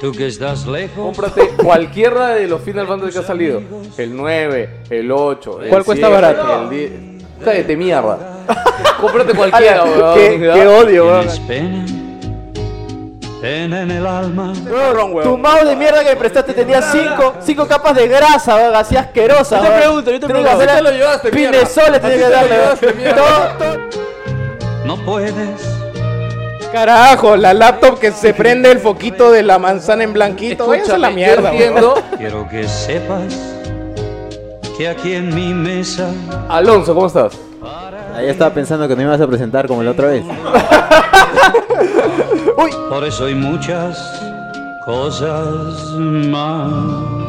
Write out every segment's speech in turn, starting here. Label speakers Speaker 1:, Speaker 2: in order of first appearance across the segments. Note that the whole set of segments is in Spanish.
Speaker 1: Tú que estás lejos.
Speaker 2: Cómprate cualquiera de los Final Fantasy que ha salido. El 9, el 8. el
Speaker 3: ¿Cuál cuesta
Speaker 2: 7,
Speaker 3: barato?
Speaker 2: El 10. Cállate de mierda. Cómprate cualquiera, weón. "Ah,
Speaker 3: Qué, qué odio, weón.
Speaker 1: Tienes pena. Pena en el alma.
Speaker 3: Tu mouse de mierda que me prestaste tenía cinco, cinco capas de grasa, weón, así asquerosa.
Speaker 4: Yo te
Speaker 3: weón.
Speaker 4: pregunto, yo te
Speaker 3: Tenés que
Speaker 4: pregunto.
Speaker 3: hacer
Speaker 2: ¿A ti te lo llevaste, mierda? ¿A
Speaker 3: Pinesoles
Speaker 2: ti
Speaker 3: tenés que
Speaker 2: te lo
Speaker 3: darle, weón.
Speaker 2: llevaste, mierda?
Speaker 3: Todo- todo-
Speaker 1: No puedes.
Speaker 4: Carajo, la laptop que se prende el foquito de la manzana en
Speaker 2: Escúchame,
Speaker 4: blanquito. Váyanse a la mierda.
Speaker 2: Yo entiendo.
Speaker 1: Quiero que sepas que aquí en mi mesa
Speaker 2: Alonso, ¿cómo estás?
Speaker 5: Ahí estaba pensando que no me ibas a presentar como la otra vez.
Speaker 1: por eso hay muchas cosas más.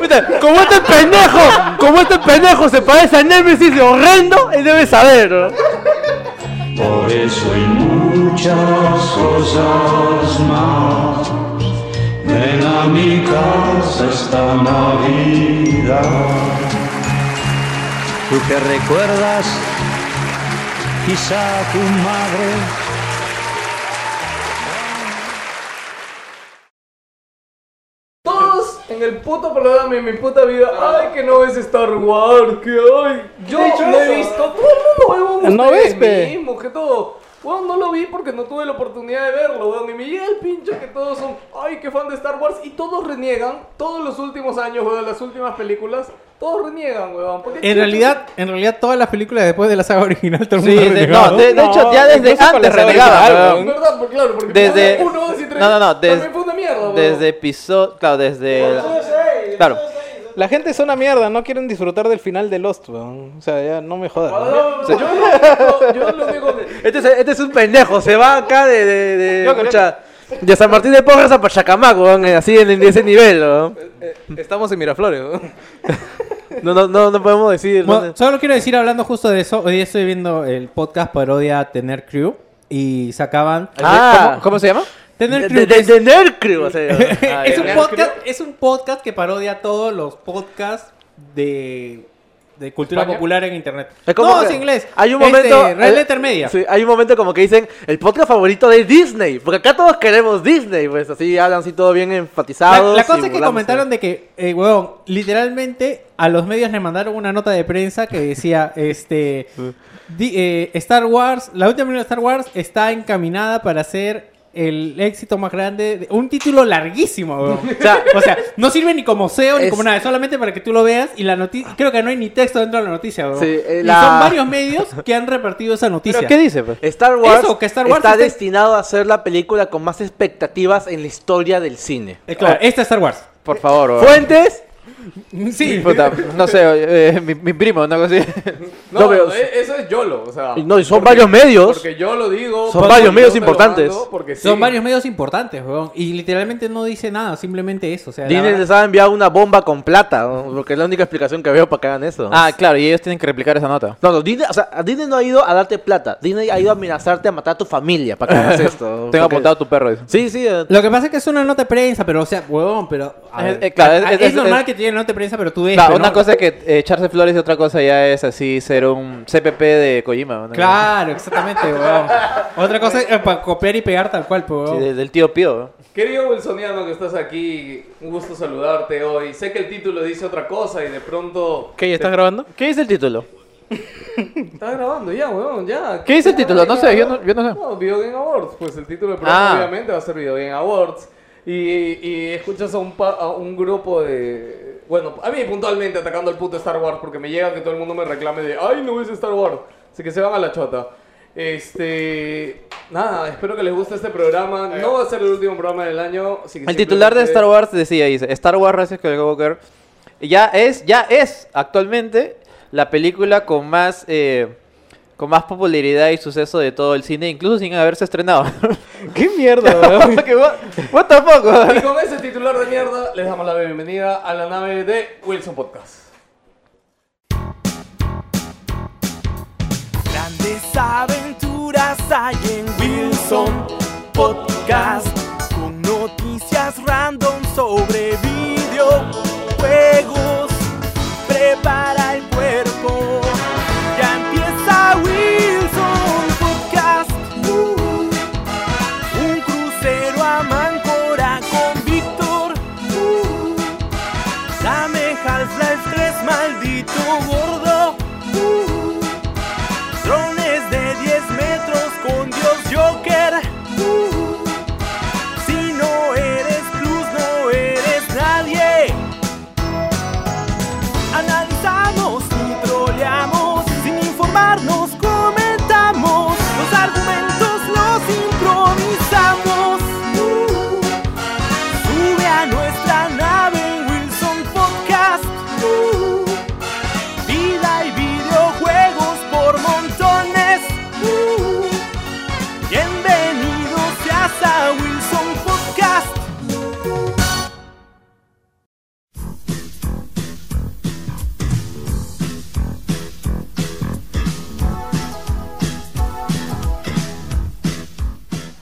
Speaker 3: Puta, Como este pendejo, como este pendejo se parece a Nemesis de horrendo, él debe saber, weón.
Speaker 1: Por eso hay muchas cosas más. Ven a mi casa esta Navidad. Tú que recuerdas quizá a tu madre.
Speaker 2: Todos en el puto programa y en mi puta vida. Ay, que no ves Star Wars, que ay. Ah. Yo no he visto. Todo el mundo, huevón,
Speaker 4: No
Speaker 2: ustedes
Speaker 4: ves, pe.
Speaker 2: mismos, que todo. Weón, no lo vi porque no tuve la oportunidad de verlo, weón. Y me llega el pincho que todos son, ay, que fan de Star Wars. Y todos reniegan, todos los últimos años, weón, las últimas películas, todos reniegan, weón. ¿Por qué chucha?
Speaker 4: En realidad, en realidad todas las películas después de la saga original todo el
Speaker 3: Sí,
Speaker 4: mundo
Speaker 3: de,
Speaker 4: renegaba.
Speaker 3: no, de, de hecho ya desde antes renegaba,
Speaker 2: Claro,
Speaker 3: weón.
Speaker 2: ¿verdad? Porque, claro, porque
Speaker 3: Desde.
Speaker 2: uno, dos y tres.
Speaker 3: No, no, no.
Speaker 2: también
Speaker 3: des-
Speaker 2: fue una mierda, weón.
Speaker 3: desde episodio. Claro, desde. la- Claro.
Speaker 4: La gente es una mierda, no quieren disfrutar del final de Lost, weón. O sea, ya no me jodan.
Speaker 2: No,
Speaker 4: weón.
Speaker 2: no, no, yo, lo- yo lo único que.
Speaker 3: Este es, este es un pendejo, se va acá de. de, de
Speaker 4: Yo creo-
Speaker 3: pucha, de San Martín de Porras a Pachacamac, weón, eh, así en, en ese nivel, weón.
Speaker 2: Estamos en Miraflores, weón.
Speaker 3: No, no, no, no podemos decir.
Speaker 4: Bueno,
Speaker 3: dónde-
Speaker 4: solo quiero decir, hablando justo de eso, hoy estoy viendo el podcast parodia Tener Crew y sacaban...
Speaker 3: Ah,
Speaker 4: ¿Cómo, cómo se llama? Tener
Speaker 3: de,
Speaker 4: Crew.
Speaker 3: de,
Speaker 4: que
Speaker 3: de,
Speaker 4: es-
Speaker 3: nerd crew, o sea, ah,
Speaker 4: es,
Speaker 3: ya.
Speaker 4: un podcast, es un podcast que parodia todos los podcasts de, de cultura
Speaker 2: ¿España?
Speaker 4: popular en internet.
Speaker 3: Es como
Speaker 4: no,
Speaker 3: que
Speaker 4: es inglés.
Speaker 3: Hay un
Speaker 4: Este,
Speaker 3: momento.
Speaker 4: Red
Speaker 3: eh,
Speaker 4: Letter Media.
Speaker 3: sí, hay un momento como que dicen el podcast favorito de Disney. Porque acá todos queremos Disney, pues así hablan así todo bien
Speaker 4: La,
Speaker 3: enfatizado.
Speaker 4: la cosa es que comentaron de que, eh, huevón, literalmente a los medios le mandaron una nota de prensa que decía, este, di- eh, Star Wars, la última película de Star Wars está encaminada para ser el éxito más grande, de- un título larguísimo, huevón. O sea, o sea, no sirve ni como SEO ni
Speaker 3: Es-
Speaker 4: como nada, solamente para que tú lo veas y la noticia, creo que no hay ni texto dentro de la noticia, huevón.
Speaker 3: Sí, eh,
Speaker 4: Y
Speaker 3: la-
Speaker 4: son varios medios que han repartido esa noticia.
Speaker 3: ¿Pero qué dice? Star Wars,
Speaker 4: Eso, que Star Wars
Speaker 3: está
Speaker 4: está-
Speaker 3: destinado a ser la película con más expectativas en la historia del cine.
Speaker 4: Eh, claro, esta es Star Wars.
Speaker 5: Por favor, weón.
Speaker 3: Fuentes.
Speaker 4: Sí.
Speaker 5: Puta, no sé, eh, mi, mi primo, una cosa así.
Speaker 2: No,
Speaker 3: No, pero-
Speaker 2: eh, eso es YOLO, o sea.
Speaker 3: No, y son varios medios.
Speaker 2: Porque yo lo digo. pues,
Speaker 3: Son
Speaker 2: porque
Speaker 3: varios
Speaker 2: yo
Speaker 3: medios
Speaker 2: te lo
Speaker 3: importantes.
Speaker 2: mando, Porque sí.
Speaker 4: Son varios medios importantes, weón. Y literalmente no dice nada, simplemente eso. O sea, la
Speaker 3: Disney
Speaker 4: verdad-
Speaker 3: les ha enviado una bomba con plata. ¿no? Porque es la única explicación que veo para que hagan eso.
Speaker 5: Ah, claro, y ellos tienen que replicar esa nota.
Speaker 3: No, no, Disney, o sea, Disney no ha ido a darte plata. Disney ha ido a amenazarte a matar a tu familia para que hagas esto.
Speaker 5: Tengo
Speaker 3: Porque-
Speaker 5: apuntado a tu perro. dice.
Speaker 3: Sí, sí. eh,
Speaker 4: Lo que pasa es que es una nota de prensa, pero, o sea, weón, pero. a
Speaker 5: Eh,
Speaker 4: ver,
Speaker 5: eh, claro,
Speaker 4: a-
Speaker 5: es-
Speaker 4: a-
Speaker 5: es-
Speaker 4: es,
Speaker 5: es-
Speaker 4: normal
Speaker 5: es-
Speaker 4: que tiene nota de prensa, pero tú ves.
Speaker 5: Claro,
Speaker 4: pero
Speaker 5: una
Speaker 4: no-
Speaker 5: cosa es que eh, echarse flores y otra cosa ya es así ser un CPP de Kojima. ¿no?
Speaker 4: Claro, exactamente, weón. Otra cosa es eh, para copiar y pegar tal cual, pues,
Speaker 5: Sí,
Speaker 4: weón.
Speaker 5: de- del tío Pío.
Speaker 2: Querido Wilsoniano que estás aquí, un gusto saludarte hoy. Sé que el título dice otra cosa y de pronto.
Speaker 4: ¿Qué? ¿Estás grabando?
Speaker 3: ¿Qué dice el título?
Speaker 2: Estás grabando ya, weón, ya.
Speaker 5: ¿Qué dice el título? No sé,
Speaker 2: ya,
Speaker 5: yo no- yo no sé.
Speaker 2: No, Video Game Awards. Pues el título del programa
Speaker 5: Ah.
Speaker 2: obviamente va a ser Video Game Awards. Y, y escuchas a un, pa- a un grupo de. Bueno, a mí puntualmente atacando el puto Star Wars porque me llega que todo el mundo me reclame de. ¡Ay, no ves Star Wars! Así que se van a la chota. Este. Nada, espero que les guste este programa. No va a ser el último programa del año. así que
Speaker 6: Eh. El titular de
Speaker 2: simplemente-
Speaker 6: Star Wars decía, dice, Star Wars Rise of Skywalker ya es, ya es actualmente la película con más, eh, con más popularidad y suceso de todo el cine, incluso sin haberse estrenado.
Speaker 3: ¿Qué mierda, weón?
Speaker 6: Porque what, what the fuck,
Speaker 2: Y
Speaker 6: weón?
Speaker 2: con ese titular de mierda, les damos la bienvenida a la nave de Wilson Podcast.
Speaker 7: Grandes aventuras hay en Wilson Podcast con noticias random sobre videojuegos. Prepara el cuerpo, ya empieza Wilson Podcast. Uh, un crucero a Máncora con Víctor. Uh, dame Half-Life 3, maldito gordo. Uh, Drones de 10 metros con Dios Joker. Uh, si no eres plus, no eres nadie. Analizamos y troleamos, sin informarnos, comentamos. Los argumentos los improvisamos. Uh, sube a nuestra nave Wilson Podcast. Uh, vida y videojuegos por montones. Uh, bienvenidos seas a Wilson Podcast.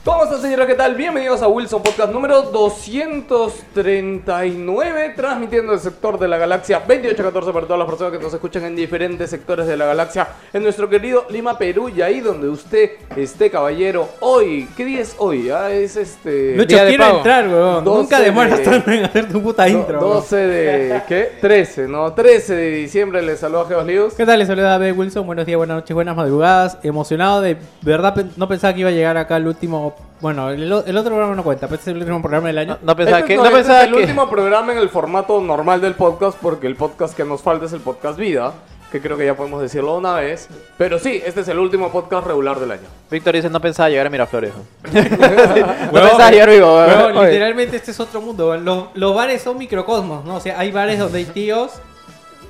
Speaker 2: ¿Cómo están, señores? ¿Qué tal? Bienvenidos a Wilson Podcast número 239, transmitiendo el sector de la galaxia 2814 para todas las personas que nos escuchan en diferentes sectores de la galaxia, en nuestro querido Lima, Perú, y ahí donde usted esté, caballero. Hoy, ¿qué día es hoy? Ah, es este...
Speaker 4: Lucho,
Speaker 6: Día de
Speaker 4: quiero
Speaker 6: pago.
Speaker 4: entrar, weón.
Speaker 2: 12
Speaker 4: Nunca demoras
Speaker 2: de-
Speaker 4: tanto en hacer tu puta
Speaker 2: do-
Speaker 4: intro. weón.
Speaker 2: 12 de... ¿qué? 13, ¿no? 13 de diciembre, les saludo a Geos Lius.
Speaker 4: ¿Qué tal? Les saluda B. Wilson. Buenos días, buenas noches, buenas madrugadas. Emocionado de verdad, pe- no pensaba que iba a llegar acá el último. Bueno, el, o- el otro programa no cuenta, pues es el último programa del año.
Speaker 6: No pensaba
Speaker 2: Este
Speaker 6: que,
Speaker 2: es-
Speaker 6: no,
Speaker 2: este
Speaker 6: pensaba
Speaker 2: es el
Speaker 6: que,
Speaker 2: último programa en el formato normal del podcast, porque el podcast que nos falta es el podcast Vida, que creo que ya podemos decirlo una vez. Pero sí, este es el último podcast regular del año.
Speaker 6: Víctor dice, no pensaba llegar a Miraflores. weón". no
Speaker 4: Huevón,
Speaker 6: pensaba llegar vivo, weón.
Speaker 4: Weón,
Speaker 6: Oye.
Speaker 4: literalmente este es otro mundo. weón. Los, los bares son microcosmos, ¿no? O sea, hay bares donde hay tíos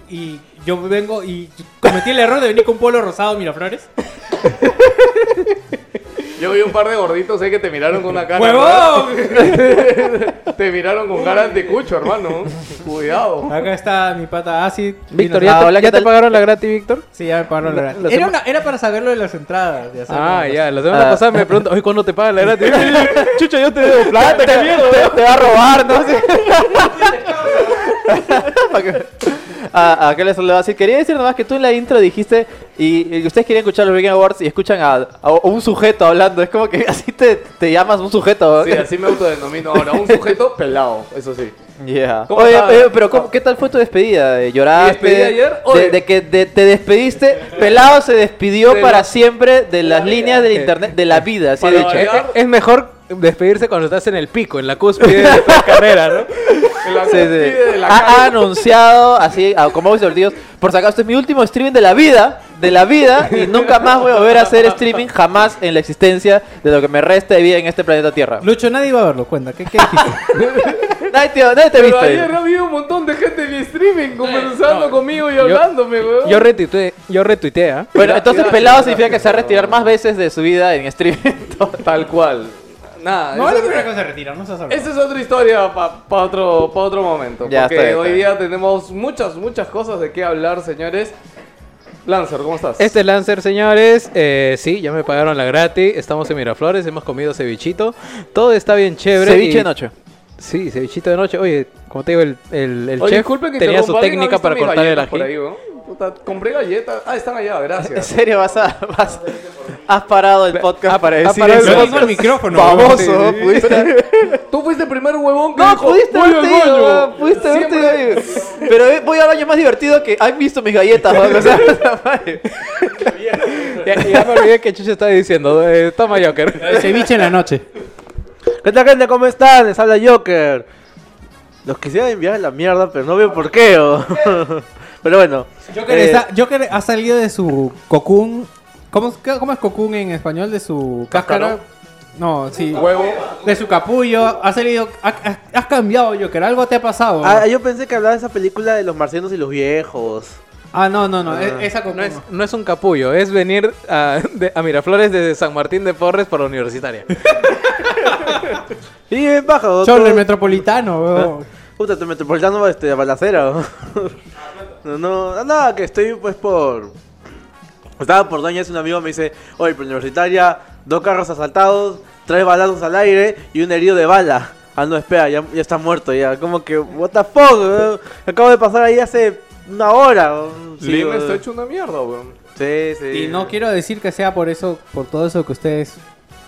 Speaker 4: y yo vengo y cometí el error de venir con polo rosado de Miraflores.
Speaker 2: Yo vi un par de gorditos ahí que te miraron con una cara.
Speaker 4: ¡Huevón!
Speaker 2: ¿no? Te miraron con cara de cucho, hermano. Cuidado.
Speaker 4: Acá está mi pata Acid.
Speaker 3: Víctor,
Speaker 4: Vino-
Speaker 3: ¿ya,
Speaker 6: Ah,
Speaker 3: te,
Speaker 6: hola,
Speaker 3: ya
Speaker 6: ¿qué
Speaker 3: te
Speaker 6: tal?
Speaker 3: pagaron la gratis, Víctor?
Speaker 4: Sí, ya me pagaron la gratis.
Speaker 3: la
Speaker 4: Era,
Speaker 3: sema-
Speaker 4: una- era para saber lo de las entradas. ya sabes,
Speaker 3: Ah,
Speaker 4: ¿no?
Speaker 3: ya, la semana
Speaker 6: Ah.
Speaker 3: pasada me preguntan, oye, ¿cuándo te pagan la gratis? Chucha, yo te debo plata, qué mierda.
Speaker 6: te, te va a robar, no sé. Pa' que- a, a Ah, qué les saludaba así. Quería decir nomás que tú en la intro dijiste y, y ustedes querían escuchar los Vegan Awards y escuchan a, a un sujeto hablando. Es como que así te, te llamas un sujeto.
Speaker 2: Sí, así me autodenomino ahora. Un sujeto pelado, eso sí.
Speaker 6: Yeah.
Speaker 2: ¿Cómo
Speaker 6: Oye,
Speaker 2: estás?
Speaker 6: oye, pero ¿cómo- ¿qué tal fue tu despedida? Eh, ¿Lloraste?
Speaker 2: despedida ayer? Oye.
Speaker 6: De, de que de- te despediste. Pelado se despidió
Speaker 2: De
Speaker 6: para
Speaker 2: la-
Speaker 6: siempre de las líneas del internet, de la vida, así ha
Speaker 2: Para
Speaker 6: dicho.
Speaker 2: variar.
Speaker 3: Es, es mejor despedirse cuando estás en el pico, en la cúspide de tu carrera, ¿no? Ah,
Speaker 2: En la
Speaker 6: Sí, sí.
Speaker 2: cúspide de la
Speaker 6: ha, ha
Speaker 2: calle.
Speaker 6: anunciado así, a- como dice Ortiz, por si acaso este es mi último streaming de la vida, de la vida, y nunca más voy a volver a hacer streaming jamás en la existencia de lo que me resta de vida en este planeta Tierra.
Speaker 4: Ah. Lucho, nadie iba a verlo, cuenta. ¿Qué, qué dijiste?
Speaker 6: Nadie te, nadie te
Speaker 2: Pero
Speaker 6: viste.
Speaker 2: ayer había un montón de gente en mi streaming conversando conmigo y hablándome, weón.
Speaker 3: Yo retuiteé, yo retuiteé, ¿ah?
Speaker 6: Bueno,
Speaker 2: Ya,
Speaker 6: entonces
Speaker 2: ya,
Speaker 6: pelado
Speaker 2: ya,
Speaker 6: significa
Speaker 2: ya.
Speaker 6: que se va a retirar más veces de su vida en streaming.
Speaker 2: Tal cual. Nada,
Speaker 4: No,
Speaker 2: esa
Speaker 4: la
Speaker 2: es-
Speaker 4: primera cosa se retira, no seas
Speaker 2: esa es otra historia para otro, pa otro momento.
Speaker 6: Ya,
Speaker 2: porque
Speaker 6: está bien,
Speaker 2: hoy
Speaker 6: está
Speaker 2: día tenemos muchas, muchas cosas de qué hablar, señores. Lancer, ¿cómo estás?
Speaker 3: Este es Lancer, señores. Eh, sí, ya me pagaron la gratis. Estamos en Miraflores, hemos comido cevichito. Todo está bien chévere.
Speaker 6: Ceviche
Speaker 3: y-
Speaker 6: de noche.
Speaker 3: Sí, cevichito de noche. Oye, como te digo, el, el, el
Speaker 2: Oye,
Speaker 3: chef
Speaker 2: disculpen que
Speaker 3: tenía su
Speaker 2: interrumpa, ¿alguien ha
Speaker 3: técnica
Speaker 2: visto
Speaker 3: para
Speaker 2: mis
Speaker 3: cortar el
Speaker 2: galletas por
Speaker 3: ají.
Speaker 2: ahí, weón? Puta, compré galletas. Ah, están allá,
Speaker 6: ¿En
Speaker 2: gracias.
Speaker 6: serio vas a, vas- has parado el podcast para
Speaker 4: Eh,
Speaker 3: ha
Speaker 6: decir
Speaker 3: parado el
Speaker 6: eso?
Speaker 3: podcast.
Speaker 4: el pues. micrófono.
Speaker 6: Famoso, pudiste.
Speaker 2: Tú fuiste el primer huevón que
Speaker 6: No,
Speaker 2: dijo,
Speaker 6: pudiste
Speaker 2: "Voy al
Speaker 6: haberte ido,
Speaker 2: baño".
Speaker 6: weón, pudiste haberte
Speaker 2: Siempre-
Speaker 6: ido. Pero eh, voy al baño más divertido que han visto mis galletas, weón, o sea, puta madre.
Speaker 3: Ya, ya me olvidé que Chucho estaba diciendo. eh, toma, Joker.
Speaker 4: Ceviche en la noche.
Speaker 7: ¿Qué tal gente? ¿Cómo están? Les habla Joker. Los quisiera enviar a la mierda, pero no veo por qué. o- pero bueno.
Speaker 4: Joker,
Speaker 7: eh,
Speaker 4: está- Joker ha salido de su cocoon ¿Cómo, es- cómo es Cocoon en español de su cáscara? No, sí.
Speaker 2: Huevo.
Speaker 4: De su capullo. Has, salido, ha- ha- has cambiado, Joker. Algo te ha pasado.
Speaker 3: Ah, yo pensé que hablaba de esa película de los marcianos y los viejos.
Speaker 4: Ah, no, no, no. e- Esa Cocoon.
Speaker 8: No es, no es un capullo, es venir a, de- a Miraflores desde San Martín de Porres por la universitaria.
Speaker 3: Y bien baja,
Speaker 4: no.
Speaker 3: o
Speaker 4: Cholo,
Speaker 3: todo-
Speaker 4: el metropolitano,
Speaker 7: ¿Eh?
Speaker 4: weón.
Speaker 3: Puta, te metropolitano este, a balacera. ¿o? no, no, nada, que estoy pues por. Estaba por Doña, es un amigo, me dice: Oye, por universitaria, dos carros asaltados, tres balazos al aire y un herido de bala. Ah, no, espera, ya, ya está muerto, ya. Como que, what the fuck, weón? acabo de pasar ahí hace una hora. weón. Sí,
Speaker 2: Lima
Speaker 3: weón.
Speaker 2: está hecho una mierda, weón.
Speaker 3: Sí, sí.
Speaker 4: Y no quiero decir que sea por eso, por todo eso que ustedes.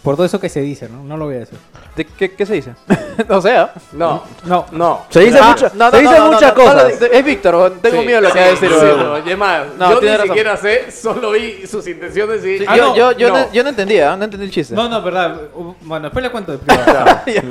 Speaker 4: Por todo eso que se dice, ¿no? No lo voy a decir.
Speaker 6: ¿De qué, qué se dice? ¿ah? o sea,
Speaker 2: No,
Speaker 4: No.
Speaker 2: no.
Speaker 3: Se dice,
Speaker 6: Ah,
Speaker 3: mucha-
Speaker 6: no, no,
Speaker 3: se
Speaker 6: no,
Speaker 3: dicen
Speaker 6: no, no,
Speaker 3: muchas
Speaker 6: no, no,
Speaker 3: cosas.
Speaker 6: no, es Víctor, weón, tengo
Speaker 2: Sí,
Speaker 6: miedo de lo que va a
Speaker 2: sí,
Speaker 6: decir.
Speaker 2: sí,
Speaker 6: weón.
Speaker 2: no, y es más,
Speaker 6: No,
Speaker 2: yo ni
Speaker 6: tiene razón.
Speaker 2: siquiera sé, solo vi sus intenciones y...
Speaker 6: Sí,
Speaker 2: Ah,
Speaker 6: yo,
Speaker 2: no,
Speaker 6: yo, yo,
Speaker 2: no.
Speaker 6: no. yo no entendía, ¿eh? no entendí el chiste.
Speaker 4: No, no, verdad. Uh, Bueno, después le cuento de privado.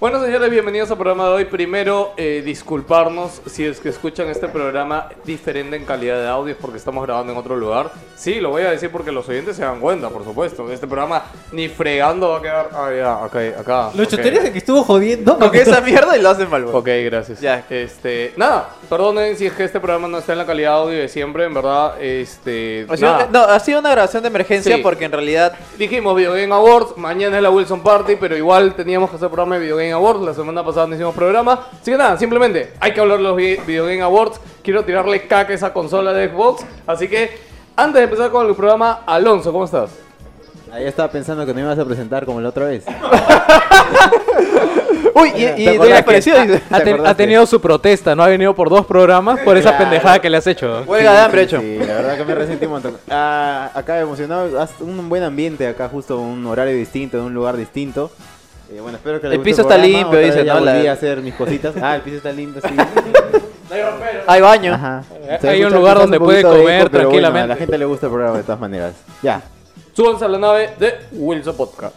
Speaker 2: Bueno, señores, bienvenidos al programa de hoy. Primero, eh, disculparnos si es que escuchan este programa diferente en calidad de audio es porque estamos grabando en otro lugar. Sí, lo voy a decir porque los oyentes se dan cuenta, por supuesto. Este programa ni fregando va a quedar... Ah, ya, ok, acá.
Speaker 4: Lucho,
Speaker 2: ok.
Speaker 4: ¿tú eres el que estuvo jodiendo?
Speaker 6: Porque esa mierda y lo hacen mal, weón.
Speaker 2: Ok, gracias.
Speaker 6: Ya.
Speaker 2: Este, nada, perdonen si es que este programa no está en la calidad de audio de siempre, en verdad, este,
Speaker 6: Ha sido-
Speaker 2: nada.
Speaker 6: no, ha sido una grabación de emergencia
Speaker 2: Sí.
Speaker 6: porque en realidad
Speaker 2: Dijimos Video Game Awards, mañana es la Wilson Party, pero igual teníamos que hacer programa de Video Game Awards, la semana pasada no hicimos programa. Así que nada, simplemente hay que hablar de los vi- Video Game Awards, quiero tirarle caca a esa consola de Xbox, así que antes de empezar con el programa, Alonso, ¿cómo estás?
Speaker 7: Ahí estaba pensando que no ibas a presentar como la otra vez.
Speaker 6: Uy,
Speaker 8: Eh,
Speaker 6: y, y
Speaker 7: ¿Te acordás
Speaker 6: y apareció,
Speaker 7: que-
Speaker 6: dice.
Speaker 7: ¿Te
Speaker 8: Ha, ten- ha
Speaker 7: acordaste?
Speaker 8: tenido su protesta, no ha venido por dos programas por esa pendejada que le has hecho.
Speaker 6: Huelga de hambre, hecho.
Speaker 7: Sí, la verdad que me resentí un montón. Ah, acá emocionado, haz un buen ambiente acá, justo un horario distinto, en un lugar distinto. Eh, bueno, espero que les
Speaker 6: El
Speaker 7: guste
Speaker 6: piso está
Speaker 7: programa.
Speaker 6: limpio,
Speaker 7: Otra vez
Speaker 6: dice,
Speaker 7: ya
Speaker 6: ¿no? La-
Speaker 7: volví a hacer mis cositas. Ah, el piso está limpio, sí.
Speaker 6: Hay baño.
Speaker 7: Ajá.
Speaker 8: Hay
Speaker 7: escucha
Speaker 8: un lugar
Speaker 7: quizás
Speaker 8: donde puede
Speaker 7: poquito de
Speaker 8: comer
Speaker 7: pero bueno,
Speaker 8: tranquilamente.
Speaker 7: a la gente le gusta el programa de todas maneras. Ya.
Speaker 2: Súbanse a la nave de Wilson Podcast.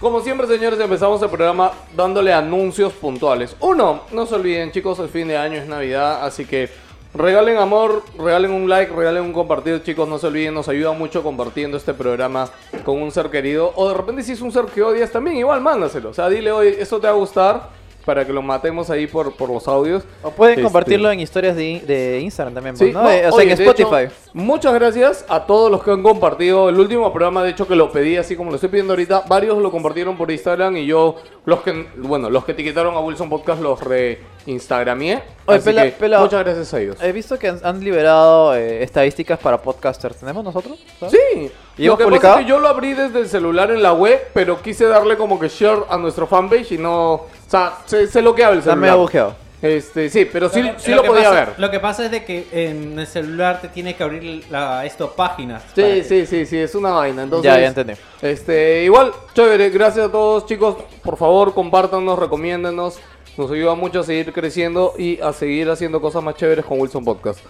Speaker 2: Como siempre, señores, empezamos el programa dándole anuncios puntuales. Uno, no se olviden, chicos, el fin de año es Navidad, así que regalen amor, regalen un like, regalen un compartido, chicos, no se olviden, nos ayuda mucho compartiendo este programa con un ser querido. O de repente si es un ser que odias también, igual mándaselo. O sea, dile hoy, esto te va a gustar para que lo matemos ahí por, por los audios.
Speaker 6: O pueden
Speaker 2: Este-
Speaker 6: compartirlo en historias de, de Instagram también,
Speaker 2: Sí,
Speaker 6: ¿no?
Speaker 2: no,
Speaker 6: Eh, o sea,
Speaker 2: oye,
Speaker 6: en
Speaker 2: de hecho,
Speaker 6: Spotify.
Speaker 2: muchas gracias a todos los que han compartido el último programa, de hecho que lo pedí así como lo estoy pidiendo ahorita, varios lo compartieron por Instagram y yo los que bueno, los que etiquetaron a Wilson Podcast los reinstagramié.
Speaker 6: Oye,
Speaker 2: así
Speaker 6: pela-
Speaker 2: que
Speaker 6: pela- Eh,
Speaker 2: muchas gracias a ellos.
Speaker 6: He visto que han, han liberado eh, estadísticas para podcasters. ¿Tenemos nosotros? ¿Sabes?
Speaker 2: Sí. lo
Speaker 6: ¿Y hemos
Speaker 2: que
Speaker 6: publicado?
Speaker 2: pasa es que yo lo abrí desde el celular en la web, pero quise darle como que share a nuestro fanpage y no, o sea, sé, sé lo que habla el
Speaker 6: Está
Speaker 2: celular.
Speaker 6: medio bujeado.
Speaker 2: Este, sí, pero sí, sí
Speaker 4: que
Speaker 2: lo podía
Speaker 4: pasa-
Speaker 2: ver.
Speaker 4: Lo que pasa es de que en el celular te tienes que abrir la, esto páginas. para
Speaker 2: Sí,
Speaker 4: que-
Speaker 2: sí, sí, sí, es una vaina. Entonces,
Speaker 6: Ya, ya entendí.
Speaker 2: Este, igual, chévere, gracias a todos, chicos. Por favor, compártanos, recomiéndenos. Nos ayuda mucho a seguir creciendo y a seguir haciendo cosas más chéveres con Wilson Podcast.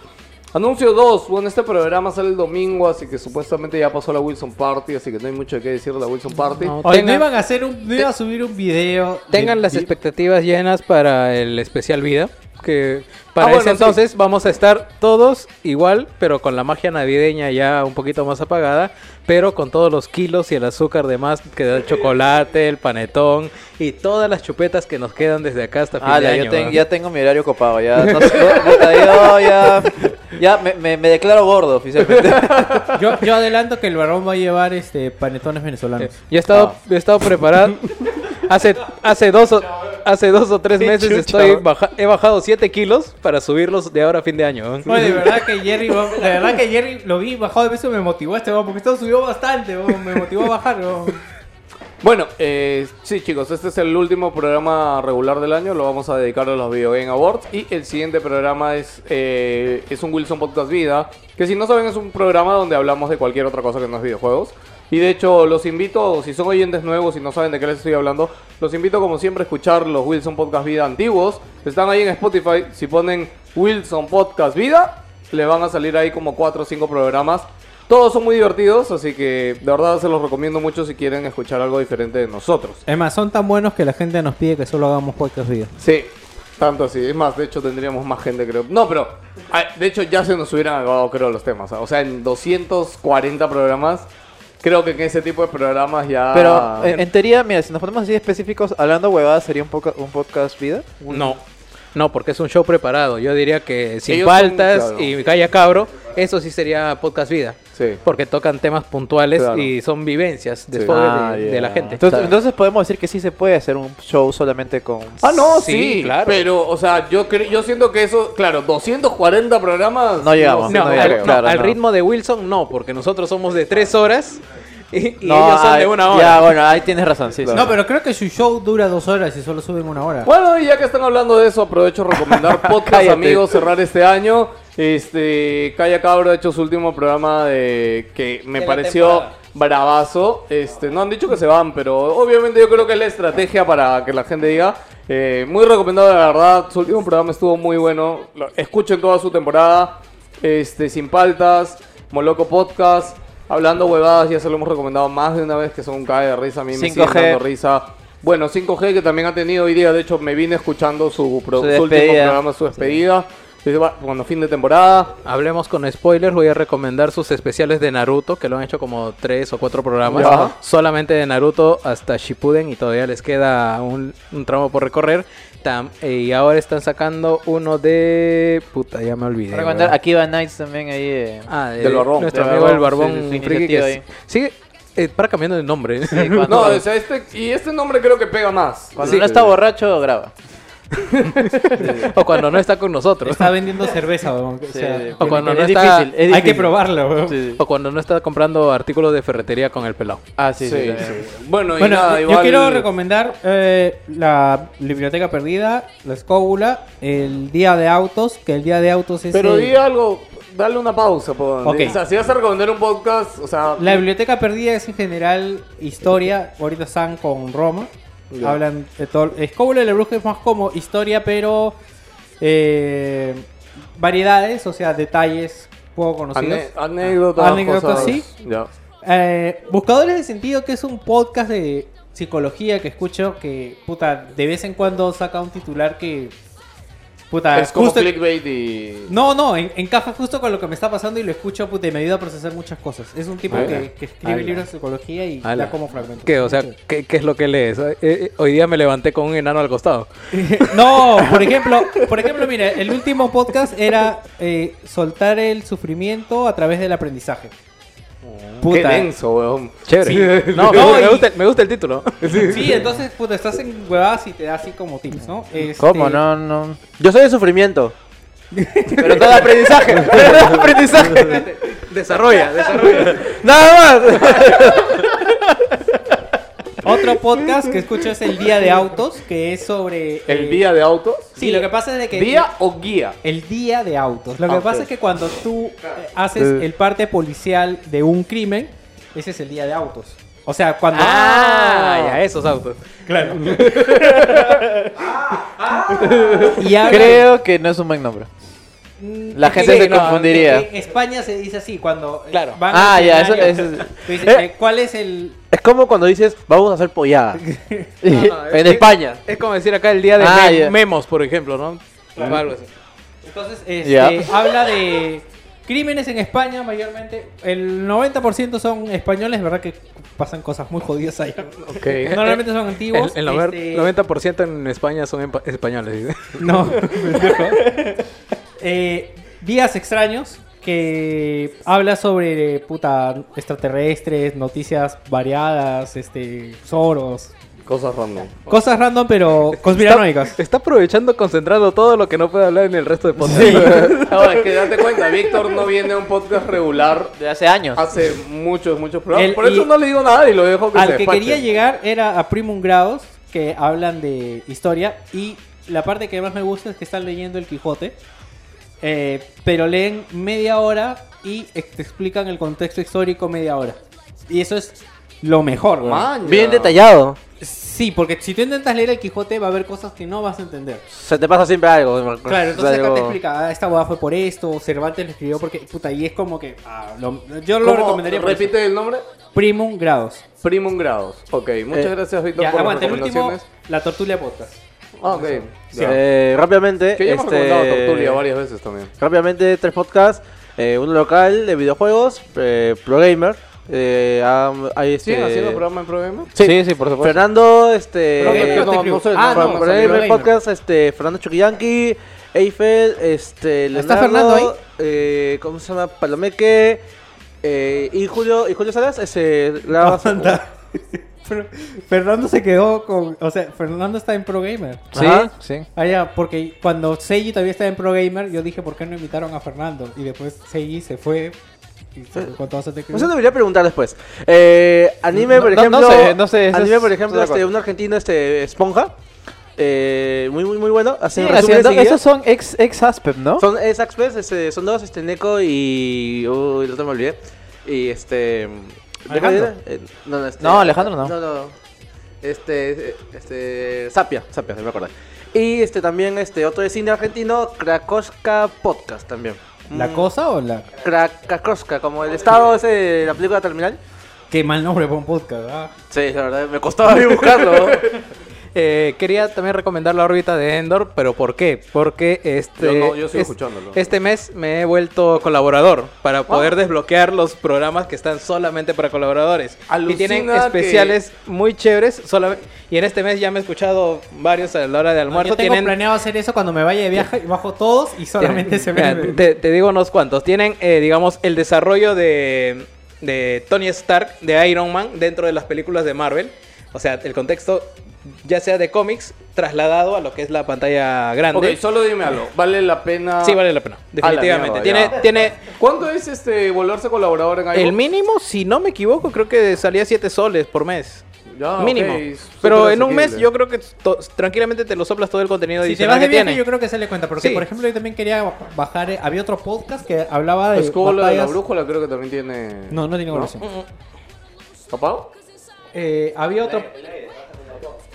Speaker 2: Anuncio 2, bueno, este programa sale el domingo, así que supuestamente ya pasó la Wilson Party, así que no hay mucho que decir de la Wilson Party.
Speaker 4: Oye, no
Speaker 8: Tengan-
Speaker 4: iban a hacer un, no iba a subir un video. de-
Speaker 8: Tengan las
Speaker 4: de-
Speaker 8: expectativas llenas para el especial vida. Que para
Speaker 2: Ah,
Speaker 8: ese
Speaker 2: bueno, sí.
Speaker 8: entonces vamos a estar todos igual, pero con la magia navideña ya un poquito más apagada, pero con todos los kilos y el azúcar de más que da el chocolate, el panetón y todas las chupetas que nos quedan desde acá hasta fin
Speaker 6: Ah,
Speaker 8: de
Speaker 6: ya,
Speaker 8: año.
Speaker 6: yo ten-
Speaker 8: ¿verdad?
Speaker 6: ya tengo mi horario copado. Ya, no sé, puta, yo ya, ya me, me- me declaro gordo oficialmente.
Speaker 4: Yo, yo adelanto que el varón va a llevar este panetones venezolanos.
Speaker 8: Yo he estado, he estado preparado. hace, hace, dos o, hace dos o tres meses estoy baja- he bajado 7 kilos para subirlos de ahora a fin de año.
Speaker 4: Oye, de verdad que Jerry, va- de verdad que Jerry lo vi bajado de peso y me motivó este, weón, porque esto subió bastante, weón, me motivó a bajar. weón.
Speaker 2: Bueno, eh, sí chicos, este es el último programa regular del año, lo vamos a dedicar a los Video Game Awards y el siguiente programa es, eh, es un Wilson Podcast Vida, que si no saben es un programa donde hablamos de cualquier otra cosa que no es videojuegos. Y de hecho los invito, si son oyentes nuevos y no saben de qué les estoy hablando, los invito como siempre a escuchar los Wilson Podcast Vida antiguos. Están ahí en Spotify, si ponen Wilson Podcast Vida, le van a salir ahí como 4 o 5 programas Todos son muy divertidos, así que de verdad se los recomiendo mucho si quieren escuchar algo diferente de nosotros.
Speaker 4: Es más, son tan buenos que la gente nos pide que solo hagamos podcast video.
Speaker 2: Sí, tanto así. Es más, de hecho tendríamos más gente, creo. No, pero ah, de hecho ya se nos hubieran acabado, creo, los temas. O sea, en 240 programas, creo que en ese tipo de programas ya.
Speaker 3: Pero eh, en, en teoría, mira, si nos ponemos así específicos, hablando huevadas, sería un, poco, un podcast vida.
Speaker 7: No. No, porque es un show preparado. Yo diría que sin
Speaker 2: Ellos son,
Speaker 7: faltas
Speaker 2: claro.
Speaker 7: y Calla Cabro, eso sí sería podcast vida.
Speaker 2: Sí.
Speaker 7: Porque tocan temas puntuales
Speaker 2: Claro.
Speaker 7: y son vivencias después de,
Speaker 9: Ah,
Speaker 7: de la
Speaker 9: ya.
Speaker 7: gente.
Speaker 3: Entonces, entonces podemos decir que sí se puede hacer un show solamente con...
Speaker 2: Ah, no, sí,
Speaker 7: Sí, claro.
Speaker 2: Pero, o sea, yo, cre- yo siento que eso, claro, 240 programas.
Speaker 3: No llegamos.
Speaker 7: no,
Speaker 3: no,
Speaker 7: al,
Speaker 3: ya creo.
Speaker 7: no,
Speaker 3: Claro,
Speaker 7: al
Speaker 3: no.
Speaker 7: ritmo de Wilson no, porque nosotros somos de tres horas y, y
Speaker 3: No,
Speaker 7: ellos son de
Speaker 3: ah,
Speaker 7: una
Speaker 3: Ya,
Speaker 7: hora.
Speaker 3: bueno, ahí tienes razón, sí. sí.
Speaker 4: No, pero creo que su show dura dos horas y solo suben una hora.
Speaker 2: Bueno, y ya que están hablando de eso, aprovecho a recomendar podcast,
Speaker 3: Cállate.
Speaker 2: amigos, cerrar este año. Este, Calla Cabro ha hecho su último programa de que me
Speaker 7: De la
Speaker 2: pareció
Speaker 7: temporada.
Speaker 2: bravazo. Este, no han dicho que se van, pero obviamente yo creo que es la estrategia para que la gente diga. Eh, muy recomendado, la verdad. Su último programa estuvo muy bueno. Lo- escuchen toda su temporada. Este, Sin Paltas, Moloco Podcast, Hablando Huevadas, ya se lo hemos recomendado más de una vez, que son un cae de risa. A mí me siguen
Speaker 3: 5G.
Speaker 2: dando risa. Bueno, 5G que también ha tenido hoy día, de hecho me vine escuchando su, pro-
Speaker 3: Su
Speaker 2: su último
Speaker 3: despedida.
Speaker 2: programa, su despedida, Dice, va- bueno, fin de temporada.
Speaker 7: Hablemos con spoilers, voy a recomendar sus especiales de Naruto, que lo han hecho como tres o cuatro programas,
Speaker 2: Ya.
Speaker 7: solamente de Naruto hasta Shippuden y todavía les queda un, un tramo por recorrer. Tam- y ahora están sacando uno de... Puta, ya me olvidé.
Speaker 3: Recomendar
Speaker 7: weón.
Speaker 3: aquí va Nights también ahí. eh.
Speaker 7: Ah, de,
Speaker 2: Del Barbón.
Speaker 7: nuestro
Speaker 3: Del
Speaker 7: amigo el
Speaker 3: Barbón, sí,
Speaker 7: Barbón
Speaker 3: sí, su
Speaker 7: Friki, que
Speaker 3: iniciativa
Speaker 7: es- sigue eh, para cambiando el nombre.
Speaker 3: Sí, cuando
Speaker 2: No, o sea, este, y este nombre creo que pega más.
Speaker 3: cuando no está borracho, graba.
Speaker 7: o cuando no está con nosotros.
Speaker 4: Está vendiendo cerveza, weón.
Speaker 7: Este,
Speaker 4: O sea,
Speaker 3: sí.
Speaker 7: O cuando
Speaker 3: Es
Speaker 7: no está...
Speaker 3: difícil, es
Speaker 4: hay que
Speaker 3: difícil.
Speaker 4: probarlo, weón.
Speaker 7: O cuando no está comprando artículos de ferretería con el pelado.
Speaker 3: Ah, sí, sí.
Speaker 2: Sí,
Speaker 3: también.
Speaker 2: sí. Bueno, y
Speaker 4: Bueno,
Speaker 2: nada,
Speaker 4: yo
Speaker 2: igual-
Speaker 4: quiero recomendar eh, la Biblioteca Perdida, la Escóbula, el Día de Autos, que el Día de Autos es...
Speaker 2: Pero
Speaker 4: el-
Speaker 2: di algo, dale una pausa, po.
Speaker 4: Ok.
Speaker 2: O sea, si vas a recomendar un podcast, o sea,
Speaker 4: La Biblioteca Perdida es en general historia, ahorita están con Roma, hablan de todo... Escóbula y la Bruja es más como historia, pero eh, variedades, o sea, detalles poco conocidos.
Speaker 2: ane- anécdotas,
Speaker 4: Anécdotas,
Speaker 2: cosas-
Speaker 4: sí.
Speaker 2: Ya.
Speaker 4: Eh, Buscadores de Sentido, que es un podcast de psicología que escucho que, puta, de vez en cuando saca un titular que...
Speaker 7: Ah,
Speaker 4: Puta,
Speaker 2: es como
Speaker 4: justo-
Speaker 2: clickbait y...
Speaker 4: No, no, en- encaja justo con lo que me está pasando y lo escucho, puta, y me ayuda a procesar muchas cosas. Es un tipo que, que escribe
Speaker 7: Ala.
Speaker 4: libros de psicología y
Speaker 7: Ala.
Speaker 4: da como fragmentos.
Speaker 7: ¿Qué? O sea, ¿qué, qué es lo que lees? Eh, eh, hoy día me levanté con un enano al costado.
Speaker 4: No, por ejemplo, por ejemplo, mira, el último podcast era eh, soltar el sufrimiento a través del aprendizaje.
Speaker 2: Qué
Speaker 4: Puta.
Speaker 2: denso, weón.
Speaker 7: Chévere.
Speaker 2: Sí.
Speaker 7: No,
Speaker 4: No,
Speaker 7: me,
Speaker 4: y-
Speaker 7: gusta, me gusta el título.
Speaker 4: Sí, entonces, puta, estás en huevadas y te da así como tips, ¿no? Este,
Speaker 3: ¿Cómo? No, no.
Speaker 6: Yo soy de sufrimiento.
Speaker 3: Pero todo aprendizaje. Pero todo aprendizaje.
Speaker 7: Desarrolla, desarrolla.
Speaker 3: Nada más.
Speaker 4: Otro podcast que escucho es el Día de Autos, que es sobre...
Speaker 2: ¿El
Speaker 4: eh,
Speaker 2: día de autos?
Speaker 4: Sí, lo que pasa es de que...
Speaker 2: ¿Día o guía?
Speaker 4: El día de autos.
Speaker 7: Ah,
Speaker 4: Lo que pasa es que cuando tú eh, haces el parte policial de un crimen, ese es el día de autos. O sea, cuando...
Speaker 7: Ah, ya, esos autos.
Speaker 4: Ah, Y habla-
Speaker 3: Creo que no es un buen nombre.
Speaker 4: Mm,
Speaker 3: la
Speaker 4: es que-
Speaker 3: gente se
Speaker 4: no,
Speaker 3: confundiría.
Speaker 4: En en España se dice así, cuando... eh,
Speaker 7: Claro.
Speaker 4: van
Speaker 3: Ah,
Speaker 4: al
Speaker 3: ya, eso-
Speaker 4: escenario,
Speaker 3: eso
Speaker 4: tú dices, eh, ¿Cuál es el...?
Speaker 6: Es como cuando dices, vamos a hacer pollada.
Speaker 3: en España.
Speaker 7: Es como decir acá el día de
Speaker 3: Ah,
Speaker 7: mem-
Speaker 3: ya.
Speaker 7: memos, por ejemplo, ¿no? O algo así.
Speaker 4: Entonces, este,
Speaker 3: Ya.
Speaker 4: habla de crímenes en España mayormente. El 90% son españoles, ¿verdad? Que pasan cosas muy jodidas allá. Normalmente son antiguos.
Speaker 7: El, el nover-
Speaker 4: este,
Speaker 7: 90% en España son empa- españoles. dice.
Speaker 4: No, Eh, Días extraños que habla sobre puta extraterrestres, noticias variadas, este, soros,
Speaker 2: Cosas random.
Speaker 4: cosas random pero conspiranoicas.
Speaker 7: Está, está aprovechando concentrando todo lo que no puede hablar en el resto de podcast.
Speaker 2: Ahora, es que date cuenta, Víctor no viene a un podcast regular
Speaker 3: De hace años.
Speaker 7: Ah,
Speaker 2: hace muchos, muchos programas.
Speaker 4: El-
Speaker 2: Por eso
Speaker 4: y-
Speaker 2: no le digo nada y lo dejo que se
Speaker 4: Al que
Speaker 2: despache.
Speaker 4: quería llegar era a Primum Grados que hablan de historia y la parte que más me gusta es que están leyendo el Quijote, eh, pero leen media hora y ex- te explican el contexto histórico media hora y eso es lo mejor. weón.
Speaker 2: Maña.
Speaker 3: Bien detallado.
Speaker 4: Sí, porque si tú intentas leer el Quijote va a haber cosas que no vas a entender.
Speaker 6: Se te pasa siempre algo.
Speaker 2: Pues,
Speaker 6: Marcos.
Speaker 4: Claro, entonces
Speaker 6: O sea,
Speaker 4: acá te
Speaker 6: digo,
Speaker 4: explica, ah, esta hueá fue por esto, Cervantes lo escribió porque, puta, y es como que, ah, lo- yo lo recomendaría por
Speaker 2: Repite el nombre.
Speaker 4: eso. Primum Grados.
Speaker 2: Primum Grados. Ok, muchas
Speaker 6: Eh,
Speaker 2: gracias, Víctor,
Speaker 4: Ya,
Speaker 2: por las
Speaker 4: aguanta, el último,
Speaker 2: recomendaciones.
Speaker 4: La Tortulia Podcast.
Speaker 2: Ah, ok. Ya.
Speaker 6: eh, rápidamente.
Speaker 2: que ya hemos recomendado
Speaker 6: este,
Speaker 2: Tortulia varias veces también.
Speaker 6: Rápidamente, tres podcasts. eh, uno local de videojuegos, eh, ProGamer. Eh, ah, hay este,
Speaker 2: ¿Siguen
Speaker 4: eh,
Speaker 2: haciendo programa en programa?
Speaker 6: Sí.
Speaker 3: Sí, sí, por supuesto.
Speaker 6: Fernando, este.
Speaker 4: Progamer,
Speaker 6: no,
Speaker 4: te
Speaker 6: no,
Speaker 4: escribo.
Speaker 6: sé,
Speaker 4: Ah,
Speaker 6: no,
Speaker 4: no,
Speaker 6: Progamer
Speaker 4: Progamer.
Speaker 6: Podcast, este, Fernando Chuquillanqui, Eiffel, este, Leonardo,
Speaker 4: ¿Está Fernando ahí?
Speaker 6: eh, ¿Cómo se llama? Palomeque, eh, y Julio, y Julio Salas, ese, grabas-
Speaker 4: Fer- Fernando se quedó con, o sea, Fernando está en Pro Gamer.
Speaker 3: Sí,
Speaker 6: Ajá.
Speaker 3: sí.
Speaker 4: Ah, ya, porque cuando Seiji todavía estaba en Pro Gamer, yo dije, ¿por qué no invitaron a Fernando? Y después Seiji se fue y se fue con todas esas
Speaker 6: No sé,
Speaker 4: tecnologías.
Speaker 6: Pues debería preguntar después. Eh, anime,
Speaker 3: No,
Speaker 6: por
Speaker 3: no,
Speaker 6: ejemplo.
Speaker 3: no sé, no sé, eso
Speaker 6: Anime,
Speaker 3: es
Speaker 6: por ejemplo,
Speaker 3: otra
Speaker 6: este,
Speaker 3: cosa.
Speaker 6: un argentino, este, Esponja. Eh, muy, muy, muy bueno. Hacen
Speaker 3: Sí,
Speaker 6: resúmenes
Speaker 3: haciendo-
Speaker 6: seguidos.
Speaker 3: esos son ex, ex Aspem, ¿no?
Speaker 6: Son es Axpes, este, son dos, este Neko y. Uy, el otro me olvidé. Y este.
Speaker 4: Alejandro.
Speaker 6: Eh, no, no, este-
Speaker 3: No, Alejandro no.
Speaker 6: No, no. Este. eh, Este. Sapia, Sapia, se me acuerdo. Y este también, este, otro de cine argentino, Krakowska Podcast también.
Speaker 4: ¿La cosa o la?
Speaker 6: Krak- Krakowska, como el estado ese de la película terminal.
Speaker 4: Qué mal nombre para un podcast, ah.
Speaker 6: Sí, la verdad, me costaba a mí buscarlo.
Speaker 7: Eh, quería también recomendar la órbita de Endor, pero ¿por qué? Porque este,
Speaker 2: Yo no, yo sigo
Speaker 7: es-
Speaker 2: escuchándolo.
Speaker 7: este mes me he vuelto colaborador para poder desbloquear los programas que están solamente para colaboradores. y
Speaker 2: Alucina
Speaker 7: tienen
Speaker 2: que-
Speaker 7: especiales muy chéveres. solam- y en este mes ya me he escuchado varios a la hora de almuerzo.
Speaker 4: yo tengo
Speaker 7: tienen,
Speaker 4: planeado hacer eso cuando me vaya de viaje y bajo todos y solamente se
Speaker 7: Eh, Mira,
Speaker 4: me...
Speaker 7: Te, te digo unos cuantos. Tienen, eh, digamos, el desarrollo de, de Tony Stark, de Iron Man, dentro de las películas de Marvel. O sea, el contexto, ya sea de cómics, trasladado a lo que es la pantalla grande.
Speaker 2: Ok, solo dime algo. ¿Vale la pena?
Speaker 7: Sí, vale la pena, definitivamente.
Speaker 2: mierda,
Speaker 7: tiene,
Speaker 2: ya.
Speaker 7: tiene
Speaker 2: ¿Cuánto es este volverse colaborador en algo?
Speaker 7: el mínimo, si no me equivoco, creo que salía 7 soles por mes.
Speaker 2: Ya, ok,
Speaker 7: mínimo.
Speaker 2: súper
Speaker 7: Pero en un mes
Speaker 2: asequible.
Speaker 7: yo creo que to- tranquilamente te lo soplas todo el contenido
Speaker 4: Si te
Speaker 7: adicional
Speaker 4: vas de
Speaker 7: que
Speaker 4: viaje,
Speaker 7: tiene.
Speaker 4: yo creo que se le cuenta. Porque,
Speaker 7: Sí.
Speaker 4: por ejemplo, yo también quería bajar... eh, Había otro podcast que hablaba de...
Speaker 2: Escola de la
Speaker 4: batallas-
Speaker 2: brújula creo que también tiene.
Speaker 4: No, no tiene evaluación.
Speaker 2: Mm. ¿Tapado?
Speaker 4: Eh, había otro...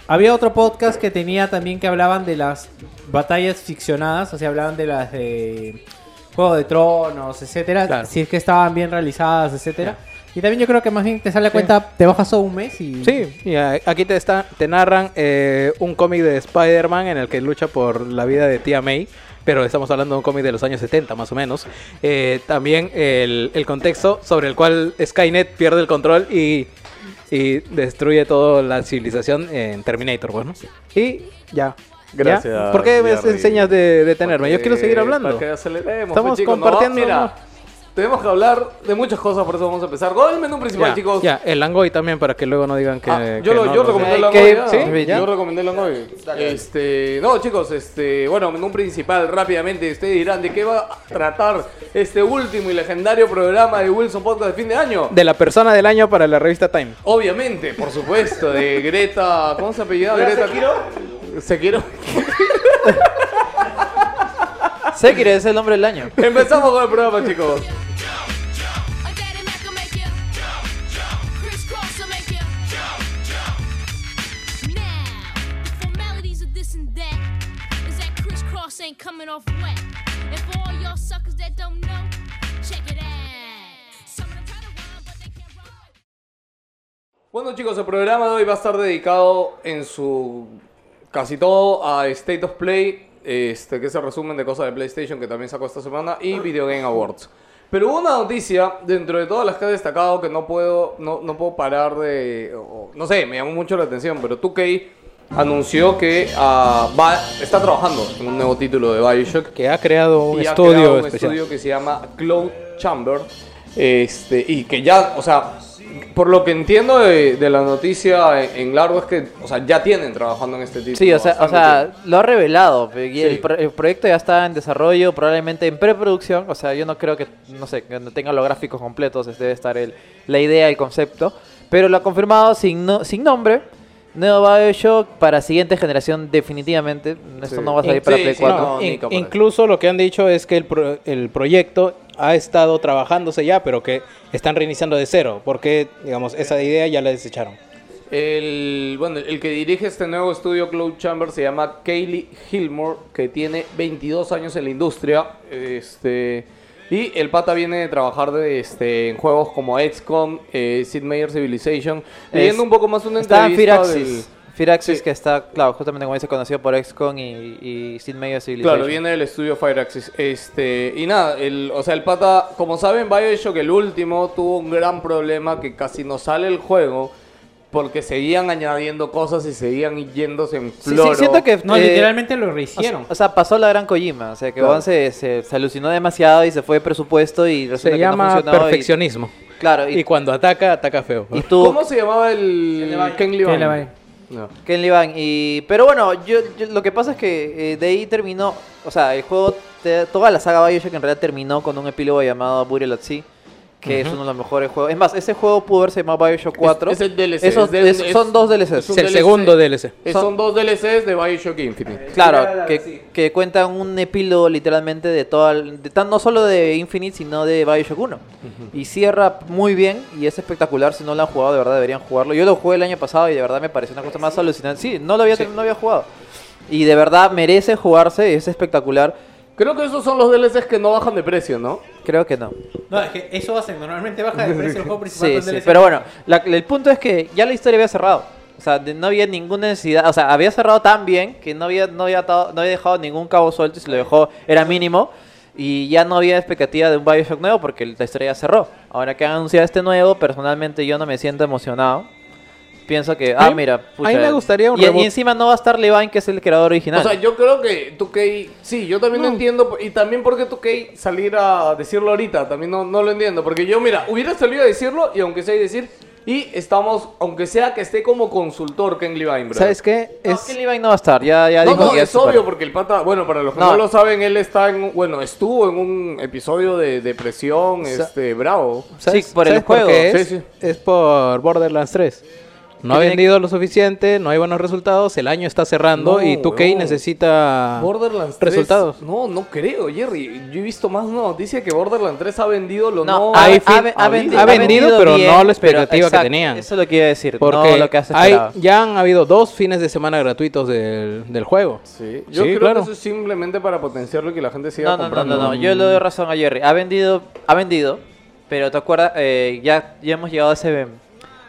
Speaker 4: Había otro podcast que tenía también que hablaban de las batallas ficcionadas, o sea, hablaban de las de Juego de Tronos, etcétera,
Speaker 7: Claro.
Speaker 4: si es que estaban bien realizadas, etcétera. Y también yo creo que más bien te sale a cuenta, te bajas todo un mes y
Speaker 7: Sí, y a- aquí te, está, te narran eh, un cómic de Spider-Man en el que lucha por la vida de tía May, pero estamos hablando de un cómic de los años 70 más o menos. Eh, también el, el contexto sobre el cual Skynet pierde el control y, y destruye toda la civilización en Terminator, bueno. Y ya.
Speaker 6: Gracias,
Speaker 7: ¿Ya? ¿Por qué me
Speaker 6: Jerry.
Speaker 7: enseñas de detenerme? Yo quiero seguir hablando.
Speaker 2: Para que aceleremos,
Speaker 7: Estamos
Speaker 2: pues, chicos, no,
Speaker 7: compartiendo,
Speaker 2: mira,
Speaker 7: ¿no?
Speaker 2: tenemos que hablar de muchas cosas, por eso vamos a empezar. Gol menú principal,
Speaker 7: Ya,
Speaker 2: chicos.
Speaker 7: ya, el Langoy también para que luego no digan que...
Speaker 2: Ah, yo,
Speaker 7: que
Speaker 2: lo,
Speaker 7: no
Speaker 2: yo
Speaker 7: lo-
Speaker 2: recomendé el
Speaker 7: Que-
Speaker 2: Langoy. ya.
Speaker 7: ¿sí? ¿Ya?
Speaker 2: Yo recomendé el Langoy. Este, no, chicos, este, bueno, menú principal rápidamente. Ustedes dirán de qué va a tratar este último y legendario programa de Wilson Podcast de fin de año.
Speaker 7: De la persona del año para la revista Time.
Speaker 2: Obviamente, por supuesto, de Greta. ¿Cómo se apellidaba Greta? Sekiro. Sekiro.
Speaker 3: Sekiro es el nombre del año.
Speaker 2: Empezamos con el programa, chicos.
Speaker 10: I got it, Mac will make you. Crisscross will make you. Now, the formalities of this and that is that crisscross ain't coming off wet. And for all y'all suckers that don't know, check it out. Some of them try to rhyme, but they can't rhyme.
Speaker 2: Bueno, chicos, el programa de hoy va a estar dedicado en su casi todo a State of Play, este, que es el resumen de cosas de PlayStation que también sacó esta semana, y Video Game Awards. Pero hubo una noticia, dentro de todas las que he destacado, que no puedo, no, no puedo parar de... o- no sé, me llamó mucho la atención, pero 2K anunció que ah, va, está trabajando en un nuevo título de Bioshock
Speaker 7: Que ha creado un
Speaker 2: y ha creado
Speaker 7: estudio
Speaker 2: un
Speaker 7: especial.
Speaker 2: estudio que se llama Cloud Chamber. Este, y que ya, o sea, por lo que entiendo de, de la noticia en, en largo es que, o sea, ya tienen trabajando en este título.
Speaker 3: Sí, o sea, o
Speaker 2: bastante
Speaker 3: sea
Speaker 2: tiempo.
Speaker 3: lo ha revelado. pe- y
Speaker 2: Sí.
Speaker 3: El, pro- el proyecto ya está en desarrollo, probablemente en preproducción. O sea, yo no creo que, no sé, que no tenga los gráficos completos. es- Debe estar el, la idea, el concepto. Pero lo ha confirmado sin, no- sin nombre. Nuevo Bioshock para siguiente generación, definitivamente. Esto
Speaker 2: Sí.
Speaker 3: no va a salir
Speaker 2: Sí,
Speaker 3: para
Speaker 2: sí,
Speaker 3: Play
Speaker 2: sí,
Speaker 3: 4.
Speaker 2: no.
Speaker 7: In-
Speaker 2: Nico, por ahí.
Speaker 7: incluso lo que han dicho es que el, pro- el proyecto ha estado trabajándose ya, pero que están reiniciando de cero, porque, digamos, esa idea ya la desecharon.
Speaker 2: El, bueno, el que dirige este nuevo estudio, Cloud Chamber, se llama Kaylee Gilmore, que tiene 22 años en la industria. Este, y el pata viene de trabajar de, este, en juegos como XCOM, eh, Sid Meier Civilization. Leyendo un poco más una
Speaker 7: Está en
Speaker 2: entrevista
Speaker 7: Firaxis.
Speaker 2: del-
Speaker 7: Firaxis,
Speaker 2: Sí.
Speaker 7: que está, claro, justamente como dice, conocido por XCON y, y Sid Meier's Civilization.
Speaker 2: Claro, viene del estudio Fireaxis. Este, y nada, el, o sea, el pata, como saben, Bioshock, el último, tuvo un gran problema que casi no sale el juego porque seguían añadiendo cosas y seguían yéndose en
Speaker 7: Sí,
Speaker 2: floro.
Speaker 7: sí, siento que...
Speaker 11: No,
Speaker 7: eh,
Speaker 11: literalmente lo
Speaker 7: O sea,
Speaker 11: rehicieron.
Speaker 7: o sea, pasó la gran Kojima. O sea, que Juan se, se, se alucinó demasiado y se fue de presupuesto y resulta
Speaker 4: Se
Speaker 7: que no
Speaker 4: llama
Speaker 7: funcionó. y-
Speaker 4: perfeccionismo.
Speaker 7: claro,
Speaker 4: Y
Speaker 7: y,
Speaker 4: cuando ataca, ataca feo.
Speaker 7: y tú,
Speaker 2: ¿Cómo se llamaba el Ken Levine?
Speaker 11: Ken Levine.
Speaker 2: No.
Speaker 7: Ken Levan. Y, pero bueno, yo, yo- lo que pasa es que eh, de ahí terminó... O sea, el juego, te- toda la saga Bioshock en realidad terminó con un epílogo llamado Burial at Sea. Que es uno de los mejores juegos. Es más, ese juego pudo haberse llamado Bioshock 4.
Speaker 2: es el DLC,
Speaker 7: Esos,
Speaker 2: es del-
Speaker 7: es-
Speaker 2: es-
Speaker 7: son dos DLCs.
Speaker 2: es un
Speaker 4: Es el
Speaker 2: DLC.
Speaker 4: segundo DLC.
Speaker 2: Eh,
Speaker 7: Son-
Speaker 2: Son dos DLCs de Bioshock
Speaker 7: Eh,
Speaker 2: Infinite.
Speaker 7: Claro, que, que cuentan un epílogo literalmente de toda, de tan, no solo de Infinite, sino de Bioshock 1. Y cierra muy bien y es espectacular. Si no lo han jugado, de verdad deberían jugarlo. Yo lo jugué el año pasado y de verdad me pareció una cosa más alucinante. Sí, no lo había, no había jugado. Y de verdad merece jugarse, es espectacular.
Speaker 2: Creo que esos son los DLCs que no bajan de precio, ¿no?
Speaker 7: Creo que no.
Speaker 11: No, es que eso hace. Normalmente baja de precio el juego principal.
Speaker 7: Sí,
Speaker 11: con
Speaker 7: sí,
Speaker 11: DLC.
Speaker 7: pero bueno, la- el punto es que ya la historia había cerrado. O sea, de- no había ninguna necesidad. O sea, había cerrado tan bien que no había, no había, atado- no había dejado ningún cabo suelto y se lo dejó, era mínimo. Y ya no había expectativa de un Bioshock nuevo porque la historia ya cerró. Ahora que han anunciado este nuevo, personalmente yo no me siento emocionado. Pienso que, ah,
Speaker 4: A mí-
Speaker 7: mira,
Speaker 4: a mí me gustaría un
Speaker 7: y, y
Speaker 4: reboot.
Speaker 7: encima no va a estar Levine, que es el creador original.
Speaker 2: O sea, yo creo que 2K, sí, yo también no entiendo, y también porque 2K salir a decirlo ahorita, también no, no lo entiendo, porque yo, mira, hubiera salido a decirlo, y aunque sea y decir, y estamos, aunque sea que esté como consultor Ken Levine, bro.
Speaker 4: ¿Sabes qué?
Speaker 7: no,
Speaker 4: Es,
Speaker 7: que Levine no va a estar. Ya, ya
Speaker 2: No,
Speaker 7: dijo
Speaker 2: no,
Speaker 7: que ya
Speaker 2: es
Speaker 7: se paró.
Speaker 2: obvio, porque el pata, bueno, para los que no,
Speaker 7: No.
Speaker 2: lo saben, él está en, un- bueno, estuvo en un episodio de depresión, este, bravo.
Speaker 4: ¿sabes-
Speaker 7: Sí, por el
Speaker 4: ¿sabes qué
Speaker 7: juego.
Speaker 4: es?
Speaker 2: Sí, sí.
Speaker 4: Es por Borderlands 3. No ha
Speaker 7: tiene-
Speaker 4: vendido lo suficiente, no hay buenos resultados, el año está cerrando
Speaker 2: No,
Speaker 4: y 2K
Speaker 2: no.
Speaker 4: necesita
Speaker 2: Borderlands 3.
Speaker 4: Ah. resultados.
Speaker 2: No, no creo, Jerry. Yo he visto más una noticia que Borderlands 3 ha vendido lo
Speaker 7: No,
Speaker 2: no.
Speaker 7: ha,
Speaker 4: hay
Speaker 7: ha-
Speaker 4: fin-
Speaker 7: ha vendi-
Speaker 4: ha
Speaker 7: ha
Speaker 4: vendido, pero
Speaker 7: bien,
Speaker 4: no la expectativa
Speaker 7: pero-
Speaker 4: que
Speaker 7: exacto,
Speaker 4: tenían.
Speaker 7: Eso es lo que iba a decir.
Speaker 4: Porque
Speaker 7: no lo que has
Speaker 4: hay-
Speaker 7: esperado.
Speaker 4: ya han habido dos fines de semana gratuitos del, del juego.
Speaker 2: Sí, yo creo
Speaker 4: claro.
Speaker 2: que eso es simplemente para potenciarlo y que la gente siga
Speaker 7: No, no, no,
Speaker 2: comprando.
Speaker 7: no, no, yo le doy razón a Jerry. Ha vendido, ha vendido, pero te acuerdas, Eh, ya, ya hemos llegado a ese,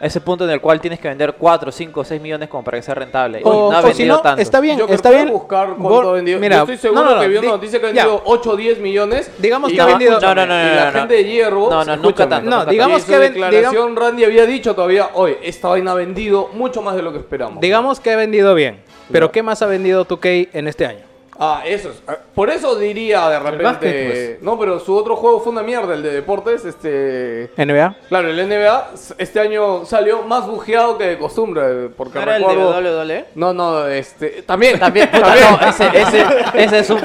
Speaker 7: a ese punto en el cual tienes que vender 4, 5, 6 millones como para que sea rentable. Y
Speaker 4: O-
Speaker 7: no ha
Speaker 4: o si
Speaker 7: vendido
Speaker 4: no,
Speaker 7: tanto.
Speaker 4: está bien,
Speaker 2: Yo creo
Speaker 4: está
Speaker 2: que
Speaker 4: bien.
Speaker 2: voy a buscar cuánto
Speaker 4: Bor-
Speaker 2: ha vendido.
Speaker 4: mira,
Speaker 2: yo estoy seguro
Speaker 4: no, no, no,
Speaker 2: que vi
Speaker 4: di-
Speaker 2: una noticia que ha
Speaker 4: ya.
Speaker 2: vendido 8 o 10 millones.
Speaker 4: Digamos
Speaker 2: y
Speaker 4: que ha
Speaker 2: la-
Speaker 4: vendido-
Speaker 2: escúchame,
Speaker 7: No, no, no,
Speaker 2: y
Speaker 7: no,
Speaker 2: la
Speaker 7: no, no.
Speaker 2: gente de Hierro.
Speaker 7: No, no, nunca
Speaker 2: escúchame,
Speaker 7: tanto,
Speaker 4: No, nunca digamos tanto.
Speaker 2: en
Speaker 4: que
Speaker 2: su
Speaker 4: ven- digam-
Speaker 2: declaración Randy había dicho todavía, hoy, esta vaina ha vendido mucho más de lo que esperamos.
Speaker 4: Digamos que ha vendido bien, pero ¿qué más ha vendido 2K en este año?
Speaker 2: Ah, eso es. ah, Por eso diría de repente.
Speaker 4: básquet, pues.
Speaker 2: No, pero su otro juego fue una mierda, el de deportes. Este.
Speaker 4: NBA.
Speaker 2: Claro, el NBA s- este año salió más bujeado que de costumbre. Porque
Speaker 7: ¿No era el de E.
Speaker 2: recuerdo-
Speaker 7: WWE?
Speaker 2: No, no, este. También.
Speaker 7: También, puta, no, ese, ese, ese es un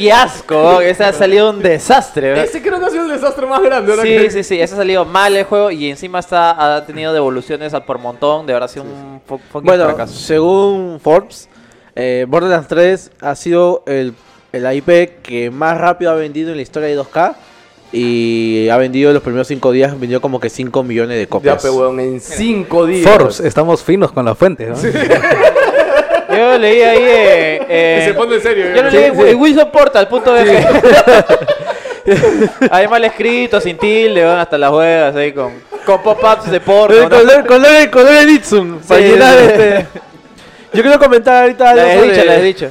Speaker 7: fiasco, ese ha salido un desastre. ¿verdad?
Speaker 2: Ese creo que ha sido el desastre más grande. ahora
Speaker 7: Sí,
Speaker 2: que-
Speaker 7: sí, sí, ese ha salido mal el juego y encima está, ha tenido devoluciones al por montón, de verdad ha sido un fu- fucking
Speaker 3: Bueno,
Speaker 7: fracaso.
Speaker 3: según Forbes, eh, Borderlands 3 ha sido el, el IP que más rápido ha vendido en la historia de 2K. Y ha vendido los primeros 5 días, vendió como que 5 millones de
Speaker 2: Ya,
Speaker 3: copias.
Speaker 2: pe, weón, en 5 días.
Speaker 4: Forbes, estamos finos con las fuentes. ¿no?
Speaker 7: Yo leí ahí eh,
Speaker 2: Que
Speaker 7: eh,
Speaker 2: se pone en serio.
Speaker 7: Yo lo
Speaker 2: weón.
Speaker 7: leí en Wi- wilsonportal.bg. Ahí mal escrito, sin tilde, van hasta las huevas ahí con, con pop-ups de porno.
Speaker 3: Eh,
Speaker 7: ¿no?
Speaker 3: color, color, color de Nitsun, para
Speaker 7: Sí,
Speaker 3: llenar,
Speaker 7: sí, sí.
Speaker 3: este. Yo quiero comentar ahorita
Speaker 7: La he
Speaker 3: algo
Speaker 7: dicho, la he
Speaker 3: sobre,
Speaker 7: dicho.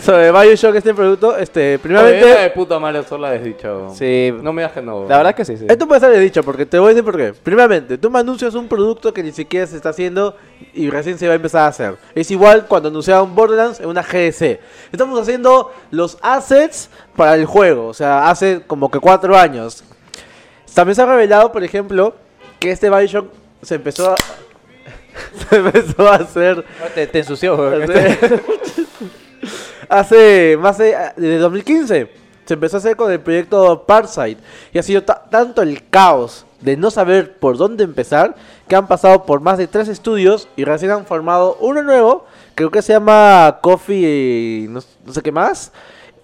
Speaker 3: sobre Bioshock, este producto. Este,
Speaker 2: Oye,
Speaker 3: primeramente,
Speaker 2: era de puta madre sola desdicha, weón.
Speaker 7: Sí,
Speaker 2: No me digas que no. weón.
Speaker 7: la verdad que sí, sí.
Speaker 2: Este-
Speaker 3: Esto puede ser desdicho, porque te voy a decir por qué. Primeramente, tú me anuncias un producto que ni siquiera se está haciendo y recién se va a empezar a hacer. Es igual cuando anunciaban Borderlands en una GDC. Estamos haciendo los assets para el juego, o sea, hace como que cuatro años. También se ha revelado, por ejemplo, que este Bioshock se empezó a... se empezó a hacer...
Speaker 7: Te, te ensució, weón.
Speaker 3: Hace, hace más de, ah, desde 2015 se empezó a hacer con el proyecto Parsite y ha sido ta- tanto el caos de no saber por dónde empezar que han pasado por más de tres estudios y recién han formado uno nuevo, creo que se llama Coffee, y no, no sé qué más,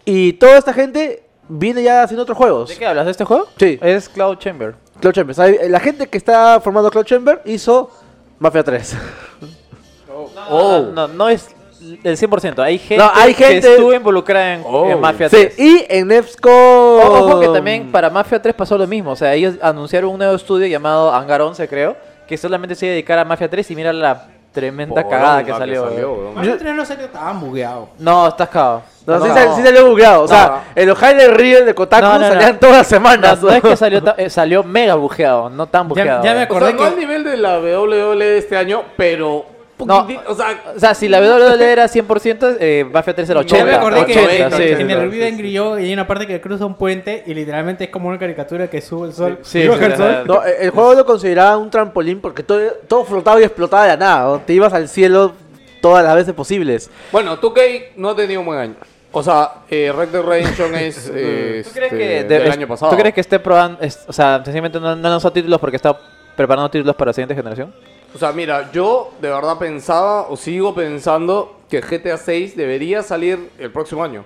Speaker 3: y toda esta gente viene ya haciendo otros juegos.
Speaker 7: ¿De qué hablas? ¿De este juego?
Speaker 3: Sí.
Speaker 7: Es Cloud Chamber.
Speaker 3: Cloud Chamber. ¿sabe? La gente que está formando Cloud Chamber hizo
Speaker 6: Mafia 3.
Speaker 3: Oh. No, no es el 100%. Hay gente,
Speaker 6: No, hay gente-
Speaker 3: que estuvo involucrada en,
Speaker 2: Oh.
Speaker 3: en Mafia Oh.
Speaker 6: Sí,
Speaker 3: 3.
Speaker 6: y en Nefsco.
Speaker 3: Ojo que también para Mafia 3 pasó lo mismo. O sea, ellos anunciaron un nuevo estudio llamado Hangar 11, creo, que solamente se iba a dedicar a Mafia 3 y mira la tremenda cagada que salió. weón.
Speaker 4: Mario 3 no salió tan bugueado.
Speaker 3: No, estás cagado.
Speaker 6: No, sí, sal- sí salió bugueado. O sea, en los highlights reels de Kotaku
Speaker 3: No, no, no.
Speaker 6: salían todas las semanas.
Speaker 3: No, no es que salió, ta- eh, salió mega bujeado, no tan
Speaker 4: Ya,
Speaker 3: bujeado.
Speaker 6: eh.
Speaker 4: ya me
Speaker 2: O sea,
Speaker 4: acordé
Speaker 2: no al
Speaker 4: que...
Speaker 2: nivel de la WWE este año, pero.
Speaker 3: No.
Speaker 2: poquiti- o sea,
Speaker 3: O sea, si la WWE era 100%, eh, Mafia 3 era
Speaker 4: Ya
Speaker 3: 80.
Speaker 4: me acordé que
Speaker 3: 80,
Speaker 4: en-
Speaker 3: sí.
Speaker 4: en el review de Angry Yo hay una parte que cruza un puente y literalmente es como una caricatura que sube el sol.
Speaker 3: Sí,
Speaker 4: y baja el
Speaker 3: sí,
Speaker 4: sol.
Speaker 3: sí.
Speaker 6: No, eh, el juego lo consideraba un trampolín porque todo, todo flotaba y explotaba de la nada. ¿no? Te ibas al cielo todas las veces posibles.
Speaker 2: bueno, 2K no ha tenido un buen año. O sea, eh, Red Dead Redemption es. eh,
Speaker 3: ¿Tú crees
Speaker 2: este,
Speaker 3: que, de-
Speaker 2: del
Speaker 3: es-
Speaker 2: año pasado?
Speaker 3: ¿Tú crees que esté probando, es- o sea, sencillamente no, no lanzó títulos porque está preparando títulos para la siguiente generación?
Speaker 2: O sea, mira, yo de verdad pensaba o sigo pensando que GTA 6 debería salir el próximo año.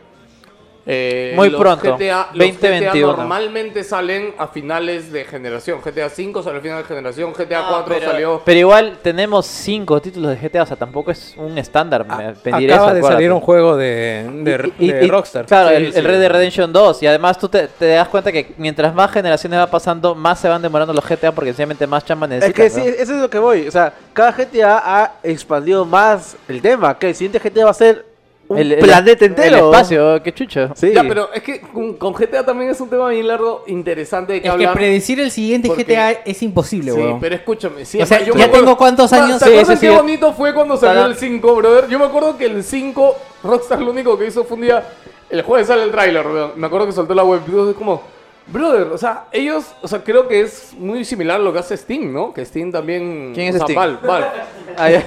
Speaker 2: Eh,
Speaker 3: Muy
Speaker 2: los
Speaker 3: pronto,
Speaker 2: GTA, los
Speaker 3: 2021.
Speaker 2: GTA normalmente salen a finales de generación. GTA 5 salió a final de generación, GTA 4
Speaker 3: pero,
Speaker 2: salió.
Speaker 3: pero igual tenemos cinco títulos de GTA, o sea, tampoco es un estándar. me- pedir eso,
Speaker 7: Acaba de
Speaker 3: acuérdate.
Speaker 7: salir un juego de, de-
Speaker 3: Y-
Speaker 7: de
Speaker 3: y-
Speaker 7: Rockstar.
Speaker 3: Claro, el, el Red Dead Redemption 2. Y además tú te, te das cuenta que mientras más generaciones va pasando, más se van demorando los GTA porque sencillamente más chamba
Speaker 6: Es
Speaker 3: necesitan.
Speaker 6: que sí,
Speaker 3: ¿no?
Speaker 6: eso es lo que voy. O sea, cada GTA ha expandido más el tema. Que el siguiente GTA va a ser un
Speaker 3: El- el-
Speaker 6: planeta entero.
Speaker 3: El espacio, qué chucho.
Speaker 6: Sí.
Speaker 2: Ya, pero es que con, con GTA también es un tema bien largo, interesante de que
Speaker 4: Es que
Speaker 2: hablar.
Speaker 4: predecir el siguiente
Speaker 2: Porque-
Speaker 4: GTA es imposible,
Speaker 2: Sí,
Speaker 4: weón.
Speaker 2: pero escúchame. Sí,
Speaker 4: O sea,
Speaker 2: además, yo
Speaker 4: ya
Speaker 2: me acuerdo-
Speaker 4: tengo cuántos
Speaker 2: ¿Te-
Speaker 4: años-
Speaker 2: ¿Te
Speaker 4: Sí,
Speaker 2: acuerdas
Speaker 3: eso sí
Speaker 2: qué
Speaker 3: ya-
Speaker 2: bonito fue cuando salió
Speaker 3: Para-
Speaker 2: el 5, brother? Yo me acuerdo que el 5, Rockstar lo único que hizo fue un día. El jueves sale el tráiler, weón. Me acuerdo que soltó la web. y Es como, brother, o sea, ellos, o sea, creo que es muy similar a lo que hace Steam, ¿no? Que Steam también.
Speaker 3: ¿Quién
Speaker 2: o
Speaker 3: es
Speaker 2: sea,
Speaker 3: Ah, Steam?
Speaker 2: Valve, Valve.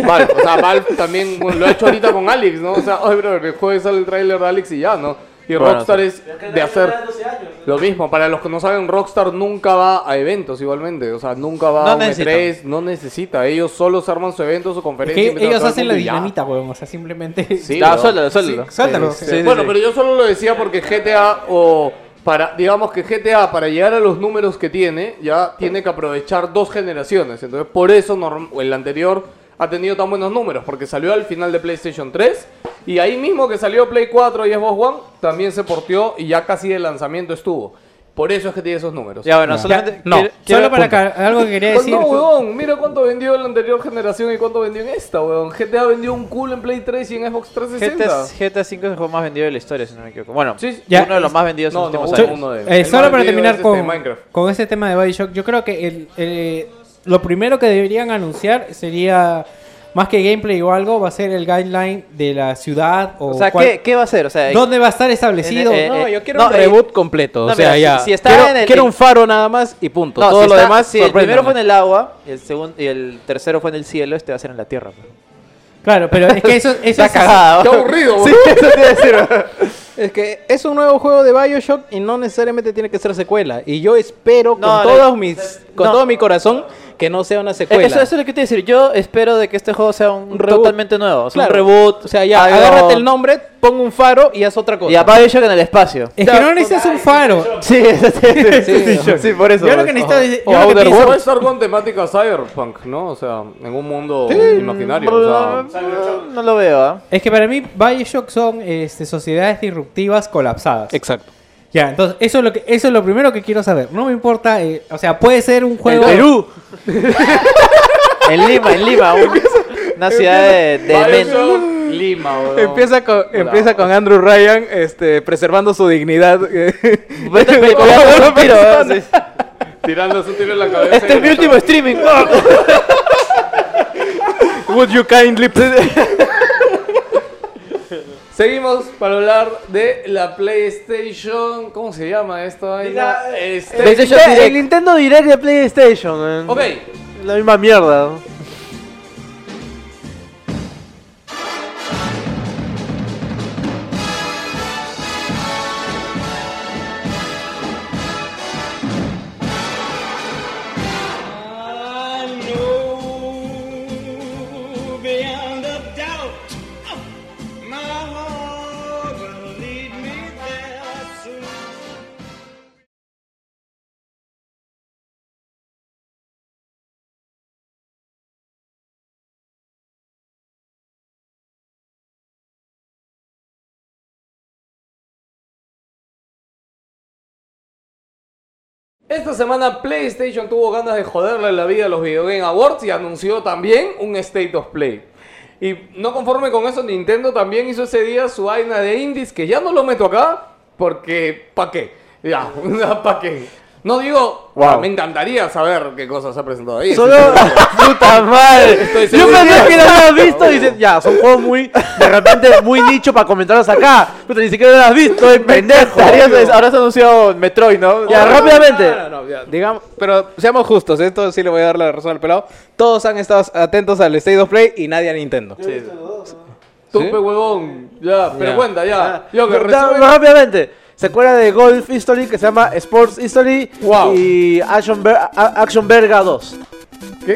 Speaker 2: Valve, o sea, Valve también bueno, lo ha hecho ahorita con Alex, ¿no? O sea, oye, brother, el jueves sale el tráiler de Alex y ya, ¿no? Y Rockstar es de hacer lo mismo. Para los que no saben, Rockstar nunca va a eventos igualmente. O sea, nunca va
Speaker 3: No
Speaker 2: a un E
Speaker 3: necesita.
Speaker 2: E3, no necesita. Ellos solo se arman sus eventos o
Speaker 4: Es
Speaker 2: conferencias.
Speaker 4: que
Speaker 2: invitan a
Speaker 4: ellos
Speaker 2: todo el
Speaker 4: hacen la
Speaker 2: mundo y ya.
Speaker 4: dinamita, weón. O sea, simplemente...
Speaker 2: Sí,
Speaker 3: Ya,
Speaker 2: weón.
Speaker 3: suéltalo, suéltalo.
Speaker 4: Suéltalo.
Speaker 3: sí,
Speaker 2: bueno,
Speaker 3: sí.
Speaker 2: pero yo solo lo decía porque GTA o para digamos que GTA para llegar a los números que tiene ya tiene que aprovechar dos generaciones. Entonces por eso norm- el anterior ha tenido tan buenos números porque salió al final de PlayStation 3 y ahí mismo que salió Play 4 y Xbox One también se porteó y ya casi de lanzamiento estuvo. Por eso es que tiene esos números.
Speaker 3: Ya, bueno,
Speaker 4: Ya,
Speaker 3: solamente.
Speaker 4: no,
Speaker 3: quiero- quiero-
Speaker 4: solo para ca- algo que quería
Speaker 2: Pues
Speaker 4: decir.
Speaker 2: no, weón, mira cuánto vendió en la anterior generación y cuánto vendió en esta, weón. GTA vendió un culo en Play 3 y en Xbox 360.
Speaker 3: GTA, GTA V es el juego más vendido de la historia, si no me equivoco. Bueno,
Speaker 2: Sí, sí.
Speaker 4: Ya.
Speaker 3: uno de los más vendidos
Speaker 2: No,
Speaker 3: en los últimos
Speaker 2: no,
Speaker 4: Yo-
Speaker 3: años.
Speaker 2: uno de-
Speaker 4: eh,
Speaker 2: el
Speaker 4: solo
Speaker 2: más
Speaker 4: para
Speaker 2: vendido
Speaker 4: terminar
Speaker 2: es este
Speaker 4: con,
Speaker 2: Minecraft.
Speaker 4: con ese tema de Bioshock, yo creo que el, eh, lo primero que deberían anunciar sería, más que gameplay o algo, va a ser el guideline de la ciudad o,
Speaker 3: O sea,
Speaker 4: cuál-
Speaker 3: ¿qué, ¿qué va a hacer? O sea,
Speaker 4: dónde va a estar establecido.
Speaker 3: En- eh,
Speaker 4: No,
Speaker 7: No,
Speaker 3: eh,
Speaker 7: yo quiero
Speaker 3: no,
Speaker 7: un
Speaker 3: eh,
Speaker 7: reboot completo.
Speaker 3: no,
Speaker 7: o sea,
Speaker 3: mira, si-
Speaker 7: ya.
Speaker 3: si está
Speaker 7: quiero,
Speaker 3: en el-
Speaker 7: quiero
Speaker 3: en-
Speaker 7: un faro nada más y punto.
Speaker 3: No,
Speaker 7: Todo
Speaker 3: si
Speaker 7: lo
Speaker 3: está-
Speaker 7: demás.
Speaker 3: Si el primero fue en
Speaker 7: sorpréndanme.
Speaker 3: el agua, el segundo y el tercero fue en el cielo, este va a ser en la tierra. pues.
Speaker 4: Claro, pero es que eso, eso
Speaker 3: Está
Speaker 4: es
Speaker 3: cagada.
Speaker 2: Qué
Speaker 3: ¿no?
Speaker 2: aburrido, weón.
Speaker 7: Es que es un nuevo juego de Bioshock y no necesariamente tiene que ser secuela. Y yo espero
Speaker 3: No,
Speaker 7: con,
Speaker 3: no,
Speaker 7: todos mis, con
Speaker 3: no.
Speaker 7: todo mi corazón que no sea una
Speaker 3: Eh,
Speaker 7: secuela.
Speaker 3: Eso, eso es lo que te iba a decir. Yo espero de que este juego sea un,
Speaker 7: Un reboot.
Speaker 3: totalmente nuevo. O sea,
Speaker 7: Claro.
Speaker 3: un reboot.
Speaker 7: O sea, ya,
Speaker 3: algo-
Speaker 7: agárrate el nombre, pon un faro y haz otra cosa.
Speaker 3: Y a Bioshock en el espacio.
Speaker 4: Es que no necesitas un faro.
Speaker 3: Sí, sí, por eso.
Speaker 4: Yo lo que necesito es- yo lo que
Speaker 2: Pero
Speaker 4: pienso-
Speaker 2: puede estar con temática cyberpunk, ¿no? O sea, en un mundo imaginario. o sea.
Speaker 3: No lo veo, ¿ah?
Speaker 4: es que para mí Bioshock son este, sociedades disruptivas colapsadas.
Speaker 7: Exacto.
Speaker 4: Ya, entonces eso es lo que eso es lo primero que quiero saber. No me importa, eh, o sea, puede ser un juego
Speaker 3: En Lima, en Lima. un- una ciudad de, de
Speaker 2: Bioshock,
Speaker 3: men-
Speaker 2: Lima, weón.
Speaker 7: Empieza con, empieza con Andrew Ryan este, preservando su dignidad. eh,
Speaker 3: Vete a
Speaker 7: como
Speaker 3: pelicular con
Speaker 7: una
Speaker 3: un tiro, ¿ah?
Speaker 7: persona.
Speaker 3: Sí.
Speaker 2: Tirándose un tiro en la cabeza.
Speaker 3: Este es mi último streaming.
Speaker 7: Would you kindly please-
Speaker 2: Seguimos para hablar de la PlayStation. ¿Cómo se llama esto? este,
Speaker 3: PlayStation
Speaker 6: El,
Speaker 3: Direct.
Speaker 6: Nintendo Direct de PlayStation. eh.
Speaker 2: Ok,
Speaker 6: La misma mierda. ¿no?
Speaker 2: Esta semana PlayStation tuvo ganas de joderle la vida a los Video Game Awards y anunció también un State of Play. Y no conforme con eso, Nintendo también hizo ese día su vaina de indies, que ya no lo meto acá, porque ¿pa' qué? Ya, ¿pa' qué? No digo,
Speaker 3: Wow.
Speaker 2: me encantaría saber qué cosas ha presentado ahí.
Speaker 3: Solo. ¡Puta madre!
Speaker 2: Estoy
Speaker 3: Yo
Speaker 2: seguro.
Speaker 3: pensé que no lo habías visto y dices, ya, son juegos muy. De repente, muy nicho para comentarlos acá. Pero ni siquiera lo has visto, ¡eh, pendejo.
Speaker 6: Ahora se anunció Metroid, ¿no?
Speaker 3: Ya, rápidamente.
Speaker 8: No, no, no, ya, digamos, pero seamos justos, esto sí le voy a dar la razón al pelado. Todos han estado atentos al State of Play y nadie a Nintendo.
Speaker 2: Tupe huevón. Ya, pero
Speaker 8: Ya.
Speaker 2: cuenta, ya. Yo que
Speaker 3: No,
Speaker 2: resumen-
Speaker 3: no, rápidamente. ¿Se acuerda de Golf History que se llama Sports History?
Speaker 2: Wow.
Speaker 3: Y Action, Ver- A- Action Verga 2.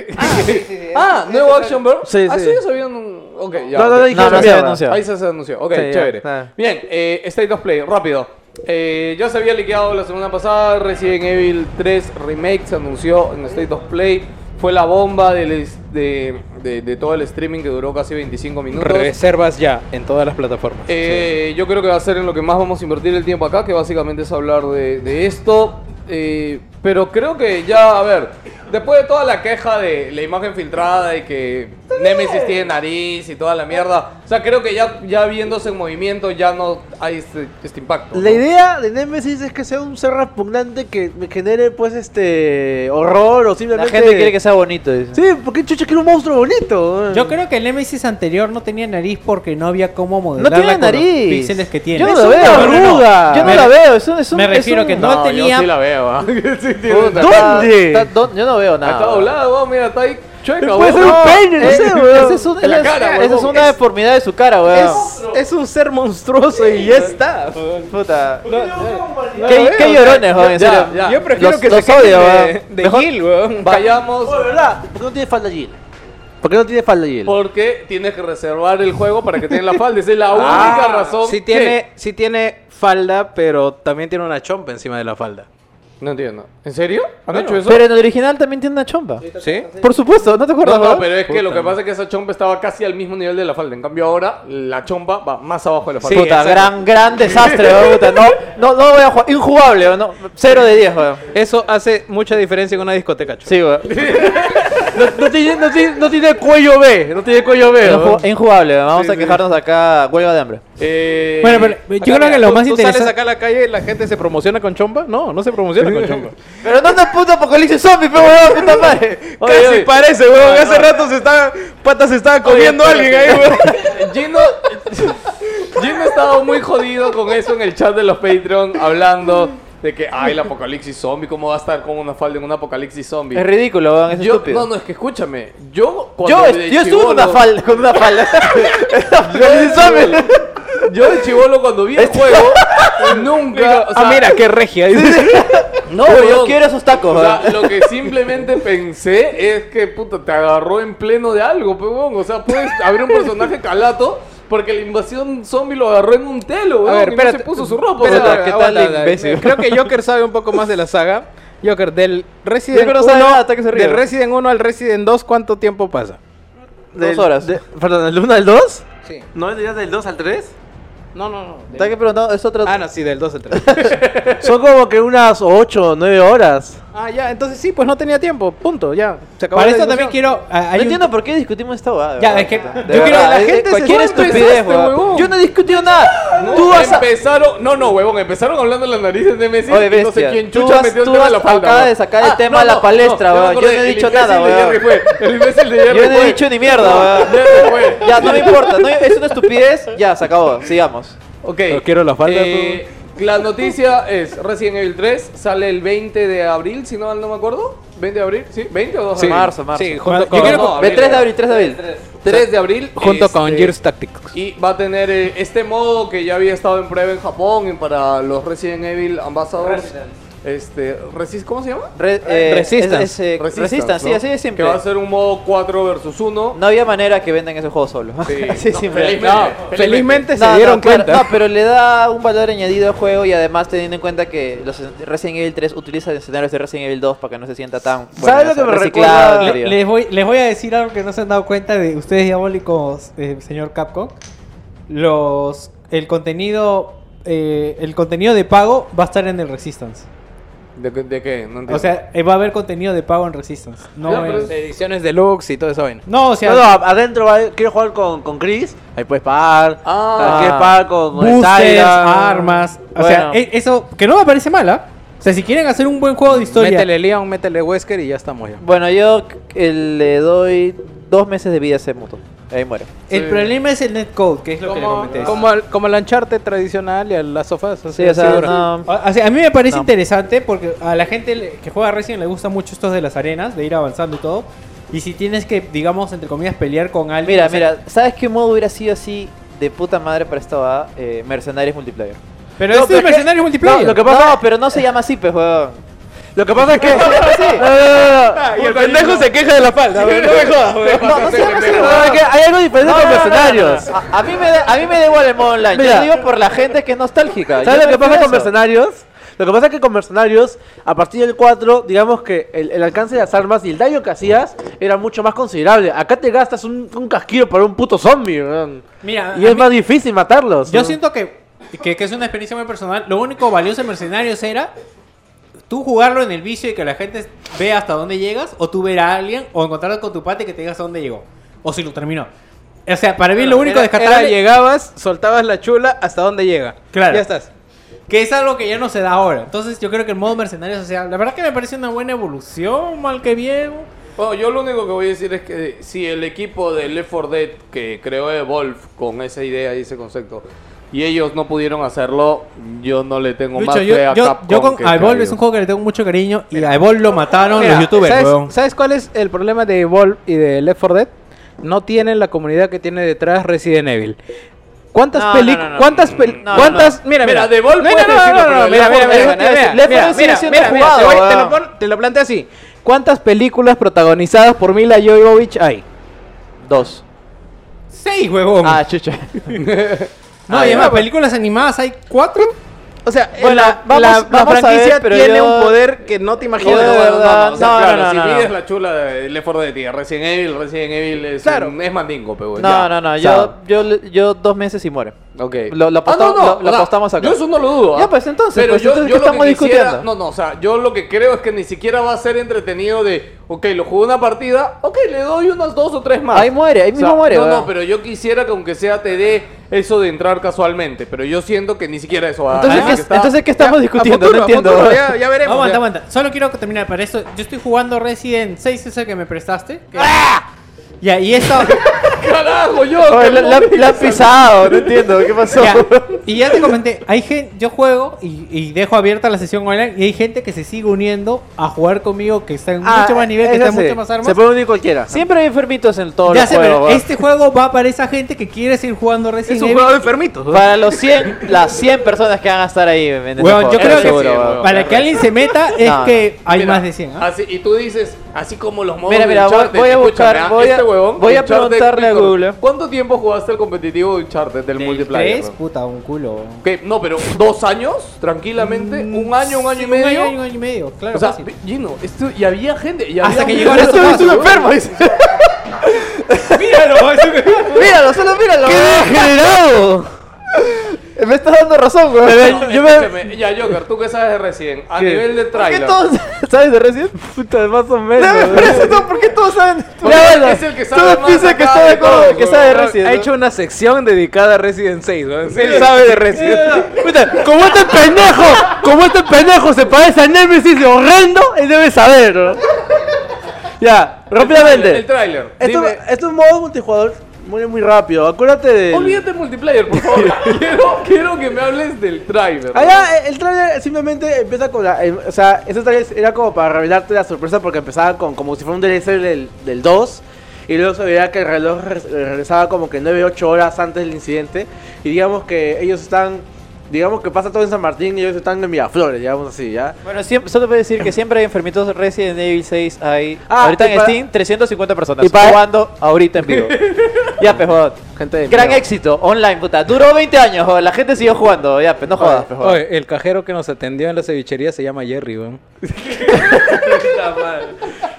Speaker 2: Ah, nuevo Action Bro.
Speaker 3: Sí,
Speaker 2: Ah,
Speaker 3: sí.
Speaker 2: eso ya sabían. un- Ok, ya.
Speaker 3: No, no,
Speaker 2: ok.
Speaker 3: no, dijeron
Speaker 6: no, no se
Speaker 3: mierda.
Speaker 6: anunció.
Speaker 2: Ahí se se anunció. Ok,
Speaker 3: Sí, ya,
Speaker 2: chévere.
Speaker 3: nada.
Speaker 2: Bien, eh, State of Play, rápido. Eh, ya se había liqueado la semana pasada. Resident Evil 3 Remake se anunció en State of Play. Fue la bomba del es- de, de- de todo el streaming que duró casi 25 minutos.
Speaker 8: Reservas ya en todas las plataformas.
Speaker 2: Eh, Yo creo que va a ser en lo que más vamos a invertir el tiempo acá, que básicamente es hablar de, de esto. Eh, pero creo que ya, a ver, después de toda la queja de la imagen filtrada y que Nemesis tiene nariz y toda la mierda, o sea, creo que ya, ya viéndose en movimiento ya no hay este, este impacto. ¿no?
Speaker 3: La idea de Nemesis es que sea un ser repugnante que me genere, pues, este. horror o
Speaker 6: La
Speaker 3: simplemente.
Speaker 6: gente quiere que sea bonito, dice.
Speaker 3: Sí, porque chucha quiere un monstruo bonito.
Speaker 4: Yo creo que el Nemesis anterior no tenía nariz porque no había cómo modelarla
Speaker 6: tiene
Speaker 4: con los
Speaker 6: nariz.
Speaker 4: píxeles que tiene.
Speaker 6: Yo no
Speaker 4: Es
Speaker 6: lo
Speaker 4: una
Speaker 6: veo.
Speaker 4: verruga.
Speaker 6: Yo no
Speaker 4: Me-
Speaker 6: la veo, es un- es un-
Speaker 4: Me
Speaker 6: es
Speaker 4: refiero
Speaker 6: un-
Speaker 4: que no,
Speaker 2: No,
Speaker 4: tenía...
Speaker 2: yo sí la veo. ¿ah? Sí tiene
Speaker 6: Puta,
Speaker 2: una-
Speaker 6: está-
Speaker 3: ¿Dónde?
Speaker 6: está- ¿dó- yo no veo nada.
Speaker 2: Está doblado, weón, mira, está ahí chueca,
Speaker 3: Puede ser
Speaker 2: weón.
Speaker 3: un peine, no
Speaker 6: Eh,
Speaker 3: sé, weón.
Speaker 6: esa es un-
Speaker 2: En la
Speaker 6: esa es-
Speaker 2: cara,
Speaker 6: esa
Speaker 2: huevón.
Speaker 6: es una
Speaker 2: Es-
Speaker 6: deformidad de su cara, weón.
Speaker 8: es un ser monstruoso y ya está.
Speaker 6: Puta.
Speaker 8: No lo
Speaker 6: ¿Qué,
Speaker 8: veo,
Speaker 6: qué
Speaker 8: o sea,
Speaker 6: llorones, joven. en
Speaker 2: ya,
Speaker 6: serio.
Speaker 2: ya.
Speaker 8: Yo prefiero
Speaker 6: Los-
Speaker 8: que
Speaker 6: los
Speaker 8: se queden
Speaker 6: odio,
Speaker 8: de,
Speaker 6: ¿verdad?
Speaker 8: de
Speaker 6: Mejor-
Speaker 8: Gil, weón.
Speaker 2: Vayamos.
Speaker 3: Oh, ¿verdad? ¿Por qué no tiene falda Jill? ¿Por qué no tiene falda Jill?
Speaker 2: Porque tienes que reservar el juego para que tenga la falda. Esa es la
Speaker 8: Ah,
Speaker 2: única razón.
Speaker 8: Sí
Speaker 2: que-
Speaker 8: tiene, sí tiene falda, pero también tiene una chompa encima de la falda.
Speaker 2: No entiendo. ¿En serio? ¿Han hecho eso?
Speaker 6: Pero en el original también tiene una chompa.
Speaker 8: ¿Sí?
Speaker 6: Por supuesto, ¿no te acuerdas?
Speaker 2: No, no,
Speaker 6: huevón?
Speaker 2: pero es que lo que pasa es que esa chompa estaba casi al mismo nivel de la falda. En cambio, ahora la chompa va más abajo de la falda.
Speaker 6: puta,
Speaker 8: exacto.
Speaker 6: gran, gran desastre, huevón, puta. No, no, no voy a jugar. Injugable, huevón, no. Cero de 10, weón.
Speaker 8: Eso hace mucha diferencia en una discoteca. chulo.
Speaker 6: Sí, weón.
Speaker 3: No, no tiene, no, tiene, no tiene cuello B, no tiene cuello B. weón.
Speaker 6: Inju- Injugable, huevón. vamos a quejarnos acá. Huelga de hambre.
Speaker 2: Eh,
Speaker 4: Bueno, pero
Speaker 8: Acá,
Speaker 4: yo creo que
Speaker 8: mira,
Speaker 4: lo
Speaker 8: tú-
Speaker 4: más
Speaker 8: tú
Speaker 4: interesante...
Speaker 8: sales acá a la calle y la gente se promociona con chompa? No, no se promociona con chompa.
Speaker 6: Pero no te puto apocalipsis zombie, pe huevón, puta madre.
Speaker 8: Casi
Speaker 6: Oye,
Speaker 8: parece, weón. Hace rato se estaba. Patas se estaba comiendo a alguien ahí, weón.
Speaker 2: Eh, Gino, Gino estaba muy jodido con eso en el chat de los Patreon, hablando de que, ay, el apocalipsis zombie, ¿cómo va a estar con una falda en un apocalipsis zombie?
Speaker 6: Es ridículo, weón, es
Speaker 2: Yo-
Speaker 6: estúpido.
Speaker 2: no, no, es que escúchame. Yo,
Speaker 6: yo,
Speaker 2: cuando de
Speaker 6: yo estuve con una
Speaker 2: chibolo-
Speaker 6: falda, con una falda.
Speaker 2: Yo de chibolo- Yo de chivolo cuando vi el juego, nunca. o sea,
Speaker 8: ah, mira, qué regia. dice.
Speaker 6: No,
Speaker 2: Weón.
Speaker 6: yo quiero esos tacos,
Speaker 2: O sea,
Speaker 6: weón.
Speaker 2: lo que simplemente pensé es que, puta, te agarró en pleno de algo, pebón. O sea, puedes abrir un personaje calato porque la invasión zombie lo agarró en un telo, weón.
Speaker 8: A ver,
Speaker 2: y no
Speaker 8: espérate.
Speaker 2: se puso su ropa,
Speaker 8: Pero,
Speaker 2: o sea,
Speaker 6: ¿qué tal,
Speaker 8: aguanta, aguanta.
Speaker 6: imbécil?
Speaker 8: Creo que Joker sabe un poco más de la saga. Joker, del Resident
Speaker 6: Joker no sabe
Speaker 8: 1
Speaker 6: nada, hasta que se ríe.
Speaker 8: del Resident 1 al Resident 2, ¿cuánto tiempo pasa?
Speaker 6: Dos horas.
Speaker 3: de- perdón, ¿el 1 al 2?
Speaker 8: Sí.
Speaker 3: ¿No dirías del 2 al 3?
Speaker 8: No, no, no.
Speaker 6: Está que preguntando, es otro.
Speaker 8: Ah, no, sí, del 2 al 3.
Speaker 3: Son como que unas 8 o 9 horas.
Speaker 8: ah, ya, entonces sí, pues no tenía tiempo. Punto, ya. Se acabó
Speaker 4: Para
Speaker 8: la
Speaker 4: esto también
Speaker 8: discusión.
Speaker 4: quiero... ah, hay
Speaker 6: No
Speaker 4: un-
Speaker 6: entiendo por qué discutimos ah, esta weá.
Speaker 4: Ya, es que yo
Speaker 8: quiero- la
Speaker 6: eh,
Speaker 8: gente se-
Speaker 6: Cualquier
Speaker 8: ¿Tú
Speaker 6: estupidez,
Speaker 2: empezaste,
Speaker 6: weón.
Speaker 2: huevón?
Speaker 6: Yo no he discutido nada.
Speaker 2: No,
Speaker 6: tú vas a.
Speaker 2: empezaron, no, no, huevón, empezaron hablando en las narices de Messi.
Speaker 6: Oye,
Speaker 2: y no
Speaker 6: bestia,
Speaker 2: sé quién
Speaker 6: tú
Speaker 2: chucha
Speaker 6: has-
Speaker 2: metió el
Speaker 6: tú
Speaker 2: tema de
Speaker 6: has-
Speaker 2: la falda. Ah,
Speaker 6: acabas
Speaker 2: weón.
Speaker 6: de sacar el tema a la
Speaker 2: ya
Speaker 6: palestra,
Speaker 2: me
Speaker 6: weón. Yo
Speaker 2: acordé,
Speaker 6: no he
Speaker 2: el
Speaker 6: dicho
Speaker 2: imbécil
Speaker 6: nada,
Speaker 2: de
Speaker 6: weón.
Speaker 2: Jerry fue, El imbécil de Jerry
Speaker 6: Yo no he
Speaker 12: pues.
Speaker 2: fue.
Speaker 6: dicho ni mierda, weón.
Speaker 2: Jerry fue.
Speaker 6: Ya, no me importa. no- es una estupidez. Ya, se acabó. Sigamos.
Speaker 2: Ok.
Speaker 8: Pero quiero la falda,
Speaker 2: Eh, la noticia es Resident Evil 3 sale el 20 de abril, si no mal no me acuerdo. 20 de abril, sí, 20 o 2 de
Speaker 8: Sí.
Speaker 2: abril.
Speaker 6: Marzo, marzo.
Speaker 8: Sí, junto
Speaker 2: Yo
Speaker 8: con,
Speaker 2: quiero-
Speaker 6: Ve 3 de abril, 3 de abril.
Speaker 2: 3 de abril.
Speaker 8: junto
Speaker 2: este,
Speaker 8: con Gears Tactics.
Speaker 2: Y va a tener eh, este modo que ya había estado en prueba en Japón y para los Resident Evil Ambassadors. Este, Resist, ¿cómo se llama?
Speaker 6: Re- eh,
Speaker 8: Resistance.
Speaker 6: es- es, eh, Resistance, sí,
Speaker 2: ¿no?
Speaker 6: así de simple.
Speaker 2: Que va a ser un modo 4 versus 1.
Speaker 6: No había manera que vendan ese juego solo.
Speaker 2: Sí.
Speaker 6: Así
Speaker 2: No,
Speaker 6: simple.
Speaker 2: felizmente, felizmente.
Speaker 8: Felizmente
Speaker 6: No,
Speaker 8: se dieron
Speaker 6: no,
Speaker 8: cuenta.
Speaker 6: Pero, no, pero le da un valor añadido al juego y además teniendo en cuenta que los Resident Evil 3 utilizan escenarios de Resident Evil 2 para que no se sienta tan
Speaker 3: ¿Sabes lo
Speaker 6: o sea,
Speaker 3: que me
Speaker 6: reciclado,
Speaker 3: recuerda?
Speaker 6: querido.
Speaker 4: Les voy, les voy a decir algo que no se han dado cuenta de ustedes diabólicos, eh, señor Capcom. Los, el contenido, eh, el contenido de pago va a estar en el Resistance.
Speaker 2: ¿De, qué- de qué? No entiendo.
Speaker 4: O sea, eh, va a haber contenido de pago en Resistance. No,
Speaker 2: Ya, pero
Speaker 4: es-
Speaker 12: Ediciones deluxe y toda esa vaina.
Speaker 4: no o sea,
Speaker 6: No, no, a- Ah, adentro va, quiero jugar con, con Chris, ahí puedes pagar.
Speaker 7: Ah.
Speaker 6: quieres pagar con, con el
Speaker 4: boosters,
Speaker 6: Tyler.
Speaker 4: armas. O sea,
Speaker 7: Bueno.
Speaker 4: e- eso que no me parece mal, ¿ah? O sea, si quieren hacer un buen juego de historia.
Speaker 12: Métele Leon, métele Wesker y ya estamos ya.
Speaker 7: Bueno, yo eh, le doy dos meses de vida a ese muto. Ahí muere.
Speaker 4: El problema es el netcode, que es lo que le
Speaker 12: Como,
Speaker 4: comenté.
Speaker 12: como, al, como al Uncharted tradicional y a las sofás.
Speaker 7: Sí, o sea, no.
Speaker 4: O- o sea, Ah, a mí me parece
Speaker 7: No.
Speaker 4: interesante porque a la gente le- que juega Resident le gusta mucho estos de las arenas, de ir avanzando y todo. Y si tienes que, digamos, entre comillas, pelear con alguien.
Speaker 7: Mira,
Speaker 4: o sea,
Speaker 7: mira, ¿sabes qué modo hubiera sido así de puta madre para esta va?
Speaker 6: Eh,
Speaker 7: mercenarios multiplayer.
Speaker 4: Pero
Speaker 7: No,
Speaker 4: este es
Speaker 7: pero es que-
Speaker 4: mercenario multiplayer.
Speaker 6: no, lo que pasa-
Speaker 7: No, pero no se llama así, pues, weón.
Speaker 6: Lo que pasa es que.
Speaker 3: Ah, Y el pendejo se queja de la falda. No me jodas,
Speaker 7: No, no se llama así,
Speaker 6: No, es
Speaker 7: weón.
Speaker 6: que hay algo diferente
Speaker 7: No, no,
Speaker 6: con
Speaker 7: no, no,
Speaker 6: mercenarios.
Speaker 7: no, no, no. A, a mí me da, a mí me da igual el modo online. Yo
Speaker 6: Mira.
Speaker 7: lo digo por la gente que es nostálgica.
Speaker 6: ¿Sabes
Speaker 7: Yo
Speaker 6: lo que pasa
Speaker 7: prefiero
Speaker 6: con
Speaker 7: eso.
Speaker 6: mercenarios? Lo que pasa es que con mercenarios, a partir del 4, digamos que el, el alcance de las armas y el daño que hacías era mucho más considerable. Acá te gastas un, un casquillo para un puto zombie, weón.
Speaker 4: Mira,
Speaker 6: Y
Speaker 4: a
Speaker 6: es
Speaker 4: mí-
Speaker 6: más difícil matarlos.
Speaker 4: Yo
Speaker 6: ¿no?
Speaker 4: siento que, que, que es una experiencia muy personal. Lo único valioso de Mercenarios era tú jugarlo en el vicio y que la gente vea hasta dónde llegas, o tú ver a alguien, o encontrarte con tu pate que te diga hasta dónde llegó, o si lo terminó. O sea, para mí lo único
Speaker 12: Era- era
Speaker 4: descartable
Speaker 12: llegabas, soltabas la chula hasta donde llega.
Speaker 4: Claro.
Speaker 12: Ya estás.
Speaker 4: que es algo que ya no se da ahora. Entonces yo creo que el modo Mercenarios, o sea, la verdad que me parece una buena evolución, mal que bien.
Speaker 2: Bueno, yo lo único que voy a decir es que si el equipo de Left 4 Dead que creó Evolve con esa idea y ese concepto y ellos no pudieron hacerlo, yo no le tengo más
Speaker 4: Lucho,
Speaker 2: fe
Speaker 4: yo,
Speaker 2: a
Speaker 4: yo-
Speaker 2: Capcom
Speaker 4: yo con
Speaker 2: que
Speaker 4: a Evolve
Speaker 2: Crayon.
Speaker 4: es un juego que le tengo mucho cariño y a Evolve lo mataron
Speaker 12: Mira,
Speaker 4: los youtubers,
Speaker 12: ¿sabes,
Speaker 4: weón.
Speaker 12: ¿Sabes cuál es el problema de Evolve y de Left 4 Dead? No tienen la comunidad que tiene detrás Resident Evil. ¿Cuántas
Speaker 7: No,
Speaker 12: películas?
Speaker 7: no, no, no.
Speaker 12: ¿Cuántas pel-
Speaker 7: No, no,
Speaker 12: cuántas? Mira,
Speaker 2: Mira,
Speaker 12: mira.
Speaker 2: de Evolve
Speaker 12: No, no,
Speaker 2: puedes
Speaker 12: no,
Speaker 2: decirlo,
Speaker 12: no,
Speaker 2: pero
Speaker 12: no,
Speaker 2: de
Speaker 12: mira,
Speaker 7: Left
Speaker 12: mira,
Speaker 7: 4 Dead
Speaker 12: mira,
Speaker 7: sigue
Speaker 12: mira, mira,
Speaker 7: siendo- Left 4 Dead sigue
Speaker 12: mira,
Speaker 7: siendo
Speaker 12: mira, mira,
Speaker 7: jugado,
Speaker 12: te voy- te
Speaker 7: weón.
Speaker 12: lo pon- Te lo planteo así. ¿Cuántas películas protagonizadas por Mila Jovovich hay?
Speaker 7: Dos.
Speaker 4: Seis, huevón.
Speaker 7: Ah, chucha.
Speaker 4: no, y
Speaker 7: ah, ya,
Speaker 4: además,
Speaker 12: pues.
Speaker 7: pero-
Speaker 4: películas animadas hay cuatro.
Speaker 12: O sea,
Speaker 7: Bueno,
Speaker 12: la,
Speaker 7: vamos-
Speaker 12: la- la
Speaker 7: vamos a
Speaker 12: franquicia
Speaker 7: ver, pero
Speaker 12: tiene
Speaker 7: yo-
Speaker 12: un poder que no te
Speaker 7: Yo de
Speaker 12: imaginas.
Speaker 7: verdad-
Speaker 2: O sea,
Speaker 7: no,
Speaker 2: claro,
Speaker 7: no, no,
Speaker 2: si
Speaker 7: no,
Speaker 2: mides
Speaker 7: no.
Speaker 2: la chula de Left 4 Dead y a Resident Evil, Resident Evil es,
Speaker 12: Claro.
Speaker 2: un- es mandingo, pero
Speaker 7: No, no, no. Yo, yo, le- yo dos meses y muere.
Speaker 2: Ok. Ah,
Speaker 7: Lo- lo aposta- lo- lo
Speaker 2: o sea,
Speaker 7: apostamos acá.
Speaker 2: Yo eso no lo dudo. ¿ah?
Speaker 7: Ya, pues, entonces,
Speaker 2: Pero
Speaker 7: pues,
Speaker 2: yo,
Speaker 7: entonces,
Speaker 2: yo
Speaker 7: ¿qué
Speaker 2: lo que
Speaker 7: estamos
Speaker 2: quisiera-
Speaker 7: discutiendo?
Speaker 2: No, no, o sea, yo lo que creo es que ni siquiera va a ser entretenido de, ok, lo jugué una partida, ok, le doy unas dos o tres más.
Speaker 7: Ahí muere, ahí
Speaker 2: O sea,
Speaker 7: mismo muere.
Speaker 2: No,
Speaker 7: weón.
Speaker 2: no, pero yo quisiera que aunque sea te dé eso de entrar casualmente, pero yo siento que ni siquiera eso va a
Speaker 7: Entonces,
Speaker 2: Además
Speaker 7: ¿qué,
Speaker 2: que está-
Speaker 7: entonces, ¿qué estamos discutiendo?
Speaker 12: futuro,
Speaker 7: no
Speaker 12: a
Speaker 7: entiendo.
Speaker 12: futuro,
Speaker 7: weón.
Speaker 12: ya, ya veremos.
Speaker 4: Aguanta,
Speaker 12: ya.
Speaker 4: aguanta. Solo quiero que termine para esto. Yo estoy jugando Resident 6, ese que me prestaste. que- Ya, y esta.
Speaker 2: ¡Carajo, yo!
Speaker 7: Oye,
Speaker 2: qué
Speaker 7: la, la-
Speaker 2: móvil!
Speaker 7: la han pisado, no entiendo. ¿Qué pasó?
Speaker 4: ya, y ya te comenté, hay gente, yo juego y, y dejo abierta la sesión online y hay gente que se sigue uniendo a jugar conmigo que está en
Speaker 6: Ah,
Speaker 4: mucho más nivel, que
Speaker 6: eso
Speaker 4: está en
Speaker 6: sí,
Speaker 4: mucho más armas.
Speaker 6: Se puede unir cualquiera.
Speaker 7: Siempre hay enfermitos en todos
Speaker 4: ya
Speaker 7: los
Speaker 4: sé, pero
Speaker 7: juegos. weón.
Speaker 4: este juego va para esa gente que quiere seguir jugando
Speaker 12: Es
Speaker 4: Resident
Speaker 12: un
Speaker 4: Evil.
Speaker 12: juego de enfermitos. ¿no?
Speaker 7: Para los 100, las 100 personas que van a estar ahí. En ese
Speaker 4: Weón,
Speaker 7: juego,
Speaker 4: yo creo
Speaker 7: estoy
Speaker 4: que
Speaker 7: seguro,
Speaker 2: sí,
Speaker 7: weón.
Speaker 2: weón.
Speaker 4: Para que alguien se meta es
Speaker 7: No,
Speaker 4: que hay
Speaker 2: Mira,
Speaker 4: más de 100. ¿ah?
Speaker 2: así- y tú dices, así como los modos
Speaker 7: Mira,
Speaker 2: de
Speaker 7: mira, voy-
Speaker 2: Uncharted,
Speaker 7: voy a
Speaker 2: escúchame,
Speaker 7: buscar,
Speaker 2: ah,
Speaker 7: voy a-
Speaker 2: este huevón,
Speaker 7: voy a
Speaker 2: Uncharted,
Speaker 7: preguntarle
Speaker 2: Víctor,
Speaker 7: a Google.
Speaker 2: ¿Cuánto tiempo jugaste el competitivo de Uncharted del multiplayer?
Speaker 4: Tres,
Speaker 2: weón?
Speaker 4: puta, un culo.
Speaker 2: Ok, No, pero dos años, tranquilamente,
Speaker 7: Mm,
Speaker 2: un año, un año y
Speaker 4: Sí, Un año, un
Speaker 2: medio.
Speaker 4: año y medio, claro.
Speaker 2: O sea,
Speaker 4: fácil.
Speaker 2: Gino, esto, y había gente. Y
Speaker 4: Hasta
Speaker 2: había
Speaker 4: que
Speaker 2: un-
Speaker 4: llegó a Last
Speaker 2: Esto
Speaker 4: of
Speaker 2: es
Speaker 4: Us,
Speaker 2: un
Speaker 4: weón.
Speaker 2: enfermo, dice.
Speaker 7: Míralo, solo míralo. ¡Qué degenerado! me estás dando razón, weón.
Speaker 2: No,
Speaker 7: yo me...
Speaker 2: escúchame, Ya, Joker, tú que sabes de recién, a nivel de
Speaker 7: ¿Por qué
Speaker 2: trailer.
Speaker 7: todos sabes de recién?
Speaker 6: Puta, más o menos.
Speaker 7: Dame preso, no, ¿por qué todos saben?
Speaker 2: Porque
Speaker 7: Ya, bueno,
Speaker 2: es el que sabe
Speaker 7: Todos
Speaker 2: más
Speaker 7: piensan que
Speaker 2: acá
Speaker 7: sabe
Speaker 2: de todos,
Speaker 7: cómo- que
Speaker 2: weón.
Speaker 7: sabe de recién.
Speaker 12: Ha
Speaker 7: ¿no?
Speaker 12: hecho una sección dedicada a Resident 6. ¿no? Él sabe de Resident.
Speaker 3: Puta, como este pendejo, como este pendejo se parece a Nemesis de horrendo, él debe saber. ¿no?
Speaker 6: Ya,
Speaker 2: El,
Speaker 6: rápidamente.
Speaker 2: trailer.
Speaker 6: Estos
Speaker 2: Dime-
Speaker 6: estos modos multijugador mueren muy rápido. Acuérdate de.
Speaker 2: Olvídate multiplayer, por favor. quiero, quiero que me hables del trailer.
Speaker 6: Allá eh, el trailer simplemente empieza con la. eh, o sea, ese trailer era como para revelarte la sorpresa porque empezaba con como si fuera un DLC del, del 2. Y luego se veía que el reloj re- regresaba como que 9, 8 horas antes del incidente. Y digamos que ellos están. Digamos que pasa todo en San Martín y ellos están en Miraflores, digamos así, ¿ya?
Speaker 7: Bueno, siempre, solo puedo decir que siempre hay enfermitos Resident Evil 6. Hay
Speaker 6: Ah,
Speaker 7: ahorita
Speaker 6: y
Speaker 7: en
Speaker 6: para-
Speaker 7: Steam 350 personas
Speaker 6: y para-
Speaker 7: jugando ahorita en vivo. ya, pues, joder.
Speaker 6: Gente de
Speaker 7: Gran
Speaker 6: mierda.
Speaker 7: éxito, online, puta. Duró 20 años, joder. La gente siguió jugando. Ya, pues, no jodas, pues, joder.
Speaker 12: Oye, el cajero que nos atendió en la cevichería se llama Jerry, weón.
Speaker 7: eh.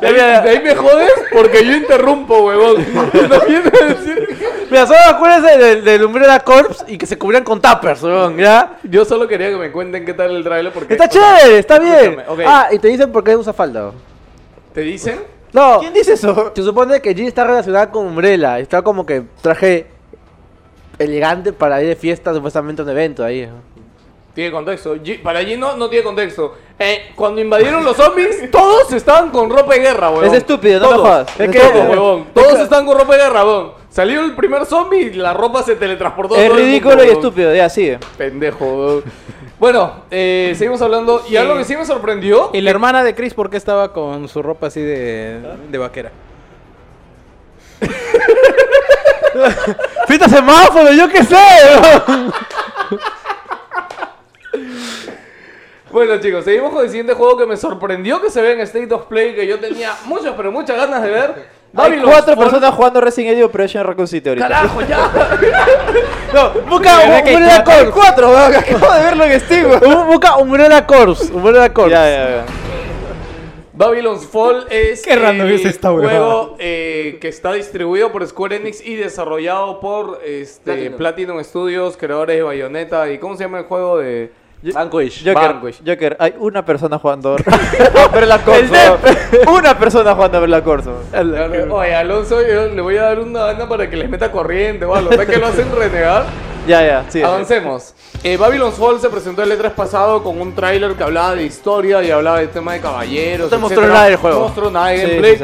Speaker 2: De ahí, de ahí me jodes porque yo interrumpo, huevón. No viene a decir.
Speaker 3: Mira, solo acuérdense del, del Umbrella Corps y que se cubrían con tappers, weón, ¿ya?
Speaker 2: Yo solo quería que me cuenten qué tal el trailer porque.
Speaker 3: Está chévere, está bien.
Speaker 2: Escúchame, ok.
Speaker 3: Ah, y te dicen por qué usa falda.
Speaker 2: ¿Te dicen?
Speaker 3: No,
Speaker 7: ¿Quién dice eso?
Speaker 3: se supone que G está relacionada con Umbrella. Está como que traje elegante para ir de fiesta, supuestamente a un evento ahí.
Speaker 2: Tiene contexto. G- para Gino no tiene contexto. Eh, cuando invadieron los zombies, todos estaban con ropa de guerra, weón.
Speaker 6: Es estúpido, no me
Speaker 2: Todos.
Speaker 6: jodas.
Speaker 2: Es
Speaker 6: Es
Speaker 2: que,
Speaker 6: estúpido.
Speaker 2: huevón, todos están con ropa de guerra, weón. Salió el primer zombie y la ropa se teletransportó. a
Speaker 6: Es
Speaker 2: todo el
Speaker 6: ridículo
Speaker 2: mundo,
Speaker 6: y
Speaker 2: huevón.
Speaker 6: estúpido, ya, sigue.
Speaker 2: Pendejo, weón. Bueno, eh, seguimos hablando. Y algo que sí me sorprendió.
Speaker 8: ¿Y la hermana de Chris por qué estaba con su ropa así de, de vaquera?
Speaker 3: ¡Fita semáforo, yo qué sé!
Speaker 2: Bueno, chicos, seguimos con el siguiente juego que me sorprendió que se ve en State of Play. Que yo tenía muchas, pero muchas ganas de ver.
Speaker 6: Hay
Speaker 2: Babylon's
Speaker 6: cuatro
Speaker 2: Fall.
Speaker 6: personas jugando Resident Evil Operation Raccoon City ahorita.
Speaker 2: Carajo, ya.
Speaker 3: Busca Umbrella Corps. Cuatro, acabo de verlo en Steam. Busca Umbrella Corps. Umbrella Corps.
Speaker 6: Ya, ya, ya.
Speaker 2: Babylon's Fall es
Speaker 4: Qué random es esta
Speaker 2: un
Speaker 4: huevada.
Speaker 2: juego eh, que está distribuido por Square Enix y desarrollado por este, Platinum. Studios, creadores de Bayonetta y ¿cómo se llama el juego de Vanquish?
Speaker 6: Joker,
Speaker 2: Vanquish.
Speaker 6: Joker, hay una persona jugando Verla Corso. Una persona jugando Verla Corso.
Speaker 2: Oye, Alonso, yo le voy a dar una banda para que les meta corriente o algo. ¿Sabes que lo hacen renegar?
Speaker 6: Ya, ya, sí.
Speaker 2: Avancemos. Eh, Babylon's Fall se presentó el E3 pasado con un tráiler que hablaba de historia y hablaba del tema de caballeros.
Speaker 3: No te mostró
Speaker 2: etcétera.
Speaker 3: nada del juego.
Speaker 2: No mostró nada de
Speaker 6: Sí,
Speaker 2: gameplay.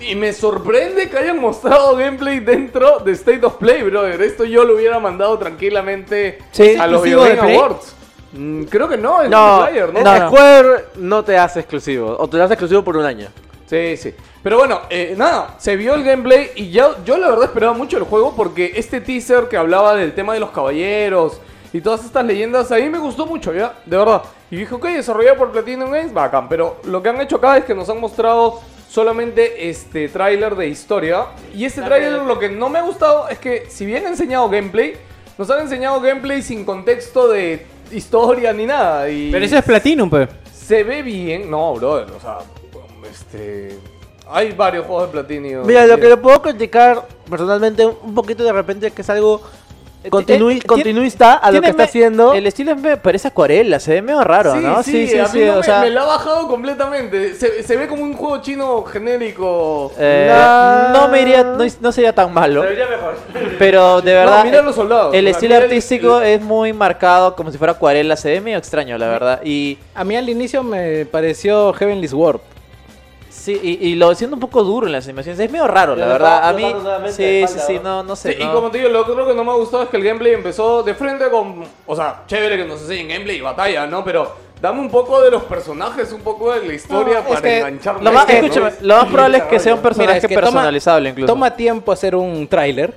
Speaker 6: sí,
Speaker 2: Y me sorprende que hayan mostrado gameplay dentro de State of Play, brother. Esto yo lo hubiera mandado tranquilamente
Speaker 6: Sí.
Speaker 2: a los Video
Speaker 6: ¿Exclusivo de
Speaker 2: Game
Speaker 6: Play?
Speaker 2: Awards. Mm, creo que no, es
Speaker 3: No,
Speaker 2: multiplayer, ¿no?
Speaker 3: no, Square no te hace exclusivo. O te lo hace exclusivo por un año.
Speaker 2: Sí, sí. Pero bueno, eh, nada, se vio el gameplay y ya, yo la verdad esperaba mucho el juego porque este teaser que hablaba del tema de los caballeros y todas estas leyendas, a mí me gustó mucho, ¿ya? De verdad. Y dije, ok, desarrollado por Platinum Games, bacán. Pero lo que han hecho acá es que nos han mostrado solamente este tráiler de historia. Y este tráiler lo que no me ha gustado es que si bien han enseñado gameplay, nos han enseñado gameplay sin contexto de historia ni nada. Y
Speaker 4: Pero eso es Platinum, pues.
Speaker 2: se ve bien. No, brother, o sea, este. Hay varios juegos de Platinum.
Speaker 3: Mira, lo que le puedo criticar personalmente un poquito de repente es que es algo continui-
Speaker 6: eh, eh,
Speaker 3: continuista a lo que está haciendo.
Speaker 6: El estilo me parece acuarela, se ve medio raro,
Speaker 2: Sí,
Speaker 6: ¿no?
Speaker 2: sí, a mí no me, me lo ha bajado completamente. Se, se ve como un juego chino genérico.
Speaker 6: eh, no me iría, no, no sería tan malo,
Speaker 2: mejor.
Speaker 6: pero de verdad,
Speaker 2: No, mira los soldados.
Speaker 6: el
Speaker 2: Mira,
Speaker 6: estilo
Speaker 2: mira el-
Speaker 6: artístico
Speaker 2: el-
Speaker 6: es muy marcado, como si fuera acuarela, se ve medio extraño, la verdad, y
Speaker 8: A mí al inicio me pareció Heavenly Sword.
Speaker 6: sí, y, y lo siento un poco duro en las animaciones, es medio raro, la
Speaker 3: Yo
Speaker 6: verdad,
Speaker 3: noto-
Speaker 6: a
Speaker 3: yo
Speaker 6: mí,
Speaker 3: noto nuevamente
Speaker 6: sí,
Speaker 3: de
Speaker 6: sí,
Speaker 3: espalda,
Speaker 6: sí,
Speaker 3: ¿no?
Speaker 6: no, no sé,
Speaker 2: Sí,
Speaker 6: no.
Speaker 2: Y como te digo, lo otro que no me ha gustado es que el gameplay empezó de frente con. O sea, chévere que nos enseñen gameplay y batalla, ¿no? Pero dame un poco de los personajes, un poco de la historia
Speaker 8: No, es
Speaker 2: para
Speaker 8: que-
Speaker 2: engancharme.
Speaker 6: Lo más,
Speaker 2: ¿no?
Speaker 6: escúchame, lo más probable es que sea un personaje
Speaker 8: es que toma-
Speaker 6: personalizable incluso.
Speaker 8: Toma tiempo hacer un tráiler.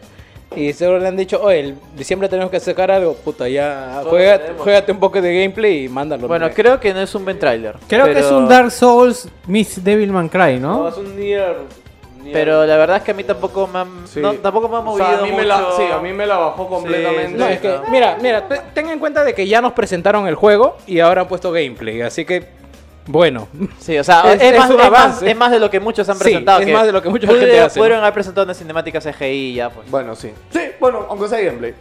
Speaker 8: Y seguro le han dicho, oye, el diciembre tenemos que sacar algo. Puta, ya, juega, juégate un poco de gameplay y mándalo.
Speaker 6: bueno,
Speaker 8: ¿no?
Speaker 6: creo que no es un buen tráiler.
Speaker 4: Creo que es
Speaker 6: pero-
Speaker 4: un Dark Souls Miss Devilman Cry, ¿no?
Speaker 3: es un Nier.
Speaker 6: Pero la verdad es que a mí tampoco me han,
Speaker 2: Sí.
Speaker 6: no, tampoco me ha
Speaker 2: O
Speaker 6: movido
Speaker 2: sea, a mí
Speaker 6: mucho.
Speaker 2: me la, sí, a mí me la bajó completamente.
Speaker 8: No, es que, mira, mira, te- tenga en cuenta de que ya nos presentaron el juego y ahora han puesto gameplay, así que, bueno.
Speaker 6: Sí, o sea, es,
Speaker 8: Es- es
Speaker 6: más,
Speaker 8: un
Speaker 6: es, más,
Speaker 8: avance.
Speaker 6: es más de lo que muchos han
Speaker 8: Sí,
Speaker 6: presentado.
Speaker 8: es más de lo que mucha gente
Speaker 6: pudieron-
Speaker 8: hace, ¿no?
Speaker 6: Pudieron haber presentado una cinemática CGI y ya, pues.
Speaker 2: Bueno, sí. Sí, bueno, aunque sea gameplay.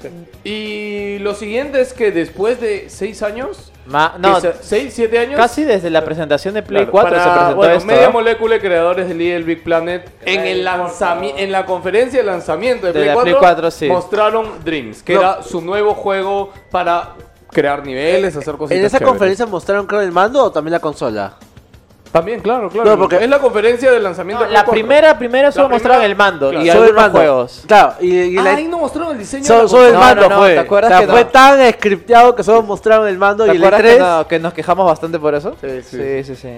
Speaker 2: Y lo siguiente es que después de 6 años,
Speaker 6: Ma- no,
Speaker 2: 6, 7 años,
Speaker 6: casi desde la presentación de Play
Speaker 2: claro,
Speaker 6: 4
Speaker 2: para-
Speaker 6: se presentó
Speaker 2: bueno,
Speaker 6: esto.
Speaker 2: Media
Speaker 6: ¿eh?
Speaker 2: Molécula, y creadores de Little Big Planet, en, el lanzami- en la conferencia de lanzamiento de,
Speaker 6: De
Speaker 2: Play,
Speaker 6: la
Speaker 2: 4,
Speaker 6: Play 4, sí.
Speaker 2: mostraron Dreams, que
Speaker 3: No.
Speaker 2: era su nuevo juego para crear
Speaker 6: Eh,
Speaker 2: niveles, hacer cositas
Speaker 3: ¿En esa
Speaker 2: chéveres.
Speaker 3: conferencia mostraron creo el mando o también la consola?
Speaker 2: También, claro, claro.
Speaker 3: No, porque-
Speaker 2: es la conferencia de lanzamiento
Speaker 6: No,
Speaker 2: de Play
Speaker 6: la
Speaker 2: 4.
Speaker 6: primera, primera solo
Speaker 2: La
Speaker 6: mostraron
Speaker 2: primera-
Speaker 6: el mando
Speaker 2: claro.
Speaker 6: y
Speaker 3: Solo el
Speaker 6: algunos
Speaker 3: mando.
Speaker 6: juegos.
Speaker 3: Claro, y, y
Speaker 2: Ah,
Speaker 3: la-
Speaker 2: ahí no mostraron el diseño
Speaker 3: solo,
Speaker 2: de la
Speaker 3: solo el
Speaker 6: No,
Speaker 3: mando
Speaker 6: no, no,
Speaker 3: fue.
Speaker 6: ¿te acuerdas
Speaker 3: O sea,
Speaker 6: que no?
Speaker 3: fue tan scripteado que solo mostraron el mando
Speaker 6: ¿Te
Speaker 3: y el
Speaker 6: acuerdas que,
Speaker 3: 3
Speaker 6: no- que nos quejamos bastante por eso? Sí,
Speaker 2: sí.
Speaker 6: sí, sí.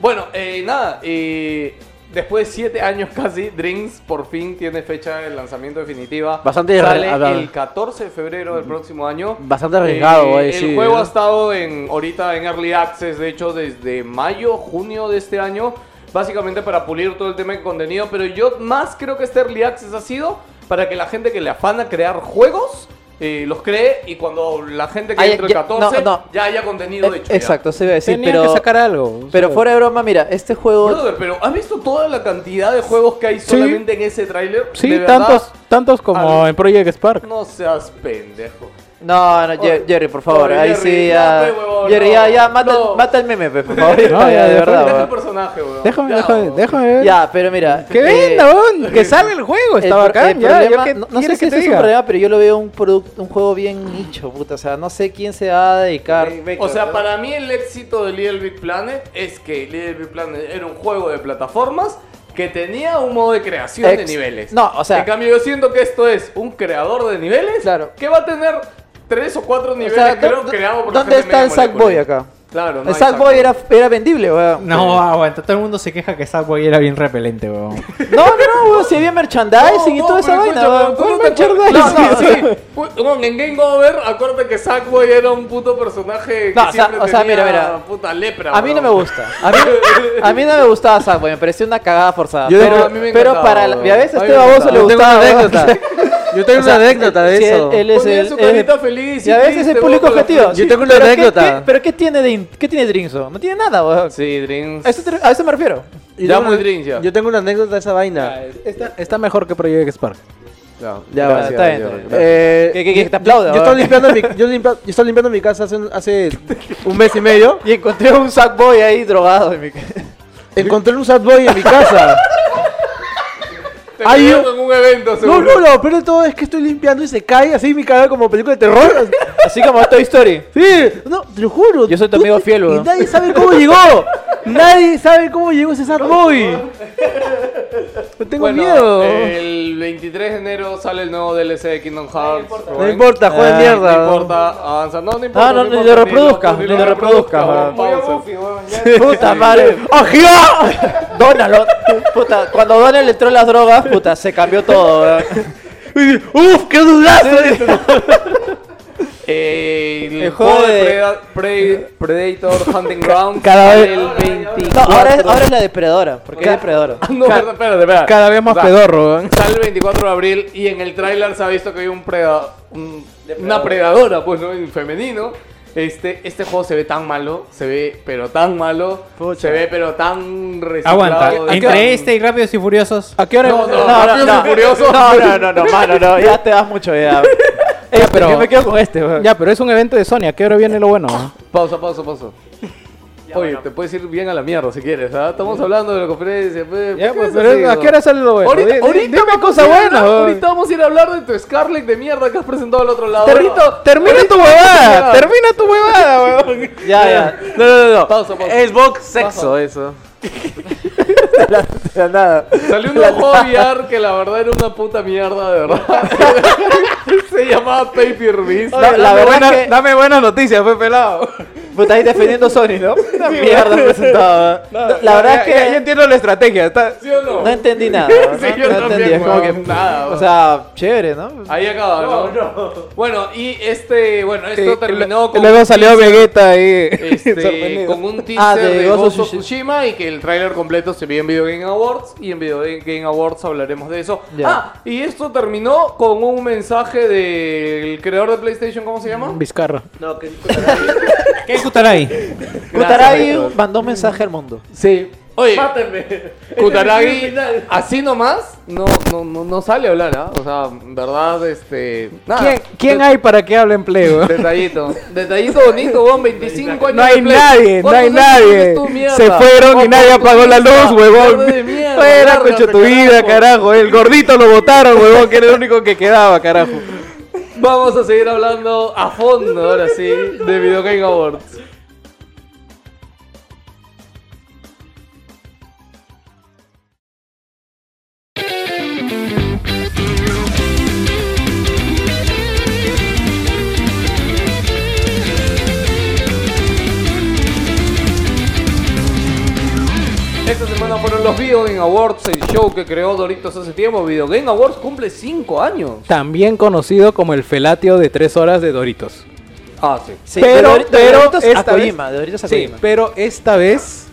Speaker 2: Bueno, eh, nada, eh, después de 7 años casi, Dreams por fin tiene fecha de lanzamiento definitiva.
Speaker 3: Bastante
Speaker 2: Sale
Speaker 3: arre- arre-
Speaker 2: el 14 de febrero del próximo año.
Speaker 3: Bastante arriesgado,
Speaker 2: Eh,
Speaker 3: güey,
Speaker 2: El
Speaker 3: sí,
Speaker 2: juego
Speaker 3: ¿no?
Speaker 2: ha estado en, ahorita en Early Access, de hecho, desde mayo, junio de este año. Básicamente para pulir todo el tema de contenido, pero yo más creo que este Early Access ha sido para que la gente que le afana crear juegos eh, los cree y cuando la gente que
Speaker 3: Ah, ya-
Speaker 2: entre el
Speaker 3: ya- no,
Speaker 2: 14
Speaker 3: no.
Speaker 2: ya haya contenido
Speaker 3: Eh,
Speaker 2: hecho. ya.
Speaker 3: Exacto, se iba a decir,
Speaker 4: Tenía
Speaker 3: pero,
Speaker 4: que sacar algo.
Speaker 3: pero fuera de broma, mira, este juego...
Speaker 2: Brother, pero ¿has visto toda la cantidad de juegos que hay solamente en ese tráiler? De
Speaker 4: Sí,
Speaker 2: verdad,
Speaker 4: tantos, tantos como
Speaker 2: al-
Speaker 4: en Project Spark.
Speaker 2: No seas pendejo.
Speaker 3: No, no, Jer-
Speaker 2: Oye,
Speaker 3: Jerry, por favor,
Speaker 2: oye,
Speaker 3: ahí
Speaker 2: Jerry,
Speaker 3: sí,
Speaker 2: ya,
Speaker 3: ya...
Speaker 2: pues, huevón,
Speaker 3: Jerry,
Speaker 2: no,
Speaker 3: ya, ya, mata,
Speaker 2: no.
Speaker 3: el- mata el meme, pues, por favor. ya,
Speaker 4: No,
Speaker 3: ya,
Speaker 4: ya,
Speaker 3: de
Speaker 4: ya,
Speaker 3: verdad,
Speaker 2: Deja el
Speaker 3: huevón.
Speaker 2: personaje, weón.
Speaker 4: Déjame,
Speaker 2: Ya,
Speaker 4: déjame,
Speaker 2: weón.
Speaker 4: déjame ver.
Speaker 3: Ya, pero mira...
Speaker 4: Que
Speaker 3: eh,
Speaker 4: venda, weón, que salga el juego,
Speaker 3: el
Speaker 4: está
Speaker 3: pro-
Speaker 4: bacán.
Speaker 3: el
Speaker 4: ya, yo
Speaker 3: problema-
Speaker 4: qué
Speaker 3: no, no sé
Speaker 4: quieres
Speaker 3: si
Speaker 4: que
Speaker 3: este es
Speaker 4: te
Speaker 3: un
Speaker 4: diga?
Speaker 3: problema, pero yo lo veo un, producto, un juego bien nicho, puta. O sea, no sé quién se va a dedicar...
Speaker 2: O sea, para mí el éxito de Little Big Planet es que Little Big Planet era un juego de plataformas que tenía un modo de creación de
Speaker 3: Ex-
Speaker 2: niveles.
Speaker 3: no, o sea-
Speaker 2: En cambio, yo siento que esto es un creador de niveles
Speaker 3: Claro.
Speaker 2: que va a tener tres o cuatro niveles,
Speaker 3: sea, ¿dó-
Speaker 2: creo,
Speaker 3: dó-
Speaker 2: creados por la
Speaker 3: dónde
Speaker 2: gente
Speaker 3: está
Speaker 2: media
Speaker 3: el Sackboy
Speaker 2: molecular.
Speaker 3: acá?
Speaker 2: Claro, no
Speaker 3: el
Speaker 2: hay
Speaker 3: Sackboy era, era vendible, weón.
Speaker 13: No, aguanta. Todo el mundo se queja que Sackboy era bien repelente, weón.
Speaker 3: No, no, no, weón, si había merchandising y
Speaker 2: No,
Speaker 3: toda esa
Speaker 2: pero
Speaker 3: vaina,
Speaker 2: escúchame,
Speaker 3: weón.
Speaker 2: ¿tú no
Speaker 3: ¿Cuál
Speaker 2: te acuerdas?
Speaker 3: merchandising?
Speaker 2: No, no, sí. Pu- bueno, en Game Over, acuérdate que Sackboy era un puto personaje que
Speaker 3: No, o sea-
Speaker 2: siempre
Speaker 3: o sea,
Speaker 2: tenía
Speaker 3: mira, mira.
Speaker 2: puta lepra.
Speaker 3: A mí no
Speaker 2: weón.
Speaker 3: me gusta. A mí, a mí no me gustaba Sackboy, me pareció una cagada forzada.
Speaker 2: Yo
Speaker 3: pero,
Speaker 2: tengo- a mí me
Speaker 3: pero
Speaker 2: encantaba,
Speaker 3: para la,
Speaker 2: weón.
Speaker 3: a veces
Speaker 2: A
Speaker 3: a
Speaker 2: mí
Speaker 3: este
Speaker 2: me
Speaker 3: baboso le
Speaker 2: encantaba.
Speaker 3: gustaba.
Speaker 7: Yo tengo una
Speaker 3: weón.
Speaker 7: anécdota. Yo tengo
Speaker 3: O sea,
Speaker 7: una anécdota de
Speaker 3: si él-
Speaker 7: eso.
Speaker 3: Él, es
Speaker 2: Ponía
Speaker 3: el.
Speaker 2: su
Speaker 3: él-
Speaker 2: carita feliz
Speaker 3: y a veces
Speaker 2: triste,
Speaker 3: el público
Speaker 2: weón, con la
Speaker 3: objetivo.
Speaker 2: feliz.
Speaker 7: Yo tengo una
Speaker 3: pero ¿qué-
Speaker 7: anécdota.
Speaker 3: qué- pero ¿qué tiene, de, in- ¿qué tiene Drinzo? No tiene nada, weón.
Speaker 2: Sí, Dreams.
Speaker 3: A eso, te- a eso me refiero.
Speaker 7: Yo
Speaker 2: Ya
Speaker 7: tengo
Speaker 2: muy
Speaker 7: una-
Speaker 2: drink, ya.
Speaker 7: Yo tengo una anécdota de esa
Speaker 4: eh,
Speaker 7: vaina.
Speaker 4: Está, está mejor que Project Spark.
Speaker 14: No,
Speaker 7: Ya,
Speaker 14: no,
Speaker 7: va,
Speaker 14: sí,
Speaker 3: está
Speaker 14: ya,
Speaker 3: bien,
Speaker 14: ya,
Speaker 3: está bien.
Speaker 14: ya.
Speaker 7: Eh,
Speaker 3: Que- que- que
Speaker 7: yo-
Speaker 3: te aplauda,
Speaker 7: Yo,
Speaker 3: va.
Speaker 7: estaba limpiando mi, yo, limpia- yo estaba limpiando mi casa hace, un- hace un mes y medio.
Speaker 3: Y encontré un Sackboy ahí drogado. en mi ca-
Speaker 7: Encontré un sad boy en mi casa.
Speaker 2: Te
Speaker 7: Ay,
Speaker 2: pillaron
Speaker 7: yo-
Speaker 2: en un evento,
Speaker 7: No,
Speaker 2: seguro.
Speaker 7: no, no, pero todo es que estoy limpiando y se cae así mi cabeza como película de terror.
Speaker 3: Así como Toy Story.
Speaker 7: Sí, no, te lo juro.
Speaker 3: Yo soy tu
Speaker 7: Tú
Speaker 3: amigo
Speaker 7: te-
Speaker 3: fiel,
Speaker 7: Y
Speaker 3: weón.
Speaker 7: nadie sabe cómo llegó. Nadie sabe cómo llegó ese sad boy. No tengo
Speaker 2: Bueno,
Speaker 7: miedo.
Speaker 3: eh,
Speaker 2: el 23 de enero sale el nuevo DLC de Kingdom Hearts. Rubén.
Speaker 7: No importa, juega de mierda.
Speaker 2: No importa, avanza. No, no importa.
Speaker 3: Ah, no, ni
Speaker 2: importa,
Speaker 3: lo reproduzcas,
Speaker 2: ni
Speaker 3: ni lo reproduzcas,
Speaker 2: weón.
Speaker 3: weón.
Speaker 2: Pausa.
Speaker 3: Puta madre. ¡Ajá! Donald. Puta, cuando Donald entró en las drogas, puta, se cambió todo, weón.
Speaker 7: Uf, qué dudazo.
Speaker 2: Eh, el
Speaker 3: El
Speaker 2: juego,
Speaker 3: juego
Speaker 2: de
Speaker 3: de-
Speaker 2: Preda- Pre- Predator Hunting Ground
Speaker 3: cada
Speaker 2: sale
Speaker 3: vez-
Speaker 2: el 24.
Speaker 3: No, ahora es, ahora es la depredadora, porque es depredadora.
Speaker 2: Ah, no, verdad, espérate, espérate.
Speaker 4: Cada vez más
Speaker 2: O sea,
Speaker 4: pedorro, weón.
Speaker 2: Sale el 24 de abril y en el tráiler se ha visto que hay un preda, un- una predadora, pues, ¿no? En femenino. Este, este juego se ve tan malo, se ve pero tan malo, se ve pero tan reciclado.
Speaker 13: Aguanta.
Speaker 2: de- tan-
Speaker 13: Entre este y Rápidos y Furiosos.
Speaker 4: ¿A qué hora?
Speaker 2: No, no,
Speaker 3: No,
Speaker 2: Rápidos
Speaker 3: no, no.
Speaker 2: y Furiosos.
Speaker 3: No, no, no, no, mano, no, ya te das mucho ya. Este,
Speaker 4: pero-
Speaker 3: Yo me quedo con este, weón.
Speaker 4: Ya, pero es un evento de Sony. ¿A qué hora viene lo bueno?
Speaker 2: Pausa, pausa, pausa. Oye, te puedes ir bien a la mierda si quieres, ¿ah? Estamos hablando de la conferencia. pues, ¿por
Speaker 4: Ya,
Speaker 2: qué
Speaker 4: pues,
Speaker 2: es
Speaker 4: pero
Speaker 2: así,
Speaker 4: ¿a
Speaker 2: no?
Speaker 4: qué hora sale lo bueno?
Speaker 2: Ahorita,
Speaker 4: Di- di-
Speaker 2: ahorita
Speaker 4: dime
Speaker 2: vamos
Speaker 4: cosa
Speaker 2: a ir a
Speaker 4: buena,
Speaker 2: hablar-
Speaker 4: weón.
Speaker 2: Ahorita vamos a ir a hablar de tu Scarlet de mierda que has presentado al otro lado.
Speaker 4: Termina,
Speaker 2: Ahorita-
Speaker 4: termina tu
Speaker 2: ahorita-
Speaker 4: huevada, termina tu huevada, weón.
Speaker 3: Ya, ya.
Speaker 7: No, no, no, no.
Speaker 2: Pausa, pausa.
Speaker 4: Eh,
Speaker 7: Xbox sexo, eso.
Speaker 2: Salió un juego VR que la verdad era una puta mierda, de verdad. Se llamaba Pay Per View.
Speaker 3: La, la
Speaker 4: Dame
Speaker 3: verdad
Speaker 4: buena-
Speaker 3: es que
Speaker 4: Dame buenas noticias, fue pelado.
Speaker 3: puta, ahí defendiendo Sony, ¿no? Una mierda presentado. la verdad
Speaker 4: Ya-
Speaker 3: es que
Speaker 4: ya- ya entiendo la estrategia. está-
Speaker 2: ¿Sí o no?
Speaker 3: no entendí nada. weón,
Speaker 2: Sí,
Speaker 3: no,
Speaker 2: yo
Speaker 3: no
Speaker 2: también,
Speaker 3: entendí, es como
Speaker 2: weón,
Speaker 3: que-
Speaker 2: nada,
Speaker 3: o
Speaker 2: weón.
Speaker 3: sea, chévere, ¿no?
Speaker 4: Ah,
Speaker 2: Ahí acaba, ¿no? Bueno, y este, bueno, esto
Speaker 4: eh,
Speaker 2: terminó
Speaker 4: y
Speaker 2: con
Speaker 4: luego salió Vegeta ahí.
Speaker 2: este,
Speaker 4: sorprendido.
Speaker 2: con un teaser
Speaker 3: Ah,
Speaker 2: de,
Speaker 3: de
Speaker 2: Ghost
Speaker 3: Ghost
Speaker 2: of
Speaker 3: of
Speaker 2: Tsushima y que el tráiler completo se vio en Video Game Awards y en Video Game Awards hablaremos de eso.
Speaker 3: Ya.
Speaker 2: Ah, y esto terminó con un mensaje del creador de PlayStation, ¿cómo se llama?
Speaker 4: Vizcarra.
Speaker 13: ¿Qué Kutaragi?
Speaker 3: Kutaragi mandó un mensaje al mundo.
Speaker 2: Sí. Oye, Kutaragi, así nomás, no, no, no, no sale a hablar, ¿ah? O sea, en verdad, este...
Speaker 3: Ah.
Speaker 2: Nada.
Speaker 4: ¿Quién, quién hay para que hable empleo?
Speaker 2: Detallito, detallito bonito, weón, 25 años.
Speaker 4: No
Speaker 2: de
Speaker 4: hay
Speaker 2: Play.
Speaker 4: nadie, no hay
Speaker 2: ¿Cuántos años
Speaker 4: nadie.
Speaker 2: tienes tú, mierda? Oh,
Speaker 4: Se fueron y nadie apagó la luz,
Speaker 2: Oportunista,
Speaker 4: huevón.
Speaker 2: verde de mierda,
Speaker 4: Fuera,
Speaker 2: lárgate,
Speaker 4: coche tu vida, carajo. El gordito lo botaron, huevón, que era el único que quedaba, carajo.
Speaker 2: Vamos a seguir hablando a fondo, ahora sí, de Video Game Awards. Esta semana fueron los Video Game Awards, el show que creó Doritos hace tiempo. Video Game Awards cumple 5 años.
Speaker 4: También conocido como el felatio de tres horas de Doritos.
Speaker 2: Ah, sí.
Speaker 3: Sí,
Speaker 4: Pero-
Speaker 3: de Dor- de
Speaker 4: pero eh,
Speaker 3: Doritos a
Speaker 4: esta vez-
Speaker 3: Kojima, de Doritos a
Speaker 4: Sí,
Speaker 3: Kojima.
Speaker 4: pero esta vez